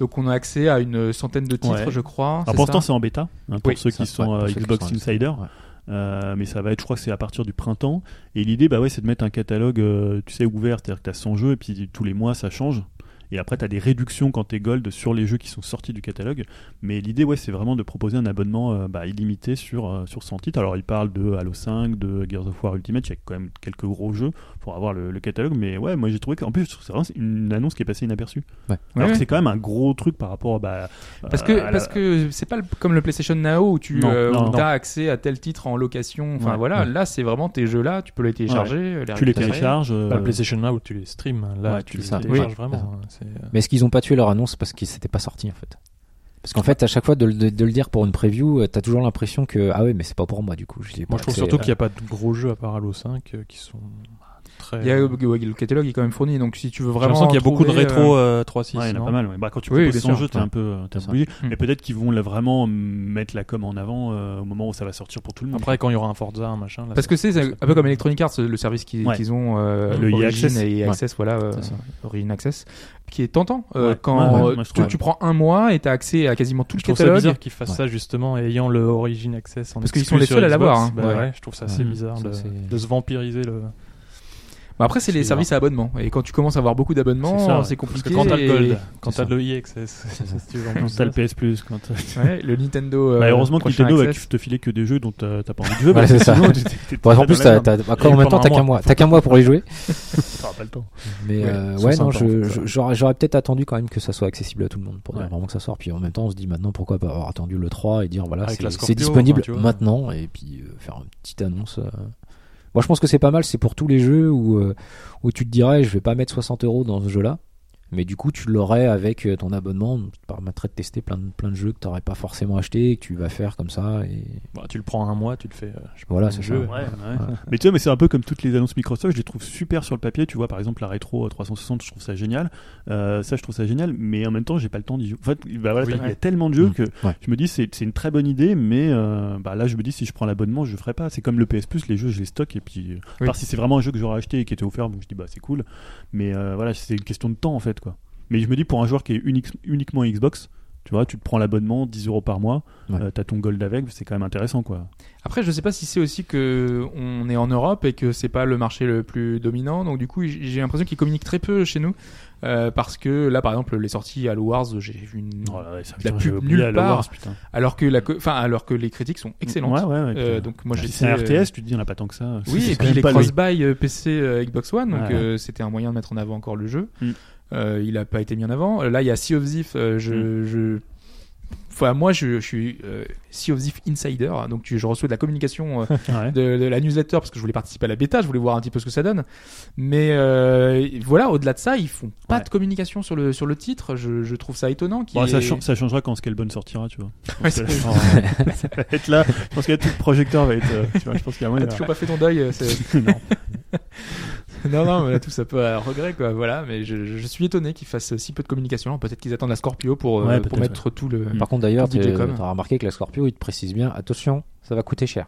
Speaker 3: Donc on a accès à une centaine de titres,
Speaker 6: Ouais.
Speaker 3: je crois.
Speaker 6: Alors
Speaker 3: c'est
Speaker 6: pour
Speaker 3: ça
Speaker 6: l'instant, c'est en bêta hein, pour
Speaker 3: Oui,
Speaker 6: ceux qui
Speaker 5: ça, ouais,
Speaker 6: sont
Speaker 5: pour
Speaker 6: euh,
Speaker 5: ceux qui
Speaker 6: Xbox
Speaker 5: sont-
Speaker 6: Insider.
Speaker 5: ouais.
Speaker 6: Euh, mais ça va être, je crois, que c'est à partir du printemps. Et l'idée, bah ouais, c'est de mettre un catalogue, euh, tu sais, ouvert, c'est-à-dire que t'as 100 jeux et puis tous les mois ça change. Et après, tu as des réductions quand tu es gold sur les jeux qui sont sortis du catalogue. Mais l'idée, ouais, c'est vraiment de proposer un abonnement euh, bah, illimité sur, euh, sur 100 titres. Alors, il parle de Halo 5, de Gears of War Ultimate, il y a quand même quelques gros jeux pour avoir le, le catalogue. Mais ouais, moi j'ai trouvé qu'en plus, c'est vraiment une annonce qui est passée inaperçue.
Speaker 5: Ouais.
Speaker 6: Alors
Speaker 3: Ouais.
Speaker 6: que c'est quand même un gros truc par rapport bah,
Speaker 3: Parce
Speaker 6: euh,
Speaker 3: que
Speaker 6: à la-
Speaker 3: parce que c'est pas le- comme le PlayStation Now où tu
Speaker 6: Non, non, non.
Speaker 3: as accès à tel titre en location. Enfin
Speaker 6: Ouais,
Speaker 3: voilà,
Speaker 6: ouais.
Speaker 3: là c'est vraiment tes jeux là, tu peux les télécharger, les
Speaker 6: tu les
Speaker 3: récupérer.
Speaker 6: télécharges. euh,
Speaker 4: Bah, le PlayStation Now, tu les streams. hein. Là,
Speaker 6: Ouais,
Speaker 4: tu
Speaker 6: tu
Speaker 4: les
Speaker 5: ça.
Speaker 4: télécharges
Speaker 5: Oui.
Speaker 4: vraiment. hein. C'est, euh,
Speaker 5: Mais est-ce qu'ils ont pas tué leur annonce parce qu'ils s'étaient pas sortis en fait Parce qu'en fait, à chaque fois de, le- de- de le dire pour une preview, euh, t'as toujours l'impression que ah ouais, mais c'est pas pour moi du coup. bah, j'y ai
Speaker 4: Moi,
Speaker 5: pas
Speaker 4: je trouve
Speaker 5: accès.
Speaker 4: surtout qu'il n'y a pas de gros jeux à part Halo 5 euh, qui sont bah, très.
Speaker 3: Il y a,
Speaker 4: J'ai
Speaker 3: ouais, le catalogue est quand même fourni, donc si tu veux vraiment.
Speaker 4: l'impression qu'il y a beaucoup de
Speaker 3: trouver, euh,
Speaker 4: rétro euh,
Speaker 6: Ouais,
Speaker 4: 3-6.
Speaker 6: il y en a pas mal. ouais. Bah, quand tu
Speaker 3: Oui,
Speaker 6: proposes
Speaker 3: bien sûr,
Speaker 6: ton jeu, t'es
Speaker 5: ouais.
Speaker 6: un peu, euh, t'es
Speaker 5: C'est
Speaker 6: un peu
Speaker 5: ça.
Speaker 6: obligé.
Speaker 3: Mm.
Speaker 6: Mais peut-être qu'ils vont là, vraiment euh, mettre la com en avant euh, au moment où ça va sortir pour tout le monde.
Speaker 4: Après, quand il y aura un Forza, un machin. là,
Speaker 3: Parce
Speaker 4: ça-
Speaker 3: que c'est c'est
Speaker 4: ça-
Speaker 3: un peu comme Electronic Arts, le service qu'ils
Speaker 6: Ouais.
Speaker 3: qu'ils ont, euh,
Speaker 6: Le EA
Speaker 3: Origin
Speaker 6: Access.
Speaker 3: et EA
Speaker 5: Ouais.
Speaker 3: Access, voilà, euh,
Speaker 5: C'est ça.
Speaker 3: Origin Access, qui est tentant euh,
Speaker 6: Ouais.
Speaker 3: quand
Speaker 6: Ouais, ouais,
Speaker 3: euh,
Speaker 6: moi, je
Speaker 3: tu,
Speaker 6: trouve.
Speaker 3: tu prends un mois et t'as accès à quasiment tout
Speaker 4: Je
Speaker 3: le
Speaker 4: trouve ça
Speaker 3: catalogue.
Speaker 4: bizarre qu'ils fassent
Speaker 5: Ouais.
Speaker 4: ça justement et ayant le Origin Access en
Speaker 3: Parce qu'ils
Speaker 4: exclu
Speaker 3: sont les
Speaker 4: sur
Speaker 3: seuls à
Speaker 4: Xbox,
Speaker 3: l'avoir, hein.
Speaker 4: bah
Speaker 3: Ouais.
Speaker 4: ouais, je trouve ça assez
Speaker 5: Ouais.
Speaker 4: bizarre
Speaker 5: Ça,
Speaker 4: de,
Speaker 5: c'est-
Speaker 4: de se vampiriser le.
Speaker 3: Mais Bah, après, c'est les
Speaker 4: C'est
Speaker 3: services à abonnement. Et quand tu commences à avoir beaucoup
Speaker 6: C'est ça,
Speaker 3: d'abonnements,
Speaker 6: ouais.
Speaker 3: c'est
Speaker 4: Parce
Speaker 3: compliqué.
Speaker 4: que quand t'as le
Speaker 3: et-
Speaker 4: Gold, quand
Speaker 5: c'est
Speaker 4: t'as
Speaker 5: ça.
Speaker 4: le EA Access, si tu veux en
Speaker 6: Quand
Speaker 4: plus
Speaker 6: t'as le
Speaker 4: de ça,
Speaker 6: PS Plus, quand t'as-
Speaker 3: Ouais, le Nintendo. euh,
Speaker 6: Bah, heureusement que
Speaker 3: prochain
Speaker 6: Nintendo va
Speaker 3: Access.
Speaker 6: te filer que des jeux dont t'as t'as pas envie de jouer.
Speaker 5: Ouais,
Speaker 6: parce que
Speaker 5: c'est ça.
Speaker 6: sinon, t'es- t'es- t'es
Speaker 5: Bon, en plus, t'as,
Speaker 6: dans la merde.
Speaker 5: t'as- encore, en
Speaker 4: eu
Speaker 5: même temps,
Speaker 4: hein. pendant
Speaker 5: t'as
Speaker 4: un
Speaker 5: qu'un
Speaker 4: mois.
Speaker 5: mois, t'as qu'un mois pour y jouer.
Speaker 6: T'auras pas le temps.
Speaker 5: Mais
Speaker 3: Ouais,
Speaker 5: euh,
Speaker 6: c'est
Speaker 5: ouais,
Speaker 6: sympa,
Speaker 5: non,
Speaker 6: en fait,
Speaker 5: je-
Speaker 6: ouais.
Speaker 5: je- j'aurais, j'aurais peut-être attendu quand même que ça soit accessible à tout le monde pour
Speaker 6: Ouais.
Speaker 5: dire vraiment que ça sort. Puis en même temps, on se dit maintenant pourquoi pas avoir attendu le 3 et dire voilà,
Speaker 4: Avec
Speaker 5: c'est,
Speaker 4: la
Speaker 5: c'est
Speaker 4: Scorpio,
Speaker 5: disponible
Speaker 4: enfin, tu vois.
Speaker 5: maintenant et puis euh, faire une petite annonce. euh. Moi, je pense que c'est pas mal. C'est pour tous les jeux où, euh, où tu te dirais je vais pas mettre 60 euros dans ce jeu-là. Mais du coup, tu l'aurais avec euh, ton abonnement, donc, qui te permettrait de tester plein de, plein de jeux que t'aurais pas forcément acheté et que tu vas faire comme ça. Et
Speaker 4: Bah, tu le prends un mois, tu le fais. euh, je sais pas,
Speaker 5: Voilà,
Speaker 4: un
Speaker 5: c'est
Speaker 4: jeu.
Speaker 5: ça.
Speaker 6: Ouais, ouais. Mais tu vois, mais c'est un peu comme toutes les annonces Microsoft, je les trouve super sur le papier. Tu vois, par exemple, la rétro euh, 360, je trouve ça génial. Euh, ça, je trouve ça génial, mais en même temps, j'ai pas le temps d'y jouer. En fait, bah, voilà,
Speaker 4: Oui.
Speaker 6: t'as- il y
Speaker 4: Ouais.
Speaker 6: a tellement de jeux
Speaker 5: Mm.
Speaker 6: que
Speaker 5: Ouais.
Speaker 6: je me dis, c'est c'est une très bonne idée, mais euh, bah, là, je me dis, si je prends l'abonnement, je le ferai pas. C'est comme le PS Plus, les jeux, je les stocke, et puis, euh, à
Speaker 3: Oui.
Speaker 6: part si c'est vraiment un jeu que j'aurais acheté et qui était offert, donc je dis, bah, c'est cool. Mais euh, voilà, c'est une question de temps, en fait, quoi. Mais je me dis, pour un joueur qui est unique- uniquement Xbox, tu vois, tu te prends l'abonnement, 10 euros par mois,
Speaker 5: Ouais.
Speaker 6: euh, t'as ton gold avec, c'est quand même intéressant, quoi.
Speaker 3: Après, je sais pas si c'est aussi que on est en Europe et que c'est pas le marché le plus dominant. Donc du coup, j- j'ai l'impression qu'ils communiquent très peu chez nous euh, parce que là, par exemple, les sorties Halo Wars, j'ai vu une.
Speaker 6: Oh là là, ça,
Speaker 3: La
Speaker 6: putain,
Speaker 3: pub
Speaker 6: j'ai oublié
Speaker 3: nulle
Speaker 6: Halo
Speaker 3: part.
Speaker 6: Wars, putain.
Speaker 3: Alors que la, co- enfin, alors que les critiques sont excellentes.
Speaker 6: Ouais, ouais, ouais,
Speaker 3: Euh,
Speaker 6: putain.
Speaker 3: donc moi,
Speaker 6: Si
Speaker 3: j'étais,
Speaker 6: c'est un
Speaker 3: euh,
Speaker 6: RTS, tu te dis, on n'a pas tant que ça.
Speaker 3: Oui,
Speaker 6: C'est
Speaker 3: et
Speaker 6: quand
Speaker 3: puis
Speaker 6: même
Speaker 3: les
Speaker 6: pas le-
Speaker 3: cross-buy euh, PC euh, Xbox One, donc
Speaker 6: Ouais, ouais.
Speaker 3: euh, c'était un moyen de mettre en avant encore le jeu.
Speaker 6: Mm.
Speaker 3: Euh, il a pas été mis en avant. Euh, Là, il y a Sea of Thief. euh, je, je- Enfin, moi, je, je suis euh, Sea of Thief Insider, hein, donc tu- je reçois de la communication euh,
Speaker 6: Ouais.
Speaker 3: de, de la newsletter parce que je voulais participer à la bêta, je voulais voir un petit peu ce que ça donne. Mais euh, voilà, au-delà de ça, ils font pas
Speaker 6: Ouais.
Speaker 3: de communication sur le sur le titre. Je, je trouve ça étonnant. qu'il
Speaker 6: Bon,
Speaker 3: y
Speaker 6: ça,
Speaker 3: ait-
Speaker 6: cha- ça changera quand Scalebone sortira, tu vois.
Speaker 3: Ouais,
Speaker 6: Parce que
Speaker 3: c'est-
Speaker 6: là, ça va être là. Je pense que là, tout le projecteur va être. euh, tu vois, je pense qu'il y a
Speaker 3: Ah,
Speaker 6: moyen.
Speaker 3: t'as toujours pas fait ton deuil. euh, c'est-
Speaker 6: Non.
Speaker 3: non, non, mais là, tout ça peut à regret, quoi. Voilà, mais je, je suis étonné qu'ils fassent si peu de communication. Peut-être qu'ils attendent la Scorpio pour, euh,
Speaker 6: Ouais,
Speaker 3: pour
Speaker 6: peut-être,
Speaker 3: mettre tout le.
Speaker 6: Mm.
Speaker 5: par contre, d'ailleurs,
Speaker 3: Tout
Speaker 5: tu
Speaker 3: budget com.
Speaker 5: as remarqué que la Scorpio, il te précise bien attention, ça va coûter cher.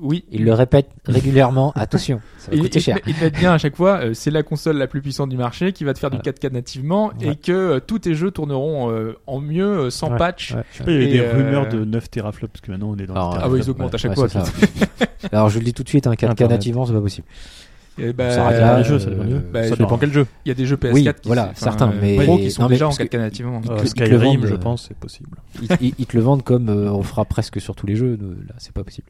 Speaker 3: Oui.
Speaker 5: Il le répète régulièrement attention, ça va
Speaker 3: Ils
Speaker 5: coûter
Speaker 3: il,
Speaker 5: cher.
Speaker 3: bien à chaque fois, euh, c'est la console la plus puissante du marché qui va te faire du 4K nativement et
Speaker 5: Ouais.
Speaker 3: que euh, tous tes jeux tourneront euh, en mieux, euh, sans
Speaker 5: Ouais,
Speaker 3: patch.
Speaker 5: ouais.
Speaker 6: Je sais pas, il y avait
Speaker 3: Et,
Speaker 6: des
Speaker 3: euh,
Speaker 6: rumeurs de 9 teraflops, parce que maintenant on est dans
Speaker 5: Alors,
Speaker 6: les
Speaker 3: Ah oui, ils
Speaker 6: teraflops.
Speaker 3: augmentent à
Speaker 5: Ouais,
Speaker 3: chaque fois.
Speaker 5: ouais, c'est ça. Alors je le dis tout de suite, un 4K
Speaker 4: Internet.
Speaker 5: nativement, c'est pas possible.
Speaker 3: Et bah,
Speaker 5: Ça euh, rate
Speaker 6: dépend
Speaker 5: là,
Speaker 6: des jeux, ça dépend des jeux.
Speaker 3: bah,
Speaker 4: Ça
Speaker 3: il y a-
Speaker 4: dépend quel jeu.
Speaker 3: il y a des jeux PS4
Speaker 5: Oui,
Speaker 3: qui,
Speaker 5: voilà,
Speaker 3: enfin,
Speaker 5: certains,
Speaker 3: euh,
Speaker 5: mais-
Speaker 3: pro qui sont
Speaker 5: non, mais
Speaker 3: déjà en
Speaker 5: parce que-
Speaker 3: 4K nativement.
Speaker 5: Ils
Speaker 4: Euh,
Speaker 5: te- ils te le
Speaker 4: Skyrim,
Speaker 5: vendent,
Speaker 4: je
Speaker 5: euh,
Speaker 4: pense, c'est possible.
Speaker 5: Ils, ils- ils te le vendent comme euh, on fera presque sur tous les jeux. nous, Là, c'est pas possible.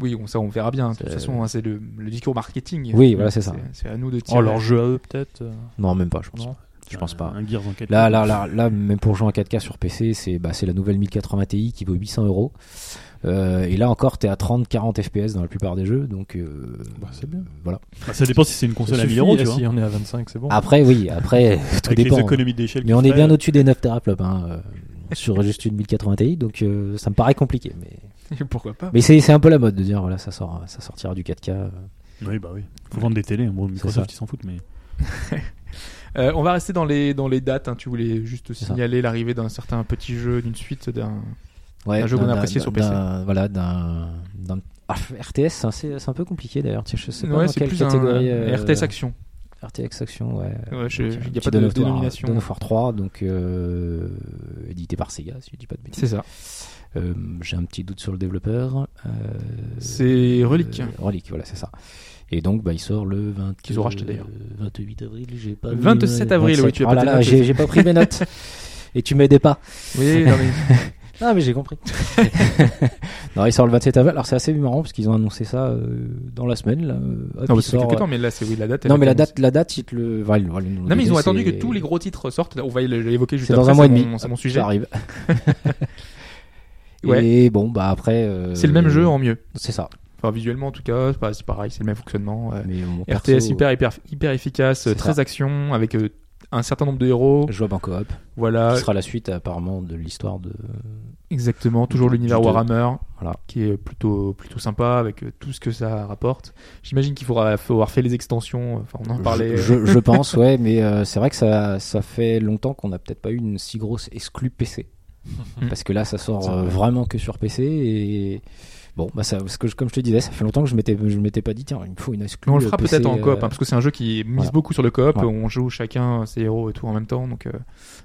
Speaker 3: Oui, on, ça on verra bien. De toute
Speaker 5: C'est-
Speaker 3: façon, hein, c'est le, le discours marketing.
Speaker 5: Oui, voilà, c'est ça.
Speaker 3: C'est à nous de tirer.
Speaker 4: Oh, leur jeu à eux, peut-être. euh,
Speaker 5: Non, même pas, je pense.
Speaker 4: Non.
Speaker 5: Je pense pas.
Speaker 6: euh, Un Gears en 4K.
Speaker 5: Là, là, là, là, même pour jouer en 4K sur PC, c'est bah, c'est la nouvelle 1080 Ti qui vaut 800 euros. Euh, Et là encore, t'es à 30-40 FPS dans la plupart des jeux, donc euh,
Speaker 4: Bah, c'est bien.
Speaker 5: voilà.
Speaker 6: Bah, ça dépend si c'est une
Speaker 4: Ça
Speaker 6: console à
Speaker 4: suffit,
Speaker 6: 1000 euros,
Speaker 4: eh,
Speaker 6: tu vois.
Speaker 4: Si on est à 25, c'est bon.
Speaker 3: Ah.
Speaker 5: Après, oui, après tout
Speaker 6: Avec
Speaker 5: dépend.
Speaker 6: les
Speaker 5: hein.
Speaker 6: économies d'échelle.
Speaker 5: Mais on est bien au-dessus des 9 teraflops hein, euh, sur juste une 1080 Ti, donc euh, ça me paraît compliqué. Mais,
Speaker 3: Pourquoi pas
Speaker 5: mais c'est c'est un peu la mode de dire voilà, ça, sort, ça sortira du 4K. euh.
Speaker 6: Oui, bah oui. Faut vendre des télés. Bon, Microsoft, ils s'en foutent, mais.
Speaker 3: Euh, On va rester dans les, dans les dates. hein. Tu voulais juste
Speaker 5: ça.
Speaker 3: signaler l'arrivée d'un certain petit jeu, d'une suite, d'un.
Speaker 5: Ouais,
Speaker 3: Un jeu qu'on
Speaker 5: d'un-
Speaker 3: a apprécié
Speaker 5: d'un-
Speaker 3: sur PC.
Speaker 5: d'un- Voilà, d'un. d'un- Ah, RTS, c'est un- c'est c'est un peu compliqué d'ailleurs. Tiens, je sais pas
Speaker 3: Ouais,
Speaker 5: dans
Speaker 3: c'est
Speaker 5: quelle
Speaker 3: plus
Speaker 5: catégorie.
Speaker 3: un
Speaker 5: euh,
Speaker 3: RTS Action.
Speaker 5: RTX Action, ouais.
Speaker 3: Ouais, je-
Speaker 5: Donc,
Speaker 3: je-
Speaker 5: un
Speaker 3: y a
Speaker 5: petit
Speaker 3: pas de
Speaker 5: Dawn of War-
Speaker 3: dénomination.
Speaker 5: Dawn of War 3, donc euh, édité par Sega, si je dis pas de bêtises.
Speaker 3: C'est ça.
Speaker 5: Euh, J'ai un petit doute sur le développeur. euh,
Speaker 3: C'est Relic.
Speaker 5: euh, Relic, voilà, c'est ça. Et donc, bah, il sort le 20,
Speaker 3: Qu'ils ont racheté, d'ailleurs.
Speaker 5: 28 avril. J'ai pas
Speaker 3: 27
Speaker 5: vu, euh,
Speaker 3: avril, oui, tu as
Speaker 5: Oh
Speaker 3: pas
Speaker 5: là
Speaker 3: tes
Speaker 5: là,
Speaker 3: notes.
Speaker 5: j'ai j'ai pas pris mes notes. Et tu m'aidais pas.
Speaker 3: Oui, non, mais-
Speaker 5: Ah mais j'ai compris. non, il sort le 27 avril. Alors c'est assez marrant parce qu'ils ont annoncé ça euh, dans la semaine. Là. Euh, hop,
Speaker 3: Non,
Speaker 5: il
Speaker 3: mais c'est
Speaker 5: sort,
Speaker 3: quelques
Speaker 5: euh,
Speaker 3: temps, mais là, c'est oui, la date. elle
Speaker 5: Non
Speaker 3: est
Speaker 5: mais la
Speaker 3: annoncée.
Speaker 5: date, la date, ils te le. enfin, ils le- ils nous l'ont
Speaker 3: Non, mais ils
Speaker 5: donné,
Speaker 3: ont attendu que
Speaker 5: c'est-
Speaker 3: tous les gros titres sortent. Oh, On va les évoquer juste
Speaker 5: C'est dans
Speaker 3: après,
Speaker 5: un mois et
Speaker 3: c'est
Speaker 5: demi.
Speaker 3: mon- C'est mon
Speaker 5: Hop,
Speaker 3: sujet.
Speaker 5: Ça arrive.
Speaker 3: Ouais.
Speaker 5: Et bon bah après. euh,
Speaker 3: C'est le même jeu en mieux.
Speaker 5: C'est ça.
Speaker 3: Enfin, visuellement, en tout cas, c'est pas- c'est pareil, c'est le même fonctionnement. euh,
Speaker 5: Mais mon perso,
Speaker 3: RTS hyper, hyper, hyper efficace, euh,
Speaker 5: c'est
Speaker 3: très
Speaker 5: ça.
Speaker 3: action, avec euh, un certain nombre de héros.
Speaker 5: Jouable en coop.
Speaker 3: Voilà,
Speaker 5: Qui sera la suite apparemment de l'histoire de.
Speaker 3: exactement. Toujours
Speaker 5: du-
Speaker 3: l'univers
Speaker 5: du deux.
Speaker 3: Warhammer,
Speaker 5: Voilà.
Speaker 3: qui est plutôt, plutôt sympa, avec euh, tout ce que ça rapporte. J'imagine qu'il faudra faut avoir fait les extensions. euh, Enfin, on en parlait.
Speaker 5: Je, je- je pense ouais, mais euh, c'est vrai que ça ça fait longtemps qu'on n'a peut-être pas eu une si grosse exclue PC.
Speaker 3: Hum.
Speaker 5: parce que là ça sort
Speaker 3: C'est
Speaker 5: euh,
Speaker 3: vrai.
Speaker 5: vraiment que sur PC et bon bah ça parce que je- comme je te disais ça fait longtemps que je m'étais je m'étais pas dit tiens il me faut une exclu
Speaker 3: Mais on le fera
Speaker 5: PC,
Speaker 3: peut-être en
Speaker 5: euh,
Speaker 3: coop, hein, parce que c'est un jeu qui mise
Speaker 5: voilà.
Speaker 3: beaucoup sur le coop.
Speaker 5: Ouais.
Speaker 3: On joue chacun ses héros et tout en même temps, donc euh,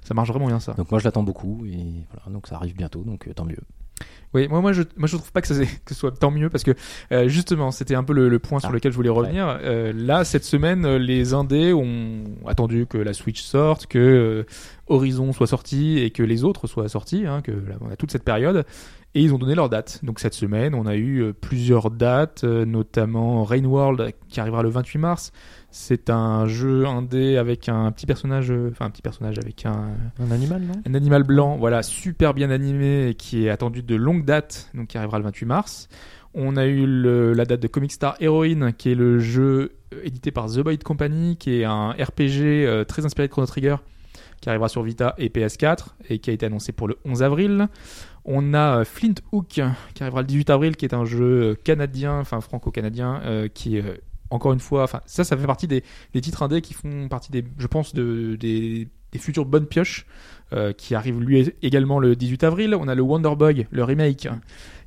Speaker 3: ça marche vraiment bien ça.
Speaker 5: donc moi je l'attends beaucoup et voilà donc ça arrive bientôt donc euh, tant mieux
Speaker 3: Oui, moi, moi, je, moi, je trouve pas que, ça, c'est- que ce soit tant mieux parce que euh, justement, c'était un peu le, le point sur
Speaker 5: Ah.
Speaker 3: lequel je voulais revenir. Euh, là, cette semaine, euh, les indés ont attendu que la Switch sorte, que euh, Horizon soit sorti et que les autres soient sortis. Hein, que là, on a toute cette période et ils ont donné leur date. Donc cette semaine, on a eu euh, plusieurs dates, euh, notamment Rain World qui arrivera le 28 mars. C'est un jeu indé avec un petit personnage, euh, enfin un petit personnage avec un
Speaker 4: Un animal, non
Speaker 3: un animal blanc, voilà, super bien animé, et qui est attendu de longue date, donc qui arrivera le 28 mars. On a eu le- la date de Comic Star Heroine, qui est le jeu euh, édité par The Boyd Company, qui est un RPG euh, très inspiré de Chrono Trigger, qui arrivera sur Vita et PS4, et qui a été annoncé pour le 11 avril. On a euh, Flint Hook, qui arrivera le 18 avril, qui est un jeu euh, canadien, enfin franco-canadien, euh, qui est euh, encore une fois, enfin ça, ça fait partie des, des titres indés qui font partie des, je pense, de, des, des futures bonnes pioches euh, qui arrive lui également le 18 avril. On a le Wonder Boy, le remake, hein,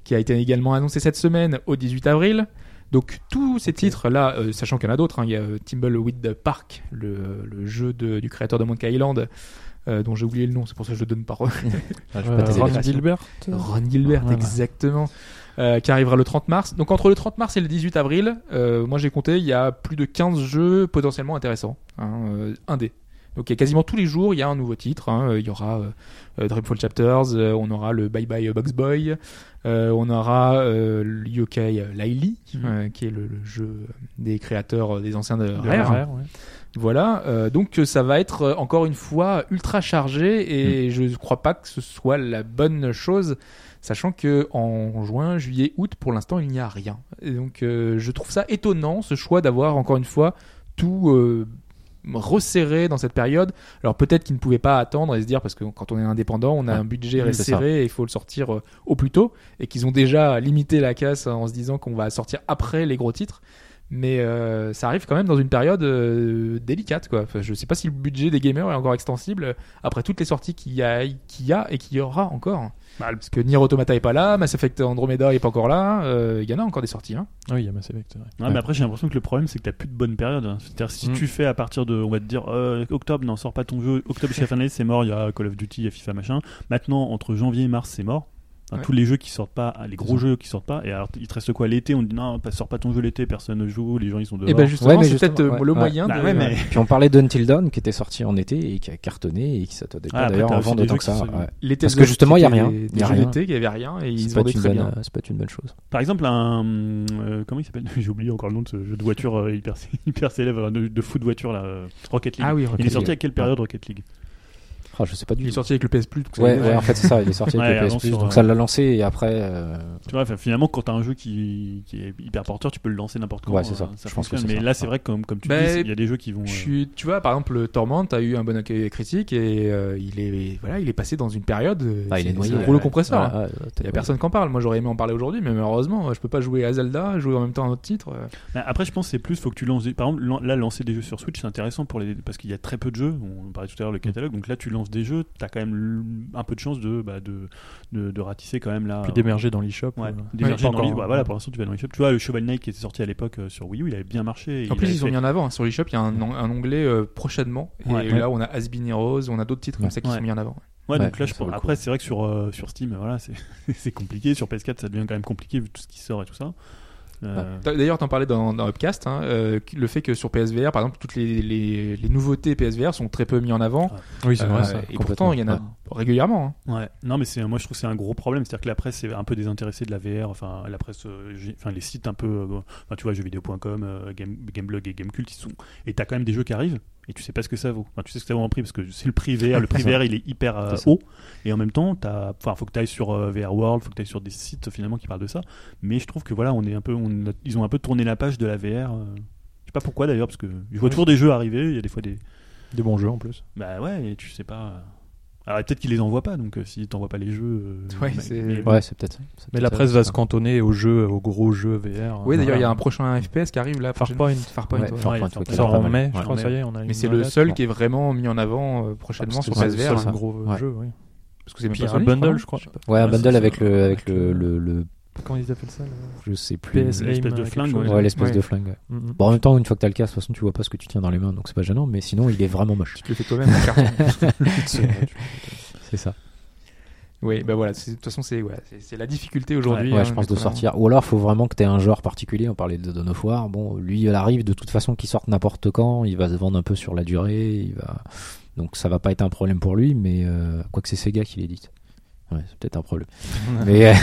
Speaker 3: qui a été également annoncé cette semaine au 18 avril. Donc tous ces titres-là, euh, sachant qu'il y en a d'autres, hein, il y a euh, Timbleweed Park, le, le jeu de- du créateur de Monkey Island, euh, dont j'ai oublié le nom, c'est pour ça que je le donne par
Speaker 5: Ah, je
Speaker 4: Euh,
Speaker 5: vais pas t'aider.
Speaker 4: Ron
Speaker 3: les passions.
Speaker 4: Gilbert
Speaker 3: Ron Gilbert,
Speaker 4: Voilà.
Speaker 3: exactement, euh, qui arrivera le 30 mars. Donc entre le 30 mars et le 18 avril, euh, moi j'ai compté, il y a plus de 15 jeux potentiellement intéressants, hein, euh, indés. Donc il y a quasiment tous les jours, il y a un nouveau titre. hein. Il y aura euh, euh, Dreamfall Chapters, euh, on aura le Bye Bye Box Boy, euh, on aura euh, le Yokai Laili, euh, qui est le, le jeu des créateurs euh, des anciens de
Speaker 4: De
Speaker 3: Rare.
Speaker 4: Rare, ouais.
Speaker 3: Voilà, euh, donc euh, ça va être euh, encore une fois ultra chargé et je ne crois pas que ce soit la bonne chose, sachant que en juin, juillet, août, pour l'instant, il n'y a rien. Et donc euh, je trouve ça étonnant ce choix d'avoir encore une fois tout euh, resserré dans cette période. Alors peut-être qu'ils ne pouvaient pas attendre et se dire parce que quand on est indépendant, on a
Speaker 5: Ouais.
Speaker 3: un budget
Speaker 5: Oui, c'est ça.
Speaker 3: resserré et il faut le sortir euh, au plus tôt et qu'ils ont déjà limité la casse en se disant qu'on va sortir après les gros titres. Mais euh, ça arrive quand même dans une période euh, délicate. Quoi. Enfin, je sais pas si le budget des gamers est encore extensible euh, après toutes les sorties qu'il y a, qu'il y a et qu'il y aura encore. hein. Parce que Nier Automata est pas là, Mass Effect Andromeda est pas encore là. euh, Il y en a encore des sorties. Hein.
Speaker 4: Ah Oui, il y a Mass Effect. ouais.
Speaker 6: Ouais, mais après, j'ai l'impression que le problème, c'est que t'as plus de bonne période. hein. C'est-à-dire, si
Speaker 4: Mm.
Speaker 6: tu fais à partir de, on va te dire, euh, octobre, n'en sors pas ton jeu, octobre jusqu'à la fin de l'année, c'est mort, il y a Call of Duty, il y a FIFA, machin. Maintenant, entre janvier et mars, c'est mort. Enfin,
Speaker 3: Ouais.
Speaker 6: Tous les jeux qui sortent pas, les gros jeux qui sortent pas, et alors il te reste quoi l'été On te dit non, pas- sors pas ton jeu l'été, personne ne joue, les gens ils sont dehors.
Speaker 3: Et ben justement,
Speaker 5: Ouais, mais
Speaker 3: c'est
Speaker 5: Eh justement,
Speaker 3: peut-être euh,
Speaker 5: ouais.
Speaker 3: le
Speaker 5: Ouais.
Speaker 3: moyen
Speaker 6: Bah
Speaker 3: de.
Speaker 6: ouais, mais-
Speaker 5: puis on parlait d'Until Dawn qui était sorti en été et qui a cartonné et qui s'attendait
Speaker 6: Ah,
Speaker 5: pas
Speaker 6: après,
Speaker 5: d'ailleurs
Speaker 6: t'as
Speaker 5: à
Speaker 6: aussi
Speaker 5: vendre
Speaker 6: des
Speaker 5: autant
Speaker 6: jeux
Speaker 5: que ça
Speaker 6: qui se-
Speaker 5: ouais.
Speaker 3: Les
Speaker 5: Parce
Speaker 3: tests
Speaker 5: que
Speaker 3: de-
Speaker 5: justement, il y a
Speaker 3: c'était
Speaker 5: rien.
Speaker 3: des-
Speaker 5: Il y
Speaker 3: Des
Speaker 5: a
Speaker 3: jeux
Speaker 5: rien.
Speaker 3: d'été, il y avait rien et ils
Speaker 5: c'est
Speaker 3: se
Speaker 5: pas,
Speaker 3: vendaient
Speaker 5: une
Speaker 3: très
Speaker 5: bonne-
Speaker 3: bien.
Speaker 5: euh, c'est pas une bonne chose
Speaker 6: Par exemple, un. euh, comment il s'appelle J'ai oublié encore le nom de ce jeu de voiture euh, hyper, hyper célèbre, euh, de, de foot voiture, là, euh, Rocket League.
Speaker 3: Ah oui,
Speaker 6: il
Speaker 3: Rocket
Speaker 6: est sorti
Speaker 3: League.
Speaker 6: à quelle période Rocket League
Speaker 5: Ah, je sais pas
Speaker 3: Il
Speaker 5: du
Speaker 3: est
Speaker 5: tout
Speaker 3: sorti avec le PS Plus. donc ça
Speaker 5: ouais,
Speaker 3: y est,
Speaker 5: ouais, en fait c'est ça il est sorti
Speaker 6: Ouais,
Speaker 5: avec le
Speaker 6: avant
Speaker 5: PS Plus
Speaker 6: sur,
Speaker 5: donc
Speaker 6: euh,
Speaker 5: ça l'a lancé et après euh,
Speaker 6: Tu vois, enfin, finalement, quand t'as un jeu qui, qui est hyper porteur, tu peux le lancer n'importe quand. euh,
Speaker 5: Ouais, c'est ça. Je pense que
Speaker 6: fonctionne.
Speaker 5: c'est
Speaker 6: Mais
Speaker 5: ça.
Speaker 6: là, c'est vrai que comme, comme tu
Speaker 3: Ben,
Speaker 6: dis, il y a des jeux qui vont. euh,
Speaker 3: Je suis- tu vois, par exemple, Torment a eu un bon accueil critique et euh, il est, voilà, il est passé dans une période. euh,
Speaker 5: bah, il
Speaker 3: c'est-
Speaker 5: est noyé
Speaker 3: c'est un rouleau
Speaker 5: ouais.
Speaker 3: compresseur. hein.
Speaker 5: Ouais, ouais,
Speaker 3: Il y a personne qui en parle. Moi, j'aurais aimé en parler aujourd'hui, mais malheureusement, je peux pas jouer à Zelda, jouer en même temps à un autre titre. euh.
Speaker 6: Bah, Après, je pense que c'est plus, faut que tu lances. des- Par exemple, lan- là, lancer des jeux sur Switch, c'est intéressant pour les parce qu'il y a très peu de jeux. On parlait tout à l'heure le catalogue, donc là, tu lances des jeux, t'as quand même l- un peu de chance de bah, de, de de ratisser quand même là.
Speaker 4: Puis d'émerger dans l'eShop.
Speaker 6: Ouais,
Speaker 4: euh,
Speaker 6: d'émerger
Speaker 4: pas
Speaker 6: dans
Speaker 4: encore,
Speaker 6: l'e-
Speaker 4: hein.
Speaker 6: bah, voilà, pour l'instant, tu vas dans l'eShop. Tu vois, le Shovel Knight qui était sorti à l'époque euh, sur Wii U, il avait bien marché. et
Speaker 3: En
Speaker 6: il
Speaker 3: plus,
Speaker 6: avait
Speaker 3: ils ont
Speaker 6: fait-
Speaker 3: mis en avant. hein. Sur l'eShop, il y a un, on- un onglet euh, prochainement. Et
Speaker 6: Ouais.
Speaker 3: là, on a Asbin Heroes, on a d'autres titres comme
Speaker 5: Ouais.
Speaker 3: ça qui
Speaker 6: Ouais.
Speaker 3: sont mis en avant.
Speaker 6: Ouais,
Speaker 5: Ouais,
Speaker 6: donc là, je
Speaker 5: ça
Speaker 6: pense-
Speaker 5: vaut le
Speaker 6: après, c'est vrai que sur, euh, sur Steam, voilà, c'est c'est compliqué. Sur PS4, ça devient quand même compliqué vu tout ce qui sort et tout ça. Euh,
Speaker 3: T'as- D'ailleurs, t'en parlais dans, dans Upcast, hein, euh, le fait que sur PSVR, par exemple, toutes les, les- les nouveautés PSVR sont très peu mises en avant.
Speaker 5: Oui,
Speaker 3: Euh, et pourtant, il y en a régulièrement. hein.
Speaker 6: Ouais. Non, mais c'est moi je trouve que c'est un gros problème. C'est-à-dire que la presse est un peu désintéressée de la VR. Enfin, la presse, euh, j'ai- enfin les sites un peu, euh, enfin, tu vois, jeuxvideo.com, euh, Game- Gameblog et Gamecult, ils sont. Et t'as quand même des jeux qui arrivent. Et tu sais pas ce que ça vaut. Enfin, tu sais ce que ça vaut en prix parce que c'est le prix VR. Le prix
Speaker 5: C'est ça.
Speaker 6: VR, il est hyper euh,
Speaker 5: C'est ça.
Speaker 6: haut. Et en même temps, t'as, enfin, faut que t'ailles sur euh, VR World, faut que t'ailles sur des sites euh, finalement qui parlent de ça. Mais je trouve que voilà, on est un peu, on a- ils ont un peu tourné la page de la VR. euh, Je sais pas pourquoi d'ailleurs, parce que je vois toujours des jeux arriver. Il y a des fois des,
Speaker 4: Des bons jeux en plus.
Speaker 6: bah ouais, et tu sais pas. euh. Alors peut-être qu'ils les envoient pas, donc euh, s'ils t'envoient pas les jeux. euh,
Speaker 3: Ouais,
Speaker 6: mais-
Speaker 3: c'est-
Speaker 6: mais-
Speaker 5: Ouais, c'est peut-être.
Speaker 4: Mais la presse va se cantonner aux jeux, aux gros jeux VR.
Speaker 3: Oui, d'ailleurs, il y a
Speaker 4: Voilà.
Speaker 3: un prochain FPS qui arrive là. prochainement. Farpoint,
Speaker 4: Farpoint.
Speaker 3: ouais.
Speaker 6: Farpoint, ouais,
Speaker 4: Ça sort en mai, je
Speaker 3: Ouais.
Speaker 4: crois, ça y est, on a
Speaker 3: Mais
Speaker 4: une
Speaker 3: c'est
Speaker 4: nouvelle
Speaker 3: le
Speaker 4: date.
Speaker 3: seul qui est vraiment mis en avant euh, prochainement
Speaker 4: Parce que
Speaker 3: sur
Speaker 4: c'est le
Speaker 3: PSVR.
Speaker 4: seul
Speaker 3: hein.
Speaker 4: gros
Speaker 5: Ouais.
Speaker 4: jeu, oui.
Speaker 3: Parce que c'est même
Speaker 4: Puis il
Speaker 3: pas
Speaker 4: y a un
Speaker 3: Sony,
Speaker 4: bundle,
Speaker 3: vraiment.
Speaker 4: je crois.
Speaker 5: Ouais, un
Speaker 6: Ouais,
Speaker 5: bundle
Speaker 6: c'est
Speaker 5: avec
Speaker 6: ça.
Speaker 5: le, avec le, le, le-
Speaker 4: Comment ils appellent ça le-
Speaker 5: je sais plus.
Speaker 4: PS
Speaker 5: Ouais,
Speaker 6: l'espèce
Speaker 4: Aim,
Speaker 6: de
Speaker 4: euh, quelque
Speaker 6: flingue,
Speaker 4: chose.
Speaker 6: ouais.
Speaker 5: l'espèce
Speaker 3: Ouais.
Speaker 5: de flingue.
Speaker 4: Mm, mm.
Speaker 5: Bon, en même temps, une fois que t'as le casque, de toute façon, tu vois pas ce que tu tiens dans les mains, donc c'est pas gênant, mais sinon, il est vraiment moche.
Speaker 3: Tu te le fais toi-même. en carton.
Speaker 5: C'est ça.
Speaker 3: oui, bah voilà. c'est- De toute façon, c'est voilà, c'est- c'est la difficulté aujourd'hui.
Speaker 5: ouais,
Speaker 3: hein,
Speaker 5: je pense de
Speaker 3: mettre en avant.
Speaker 5: sortir. Ou alors, faut vraiment que t'aies un genre particulier. On parlait de Dawn of War. Bon, lui, il arrive de toute façon qu'il sorte n'importe quand. Il va se vendre un peu sur la durée. Il va... Donc, ça va pas être un problème pour lui, mais euh, quoique c'est Sega qui l'édite. Ouais, c'est peut-être un problème. mais euh,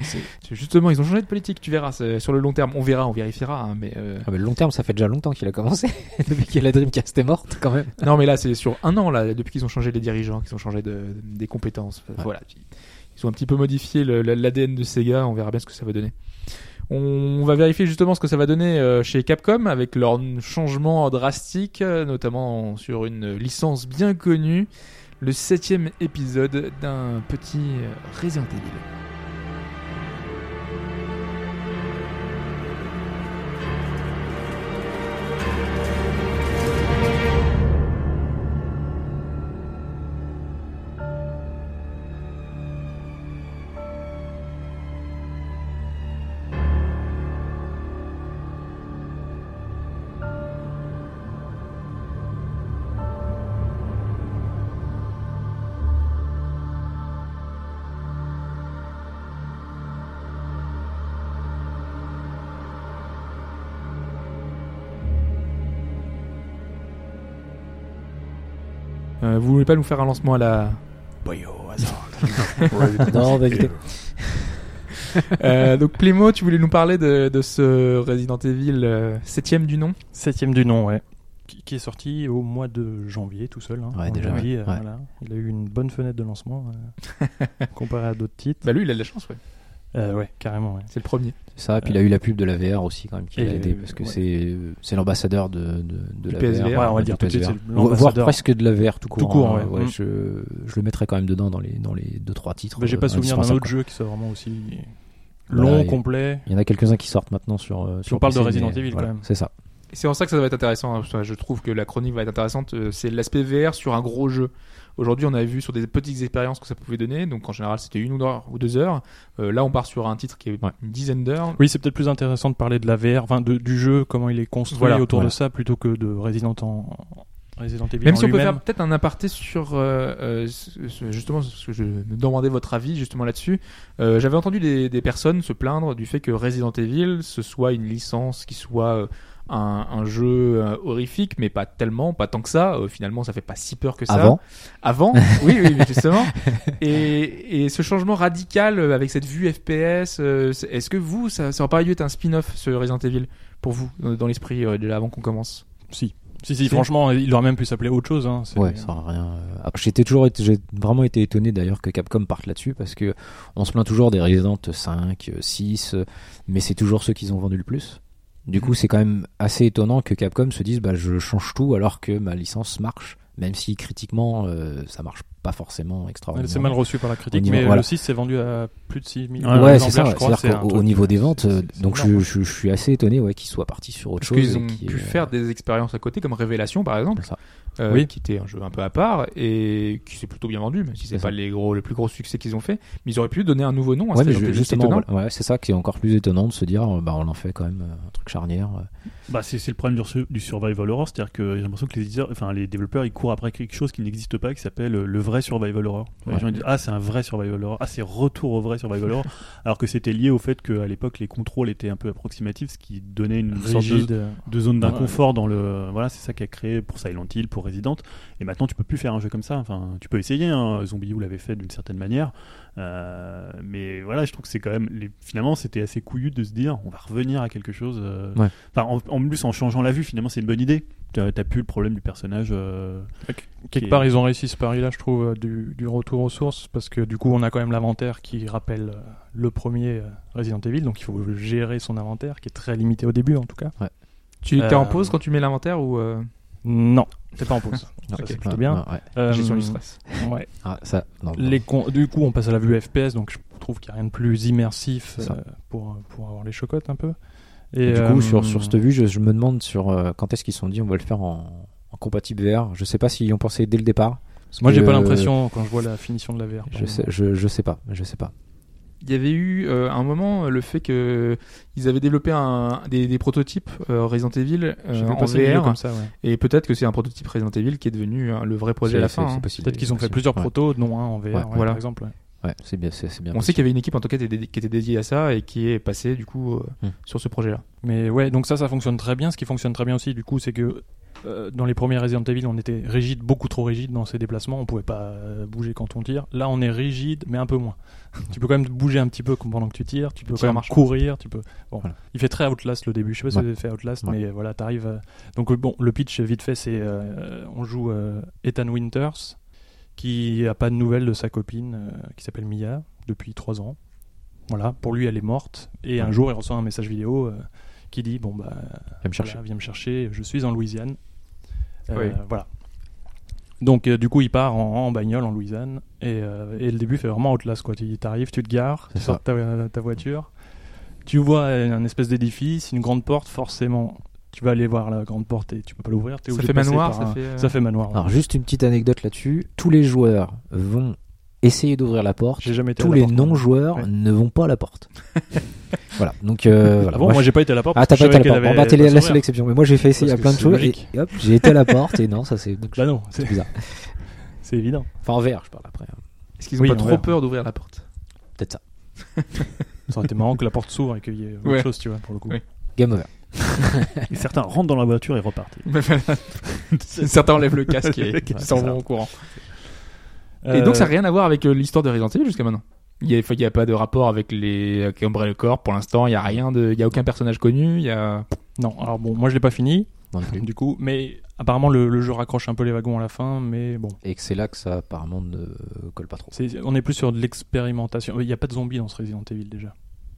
Speaker 3: C'est- Justement, ils ont changé de politique. Tu verras. c'est- Sur le long terme, on verra, on vérifiera. hein, mais euh,
Speaker 5: ah, mais le long terme, ça fait déjà longtemps qu'il a commencé. Depuis que la Dreamcast est morte, quand même.
Speaker 3: Non, mais là, c'est sur un an, là, depuis qu'ils ont changé les dirigeants, qu'ils ont changé de, des compétences. Voilà. Ils ont un petit peu modifié le- le- l'ADN de Sega, on verra bien ce que ça va donner. On va vérifier justement ce que ça va donner euh, chez Capcom avec leur n- changement drastique, euh, notamment sur une licence bien connue, le septième épisode d'un petit euh, Resident Evil. Euh, vous voulez pas nous faire un lancement à la.
Speaker 5: non, bah, écoutez.
Speaker 3: Euh, donc, Plémo, tu voulais nous parler de, de ce Resident Evil euh, septième du nom
Speaker 4: Septième du nom, ouais. Qui, qui est sorti au mois de janvier tout seul. hein.
Speaker 5: Ouais,
Speaker 4: On
Speaker 5: déjà,
Speaker 4: l'a
Speaker 5: ouais.
Speaker 4: dit, euh,
Speaker 5: Ouais.
Speaker 4: voilà. Il a eu une bonne fenêtre de lancement euh, comparé à d'autres titres.
Speaker 3: Bah, lui, il a de la chance, ouais.
Speaker 4: Euh, ouais, carrément. ouais.
Speaker 3: C'est le premier.
Speaker 5: C'est ça, puis il a eu la pub de la VR aussi, quand même, qui
Speaker 4: Et
Speaker 5: l'a aidé,
Speaker 4: le-
Speaker 5: parce que
Speaker 4: ouais.
Speaker 5: c'est euh, c'est l'ambassadeur de, de, de
Speaker 3: Du
Speaker 5: la
Speaker 3: PSVR,
Speaker 5: VR.
Speaker 3: ouais, on va
Speaker 5: du
Speaker 4: dire tout de suite,
Speaker 5: PSVR.
Speaker 4: c'est
Speaker 5: Vo- Voire
Speaker 4: l'ambassadeur.
Speaker 5: presque de la VR tout court.
Speaker 4: Tout court,
Speaker 5: hein.
Speaker 4: ouais. Mm.
Speaker 5: je, je le mettrais quand même dedans dans les, dans les deux trois titres.
Speaker 4: Bah, J'ai
Speaker 5: euh,
Speaker 4: pas souvenir d'un
Speaker 5: indispensables,
Speaker 4: autre
Speaker 5: quoi.
Speaker 4: jeu qui soit vraiment aussi
Speaker 5: Voilà,
Speaker 4: long,
Speaker 5: et-
Speaker 4: complet.
Speaker 5: Il y en a quelques-uns qui sortent maintenant sur. euh, sur
Speaker 4: on parle de
Speaker 5: PC,
Speaker 4: Resident
Speaker 5: mais
Speaker 4: Evil,
Speaker 5: voilà,
Speaker 4: quand même.
Speaker 5: C'est ça.
Speaker 3: Et C'est en ça que ça va être intéressant. hein, parce que Je trouve que la chronique va être intéressante. euh, C'est l'aspect VR sur un gros jeu. Aujourd'hui, on avait vu sur des petites expériences que ça pouvait donner. Donc, en général, c'était une ou deux heures. Ou deux heures. Euh, là, on part sur un titre qui est
Speaker 5: Ouais.
Speaker 3: une dizaine d'heures.
Speaker 4: Oui, c'est peut-être plus intéressant de parler de la VR, enfin de- du jeu, comment il est construit
Speaker 3: Voilà,
Speaker 4: autour
Speaker 5: voilà.
Speaker 4: de ça, plutôt que de Resident en Resident Evil.
Speaker 3: Même
Speaker 4: en
Speaker 3: si on peut
Speaker 4: lui-même.
Speaker 3: faire peut-être un aparté sur euh, euh, ce- ce- justement parce que je me demandais votre avis justement là-dessus. Euh, J'avais entendu des, des personnes se plaindre du fait que Resident Evil ce soit une licence qui soit euh, un, un jeu euh, horrifique, mais pas tellement, pas tant que ça. Euh, finalement, ça fait pas si peur que ça.
Speaker 5: Avant.
Speaker 3: Avant, oui, oui, mais justement. Et, et ce changement radical euh, avec cette vue FPS, euh, c'est- est-ce que vous, ça, ça aurait pas lieu d'être un spin-off, ce Resident Evil, pour vous, euh, dans l'esprit euh, de avant qu'on commence
Speaker 4: Si. Si, si, franchement, il aurait même pu s'appeler autre chose. Hein. c'est-
Speaker 5: Ouais, ça sert à rien. euh, après, J'étais toujours, été- j'ai vraiment été étonné d'ailleurs que Capcom parte là-dessus parce que on se plaint toujours des Resident 5, euh, 6, euh, mais c'est toujours ceux qu'ils ont vendu le plus. Du
Speaker 4: Mm.
Speaker 5: coup, c'est quand même assez étonnant que Capcom se dise bah je change tout alors que ma licence marche, même si critiquement euh, ça marche pas forcément
Speaker 4: Ouais,
Speaker 5: extraordinairement.
Speaker 4: C'est mal reçu par la
Speaker 5: Au
Speaker 4: critique,
Speaker 5: niveau-
Speaker 4: mais
Speaker 5: voilà.
Speaker 4: le 6 s'est vendu à plus de 6 millions.
Speaker 6: Ouais,
Speaker 5: Ouais,
Speaker 4: d'exemplaires,
Speaker 5: c'est ça.
Speaker 4: je crois,
Speaker 5: C'est-à-dire
Speaker 4: un
Speaker 5: qu'au
Speaker 4: truc,
Speaker 5: au niveau des
Speaker 4: c'est-
Speaker 5: ventes,
Speaker 4: c'est-
Speaker 5: euh,
Speaker 4: c'est
Speaker 5: donc je,
Speaker 4: énorme.
Speaker 5: je- je suis assez étonné ouais, qu'ils soient partis sur autre
Speaker 3: Parce
Speaker 5: chose.
Speaker 3: qu'ils
Speaker 5: et
Speaker 3: ont
Speaker 5: qui,
Speaker 3: pu
Speaker 5: euh,
Speaker 3: faire des expériences à côté, comme Révélation par exemple,
Speaker 5: ça.
Speaker 3: euh,
Speaker 4: Oui.
Speaker 3: qui était un jeu un peu à part et qui s'est plutôt bien vendu, même si c'est
Speaker 5: C'est
Speaker 3: pas
Speaker 5: ça.
Speaker 3: les gros, le plus gros succès qu'ils ont fait. Mais ils auraient pu donner un nouveau nom. à ce
Speaker 5: Ouais, mais
Speaker 3: Resident
Speaker 5: je-
Speaker 3: Evil, c'est
Speaker 5: justement,
Speaker 3: étonnant.
Speaker 5: voilà. ouais, c'est ça qui est encore plus étonnant de se dire, euh, bah, on en fait quand même euh, un truc charnière. euh.
Speaker 6: Bah, c'est c'est le problème du, sur- du survival horror, c'est-à-dire que j'ai l'impression que les, éditeurs- enfin, les développeurs ils courent après quelque chose qui n'existe pas, qui s'appelle euh, le vrai vrai survival horror. Les
Speaker 5: Ouais.
Speaker 6: gens ils disent ah c'est un vrai survival horror, ah c'est retour au vrai survival horror, alors que c'était lié au fait qu'à l'époque les contrôles étaient un peu approximatifs, ce qui donnait une sorte
Speaker 5: euh,
Speaker 6: de,
Speaker 4: rigide.
Speaker 6: de zone
Speaker 5: Ouais.
Speaker 6: d'inconfort dans le voilà c'est ça qui a créé pour Silent Hill, pour Resident, et maintenant tu peux plus faire un jeu comme ça. Enfin tu peux essayer, hein. Zombie Who l'avait fait d'une certaine manière, Euh, mais voilà je trouve que c'est quand même les- finalement c'était assez couillu de se dire on va revenir à quelque chose. euh,
Speaker 5: Ouais.
Speaker 6: Enfin, en, en plus en changeant la vue finalement c'est une bonne idée. T'as t'as plus le problème du personnage. euh,
Speaker 4: Quelque
Speaker 6: Qui-
Speaker 4: part, ils ont réussi ce pari-là, je trouve, euh, du, du retour aux sources, parce que du coup, on a quand même l'inventaire qui rappelle euh, le premier euh, Resident Evil, donc il faut gérer son inventaire, qui est très limité au début en tout cas.
Speaker 3: Tu
Speaker 4: Euh,
Speaker 3: t'es en pause quand tu mets l'inventaire ou euh,
Speaker 4: Non, c'est pas en pause.
Speaker 5: Non,
Speaker 4: Ça,
Speaker 5: ouais,
Speaker 4: c'est plutôt bien.
Speaker 5: ouais, ouais.
Speaker 4: Euh,
Speaker 3: gestion du stress
Speaker 4: ouais.
Speaker 5: Ah, ça, non, non.
Speaker 4: Les con- du coup, on passe à la vue FPS, donc je trouve qu'il n'y a rien de plus immersif
Speaker 5: C'est ça.
Speaker 4: euh, pour, pour avoir les chocottes un peu.
Speaker 5: Et
Speaker 4: Et,
Speaker 5: du
Speaker 4: euh,
Speaker 5: coup, sur, sur cette vue, je, je me demande sur euh, quand est-ce qu'ils se sont dit on va le faire en, en compatible VR. Je sais pas s'ils y ont pensé dès le départ. Parce
Speaker 4: Moi, j'ai
Speaker 5: que- euh,
Speaker 4: pas l'impression quand je vois la finition de la VR.
Speaker 5: Je
Speaker 4: pardon.
Speaker 5: sais, je, je sais pas, je sais pas.
Speaker 3: Il y avait eu euh, à un moment euh, le fait que ils avaient développé un, des, des prototypes euh, Resident Evil euh,
Speaker 4: J'ai vu
Speaker 3: en
Speaker 4: passer des jeux
Speaker 3: VR
Speaker 4: comme ça, ouais.
Speaker 3: et peut-être que c'est un prototype Resident Evil qui est devenu hein, le vrai projet à la
Speaker 5: C'est-
Speaker 3: fin.
Speaker 5: c'est-
Speaker 3: hein.
Speaker 5: c'est possible.
Speaker 4: Peut-être qu'ils ont fait
Speaker 5: Possible.
Speaker 4: plusieurs
Speaker 5: Ouais.
Speaker 4: protos, dont un en VR,
Speaker 5: Ouais,
Speaker 4: ouais,
Speaker 3: voilà.
Speaker 4: par exemple. ouais.
Speaker 5: Ouais, c'est bien, c'est c'est bien.
Speaker 3: On sait qu'il y avait une équipe en tout cas qui était, dédi- qui était dédiée à ça et qui est passée du coup euh,
Speaker 5: Hmm.
Speaker 3: sur ce projet-là.
Speaker 4: Mais ouais, donc ça, ça fonctionne très bien. Ce qui fonctionne très bien aussi, du coup, c'est que euh, dans les premiers Resident Evil, on était rigide, beaucoup trop rigide dans ses déplacements. On pouvait pas euh, bouger quand on tire. Là, on est rigide, mais un peu moins. tu peux quand même bouger un petit peu comme pendant que tu tires. Tu peux
Speaker 3: Tir
Speaker 4: quand
Speaker 3: en
Speaker 4: même
Speaker 3: marche.
Speaker 4: courir. Tu peux. Bon,
Speaker 5: Voilà.
Speaker 4: il fait très Outlast le début. Je sais pas si
Speaker 5: Ouais.
Speaker 4: vous avez fait Outlast,
Speaker 5: Ouais.
Speaker 4: mais voilà, t'arrives. euh, Donc euh, bon, le pitch vite fait, c'est euh, on joue euh, Ethan Winters qui a pas de nouvelles de sa copine euh, qui s'appelle Mia depuis trois ans. Voilà, pour lui, elle est morte. Et un
Speaker 5: Ouais.
Speaker 4: jour, il reçoit un message vidéo. euh, qui dit bon bah
Speaker 5: Viens me chercher.
Speaker 4: voilà, viens me chercher, je suis en Louisiane. Euh,
Speaker 3: Oui.
Speaker 4: Voilà. Donc euh, du coup il part en, en bagnole en Louisiane et, euh, et le début fait vraiment Outlast quoi. Tu t'arrives, tu te gares, tu
Speaker 5: C'est
Speaker 4: sors de ta, euh, ta voiture, tu vois euh, un espèce d'édifice, une grande porte forcément. Tu vas aller voir la grande porte et tu peux pas l'ouvrir. t'es
Speaker 3: Ça
Speaker 4: obligé
Speaker 3: fait
Speaker 4: de passer
Speaker 3: manoir,
Speaker 4: par
Speaker 3: ça
Speaker 4: un-
Speaker 3: fait. euh,
Speaker 4: ça fait manoir. ouais.
Speaker 5: Alors, juste une petite anecdote là-dessus. Tous les joueurs vont essayer d'ouvrir la porte.
Speaker 4: J'ai jamais été à
Speaker 5: Tous
Speaker 4: la
Speaker 5: les
Speaker 4: porte, moi.
Speaker 5: non-joueurs
Speaker 4: Ouais.
Speaker 5: ne vont pas à la porte. voilà. Donc, euh,
Speaker 4: Ah
Speaker 5: voilà.
Speaker 4: bon,
Speaker 5: Moi,
Speaker 4: moi j'ai pas été à la porte.
Speaker 5: Ah, t'as
Speaker 4: parce
Speaker 5: pas
Speaker 4: que
Speaker 5: été à
Speaker 4: je savais
Speaker 5: la porte.
Speaker 4: qu'elle
Speaker 5: Bon, bah,
Speaker 4: avait-
Speaker 5: t'es la
Speaker 4: elle
Speaker 5: seule
Speaker 4: s'ouvrait.
Speaker 5: exception. Mais moi, j'ai fait essayer
Speaker 4: Parce
Speaker 5: à
Speaker 4: que
Speaker 5: plein de
Speaker 4: c'est
Speaker 5: choses et,
Speaker 4: logique.
Speaker 5: et hop, j'ai été à la porte et non, ça c'est. donc,
Speaker 4: Bah non, c'est-
Speaker 5: C'est bizarre.
Speaker 4: c'est évident.
Speaker 5: Enfin, en VR, je parle après. hein.
Speaker 3: Est-ce qu'ils ont
Speaker 4: Oui,
Speaker 3: pas
Speaker 4: on
Speaker 3: trop
Speaker 4: verra.
Speaker 3: peur d'ouvrir la porte
Speaker 5: Peut-être ça.
Speaker 4: Ça aurait été marrant que la porte s'ouvre et qu'il y ait autre
Speaker 3: Ouais.
Speaker 4: chose, tu vois, pour le coup.
Speaker 3: Oui.
Speaker 5: Game over.
Speaker 6: Et certains rentrent dans la voiture et repartent.
Speaker 3: Certains enlèvent le casque et
Speaker 6: Ouais,
Speaker 3: ils s'en
Speaker 6: c'est ça.
Speaker 3: vont au courant. Et donc ça n'a rien à voir avec euh, l'histoire de Resident Evil jusqu'à maintenant. Il n'y a, il y a pas de rapport avec les avec Umbrella Corp pour l'instant. Il y a rien de, il y a aucun personnage connu. Il y a
Speaker 4: Non, alors bon, moi je l'ai pas fini.
Speaker 5: Non plus.
Speaker 4: Du coup, mais apparemment le, le jeu raccroche un peu les wagons à la fin, mais bon.
Speaker 5: Et que c'est là que ça, apparemment, ne colle pas trop.
Speaker 4: C'est- on est plus sur de l'expérimentation. Il n'y a pas de zombies dans ce Resident Evil déjà.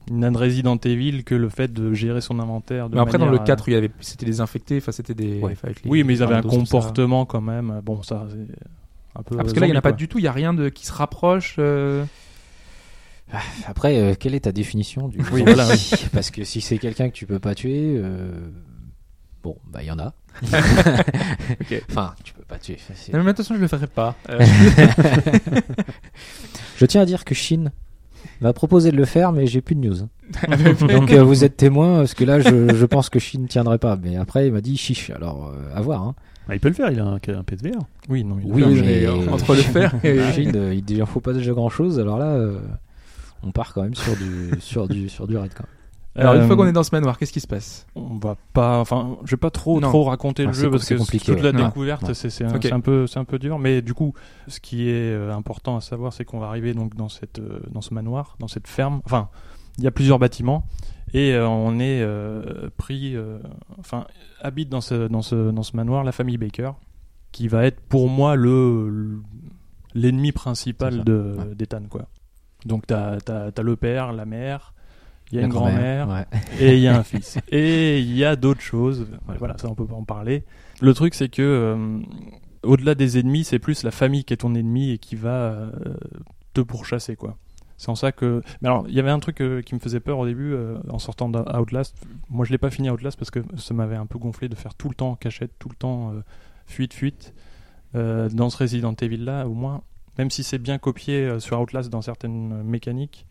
Speaker 4: Il n'y a de Resident Evil que le fait de gérer son inventaire. De
Speaker 3: Mais après, dans
Speaker 4: manière
Speaker 3: le
Speaker 4: à-
Speaker 3: 4, il y avait, c'était des infectés, enfin, c'était des.
Speaker 5: Ouais.
Speaker 3: enfin, avec les-
Speaker 4: Oui, mais ils
Speaker 3: les
Speaker 4: avaient un
Speaker 3: Ardos, tout ça.
Speaker 4: comportement quand même. Bon, ça, c'est un peu.
Speaker 3: Ah, parce que là, il n'y en a pas
Speaker 4: zombie,
Speaker 3: du tout, il n'y a rien de, qui se rapproche. euh,
Speaker 5: Après, euh, quelle est ta définition du
Speaker 4: Oui,
Speaker 5: zombie
Speaker 4: voilà,
Speaker 5: Parce que si c'est quelqu'un que tu peux pas tuer, euh, bon, bah il y en a. Enfin, tu peux pas tuer. c'est-
Speaker 3: Non, mais attention, je le ferai pas. Euh,
Speaker 5: Je tiens à dire que Shin m'a proposé de le faire, mais j'ai plus de news. Donc euh, vous êtes témoin, parce que là, je, je pense que Shin tiendrait pas. Mais après, il m'a dit chiche. Alors, euh, à voir. Hein.
Speaker 6: Ah, il peut le faire, il a un, un PSVR.
Speaker 4: quoi. Oui, non, il y en a
Speaker 5: Oui,
Speaker 4: pas,
Speaker 5: mais-
Speaker 3: mais, euh, entre le faire et.
Speaker 5: Shin, euh, il dit faut pas déjà grand chose. Alors là, euh, on part quand même sur du sur du sur du raid quand même.
Speaker 3: Alors, une
Speaker 4: Euh,
Speaker 3: fois qu'on est dans ce manoir, qu'est-ce qui se passe
Speaker 4: on va pas enfin je vais pas trop
Speaker 3: Non.
Speaker 4: trop raconter
Speaker 5: Ah,
Speaker 4: le
Speaker 5: c'est
Speaker 4: jeu
Speaker 5: com-
Speaker 4: parce
Speaker 5: c'est
Speaker 4: que
Speaker 5: compliqué,
Speaker 4: toute la
Speaker 5: ouais.
Speaker 4: découverte
Speaker 5: Ouais.
Speaker 4: c'est c'est un,
Speaker 3: Ok.
Speaker 4: c'est un peu c'est un peu dur mais du coup ce qui est euh, important à savoir c'est qu'on va arriver donc dans cette euh, dans ce manoir dans cette ferme enfin il y a plusieurs bâtiments et euh, on est euh, pris euh, enfin habite dans ce dans ce dans ce manoir la famille Baker qui va être pour moi le le- l'ennemi
Speaker 5: C'est
Speaker 4: principal
Speaker 5: ça,
Speaker 4: de
Speaker 5: ouais.
Speaker 4: d'Ethan quoi donc t'as as, le père la mère il y a
Speaker 5: La
Speaker 4: une grand-mère
Speaker 5: ouais.
Speaker 4: et il y a un fils. Et il y a d'autres choses. Voilà, ça on peut pas en parler. Le truc c'est que euh, au-delà des ennemis, c'est plus la famille qui est ton ennemi et qui va euh, te pourchasser quoi. C'est en ça que. Mais alors, il y avait un truc euh, qui me faisait peur au début euh, en sortant d'Outlast. Moi, je l'ai pas fini Outlast parce que ça m'avait un peu gonflé de faire tout le temps en cachette, tout le temps euh, fuite, fuite. Euh, dans ce Resident Evil là, au moins, même si c'est bien copié euh, sur Outlast dans certaines euh, mécaniques,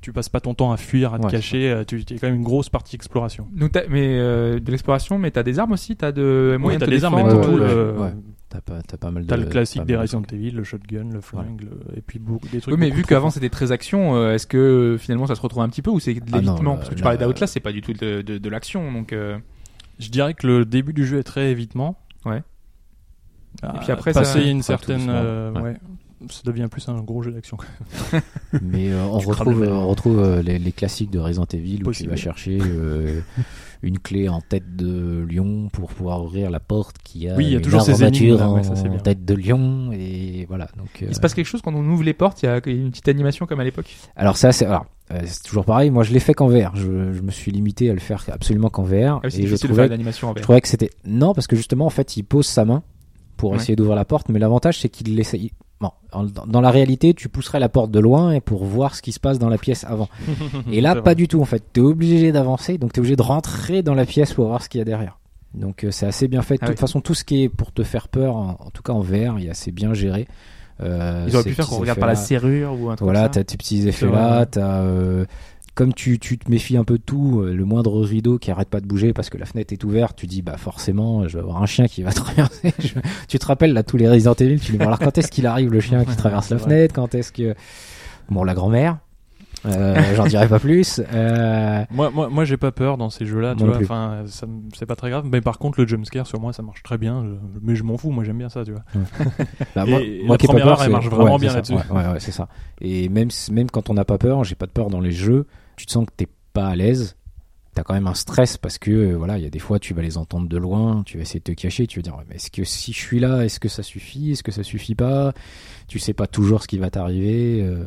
Speaker 4: tu passes pas ton temps à fuir, à te
Speaker 5: Ouais, c'est
Speaker 4: cacher. euh, Tu as quand même une grosse partie exploration.
Speaker 3: Donc, t'as- mais euh, de l'exploration, mais t'as des armes aussi, t'as de moyens
Speaker 4: t'as
Speaker 3: de te
Speaker 4: des armes
Speaker 3: défendre,
Speaker 4: et
Speaker 5: ouais,
Speaker 4: tout,
Speaker 5: ouais,
Speaker 3: euh,
Speaker 4: euh,
Speaker 5: ouais. T'as pas, t'as pas mal de.
Speaker 4: T'as le classique
Speaker 5: pas
Speaker 4: des
Speaker 5: mal de
Speaker 4: Resident
Speaker 5: trucs.
Speaker 4: Evil, le shotgun, le flingue, le- et puis beaucoup, des trucs.
Speaker 3: Oui, mais
Speaker 4: beaucoup
Speaker 3: vu
Speaker 4: trop
Speaker 3: qu'avant
Speaker 4: forts.
Speaker 3: c'était très action, euh, est-ce que finalement ça se retrouve un petit peu ou c'est de
Speaker 5: Ah non, euh.
Speaker 3: l'évitement
Speaker 5: là,
Speaker 3: Parce que tu
Speaker 5: là,
Speaker 3: parlais d'Outlast, c'est pas du tout de, de- de l'action. Donc, euh,
Speaker 4: Je dirais que le début du jeu est très évitement.
Speaker 3: Ouais.
Speaker 4: Ah,
Speaker 3: Et puis après, ça-
Speaker 4: passer une
Speaker 5: Pas tout
Speaker 4: certaine.
Speaker 5: doucement.
Speaker 4: euh,
Speaker 5: Ouais.
Speaker 4: ouais. Ça devient plus un gros jeu d'action.
Speaker 5: Mais euh, on
Speaker 4: Tu crames
Speaker 5: retrouve,
Speaker 4: le
Speaker 5: euh,
Speaker 4: vélo.
Speaker 5: on retrouve euh, les, les classiques de Resident Evil où
Speaker 4: Possible.
Speaker 5: tu vas chercher euh, une clé en tête de lion pour pouvoir ouvrir la porte qui a
Speaker 4: Oui, il y a
Speaker 5: une
Speaker 4: toujours ces
Speaker 5: armature
Speaker 4: énigmes, là, ouais, ça, c'est
Speaker 5: en
Speaker 4: bien.
Speaker 5: tête de lion et voilà. Donc, euh,
Speaker 3: il se passe quelque chose quand on ouvre les portes. Il y a une petite animation comme à l'époque.
Speaker 5: alors ça, c'est alors, euh, c'est toujours pareil. Moi, je l'ai fait qu'en VR. Je, je me suis limité à le faire absolument qu'en VR
Speaker 3: Ah oui, c'est
Speaker 5: et je
Speaker 3: difficile de faire
Speaker 5: trouvais,
Speaker 3: une animation en
Speaker 5: je
Speaker 3: VR.
Speaker 5: trouvais que c'était non parce que justement en fait, il pose sa main pour
Speaker 3: Ouais.
Speaker 5: essayer d'ouvrir la porte, mais l'avantage c'est qu'il l'essaye. il- Bon, en- dans dans la réalité, tu pousserais la porte de loin et pour voir ce qui se passe dans la pièce avant. Et là,
Speaker 4: C'est
Speaker 5: pas
Speaker 4: vrai.
Speaker 5: du tout en fait. T'es obligé d'avancer, donc t'es obligé de rentrer dans la pièce pour voir ce qu'il y a derrière. Donc euh, c'est assez bien fait. De
Speaker 3: Ah
Speaker 5: toute
Speaker 3: oui.
Speaker 5: façon, tout ce qui est pour te faire peur, en, en tout cas en VR, il est assez bien géré. Euh,
Speaker 3: Ils auraient
Speaker 5: ces
Speaker 3: pu faire
Speaker 5: petits
Speaker 3: qu'on regarde par la
Speaker 5: effets-là.
Speaker 3: serrure ou un truc
Speaker 5: Voilà,
Speaker 3: comme ça.
Speaker 5: t'as tes petits effets là,
Speaker 4: vrai.
Speaker 5: t'as euh, comme tu, tu te méfies un peu de tout, euh, le moindre rideau qui arrête pas de bouger parce que la fenêtre est ouverte, tu dis bah forcément, je vais avoir un chien qui va traverser. Je- tu te rappelles là tous les Resident Evil, tu les vois. Alors quand est-ce qu'il arrive le chien qui traverse la
Speaker 4: C'est vrai.
Speaker 5: fenêtre Quand est-ce que bon la grand-mère euh, J'en dirai pas plus. Euh,
Speaker 4: Moi, moi, moi j'ai pas peur dans ces jeux-là, tu
Speaker 5: Moi non
Speaker 4: vois.
Speaker 5: plus.
Speaker 4: Enfin, ça me- c'est pas très grave. Mais par contre, le jumpscare sur moi, ça marche très bien. je- mais je m'en fous, moi j'aime bien ça, tu vois.
Speaker 5: Bah,
Speaker 4: Et
Speaker 5: moi,
Speaker 4: la
Speaker 5: moi qui ai pas
Speaker 4: première
Speaker 5: peur,
Speaker 4: heure, elle
Speaker 5: c'est-
Speaker 4: marche vraiment
Speaker 5: ouais,
Speaker 4: bien
Speaker 5: c'est ça,
Speaker 4: là-dessus.
Speaker 5: Ouais, ouais, ouais, c'est ça. Et même, s- même quand on n'a pas peur, j'ai pas de peur dans les jeux, tu te sens que t'es pas à l'aise. T'as quand même un stress parce que euh, voilà, il y a des fois tu vas les entendre de loin, tu vas essayer de te cacher, tu vas dire Ouais, mais est-ce que si je suis là, est-ce que ça suffit, est-ce que ça suffit pas Tu sais pas toujours ce qui va t'arriver. euh.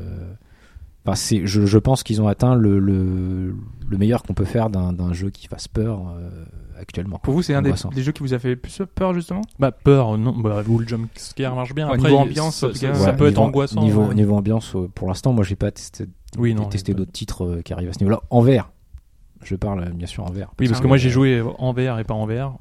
Speaker 5: Enfin, c'est, je, je pense qu'ils ont atteint le, le, le meilleur qu'on peut faire d'un, d'un jeu qui fasse peur euh, actuellement.
Speaker 3: Pour vous, c'est un des,
Speaker 5: Angoissant.
Speaker 3: des jeux qui vous a fait plus peur justement
Speaker 4: Bah, peur, non. Bah, où le jumpscare marche bien.
Speaker 3: Ouais,
Speaker 4: Après,
Speaker 3: niveau
Speaker 4: il-
Speaker 3: ambiance, en
Speaker 4: ça,
Speaker 3: tout
Speaker 4: ça-
Speaker 3: cas.
Speaker 4: ça
Speaker 5: Ouais,
Speaker 4: peut être
Speaker 5: niveau-
Speaker 4: angoissant. hein.
Speaker 5: Niveau,
Speaker 4: ouais.
Speaker 5: niveau ambiance, euh, pour l'instant, moi j'ai pas testé,
Speaker 4: Oui, non,
Speaker 5: testé
Speaker 4: j'ai pas-
Speaker 5: d'autres titres euh, qui arrivent à ce niveau-là. En vert. Je parle euh, bien sûr en vert.
Speaker 4: Oui, parce
Speaker 3: Ah
Speaker 4: que
Speaker 3: oui.
Speaker 4: moi j'ai joué en VR et pas en VR.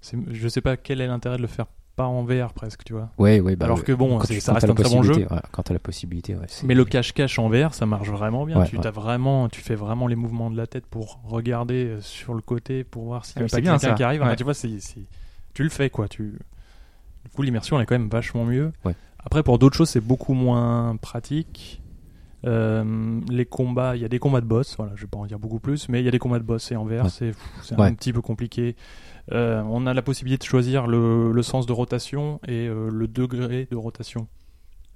Speaker 4: C'est- Je sais pas quel est l'intérêt de le faire pas en VR presque, tu vois.
Speaker 5: Ouais, ouais, bah,
Speaker 4: Alors
Speaker 5: ouais.
Speaker 4: que bon,
Speaker 5: Quand
Speaker 4: c'est-
Speaker 5: tu-
Speaker 4: ça
Speaker 5: quand
Speaker 4: reste
Speaker 5: t'as
Speaker 4: un
Speaker 5: la
Speaker 4: très bon jeu.
Speaker 5: possibilité, ouais, quand t'as la possibilité, ouais, c'est-
Speaker 4: Mais le cache-cache en VR, ça marche vraiment bien.
Speaker 5: Ouais,
Speaker 4: tu
Speaker 5: ouais.
Speaker 4: t'as vraiment, tu fais vraiment les mouvements de la tête pour regarder euh, sur le côté pour voir si
Speaker 3: Ah
Speaker 4: y a
Speaker 3: oui,
Speaker 4: pas
Speaker 3: c'est bien,
Speaker 4: quelqu'un
Speaker 3: ça.
Speaker 4: qui arrive. Enfin,
Speaker 3: Ouais.
Speaker 4: tu vois, c'est- c'est- tu le fais quoi. Tu, du coup, l'immersion elle est quand même vachement mieux.
Speaker 5: Ouais.
Speaker 4: Après, pour d'autres choses, c'est beaucoup moins pratique. Euh, les combats, il y a des combats de boss. Voilà, je vais pas en dire beaucoup plus, mais il y a des combats de boss et en VR,
Speaker 5: Ouais.
Speaker 4: c'est pff, c'est
Speaker 5: Ouais.
Speaker 4: un petit peu compliqué. Euh, on a la possibilité de choisir le, le sens de rotation et euh, le degré de rotation.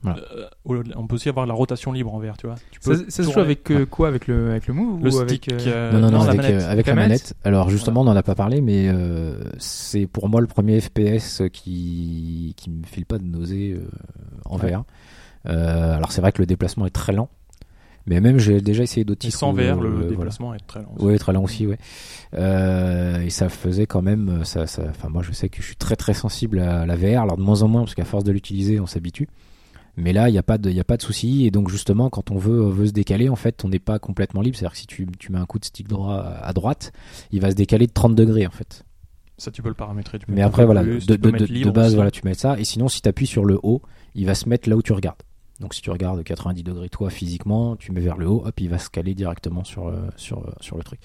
Speaker 5: Voilà.
Speaker 4: Euh, au-delà- on peut aussi avoir la rotation libre en VR, tu vois. Tu
Speaker 3: Ça,
Speaker 4: peux
Speaker 3: ça se joue
Speaker 4: tourner
Speaker 3: avec euh, quoi Avec le, avec le move
Speaker 4: le
Speaker 3: ou
Speaker 4: stick.
Speaker 3: avec, euh,
Speaker 4: euh,
Speaker 5: Non, non, non,
Speaker 4: la
Speaker 5: avec,
Speaker 4: manette.
Speaker 5: euh, avec la
Speaker 3: La
Speaker 5: manette.
Speaker 3: manette
Speaker 5: Alors justement, on n'en a pas parlé, mais euh, c'est pour moi le premier FPS euh, qui qui me file pas de nausée euh, en
Speaker 4: Ouais.
Speaker 5: VR. Euh, alors c'est vrai que le déplacement est très lent, mais même j'ai déjà essayé d'autres
Speaker 4: Et
Speaker 5: titres.
Speaker 4: sans
Speaker 5: où,
Speaker 4: VR,
Speaker 5: euh,
Speaker 4: le
Speaker 5: voilà.
Speaker 4: déplacement est très lent.
Speaker 5: Oui, très lent aussi, ouais. Euh, et ça faisait quand même, euh, ça, ça, enfin moi je sais que je suis très très sensible à la VR, alors de moins en moins parce qu'à force de l'utiliser, on s'habitue. Mais là, il n'y a pas de, il y a pas de souci. Et donc justement, quand on veut, veut se décaler, en fait, on n'est pas complètement libre. C'est-à-dire que si tu, tu mets un coup de stick droit à à droite, il va se décaler de 30 degrés en fait.
Speaker 4: Ça, tu peux le paramétrer. Tu peux
Speaker 5: Mais
Speaker 4: mettre
Speaker 5: après,
Speaker 4: un peu
Speaker 5: voilà,
Speaker 4: plus,
Speaker 5: de,
Speaker 4: tu peux
Speaker 5: de- de-
Speaker 4: mettre
Speaker 5: de
Speaker 4: libre
Speaker 5: base,
Speaker 4: aussi.
Speaker 5: voilà, tu mets ça. Et sinon, si tu appuies sur le haut, il va se mettre là où tu regardes. Donc, si tu regardes 90 degrés toi physiquement, tu mets vers le haut, hop, il va se caler directement sur, euh, sur, euh, sur le truc.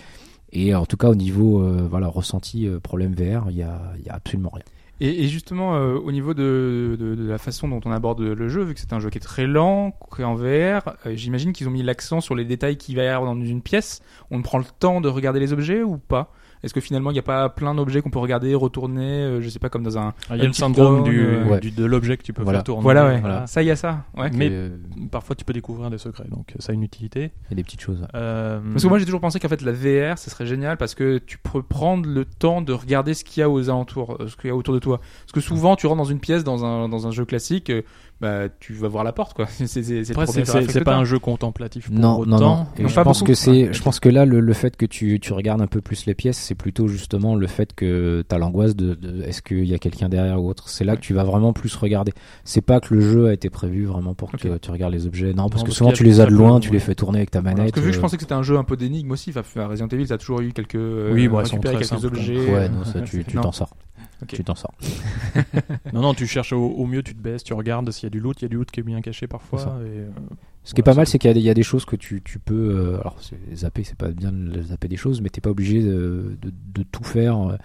Speaker 5: Et en tout cas, au niveau euh, voilà, ressenti, euh, problème VR, il n'y a, il y a absolument rien.
Speaker 3: Et, et justement, euh, au niveau de, de- de la façon dont on aborde le jeu, vu que c'est un jeu qui est très lent, qui est en VR, euh, j'imagine qu'ils ont mis l'accent sur les détails qui va y avoir dans une pièce. On prend le temps de regarder les objets ou pas Est-ce que finalement, il n'y a pas plein d'objets qu'on peut regarder, retourner, euh, je sais pas, comme dans un...
Speaker 4: Ah, Il y a le
Speaker 3: petit
Speaker 4: syndrome
Speaker 3: drone,
Speaker 4: du,
Speaker 3: euh,
Speaker 5: Ouais.
Speaker 4: du- de l'objet que tu peux
Speaker 5: Voilà.
Speaker 4: faire tourner.
Speaker 3: Voilà, ouais.
Speaker 4: Voilà.
Speaker 3: Ça, il y a ça. Ouais.
Speaker 4: Mais
Speaker 5: Et, euh,
Speaker 4: Parfois, tu peux découvrir des secrets, donc euh, ça a une utilité.
Speaker 5: il y a des petites choses. ouais.
Speaker 4: Euh,
Speaker 3: Parce que moi j'ai toujours pensé qu'en fait la VR ça serait génial parce que tu peux prendre le temps de regarder ce qu'il y a aux alentours, euh, ce qu'il y a autour de toi. Parce que souvent tu rentres dans une pièce dans un, dans un jeu classique, euh, bah tu vas voir la porte quoi. C'est- C'est c'est- c'est le premier
Speaker 4: Après, c'est- c'est
Speaker 3: réflexe
Speaker 4: c'est
Speaker 3: que
Speaker 4: pas
Speaker 3: t'as.
Speaker 4: un jeu contemplatif pour
Speaker 5: Non,
Speaker 4: autant.
Speaker 5: non, non. Et
Speaker 3: Non,
Speaker 5: je
Speaker 3: pas
Speaker 5: pense
Speaker 3: beaucoup.
Speaker 5: que c'est,
Speaker 3: Ouais.
Speaker 5: je pense que là, le, le fait que tu, tu regardes un peu plus les pièces, c'est plutôt justement le fait que t'as l'angoisse de, de- est-ce qu'il y a quelqu'un derrière ou autre. C'est là que tu vas vraiment plus regarder. C'est pas que le jeu a été prévu vraiment pour que
Speaker 3: Ok.
Speaker 5: tu regardes les objets. Non, parce
Speaker 4: Non,
Speaker 5: que
Speaker 4: parce
Speaker 5: souvent
Speaker 4: qu'il y a
Speaker 5: tu les as de
Speaker 4: plus
Speaker 5: loin,
Speaker 4: à
Speaker 5: tu
Speaker 4: peu-
Speaker 5: les fais tourner avec ta
Speaker 3: Parce
Speaker 5: manette.
Speaker 3: que vu que je
Speaker 5: euh,
Speaker 3: pensais que c'était un jeu un peu d'énigme aussi, enfin, Resident Evil, t'as toujours eu quelques euh,
Speaker 4: Oui, bah, ils sont
Speaker 3: récupérer
Speaker 4: très
Speaker 3: quelques
Speaker 4: simples.
Speaker 3: objets. euh,
Speaker 5: Ouais, non, ça, tu tu
Speaker 3: Non.
Speaker 5: t'en sors.
Speaker 3: Ok.
Speaker 5: Tu t'en sors.
Speaker 4: Non, non, tu cherches au, au mieux, tu te baisses, tu regardes s'il y a du loot, il y a du loot qui est bien caché parfois.
Speaker 5: C'est ça.
Speaker 4: et, euh,
Speaker 5: Ce qui est
Speaker 4: Voilà,
Speaker 5: pas mal, c'est qu'il y, a des- il y a des choses que tu, tu peux. euh, alors, c'est- zapper, c'est pas bien de zapper des choses, mais t'es pas obligé de, de- de tout faire. euh.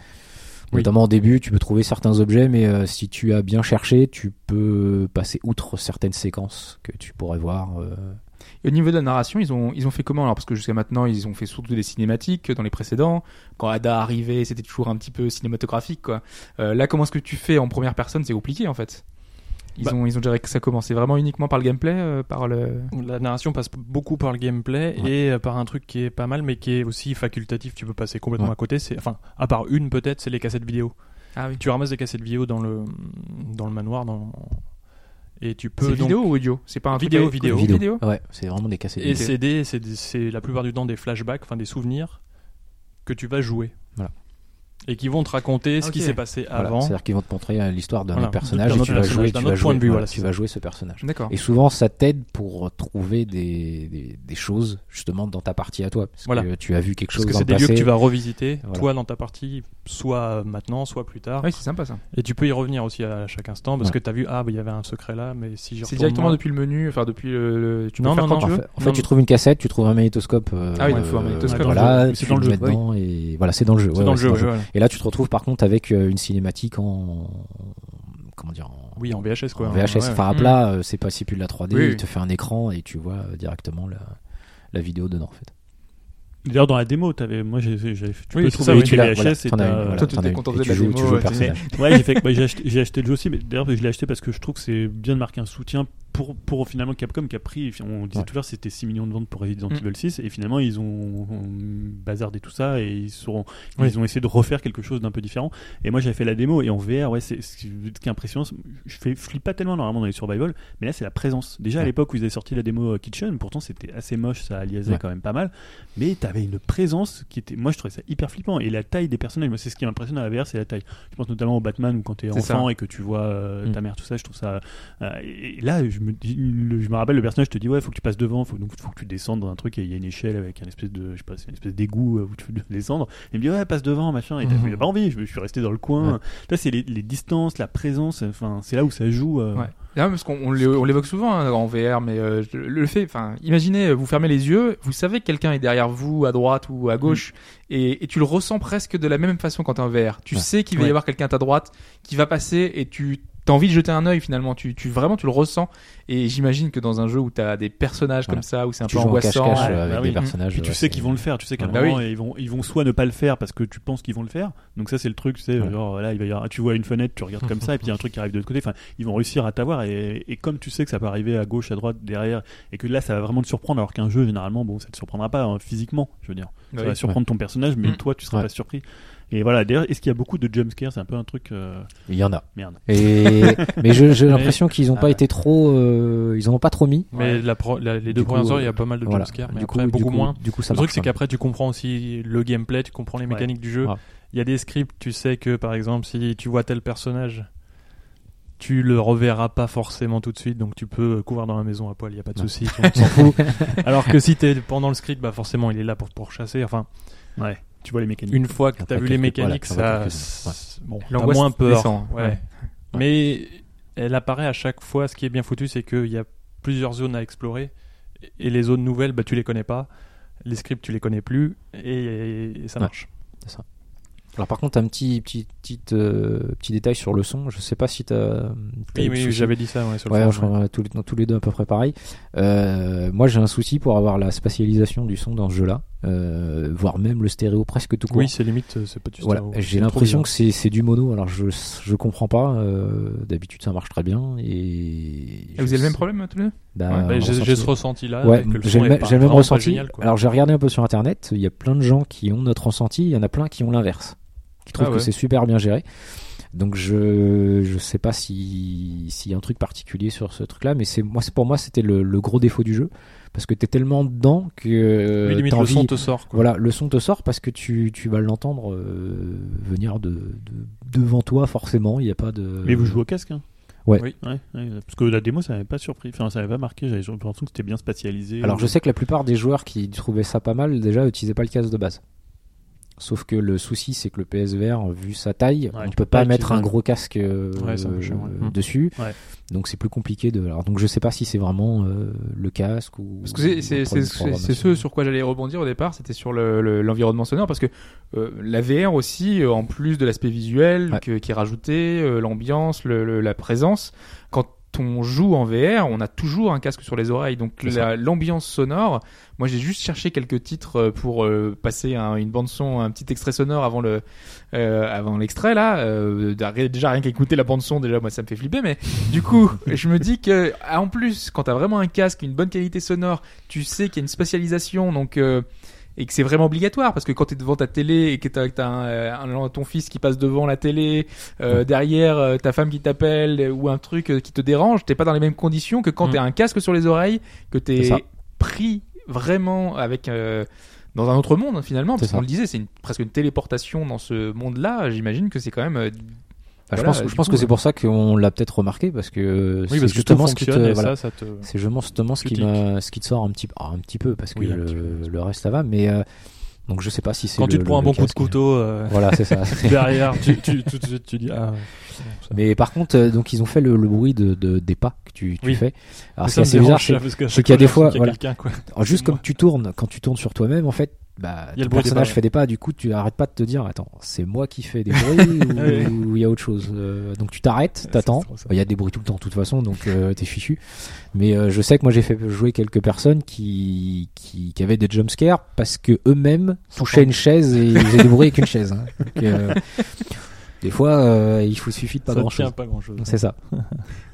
Speaker 4: Oui.
Speaker 5: Notamment au début, tu peux trouver certains objets, mais euh, si tu as bien cherché, tu peux passer outre certaines séquences que tu pourrais voir. euh.
Speaker 3: Et au niveau de la narration, ils ont, ils ont fait comment Alors, parce que jusqu'à maintenant, ils ont fait surtout des cinématiques euh, dans les précédents. Quand Ada arrivait, c'était toujours un petit peu cinématographique, quoi. Euh, là, comment est-ce que tu fais en première personne C'est compliqué, en fait. Ils,
Speaker 4: Bah.
Speaker 3: ont, ils ont géré que ça comment C'est vraiment uniquement par le gameplay euh, par le...
Speaker 4: La narration passe beaucoup par le gameplay
Speaker 5: Ouais.
Speaker 4: et euh, par un truc qui est pas mal, mais qui est aussi facultatif. Tu peux passer complètement
Speaker 5: Ouais.
Speaker 4: à côté. C'est, enfin, à part une peut-être, c'est les cassettes vidéo.
Speaker 3: Ah oui.
Speaker 4: Tu ramasses des cassettes vidéo dans le dans le manoir, dans et tu peux
Speaker 3: C'est
Speaker 4: donc
Speaker 3: vidéo ou audio C'est pas un truc
Speaker 4: Vidéo,
Speaker 3: avec-
Speaker 4: vidéo.
Speaker 3: vidéo
Speaker 5: Ouais, c'est vraiment des cassettes.
Speaker 4: et
Speaker 5: vidéo.
Speaker 4: c'est des- c'est des- c'est la plupart du temps des flashbacks, enfin des souvenirs que tu vas jouer.
Speaker 5: Voilà.
Speaker 4: Et qui vont te raconter ce
Speaker 3: Ah, Ok.
Speaker 4: qui s'est passé
Speaker 5: Voilà,
Speaker 4: avant.
Speaker 5: C'est-à-dire qu'ils vont te montrer euh, l'histoire d'un
Speaker 4: Voilà,
Speaker 5: autre personnage
Speaker 4: d'un
Speaker 5: et
Speaker 4: autre
Speaker 5: tu vas
Speaker 4: personnage,
Speaker 5: jouer,
Speaker 4: d'un
Speaker 5: tu
Speaker 4: autre
Speaker 5: vas
Speaker 4: point
Speaker 5: jouer,
Speaker 4: de vue,
Speaker 5: voilà,
Speaker 4: voilà,
Speaker 5: tu
Speaker 4: c'est
Speaker 5: vas jouer ce personnage.
Speaker 3: D'accord.
Speaker 5: Et souvent, ça t'aide pour trouver des, des, des choses justement dans ta partie à toi, parce que
Speaker 4: Voilà.
Speaker 5: tu as vu quelque
Speaker 4: Parce
Speaker 5: chose
Speaker 4: que
Speaker 5: dans
Speaker 4: c'est
Speaker 5: le
Speaker 4: des
Speaker 5: passé.
Speaker 4: lieux que tu vas revisiter,
Speaker 5: Voilà.
Speaker 4: toi dans ta partie, soit maintenant, soit plus tard.
Speaker 3: Ah oui, c'est sympa ça.
Speaker 4: Et tu peux y revenir aussi à chaque instant parce
Speaker 5: Voilà.
Speaker 4: que tu as vu, ah, bah, il y avait un secret là, mais si j'y
Speaker 3: C'est
Speaker 4: retourne,
Speaker 3: directement
Speaker 4: moi-
Speaker 3: depuis le menu, enfin depuis le. le- Tu peux
Speaker 4: Non,
Speaker 3: le faire
Speaker 4: non,
Speaker 3: quand
Speaker 4: non,
Speaker 3: tu veux.
Speaker 5: En fait, en fait,
Speaker 4: Non,
Speaker 5: tu
Speaker 4: non.
Speaker 5: trouves une cassette, tu trouves un magnétoscope. euh,
Speaker 3: Ah oui, il
Speaker 5: euh,
Speaker 3: faut un magnétoscope.
Speaker 5: Voilà, tu
Speaker 6: C'est dans le
Speaker 5: le
Speaker 6: jeu,
Speaker 5: mets
Speaker 6: oui.
Speaker 5: dedans et voilà, c'est dans le jeu.
Speaker 4: C'est
Speaker 5: ouais,
Speaker 4: dans
Speaker 5: ouais,
Speaker 4: le jeu,
Speaker 5: c'est
Speaker 4: ouais, voilà.
Speaker 5: Et là, tu te retrouves par contre avec euh, une cinématique en comment dire en,
Speaker 4: Oui, en VHS quoi.
Speaker 5: en
Speaker 4: Ouais,
Speaker 5: VHS.
Speaker 4: ouais.
Speaker 5: Enfin, à
Speaker 3: Mm.
Speaker 5: plat, euh, c'est pas si plus de la 3D.
Speaker 3: Oui, oui.
Speaker 5: Il te fait un écran et tu vois euh, directement la, la vidéo dedans en fait.
Speaker 6: D'ailleurs, dans la démo, avais, moi, j'ai, j'ai- j'ai- tu
Speaker 4: Oui, c'est
Speaker 6: peux trouver
Speaker 4: ça, oui,
Speaker 6: les
Speaker 4: tu
Speaker 5: l'as,
Speaker 6: VHS
Speaker 5: voilà,
Speaker 6: et
Speaker 5: t'en as
Speaker 6: t'as-
Speaker 5: une, voilà,
Speaker 3: Toi, tu
Speaker 5: t'en
Speaker 3: t'es
Speaker 5: as une.
Speaker 3: contenté
Speaker 5: Et
Speaker 3: de
Speaker 5: tu
Speaker 3: la
Speaker 5: joues,
Speaker 3: démo,
Speaker 5: tu joues
Speaker 3: ouais,
Speaker 5: le personnage.
Speaker 6: Ouais, j'ai fait, bah, j'ai acheté, j'ai acheté le jeu aussi, mais d'ailleurs, je l'ai acheté parce que je trouve que c'est bien de marquer un soutien pour, pour finalement Capcom qui a pris, on disait
Speaker 5: Ouais.
Speaker 6: tout à l'heure, c'était 6 millions de ventes pour Resident
Speaker 3: Mm.
Speaker 6: Evil 6, et finalement, ils ont, ont bazardé tout ça et ils, seront,
Speaker 4: Oui.
Speaker 6: ils ont essayé de refaire quelque chose d'un peu différent. Et moi, j'avais fait la démo, et en VR, ouais, c'est, ce qui ce qui est impressionnant, c'est- je fais, flippe pas tellement normalement dans les survival, mais là, c'est la présence. Déjà, à
Speaker 5: Ouais.
Speaker 6: l'époque où ils avaient sorti la démo euh, Kitchen, pourtant, c'était assez moche, ça aliasait
Speaker 5: Ouais.
Speaker 6: quand même pas mal, mais t'avais une présence qui était, moi, je trouvais ça hyper flippant, et la taille des personnages, moi, c'est ce qui m'impressionne à la VR, c'est la taille. Je pense notamment au Batman où quand t'es
Speaker 3: C'est
Speaker 6: enfant et que tu vois euh,
Speaker 5: Mm.
Speaker 6: ta mère, tout ça, je trouve ça. euh, et et là, je me, dis- le- je me rappelle, le personnage te dit Ouais, faut que tu passes devant, faut, donc faut que tu descendes dans un truc et il y a une échelle avec un espèce de, je sais pas, c'est une espèce d'égout euh, où tu veux descendre. Et il me dit Ouais, passe devant, machin. Et t'as-
Speaker 4: Mhm.
Speaker 6: il a pas envie, je, je suis resté dans le coin.
Speaker 5: Ouais.
Speaker 6: Là, c'est les, les distances, la présence, enfin, c'est là où ça joue. euh,
Speaker 3: Ouais. Non, Ah, parce qu'on on l'é- on l'évoque souvent hein, en VR, mais euh, je- le fait, enfin, imaginez, euh, vous fermez les yeux, vous savez que quelqu'un est derrière vous, à droite ou à
Speaker 5: Mm.
Speaker 3: gauche, et, et tu le ressens presque de la même façon quand t'es en VR. Tu
Speaker 5: Ouais.
Speaker 3: sais qu'il va y
Speaker 4: Ouais.
Speaker 3: avoir quelqu'un à ta droite qui va passer, et tu t'as envie de jeter un œil finalement. Tu, tu vraiment, tu le ressens. Et j'imagine que dans un jeu où t'as des personnages
Speaker 5: Voilà.
Speaker 3: comme ça, où c'est un
Speaker 5: Tu
Speaker 3: peu
Speaker 5: joues en
Speaker 3: angoissant,
Speaker 5: cache-cache
Speaker 6: ouais,
Speaker 5: euh,
Speaker 6: bah
Speaker 5: avec
Speaker 6: oui.
Speaker 5: des personnages.
Speaker 6: Puis tu
Speaker 5: ouais,
Speaker 6: sais
Speaker 5: c'est-
Speaker 6: qu'ils vont le faire, tu sais qu'à un
Speaker 3: Bah
Speaker 6: moment ils, vont, ils vont soit ne pas le faire parce que tu penses qu'ils vont le faire, donc ça c'est le truc, c'est
Speaker 5: Ouais.
Speaker 6: genre voilà, il va y avoir- tu vois une fenêtre, tu regardes comme ça, et puis il y a un truc qui arrive de l'autre côté, enfin ils vont réussir à t'avoir, et, et comme tu sais que ça peut arriver à gauche, à droite, derrière, et que là ça va vraiment te surprendre, alors qu'un jeu généralement, bon ça te surprendra pas hein, physiquement, je veux dire, ça
Speaker 3: Oui.
Speaker 6: va surprendre ton personnage, mais
Speaker 3: Mm.
Speaker 6: toi tu seras
Speaker 5: Ouais.
Speaker 6: pas surpris. Et voilà, d'ailleurs, est-ce qu'il y a beaucoup de jumpscares C'est un peu un truc. euh,
Speaker 5: Il y en a.
Speaker 6: Merde.
Speaker 5: Et mais je- j'ai l'impression qu'ils ont
Speaker 6: Ah
Speaker 5: pas
Speaker 6: ouais.
Speaker 5: été trop, euh, ils en ont pas trop mis.
Speaker 4: Mais
Speaker 3: Ouais.
Speaker 4: la pro- la- les
Speaker 5: Du
Speaker 4: deux
Speaker 5: coup,
Speaker 4: premières heures, il y
Speaker 5: euh,
Speaker 4: a pas mal de
Speaker 5: Voilà.
Speaker 4: jumpscares, mais
Speaker 5: Du coup,
Speaker 4: après,
Speaker 5: du
Speaker 4: beaucoup
Speaker 5: coup-
Speaker 4: moins.
Speaker 5: Du coup, ça
Speaker 4: le truc,
Speaker 5: marche
Speaker 4: c'est
Speaker 5: quand même.
Speaker 4: qu'après, tu comprends aussi le gameplay, tu comprends les
Speaker 6: Ouais.
Speaker 4: mécaniques du jeu.
Speaker 5: Ouais.
Speaker 4: Il y a des scripts, tu sais que, par exemple, si tu vois tel personnage, tu le reverras pas forcément tout de suite, donc tu peux courir dans la maison à poil, il y a pas de
Speaker 5: Ouais.
Speaker 4: souci, on s'en fout. Alors que si t'es pendant le script, bah forcément, il est là pour te pourchasser. Enfin,
Speaker 6: Ouais, tu vois les mécaniques.
Speaker 4: une fois que
Speaker 5: Après,
Speaker 4: t'as vu les
Speaker 5: quelques- voilà,
Speaker 4: mécaniques,
Speaker 5: ça va
Speaker 4: ça,
Speaker 5: quelques-
Speaker 4: c'est- bon, t'as
Speaker 3: L'angoisse
Speaker 4: moins peur.
Speaker 3: descend,
Speaker 4: Ouais.
Speaker 3: ouais.
Speaker 4: Mais elle apparaît à chaque fois. Ce qui est bien foutu, c'est qu'il y a plusieurs zones à explorer. Et les zones nouvelles, bah, tu les connais pas. Les scripts, tu les connais plus. Et, et ça
Speaker 5: Ouais.
Speaker 4: marche.
Speaker 5: Alors par contre, un petit petit petit euh, petit détail sur le son. Je sais pas si t'as. t'as
Speaker 4: Oui,
Speaker 5: eu le
Speaker 4: oui,
Speaker 5: souci.
Speaker 4: j'avais dit ça ouais, sur le
Speaker 5: Ouais,
Speaker 4: forum,
Speaker 5: je
Speaker 4: ouais.
Speaker 5: crois qu'on a tous les, tous les deux à peu près pareil. Euh, moi, j'ai un souci pour avoir la spatialisation du son dans ce jeu-là, euh, voire même le stéréo presque tout court.
Speaker 4: Oui, c'est limite, euh, c'est pas du
Speaker 5: Voilà,
Speaker 4: stéréo.
Speaker 5: j'ai
Speaker 4: C'est
Speaker 5: l'impression
Speaker 4: trop
Speaker 5: que c'est c'est du mono. Alors je je comprends pas. euh, D'habitude, ça marche très bien
Speaker 4: Ah,
Speaker 5: et.
Speaker 3: Et vous
Speaker 5: je
Speaker 3: avez le même
Speaker 5: sais-
Speaker 3: problème euh, tous les deux
Speaker 4: bien.
Speaker 5: Bah,
Speaker 4: Bah,
Speaker 5: on
Speaker 4: j'ai
Speaker 5: ressent-
Speaker 4: j'ai ce ressenti là.
Speaker 5: Ouais, j'ai le, même- j'ai le même ressenti. Alors j'ai regardé un peu sur internet, il y a plein de gens qui ont notre ressenti, il y en a plein qui ont l'inverse, qui trouvent
Speaker 3: Ah ouais.
Speaker 5: que c'est super bien géré. Donc je je sais pas si s'il y a un truc particulier sur ce truc là, mais c'est moi c'est pour moi c'était le, le gros défaut du jeu parce que t'es tellement dedans que euh,
Speaker 4: limite,
Speaker 5: t'as
Speaker 4: le
Speaker 5: envie-
Speaker 4: son te sort. Quoi.
Speaker 5: voilà le son te sort parce que tu, tu vas l'entendre euh, venir de, de- devant toi forcément. Il n'y a pas de
Speaker 6: Mais vous jouez au casque, hein
Speaker 5: euh, Ouais.
Speaker 4: Oui.
Speaker 6: Ouais, ouais, Parce que la démo, ça m'avait pas surpris. Enfin, ça m'avait pas marqué. J'avais l'impression que c'était bien spatialisé.
Speaker 5: Alors je sais que la plupart des joueurs qui trouvaient ça pas mal déjà utilisaient pas le casque de base. Sauf que le souci, c'est que le PSVR, vu sa taille,
Speaker 4: Ouais,
Speaker 5: on
Speaker 4: tu
Speaker 5: peut
Speaker 4: peux
Speaker 5: pas
Speaker 4: pas
Speaker 5: mettre
Speaker 4: activer.
Speaker 5: un gros casque euh,
Speaker 4: Ouais, ça, je-
Speaker 5: euh,
Speaker 4: ouais. Hum.
Speaker 5: dessus.
Speaker 4: Ouais.
Speaker 5: Donc c'est plus compliqué de. Alors donc je sais pas si c'est vraiment euh, le casque ou.
Speaker 3: Parce que c'est- c'est c'est- c'est- c'est ce sur quoi j'allais rebondir au départ, c'était sur le- le- l'environnement sonore, parce que euh, la VR aussi, euh, en plus de l'aspect visuel
Speaker 5: Ouais.
Speaker 3: que- qui est rajouté, euh, l'ambiance, le- le- la présence, quand on joue en VR, on a toujours un casque sur les oreilles, donc
Speaker 5: C'est
Speaker 3: la- l'ambiance sonore, moi j'ai juste cherché quelques titres euh, pour euh, passer un- une bande son, un petit extrait sonore avant le euh, avant l'extrait là, euh, d'arrêter- déjà rien qu'écouter la bande son déjà moi ça me fait flipper, mais du coup, je me dis que ah, en plus, quand t'as vraiment un casque, une bonne qualité sonore, tu sais qu'il y a une spatialisation, donc euh, et que c'est vraiment obligatoire parce que quand t'es devant ta télé et que t'as, que t'as un, euh, un- ton fils qui passe devant la télé, euh, derrière euh, ta femme qui t'appelle euh, ou un truc euh, qui te dérange, t'es pas dans les mêmes conditions que quand
Speaker 4: Mm.
Speaker 3: t'as un casque sur les oreilles, que
Speaker 5: C'est
Speaker 3: t'es
Speaker 5: ça.
Speaker 3: pris vraiment avec euh, dans un autre monde finalement,
Speaker 5: C'est
Speaker 3: parce
Speaker 5: ça.
Speaker 3: qu'on le disait, c'est une, presque une téléportation dans ce monde-là. J'imagine que c'est quand même euh,
Speaker 5: Ah, je
Speaker 3: Voilà,
Speaker 5: pense,
Speaker 3: euh,
Speaker 5: je
Speaker 3: du
Speaker 5: pense
Speaker 3: coup,
Speaker 5: que
Speaker 3: ouais.
Speaker 5: c'est pour ça qu'on l'a peut-être remarqué parce que euh,
Speaker 4: Oui,
Speaker 5: c'est
Speaker 4: parce que tout
Speaker 5: justement ce qui te,
Speaker 4: fonctionne et
Speaker 5: voilà.
Speaker 4: ça, ça te.
Speaker 5: c'est justement- justement ce
Speaker 4: tu
Speaker 5: qui me, ce qui te sort un petit, ah, un petit peu parce que
Speaker 4: Oui, un petit
Speaker 5: le, le reste ça va, mais euh, donc je sais pas si c'est
Speaker 4: Quand tu
Speaker 5: le-
Speaker 4: te prends un
Speaker 5: le
Speaker 4: bon coup de
Speaker 5: casque.
Speaker 4: couteau euh,
Speaker 5: Voilà, c'est ça. C'est-
Speaker 4: derrière, tu, tu- tout de suite tu dis ah.
Speaker 5: Mais par contre, euh, donc ils ont fait le, le bruit de, de- des pas que tu, tu
Speaker 4: Oui.
Speaker 5: fais. Alors
Speaker 4: Mais
Speaker 5: c'est
Speaker 4: ça me
Speaker 5: assez
Speaker 4: dérange,
Speaker 5: bizarre,
Speaker 4: ça,
Speaker 5: c'est
Speaker 4: parce qu'à
Speaker 5: c'est
Speaker 4: chaque
Speaker 5: qu'il y a des fois,
Speaker 4: j'ai l'impression qu'il y a
Speaker 5: voilà.
Speaker 4: quelqu'un, quoi.
Speaker 5: alors, juste
Speaker 4: Moi.
Speaker 5: comme tu tournes, quand tu tournes sur toi-même, en fait, bah,
Speaker 4: Il y a le
Speaker 5: ton
Speaker 4: bruit des
Speaker 5: personnage
Speaker 4: pas, ouais.
Speaker 5: fait des pas. Du coup, tu arrêtes pas de te dire, attends, c'est moi qui fais des bruits ou-
Speaker 4: Ouais.
Speaker 5: ou il y a autre chose. Euh, donc tu t'arrêtes,
Speaker 4: Ah Ouais,
Speaker 5: t'attends. Bah,
Speaker 4: c'est trop ça.
Speaker 5: Il y a des bruits tout le temps, de toute façon, donc euh, t'es fichu. Mais euh, je sais que moi j'ai fait jouer quelques personnes qui qui, qui avaient des jumpscares parce que eux-mêmes touchaient une chaise et ils faisaient des bruits avec une chaise. hein. Donc, euh, des fois, euh, il faut suffit de pas
Speaker 4: Ça
Speaker 5: grand-chose.
Speaker 4: tient pas grand chose.
Speaker 5: C'est ça.
Speaker 3: Ouais,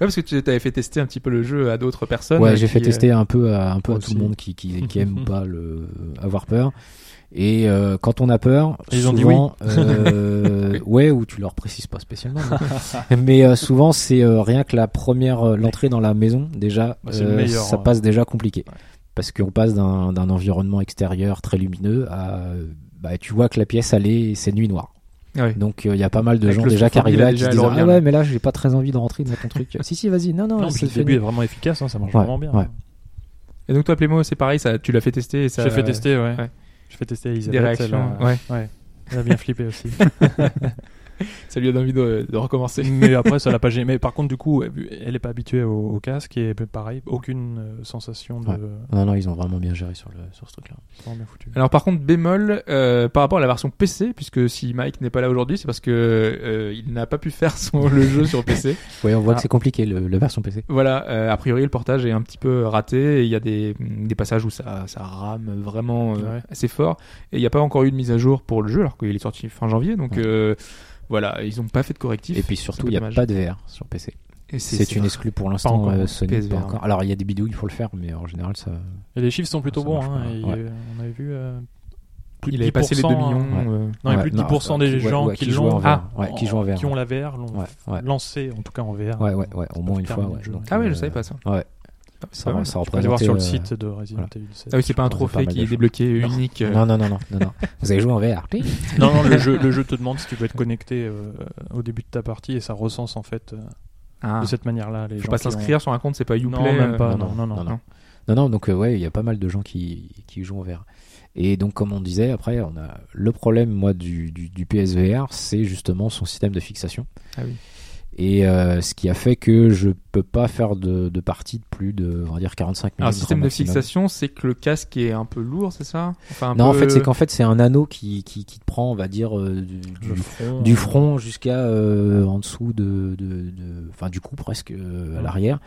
Speaker 3: parce que tu avais fait tester un petit peu le jeu à d'autres personnes.
Speaker 5: Ouais,
Speaker 3: euh,
Speaker 5: j'ai
Speaker 3: qui,
Speaker 5: fait
Speaker 3: euh,
Speaker 5: tester un peu à, un peu à
Speaker 4: moi
Speaker 5: tout
Speaker 4: aussi.
Speaker 5: le monde qui, qui, qui aime pas le, euh, avoir peur. Et euh, quand on a peur,
Speaker 4: Ils ont dit
Speaker 5: souvent, euh, ouais, ou tu leur précises pas spécialement, mais, mais, euh, souvent c'est euh, rien que la première euh, l'entrée dans la maison déjà, euh,
Speaker 4: Bah, c'est le meilleur,
Speaker 5: ça
Speaker 4: ouais.
Speaker 5: passe déjà compliqué parce qu'on passe d'un d'un environnement extérieur très lumineux à euh, bah, tu vois que la pièce elle est c'est nuit noire.
Speaker 3: ouais.
Speaker 5: Donc euh, il y a pas mal de
Speaker 3: La
Speaker 5: gens déjà qui
Speaker 3: claustrophobie,
Speaker 5: arrivent
Speaker 3: là,
Speaker 5: là qui se
Speaker 3: déjà,
Speaker 5: disent
Speaker 3: elle
Speaker 5: ah
Speaker 3: revient,
Speaker 5: ouais
Speaker 3: là.
Speaker 5: mais là j'ai pas très envie de rentrer dans ton truc. si si vas-y non non,
Speaker 4: Non,
Speaker 5: ça
Speaker 4: puis le
Speaker 5: fait
Speaker 4: début
Speaker 5: nuit.
Speaker 4: est vraiment efficace, hein, ça marche
Speaker 5: Ouais,
Speaker 4: vraiment bien.
Speaker 5: ouais.
Speaker 3: Et donc toi, Plémo, c'est pareil, ça, tu l'as fait tester. Et ça,
Speaker 4: J'ai fait tester, ouais.
Speaker 3: ouais.
Speaker 4: J'ai fait tester
Speaker 3: des
Speaker 4: Elisabeth. elle
Speaker 3: réactions.
Speaker 4: a-
Speaker 3: Ouais.
Speaker 4: ouais. Elle a bien flippé aussi.
Speaker 3: Ça lui a donné envie de, de recommencer.
Speaker 4: mais après, ça l'a pas gêné. Mais par contre, du coup, elle est pas habituée au, au casque et pareil, aucune euh, sensation de.
Speaker 5: Ouais. Non, non, ils ont vraiment bien géré sur, le, sur ce truc-là.
Speaker 4: Vraiment bien foutu.
Speaker 3: Alors par contre, bémol euh, par rapport à la version PC, puisque si Mike n'est pas là aujourd'hui, c'est parce que euh, il n'a pas pu faire son, le jeu sur PC.
Speaker 5: Ouais, on voit
Speaker 4: Ah.
Speaker 5: que c'est compliqué, le, la version PC.
Speaker 3: Voilà. euh, a priori, le portage est un petit peu raté. et Il y a des, des passages où ça, ça rame vraiment euh,
Speaker 4: Ouais.
Speaker 3: assez fort. Et il n'y a pas encore eu de mise à jour pour le jeu, alors qu'il est sorti fin janvier. Donc
Speaker 5: Ouais.
Speaker 3: euh, voilà, ils n'ont pas fait de correctif.
Speaker 5: Et puis surtout,
Speaker 3: peu
Speaker 5: il n'y a
Speaker 3: dommage.
Speaker 5: pas de VR sur PC.
Speaker 3: Et
Speaker 5: C'est une exclue pour l'instant,
Speaker 4: encore,
Speaker 5: euh, Sony.
Speaker 3: PSVR,
Speaker 5: pas encore. Alors, il y a des bidouilles pour le faire, mais en général, ça.
Speaker 4: Et les chiffres sont plutôt
Speaker 5: Ça
Speaker 4: bons.
Speaker 5: marche
Speaker 4: hein,
Speaker 5: pas,
Speaker 4: et,
Speaker 5: ouais.
Speaker 4: euh, on avait vu. euh, plus de
Speaker 3: Il avait passé les 2
Speaker 4: 2
Speaker 3: millions. euh,
Speaker 4: Non, et
Speaker 5: Ouais,
Speaker 4: plus de
Speaker 5: non,
Speaker 4: 10%
Speaker 5: euh,
Speaker 4: des
Speaker 5: qui- ouais,
Speaker 4: gens
Speaker 5: ouais,
Speaker 4: qui,
Speaker 5: qui jouent
Speaker 4: l'ont. Ah,
Speaker 5: en VR. Ouais, qui jouent en VR,
Speaker 4: Qui ont la VR, l'ont
Speaker 5: Ouais, ouais.
Speaker 4: lancé, en tout cas en VR.
Speaker 5: Ouais, ouais, ouais, au moins une
Speaker 4: putain,
Speaker 5: fois.
Speaker 4: le
Speaker 5: ouais.
Speaker 4: jeu.
Speaker 5: Donc,
Speaker 3: Ah ouais,
Speaker 5: euh,
Speaker 3: je savais pas ça.
Speaker 5: ouais.
Speaker 3: Ah, c'est
Speaker 5: Ça,
Speaker 3: pas mal.
Speaker 5: ça
Speaker 4: Tu peux aller voir
Speaker 5: représentait,
Speaker 4: sur le
Speaker 5: euh,
Speaker 4: site de Resident Evil
Speaker 3: Ah
Speaker 4: 7.
Speaker 3: oui, c'est pas un
Speaker 5: Je crois que c'est
Speaker 3: trophée
Speaker 5: pas mal
Speaker 3: qui
Speaker 5: de
Speaker 3: est
Speaker 5: jeux.
Speaker 3: débloqué unique. euh,
Speaker 5: Non, non, non, non, non, non. Vous avez joué en VR.
Speaker 4: Non, non, le jeu, le jeu te demande si tu peux être connecté euh, au début de ta partie et ça recense en fait euh,
Speaker 3: ah.
Speaker 4: de cette manière-là. Les
Speaker 3: Faut
Speaker 4: gens
Speaker 3: pas
Speaker 4: qui ont-
Speaker 3: s'inscrire sur un compte, c'est pas Uplay.
Speaker 4: Non, même
Speaker 3: euh,
Speaker 4: pas.
Speaker 5: non,
Speaker 4: non, non, non.
Speaker 5: non. Non, non, donc, euh, ouais, il y a pas mal de gens qui, qui jouent en VR. Et donc, comme on disait, après, on a le problème, moi, du, du, du PSVR, c'est justement son système de fixation.
Speaker 3: Ah oui.
Speaker 5: Et euh, ce qui a fait que je peux pas faire de, de partie de plus de, on va dire, 45 minutes.
Speaker 3: Un
Speaker 5: grand
Speaker 3: système de
Speaker 5: maximum.
Speaker 3: fixation, c'est que le casque est un peu lourd, c'est ça enfin, un
Speaker 5: Non, en
Speaker 3: peu-
Speaker 5: fait, c'est qu'en fait, c'est un anneau qui, qui, qui te prend, on va dire, euh, du,
Speaker 4: Le
Speaker 5: du,
Speaker 4: front,
Speaker 5: du front jusqu'à euh, en dessous de, de, de- enfin, du cou presque euh, à
Speaker 4: Mm.
Speaker 5: l'arrière.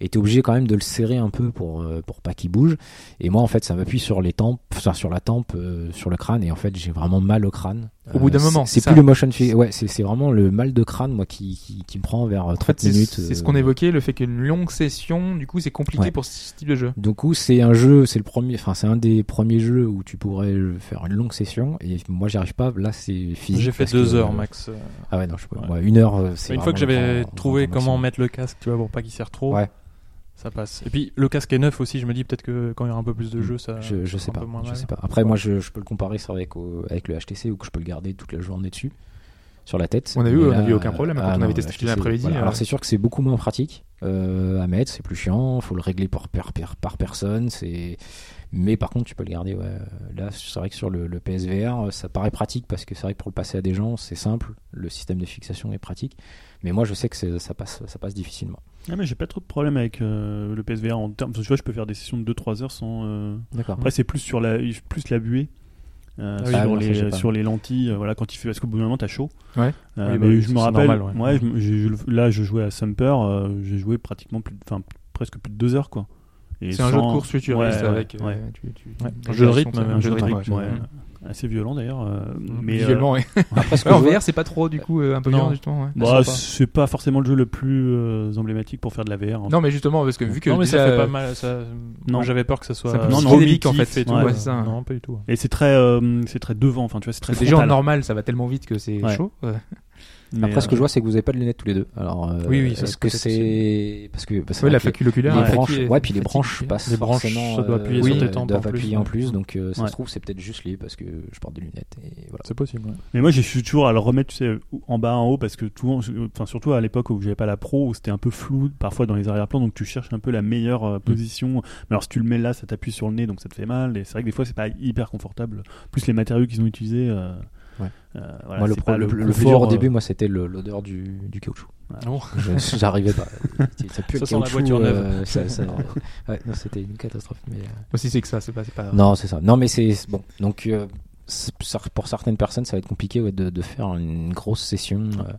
Speaker 5: Et t'es obligé quand même de le serrer un peu pour, euh, pour pas qu'il bouge. Et moi, en fait, ça m'appuie sur les tempes, enfin, sur la tempe, euh, sur le crâne. Et en fait, j'ai vraiment mal au crâne. Euh,
Speaker 3: Au bout d'un
Speaker 5: c'est-
Speaker 3: moment,
Speaker 5: C'est
Speaker 3: c'est
Speaker 5: plus
Speaker 3: ça.
Speaker 5: le motion fi- Ouais, c'est c'est vraiment le mal de crâne, moi, qui, qui, qui me prend vers
Speaker 3: En
Speaker 5: euh,
Speaker 3: fait,
Speaker 5: 30
Speaker 3: c'est
Speaker 5: minutes.
Speaker 3: c'est ce
Speaker 5: euh,
Speaker 3: qu'on évoquait, le fait qu'une longue session, du coup, c'est compliqué
Speaker 5: Ouais.
Speaker 3: pour ce type de jeu.
Speaker 5: du coup, c'est un jeu, c'est le premier, enfin c'est un des premiers jeux où tu pourrais faire une longue session. Et moi, j'y arrive pas. Là, c'est physique.
Speaker 4: J'ai fait
Speaker 5: parce que,
Speaker 4: deux heures
Speaker 5: euh,
Speaker 4: max. euh,
Speaker 5: Ah ouais, non, je peux.
Speaker 4: Ouais.
Speaker 5: moi, une heure, euh, c'est.
Speaker 4: Une fois que
Speaker 5: vraiment le
Speaker 4: j'avais
Speaker 5: temps- le
Speaker 4: trouvé
Speaker 5: temps
Speaker 4: comment
Speaker 5: maximum.
Speaker 4: mettre le casque, tu vois, pour pas qu'il serre trop,
Speaker 5: Ouais.
Speaker 4: ça passe. Et puis le casque est neuf aussi, je me dis peut-être que quand il y aura un peu plus de jeux,
Speaker 3: Euh,
Speaker 4: ça.
Speaker 5: Je, je sais
Speaker 4: un
Speaker 5: pas.
Speaker 4: peu moins
Speaker 5: Je
Speaker 4: mal.
Speaker 5: sais pas. Après, moi, je, je peux le comparer ça avec, au- avec le HTC ou que je peux le garder toute la journée dessus. sur la tête.
Speaker 3: On a eu-
Speaker 5: Mais
Speaker 3: on a
Speaker 5: là,
Speaker 3: eu aucun problème hein,
Speaker 5: euh,
Speaker 3: quand on
Speaker 5: non,
Speaker 3: avait testé
Speaker 5: là,
Speaker 3: tout
Speaker 5: c'est-
Speaker 3: l'après-midi,
Speaker 5: voilà.
Speaker 3: euh.
Speaker 5: Alors c'est sûr que c'est beaucoup moins pratique euh, à mettre, c'est plus chiant, faut le régler par, par, par, par personne, c'est. Mais par contre, tu peux le garder. Ouais. Là, c'est vrai que sur le, le PSVR, euh, ça paraît pratique parce que c'est vrai que pour le passer à des gens, c'est simple. Le système de fixation est pratique. Mais moi, je sais que c'est- ça passe, ça passe difficilement.
Speaker 6: Ah, mais j'ai pas trop de problème avec euh, le PSVR en termes. Parce que tu vois, je peux faire des sessions de 2-3 heures sans. euh,
Speaker 5: D'accord.
Speaker 6: Après, c'est plus sur la, plus la buée. euh,
Speaker 4: Ah oui,
Speaker 6: sur,
Speaker 5: ah, non, ça, j'ai
Speaker 6: les,
Speaker 5: pas.
Speaker 6: sur les lentilles, euh, voilà, quand il fait, parce qu'au bout d'un moment, t'as chaud.
Speaker 3: Ouais.
Speaker 6: Euh,
Speaker 4: Oui,
Speaker 6: mais
Speaker 4: bah oui,
Speaker 6: je
Speaker 4: c'est
Speaker 6: me rappelle,
Speaker 4: normal, ouais.
Speaker 6: ouais, je me- j'ai- j'ai- là, je jouais à Sumper, euh, j'ai joué pratiquement plus, de- enfin, presque plus de deux heures, quoi. Et
Speaker 3: C'est un jeu de
Speaker 6: sans-
Speaker 3: course futuriste
Speaker 6: ouais,
Speaker 3: avec.
Speaker 6: ouais.
Speaker 3: euh, tu- tu-
Speaker 4: Ouais.
Speaker 3: des
Speaker 4: Un jeu de rythme,
Speaker 3: directions,
Speaker 4: un
Speaker 3: ça,
Speaker 6: un jeu de rythme, ouais,
Speaker 3: ouais. Mm.
Speaker 6: assez violent d'ailleurs. euh, mais, euh,
Speaker 3: Visuellement, ouais.
Speaker 5: Après, ce que
Speaker 3: Ouais, en
Speaker 5: je vois-
Speaker 3: VR, c'est pas trop du coup euh, un peu
Speaker 4: Non.
Speaker 3: violent justement. ouais.
Speaker 6: bah,
Speaker 4: sympa.
Speaker 6: c'est pas forcément le jeu le plus euh, emblématique pour faire de la hein. VR. en
Speaker 3: Non, mais justement, parce que vu que
Speaker 4: non, mais ça
Speaker 3: déjà,
Speaker 4: fait pas mal. Ça...
Speaker 6: Non.
Speaker 4: Moi, j'avais peur que ça soit.
Speaker 3: Ça peut
Speaker 4: euh,
Speaker 6: non, non,
Speaker 4: psychédélique,
Speaker 3: en fait,
Speaker 4: kiff et tout.
Speaker 6: ouais,
Speaker 3: c'est ça.
Speaker 4: Non, pas du tout.
Speaker 6: Et c'est très, euh, c'est très devant. Enfin, tu vois, c'est très
Speaker 3: parce que déjà en
Speaker 6: frontal.
Speaker 3: normal, ça va tellement vite que c'est
Speaker 6: Ouais.
Speaker 3: chaud. ouais.
Speaker 6: Mais, euh,
Speaker 5: Après, ce que je vois, c'est que vous n'avez pas de lunettes tous les deux. Alors, euh,
Speaker 3: Oui, oui, ça, peut-être
Speaker 5: est-ce que
Speaker 3: que
Speaker 5: c'est parce que bah, c'est
Speaker 3: Ouais,
Speaker 5: vrai
Speaker 3: la
Speaker 5: que
Speaker 3: facule oculaire.
Speaker 5: les
Speaker 3: ouais.
Speaker 5: branches,
Speaker 3: Fatigué,
Speaker 5: ouais, puis les
Speaker 3: fatigué.
Speaker 5: branches passent
Speaker 4: Les branches,
Speaker 5: forcément,
Speaker 4: ça doit appuyer
Speaker 3: sur
Speaker 5: oui,
Speaker 3: tes
Speaker 5: euh,
Speaker 4: tempes
Speaker 5: doivent
Speaker 4: en plus,
Speaker 5: appuyer
Speaker 4: ouais.
Speaker 5: en plus, donc euh, ça
Speaker 6: Ouais.
Speaker 5: se trouve c'est peut-être juste lié parce que je porte des lunettes et voilà.
Speaker 4: C'est possible. ouais.
Speaker 6: Mais moi, je suis toujours à le remettre, tu sais, en bas, en haut, parce que tout, enfin, surtout à l'époque où j'avais pas la pro, où c'était un peu flou, parfois dans les arrière-plans, donc tu cherches un peu la meilleure
Speaker 5: Mm.
Speaker 6: euh, position. Mais alors, si tu le mets là, ça t'appuie sur le nez, donc ça te fait mal. Et c'est vrai que des fois, c'est pas hyper confortable. Plus les matériaux qu'ils ont utilisés. euh,
Speaker 5: Ouais.
Speaker 6: euh, voilà,
Speaker 5: moi le,
Speaker 6: c'est
Speaker 5: pro-
Speaker 6: pas
Speaker 5: le, le
Speaker 6: plus
Speaker 5: fort au
Speaker 6: dur, euh,
Speaker 5: début, moi c'était le- l'odeur du, du caoutchouc.
Speaker 6: Ah
Speaker 4: bon
Speaker 5: Je- J'arrivais pas. Ça
Speaker 4: Ça
Speaker 5: pue le
Speaker 4: sent la
Speaker 5: caoutchouc,
Speaker 4: voiture neuve.
Speaker 5: euh, ça- ça- ouais, non, c'était une catastrophe. Mais, euh,
Speaker 3: Moi, Si c'est que ça, c'est pas. c'est pas-
Speaker 5: Non, c'est ça. Non, mais c'est c'est bon. Donc, euh, c'est- ça- pour certaines personnes, ça va être compliqué ouais, de, de faire une grosse session. euh,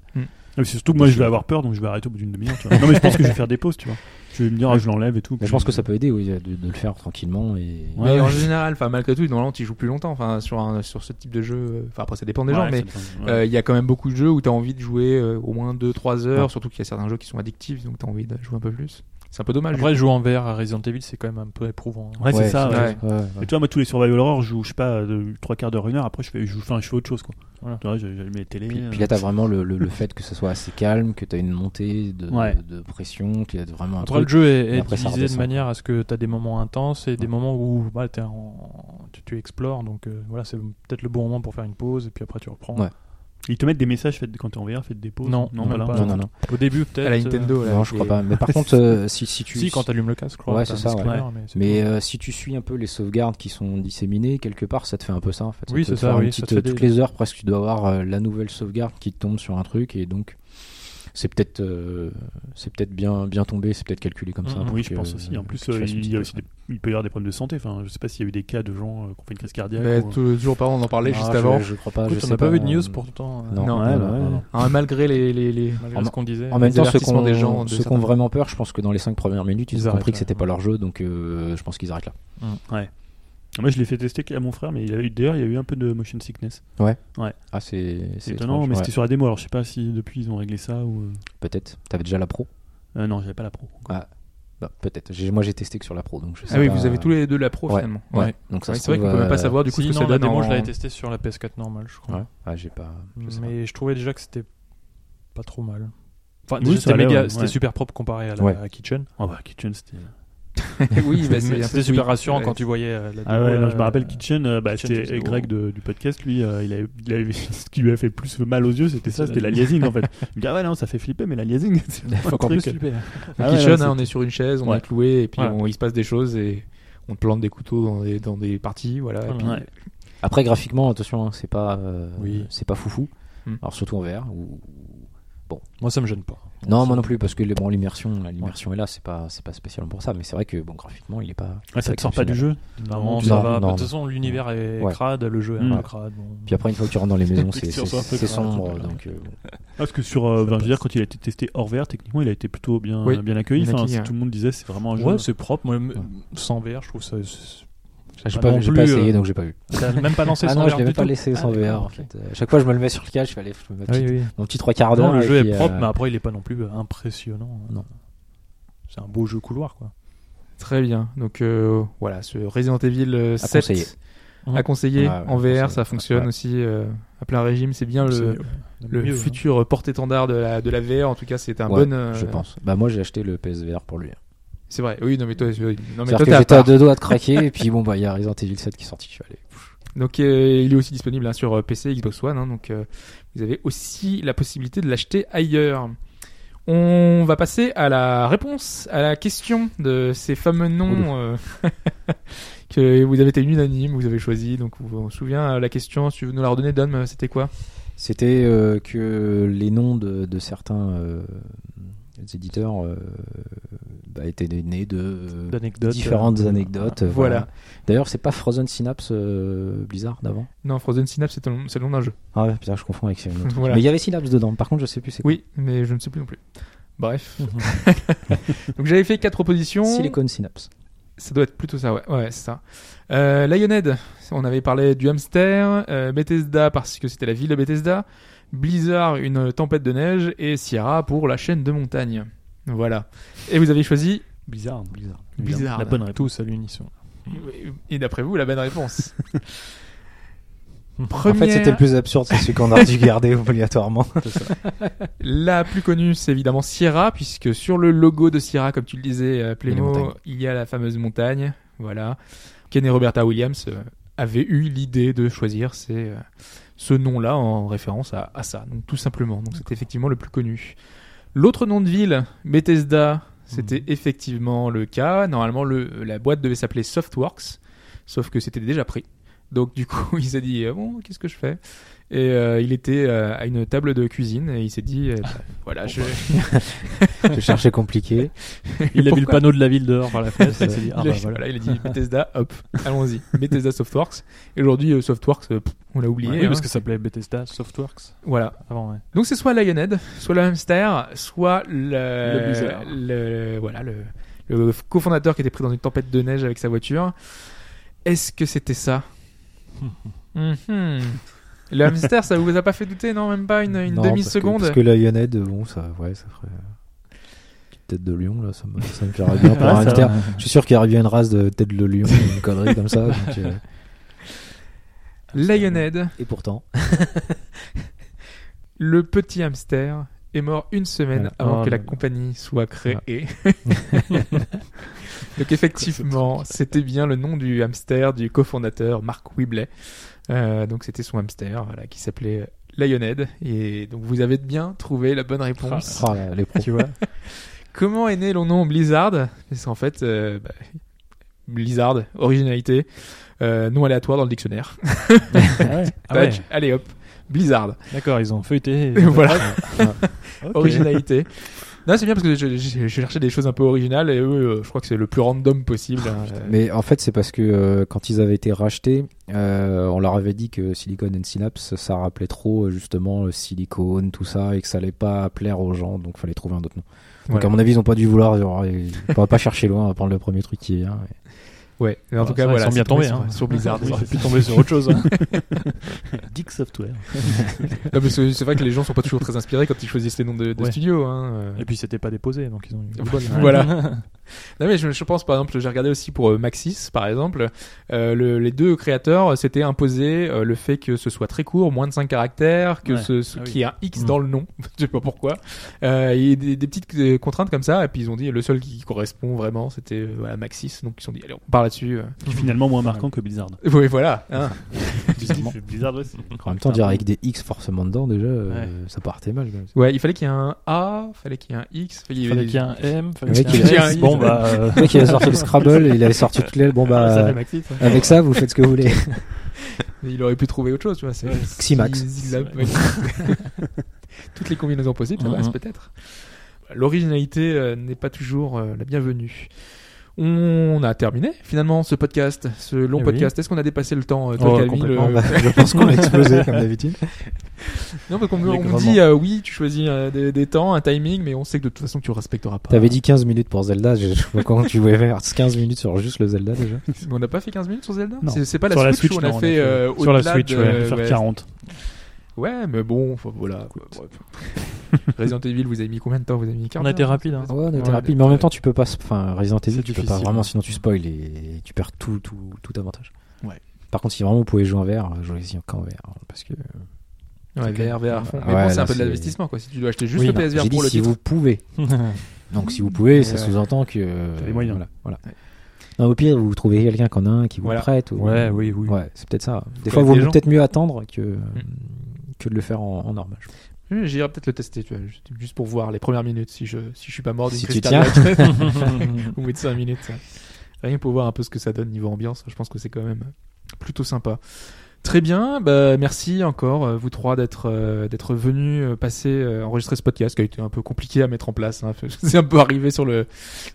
Speaker 6: Ah, mais c'est surtout que moi, je vais avoir peur, donc je vais arrêter au bout d'une demi-heure. tu vois. non, mais je pense que je vais faire des pauses, tu vois. Je vais me dire, ah, je l'enlève et tout.
Speaker 5: Mais je pense que ça peut aider oui, de, de le faire tranquillement et
Speaker 3: Mais
Speaker 6: Ouais,
Speaker 3: en
Speaker 6: ouais.
Speaker 3: général, enfin malgré tout, normalement, tu joues plus longtemps. Enfin, sur un, sur ce type de jeu. euh, Enfin, après, ça dépend des gens, mais
Speaker 6: mais.
Speaker 3: euh, il y a quand même beaucoup de jeux où t'as envie de jouer euh, au moins 2-3 heures. Surtout qu'il y a certains jeux qui sont addictifs, donc t'as envie de jouer un peu plus. C'est un peu dommage.
Speaker 4: Après, jouer en VR à Resident Evil, c'est quand même un peu éprouvant. hein.
Speaker 6: Ouais, c'est
Speaker 5: Ouais,
Speaker 6: ça.
Speaker 3: c'est
Speaker 6: ouais.
Speaker 3: vrai.
Speaker 5: Ouais, ouais.
Speaker 6: Et tu vois, moi, tous les survival horror, je joue, je sais pas, euh, de- trois quarts d'heure, une heure. Après, je fais, je, joue- enfin, je fais autre chose, quoi.
Speaker 4: Voilà.
Speaker 6: Tu vois, je- j'allume les télé.
Speaker 5: Puis,
Speaker 6: euh,
Speaker 5: puis là, t'as vraiment le, le, le fait que ça soit assez calme, que t'as une montée de,
Speaker 6: Ouais.
Speaker 5: de, de pression, qu'il y a vraiment un
Speaker 4: Après, le
Speaker 5: truc.
Speaker 4: jeu est,
Speaker 5: et
Speaker 4: est
Speaker 5: après, ça
Speaker 4: divisé de
Speaker 5: redescend.
Speaker 4: manière à ce que tu as des moments intenses et des moments où bah, t'es en- tu, tu explores. Donc euh, voilà, c'est peut-être le bon moment pour faire une pause et puis après tu reprends.
Speaker 5: Ouais.
Speaker 6: Ils te mettent des messages faites quand t'es en VR, faites des pauses.
Speaker 4: Non, même
Speaker 6: voilà.
Speaker 4: pas.
Speaker 5: Non, non, non.
Speaker 4: Au début, peut-être.
Speaker 3: à la Nintendo, là,
Speaker 5: euh, non, je
Speaker 3: et-
Speaker 5: crois pas. Mais par contre, euh, si, si
Speaker 4: euh,
Speaker 5: tu.
Speaker 4: si, quand tu allumes le casque, je crois.
Speaker 5: Ouais,
Speaker 4: t'as
Speaker 5: c'est
Speaker 4: un
Speaker 5: ça, ouais.
Speaker 4: disclaimer, mais c'est
Speaker 5: Mais euh, si tu suis un peu les sauvegardes qui sont disséminées quelque part, ça te fait un peu ça en fait.
Speaker 4: Oui,
Speaker 5: te
Speaker 4: c'est
Speaker 5: fait
Speaker 4: ça,
Speaker 5: une
Speaker 4: oui, ça
Speaker 5: petite-
Speaker 4: te fait des-
Speaker 5: Toutes les heures presque, tu dois avoir euh, la nouvelle sauvegarde qui tombe sur un truc et donc c'est peut-être euh, c'est peut-être bien bien tombé, c'est peut-être calculé comme ça.
Speaker 4: Mhm.
Speaker 5: pour
Speaker 6: Mmh, Oui, je
Speaker 5: que-
Speaker 6: pense aussi. En plus,
Speaker 5: que tu
Speaker 6: euh,
Speaker 5: fasses une
Speaker 6: il, y
Speaker 5: petite-
Speaker 6: a aussi des- il peut y avoir des problèmes de santé. Enfin, je sais pas s'il y a eu des cas de gens euh, qui ont fait une crise cardiaque.
Speaker 3: Mais
Speaker 6: ou-
Speaker 3: Bah, tout le jour, par an, on en parlait
Speaker 5: Ah,
Speaker 3: juste
Speaker 5: je-
Speaker 3: avant.
Speaker 5: Je crois pas.
Speaker 4: Écoute,
Speaker 5: je
Speaker 4: on
Speaker 5: sais
Speaker 4: n'a pas,
Speaker 5: pas
Speaker 4: vu de news
Speaker 5: euh,
Speaker 4: pourtant. euh,
Speaker 5: Non,
Speaker 3: Non,
Speaker 5: ouais,
Speaker 6: ouais,
Speaker 5: non,
Speaker 6: ouais.
Speaker 5: non, non.
Speaker 3: Hein, malgré les, les, les- Ah
Speaker 4: Malgré
Speaker 5: En-
Speaker 4: ce qu'on disait.
Speaker 5: En même
Speaker 3: Les
Speaker 5: temps, ceux qui
Speaker 3: avertissements
Speaker 5: ont,
Speaker 3: des gens, de
Speaker 5: ceux qui
Speaker 3: certains-
Speaker 5: ont vraiment peur, je pense que dans les 5 premières minutes, ils,
Speaker 4: Ils
Speaker 5: ont compris
Speaker 4: arrêtent,
Speaker 5: que c'était
Speaker 4: ouais.
Speaker 5: pas leur jeu, donc euh, je pense qu'ils arrêtent là.
Speaker 6: Moi, je l'ai fait tester à mon frère, mais il a eu d'ailleurs, il y a eu un peu de motion sickness.
Speaker 5: Ah, c'est c'est
Speaker 6: C'est étonnant,
Speaker 5: étrange,
Speaker 6: mais
Speaker 5: ouais.
Speaker 6: c'était sur la démo. Alors, je sais pas si depuis ils ont réglé ça ou.
Speaker 5: Peut-être. T'avais déjà la pro
Speaker 6: euh, euh, non, j'avais pas la pro.
Speaker 5: Bah, Peut-être. J'ai- Moi, j'ai testé que sur la pro, donc je sais
Speaker 3: Ah oui,
Speaker 5: pas.
Speaker 3: vous avez tous les deux la pro
Speaker 5: Ouais.
Speaker 3: finalement.
Speaker 5: Ouais.
Speaker 3: Ouais.
Speaker 5: Donc ça
Speaker 3: Ouais,
Speaker 5: se
Speaker 3: c'est vrai qu'on
Speaker 5: trouve,
Speaker 3: peut même pas
Speaker 5: euh,
Speaker 3: savoir du coup
Speaker 4: Si,
Speaker 3: ce que
Speaker 4: non,
Speaker 3: ça
Speaker 4: la
Speaker 3: donne.
Speaker 4: démo,
Speaker 3: en-
Speaker 4: je l'avais testé sur la PS4 normale, je crois. Mm,
Speaker 5: Ouais. Ah, j'ai pas. je sais pas.
Speaker 4: Mais je trouvais déjà que c'était pas trop mal. Enfin,
Speaker 6: Oui,
Speaker 4: déjà,
Speaker 6: ça
Speaker 4: c'était
Speaker 6: allait,
Speaker 4: méga-
Speaker 6: ouais,
Speaker 4: c'était
Speaker 6: ouais.
Speaker 4: super propre comparé à la
Speaker 5: Ouais.
Speaker 4: à Kitchen.
Speaker 6: Oh bah, Kitchen, c'était.
Speaker 3: oui, bah, c'est un
Speaker 4: C'était
Speaker 3: peu
Speaker 4: c'était super
Speaker 3: oui.
Speaker 4: rassurant
Speaker 3: Ouais.
Speaker 4: quand tu voyais euh, la
Speaker 6: Ah
Speaker 4: démo,
Speaker 6: ouais,
Speaker 4: là,
Speaker 6: non, je me rappelle
Speaker 4: euh,
Speaker 6: Kitchen, euh, bah,
Speaker 4: Kitchen,
Speaker 6: c'était
Speaker 4: c'était
Speaker 6: Greg de- du podcast, lui, euh, il a, il a- ce qui lui a fait plus mal aux yeux, c'était ça, c'était la liasing en fait. Il me dit, ah ouais, non, ça fait flipper, mais la liasing, c'est pas un
Speaker 4: Faut encore
Speaker 6: truc.
Speaker 4: plus flipper.
Speaker 6: Ah ouais,
Speaker 3: Kitchen,
Speaker 6: non,
Speaker 3: hein,
Speaker 6: c'est-
Speaker 3: on est sur une chaise, on
Speaker 6: Ouais.
Speaker 3: est cloué, et puis
Speaker 4: Voilà.
Speaker 3: on- il se passe des choses et on te plante des couteaux dans des, dans des parties, voilà. Et
Speaker 4: Voilà.
Speaker 3: puis,
Speaker 6: Ouais.
Speaker 5: Après, graphiquement, attention, hein, c'est pas, euh,
Speaker 4: Oui.
Speaker 5: c'est pas foufou.
Speaker 3: Hmm.
Speaker 5: Alors surtout en VR. Ou...
Speaker 4: Moi, ça me gêne pas.
Speaker 5: Non, moi non plus, parce que les- bon, l'immersion, là, l'immersion est là, c'est pas, c'est pas spécialement pour ça. Mais c'est vrai que bon, graphiquement, il est pas.
Speaker 6: Ah, ça te sort pas du
Speaker 5: exceptionnel.
Speaker 6: jeu
Speaker 4: Non,
Speaker 5: tu-
Speaker 4: ça
Speaker 5: non,
Speaker 4: va.
Speaker 5: non,
Speaker 4: De
Speaker 5: non.
Speaker 4: toute façon, l'univers est
Speaker 5: Ouais.
Speaker 4: crade, le jeu est
Speaker 6: Mm.
Speaker 4: un peu crade. bon.
Speaker 5: Puis après, une fois que tu rentres dans les maisons,
Speaker 6: Il
Speaker 5: c'est
Speaker 6: tire
Speaker 5: c'est-
Speaker 6: sur un peu
Speaker 5: c'est
Speaker 6: quand même,
Speaker 5: sombre,
Speaker 6: voilà.
Speaker 5: donc. euh, bon.
Speaker 6: Parce que sur, euh, ben, je veux dire, quand il a été testé hors vert, techniquement, il a été plutôt bien,
Speaker 3: Oui.
Speaker 6: bien accueilli.
Speaker 3: Bien
Speaker 6: Enfin,
Speaker 3: accueilli,
Speaker 6: c'est-
Speaker 3: ouais.
Speaker 6: Tout le monde disait, c'est vraiment un
Speaker 5: euh,
Speaker 6: jeu.
Speaker 4: Ouais, c'est propre. Moi, m- sans VR, je trouve ça. c'est-
Speaker 5: J'ai
Speaker 4: pas non
Speaker 5: pas, j'ai
Speaker 4: plus,
Speaker 5: pas essayé,
Speaker 4: euh,
Speaker 5: donc j'ai pas vu.
Speaker 4: T'as même pas lancé
Speaker 5: Ah
Speaker 4: sans
Speaker 5: non, je
Speaker 4: VR.
Speaker 5: l'avais
Speaker 4: du
Speaker 5: pas
Speaker 4: tout.
Speaker 5: laissé
Speaker 4: Ah,
Speaker 5: sans
Speaker 4: d'accord,
Speaker 5: VR en
Speaker 4: ok.
Speaker 5: fait. Euh, À chaque fois, je me le mets sur le casque, je fais aller ma
Speaker 4: Ah oui,
Speaker 5: petite-
Speaker 4: oui.
Speaker 5: mon petit trois quarts d'heure.
Speaker 4: Non, le
Speaker 5: et
Speaker 4: jeu
Speaker 5: puis,
Speaker 4: est propre,
Speaker 5: euh,
Speaker 4: mais après, il est pas non plus euh, impressionnant.
Speaker 5: Non.
Speaker 4: C'est un beau jeu couloir, quoi.
Speaker 3: Très bien. Donc euh, voilà, ce Resident Evil euh, 7
Speaker 5: conseiller.
Speaker 3: à conseiller
Speaker 5: Ah ouais,
Speaker 3: en VR,
Speaker 5: conseiller.
Speaker 3: ça fonctionne
Speaker 5: Ouais.
Speaker 3: aussi euh, à plein régime. C'est bien
Speaker 4: C'est, euh,
Speaker 3: le, le
Speaker 4: mieux, hein.
Speaker 3: futur euh, porte-étendard de la, de la VR. En tout cas, c'est un
Speaker 5: Ouais,
Speaker 3: bon. euh,
Speaker 5: Je pense. Bah moi, j'ai acheté le PSVR pour lui.
Speaker 3: C'est vrai. Oui, non mais toi, euh, non mais toi,
Speaker 5: C'est-à-dire que
Speaker 3: t'es à
Speaker 5: j'étais à
Speaker 3: part.
Speaker 5: deux doigts de craquer, et puis bon, bah il y a Resident Evil 7 qui est sorti, je suis allé.
Speaker 3: Donc euh, il est aussi disponible hein, sur euh, PC, Xbox One. hein, donc euh, vous avez aussi la possibilité de l'acheter ailleurs. On va passer à la réponse à la question de ces fameux
Speaker 5: Oh,
Speaker 3: noms euh, que vous avez été unanime, vous avez choisi. Donc, vous vous souvenez euh, la question, si vous nous la redonnez, Dom, euh, c'était quoi
Speaker 5: C'était euh, que les noms de, de certains euh, éditeurs euh, bah, étaient nés de euh,
Speaker 4: D'anecdotes.
Speaker 5: différentes
Speaker 4: euh,
Speaker 5: anecdotes.
Speaker 3: voilà.
Speaker 5: D'ailleurs, c'est pas Frozen Synapse euh, Blizzard d'avant
Speaker 3: Non, Frozen Synapse, c'est le nom- c'est le nom d'un jeu.
Speaker 5: Ah ouais, putain, je confonds avec une autre.
Speaker 3: Voilà.
Speaker 5: Mais il y avait Synapse dedans. Par contre, je sais plus c'est quoi. Mhm.
Speaker 3: Oui, mais je ne sais plus non plus. Bref. Donc j'avais fait quatre propositions.
Speaker 5: Silicon Synapse.
Speaker 3: Ça doit être plutôt ça, ouais. Ouais, c'est ça. Euh, Lionhead, on avait parlé du hamster. euh, Bethesda, parce que c'était la ville de Bethesda. Blizzard, une euh, tempête de neige. Et Sierra pour la chaîne de montagne. Voilà. Et vous avez choisi
Speaker 4: Bizarre. Bizarre.
Speaker 3: Bizarre.
Speaker 4: La bonne réponse. Tous à l'unisson.
Speaker 3: Et d'après vous, la bonne réponse.
Speaker 5: En fait, c'était le
Speaker 3: Première-
Speaker 5: plus absurde, c'est celui qu'on a dû garder obligatoirement.
Speaker 3: La plus connue, c'est évidemment Sierra, puisque sur le logo de Sierra, comme tu le disais, euh,
Speaker 5: Il y a les
Speaker 3: Plémo,
Speaker 5: montagnes.
Speaker 3: il y a la fameuse montagne. Voilà. Ken et Roberta Williams euh, avaient eu l'idée de choisir ces, euh, ce nom-là en référence à, à ça, donc tout simplement. Donc c'était effectivement le plus connu. L'autre nom de ville, Bethesda,
Speaker 5: Hmm.
Speaker 3: c'était effectivement le cas. Normalement, le, la boîte devait s'appeler Softworks, sauf que c'était déjà pris. Donc du coup, il s'est dit euh, bon, qu'est-ce que je fais Et euh, il était euh, à une table de cuisine et il s'est dit euh, bah, voilà, je,
Speaker 5: Je cherchais compliqué.
Speaker 4: Il a vu le
Speaker 3: Pourquoi
Speaker 4: panneau de la ville dehors par la fenêtre. il s'est dit, ah
Speaker 3: il, a,
Speaker 4: bah voilà.
Speaker 3: voilà, il a dit Bethesda, hop, allons-y. Bethesda Softworks. Et aujourd'hui, euh, Softworks, euh, pff, on l'a oublié.
Speaker 4: Ah Oui, parce
Speaker 3: hein.
Speaker 4: que ça s'appelait Bethesda Softworks
Speaker 3: Voilà.
Speaker 4: avant, ouais.
Speaker 3: Donc c'est soit Lionhead, soit le hamster, soit le,
Speaker 4: Le Blizzard.
Speaker 3: le- voilà le, le cofondateur qui était pris dans une tempête de neige avec sa voiture. Est-ce que c'était ça Mhm. Le hamster, ça vous a pas fait douter, non Même pas une, une
Speaker 5: Non,
Speaker 3: demi
Speaker 5: parce que-
Speaker 3: seconde.
Speaker 5: Parce que Lionhead, bon, ça, ouais, ça ferait. euh, Petite tête de lion, là, ça me, ça me plairait bien pour
Speaker 4: Ah,
Speaker 5: un
Speaker 4: ça
Speaker 5: hamster.
Speaker 4: va.
Speaker 5: Je suis sûr qu'il y aurait bien une race de tête de lion, une connerie comme ça. donc, euh,
Speaker 3: Lionhead,
Speaker 5: Et pourtant,
Speaker 3: le petit hamster, est mort une semaine
Speaker 4: Ouais.
Speaker 3: avant
Speaker 4: Oh
Speaker 3: que la
Speaker 4: là Ah. là.
Speaker 3: compagnie soit créée. Donc effectivement, c'était bien le nom du hamster du cofondateur Marc Whibley. Euh, donc c'était son hamster voilà, qui s'appelait Lionhead. Et donc vous avez bien trouvé la bonne
Speaker 4: Ah,
Speaker 3: réponse.
Speaker 5: oh là, les pros.
Speaker 4: Tu vois ah.
Speaker 3: Comment est né le nom Blizzard Parce qu'en fait, euh, bah, Blizzard, originalité, euh, nom aléatoire dans le dictionnaire.
Speaker 4: Ah ouais.
Speaker 3: Tac, Allez hop, Blizzard.
Speaker 4: D'accord, ils ont feuilleté.
Speaker 3: Voilà.
Speaker 4: Ok.
Speaker 3: originalité. Non, c'est bien parce que je, je- je cherchais des choses un peu originales et eux, euh, je crois que c'est le plus random possible.
Speaker 4: Ah,
Speaker 3: hein.
Speaker 5: Mais en fait, c'est parce que euh, quand ils avaient été rachetés, euh, on leur avait dit que Silicon and Synapse, ça rappelait trop euh, justement le silicone, tout ça, et que ça allait pas plaire aux gens, donc fallait trouver un autre nom. Donc
Speaker 3: Voilà.
Speaker 5: à mon avis, ils ont pas dû vouloir, genre, ils- ils pourraient pas chercher loin à prendre le premier truc qui hein, vient. et-
Speaker 3: Ouais, mais en
Speaker 4: Ah,
Speaker 3: tout
Speaker 4: ça,
Speaker 3: cas,
Speaker 4: ils
Speaker 3: voilà.
Speaker 4: sont bien
Speaker 3: c'est tombé
Speaker 4: tombés,
Speaker 3: sur-
Speaker 4: hein.
Speaker 3: Sur Blizzard.
Speaker 4: Ils auraient pu tomber sur autre chose. hein.
Speaker 6: Dick Software.
Speaker 3: Non, mais c'est c'est vrai que les gens sont pas toujours très inspirés quand ils choisissent les noms de, de
Speaker 4: Ouais.
Speaker 3: studios. Hein. euh.
Speaker 4: Et puis c'était pas déposé, donc ils ont eu. du bol.
Speaker 3: voilà. Non mais je, je pense par exemple, j'ai regardé aussi pour euh, Maxis par exemple, euh, le- les deux créateurs euh, s'étaient imposé euh, le fait que ce soit très court, moins de 5 caractères, que
Speaker 4: Ouais.
Speaker 3: ce, ce-
Speaker 4: Ah oui.
Speaker 3: qu'il y ait un X
Speaker 4: Mm.
Speaker 3: dans le nom, je sais pas pourquoi. Euh, il y a des, des petites euh, contraintes comme ça et puis ils ont dit le seul qui correspond vraiment c'était euh, voilà, Maxis donc ils se sont dit allez on part là-dessus.
Speaker 6: Qui est finalement moins marquant que Blizzard.
Speaker 3: euh. Oui voilà. hein.
Speaker 5: Justement.
Speaker 6: Blizzard, ouais, c'est-
Speaker 5: En même temps, dire avec des X forcément dedans, déjà, euh, ça partait mal. quand même.
Speaker 3: Ouais, il fallait qu'il y ait un A, fallait qu'il y ait un X, fallait qu'il y ait
Speaker 4: Fallait qu'il y ait un M,
Speaker 5: Le
Speaker 4: fallait
Speaker 5: mec,
Speaker 4: qu'il y ait
Speaker 3: il
Speaker 4: un
Speaker 3: a-
Speaker 4: S. Bon bah. euh,
Speaker 5: Le mec, il a sorti le Scrabble, et il avait sorti toutes les. Bon
Speaker 3: Ah,
Speaker 4: ça fait
Speaker 5: bah,
Speaker 4: Maxi, ça.
Speaker 5: avec ça, vous faites ce que vous voulez.
Speaker 3: Il aurait pu trouver autre chose, tu vois. C'est
Speaker 5: Ximax.
Speaker 3: Zigzag, ouais. Toutes les combinaisons possibles, ça
Speaker 4: Mhm.
Speaker 3: passe peut-être. L'originalité euh, n'est pas toujours euh, la bienvenue. On a terminé finalement ce podcast, ce long
Speaker 4: Eh oui.
Speaker 3: podcast. Est-ce qu'on a dépassé le temps, euh, toi,
Speaker 4: Oh,
Speaker 3: Calvi,
Speaker 4: complètement,
Speaker 3: le-
Speaker 5: Bon, bah, je pense qu'on a explosé comme d'habitude.
Speaker 3: Non, parce qu'on me- on me
Speaker 4: Allègrement.
Speaker 3: dit euh, oui, tu choisis euh, des, des temps, un timing, mais on sait que de toute façon tu respecteras pas.
Speaker 5: T'avais dit 15 minutes pour Zelda, je je vois comment tu voulais faire 15 minutes sur juste le Zelda déjà.
Speaker 3: Mais on n'a pas fait 15 minutes sur Zelda
Speaker 4: Non.
Speaker 3: C'est- C'est pas la
Speaker 4: Sur la
Speaker 3: Switch, où
Speaker 4: Switch,
Speaker 3: on a
Speaker 4: non, on a
Speaker 3: fait
Speaker 4: fait-
Speaker 3: euh,
Speaker 4: sur la
Speaker 3: au-delà
Speaker 4: Switch,
Speaker 3: de-
Speaker 4: ouais, on a
Speaker 6: Faire
Speaker 3: ouais,
Speaker 6: 40.
Speaker 3: Ouais, mais bon, enfin, voilà. Ouais. Resident Evil, vous avez mis combien de temps Vous avez mis 40
Speaker 4: On a été
Speaker 3: heures
Speaker 4: rapide. hein.
Speaker 5: Ouais, on était
Speaker 3: Ouais,
Speaker 5: rapide, mais en même temps tu peux pas, se- enfin Resident Evil,
Speaker 4: C'est
Speaker 5: tu peux pas
Speaker 4: difficile.
Speaker 5: vraiment, sinon tu spoil et tu perds tout, tout, tout avantage.
Speaker 6: Ouais.
Speaker 5: Par contre, si vraiment vous pouvez jouer en VR, jouez-y qu'en VR, parce que
Speaker 3: Ouais,
Speaker 5: C'est
Speaker 3: VR, VR à fond.
Speaker 5: Ah
Speaker 3: Mais
Speaker 5: ouais,
Speaker 3: bon, c'est un
Speaker 5: là,
Speaker 3: peu de
Speaker 5: c'est-
Speaker 3: l'investissement, quoi. Si tu dois acheter juste
Speaker 5: Oui,
Speaker 3: le
Speaker 5: non,
Speaker 3: PSVR
Speaker 5: j'ai
Speaker 3: pour
Speaker 5: dit
Speaker 3: le
Speaker 5: si
Speaker 3: titre.
Speaker 5: vous pouvez. Donc si vous pouvez, ça sous-entend que
Speaker 6: T'as les moyens.
Speaker 5: voilà, voilà. Non, au pire, vous trouvez quelqu'un qui en a un qui vous
Speaker 3: Voilà.
Speaker 5: prête. Ou...
Speaker 4: Ouais, oui, oui.
Speaker 5: Ouais, c'est peut-être ça. Des
Speaker 3: Faut
Speaker 5: fois,
Speaker 3: connaître
Speaker 5: vaut
Speaker 3: des
Speaker 5: mieux
Speaker 3: gens.
Speaker 5: peut-être mieux attendre que, que de le faire en, en normal. je pense.
Speaker 3: Euh, J'irai peut-être le tester, tu vois, juste- juste pour voir les premières minutes si je, si je suis pas mort d'une
Speaker 5: Si tu
Speaker 3: Crystal Light. Au bout de 5 minutes. ça. Rien que pour voir un peu ce que ça donne niveau ambiance, je pense que c'est quand même plutôt sympa. Très bien, bah, merci encore euh, vous trois d'être euh, d'être venus euh, passer euh, enregistrer ce podcast qui a été un peu compliqué à mettre en place. hein. c'est un peu arrivé sur le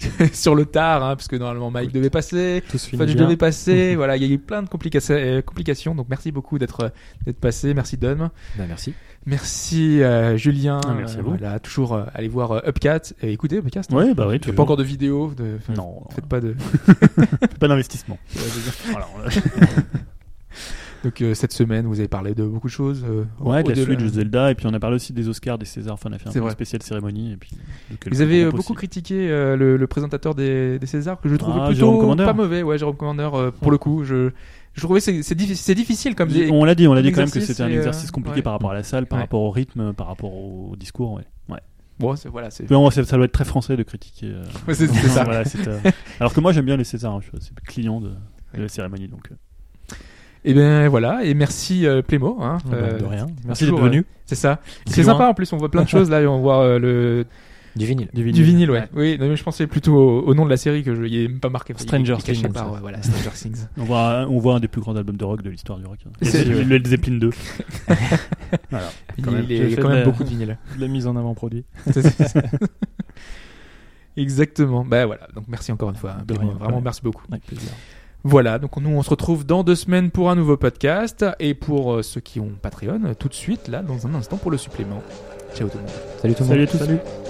Speaker 3: sur le tard, hein, parce que normalement Mike devait passer,
Speaker 4: Tout se
Speaker 3: Enfin,
Speaker 4: finit
Speaker 3: je
Speaker 4: bien.
Speaker 3: devais passer. voilà, il y a eu plein de complica- euh, complications. Donc merci beaucoup d'être euh, d'être passé. Merci Dom.
Speaker 5: Bah, merci.
Speaker 3: Merci euh, Julien.
Speaker 6: Ah, merci à vous.
Speaker 3: Voilà, toujours euh, aller voir euh, Upcat et écouter Upcast.
Speaker 6: Ouais, bah
Speaker 3: Il
Speaker 6: oui,
Speaker 3: y a
Speaker 6: toujours.
Speaker 3: pas encore de vidéo. De... enfin,
Speaker 6: Non,
Speaker 3: Faites pas de.
Speaker 6: pas d'investissement.
Speaker 3: Donc euh, cette semaine, vous avez parlé de beaucoup de choses. euh,
Speaker 6: Ouais, de la
Speaker 3: au-delà.
Speaker 6: suite de Zelda, et puis on a parlé aussi des Oscars, des Césars, enfin on a fait un
Speaker 3: C'est
Speaker 6: peu une
Speaker 3: vrai.
Speaker 6: spéciale cérémonie. Et puis, de quelques
Speaker 3: Vous avez euh,
Speaker 6: groupes
Speaker 3: beaucoup
Speaker 6: aussi.
Speaker 3: critiqué euh, le, le présentateur des, des Césars que je trouvais
Speaker 6: Ah, Jérôme
Speaker 3: plutôt
Speaker 6: Commander.
Speaker 3: pas mauvais. Ouais, Jérôme Commander. euh, pour le coup, je je trouvais c'est c'est difficile, c'est difficile comme des-
Speaker 6: On l'a dit, on l'a dit quand même que
Speaker 3: l'exercice
Speaker 6: c'était un
Speaker 3: et, euh,
Speaker 6: exercice compliqué
Speaker 3: ouais.
Speaker 6: par rapport à la salle, par
Speaker 3: Ouais.
Speaker 6: rapport au rythme, par rapport au discours. Ouais. Ouais.
Speaker 3: Bon, c'est voilà, c'est
Speaker 6: Mais bon, ça ça doit être très français de critiquer. euh,
Speaker 3: c'est- c'est ça.
Speaker 6: Voilà, c'est, euh, Alors que moi j'aime bien les Césars, hein, je suis assez client de, de la cérémonie. Donc, euh,
Speaker 3: Et ben voilà, et merci euh, Plémo. Hein,
Speaker 4: Bah,
Speaker 3: euh,
Speaker 4: de rien. Merci
Speaker 3: toujours, hein.
Speaker 4: d'être venu.
Speaker 3: c'est ça.
Speaker 4: Si
Speaker 3: C'est
Speaker 4: loin.
Speaker 3: sympa en plus, on voit plein de choses là, et on voit euh, le
Speaker 5: Du vinyle.
Speaker 4: Du
Speaker 3: du vinyle, ouais. Oui, non, mais je pensais plutôt au, au nom de la série que je n'y ai même pas marqué. Il
Speaker 4: Stranger
Speaker 3: est caché
Speaker 4: Things,
Speaker 3: par-
Speaker 4: ça.
Speaker 3: ouais, voilà, Stranger Things.
Speaker 6: on, voit, un- on voit un des plus grands albums de rock de l'histoire du rock. hein.
Speaker 3: C'est-
Speaker 6: Led Zeppelin- Led Zeppelin 2.
Speaker 3: Il,
Speaker 4: Quand même.
Speaker 3: il est- il y
Speaker 4: J'ai
Speaker 3: a quand
Speaker 4: fait
Speaker 3: même
Speaker 4: de-
Speaker 3: beaucoup de vinyle.
Speaker 4: De la mise en avant produit.
Speaker 3: C'est- c'est ça. Exactement. Bah voilà. Donc merci encore une fois. hein,
Speaker 4: De
Speaker 3: Clément.
Speaker 4: rien,
Speaker 3: Vraiment
Speaker 4: ouais.
Speaker 3: merci beaucoup.
Speaker 4: Avec plaisir.
Speaker 3: Voilà. Donc nous on se retrouve dans deux semaines pour un nouveau podcast et pour euh, ceux qui ont Patreon tout de suite là dans un instant pour le supplément. Ciao tout le monde.
Speaker 5: Salut tout le monde.
Speaker 6: Salut à tous.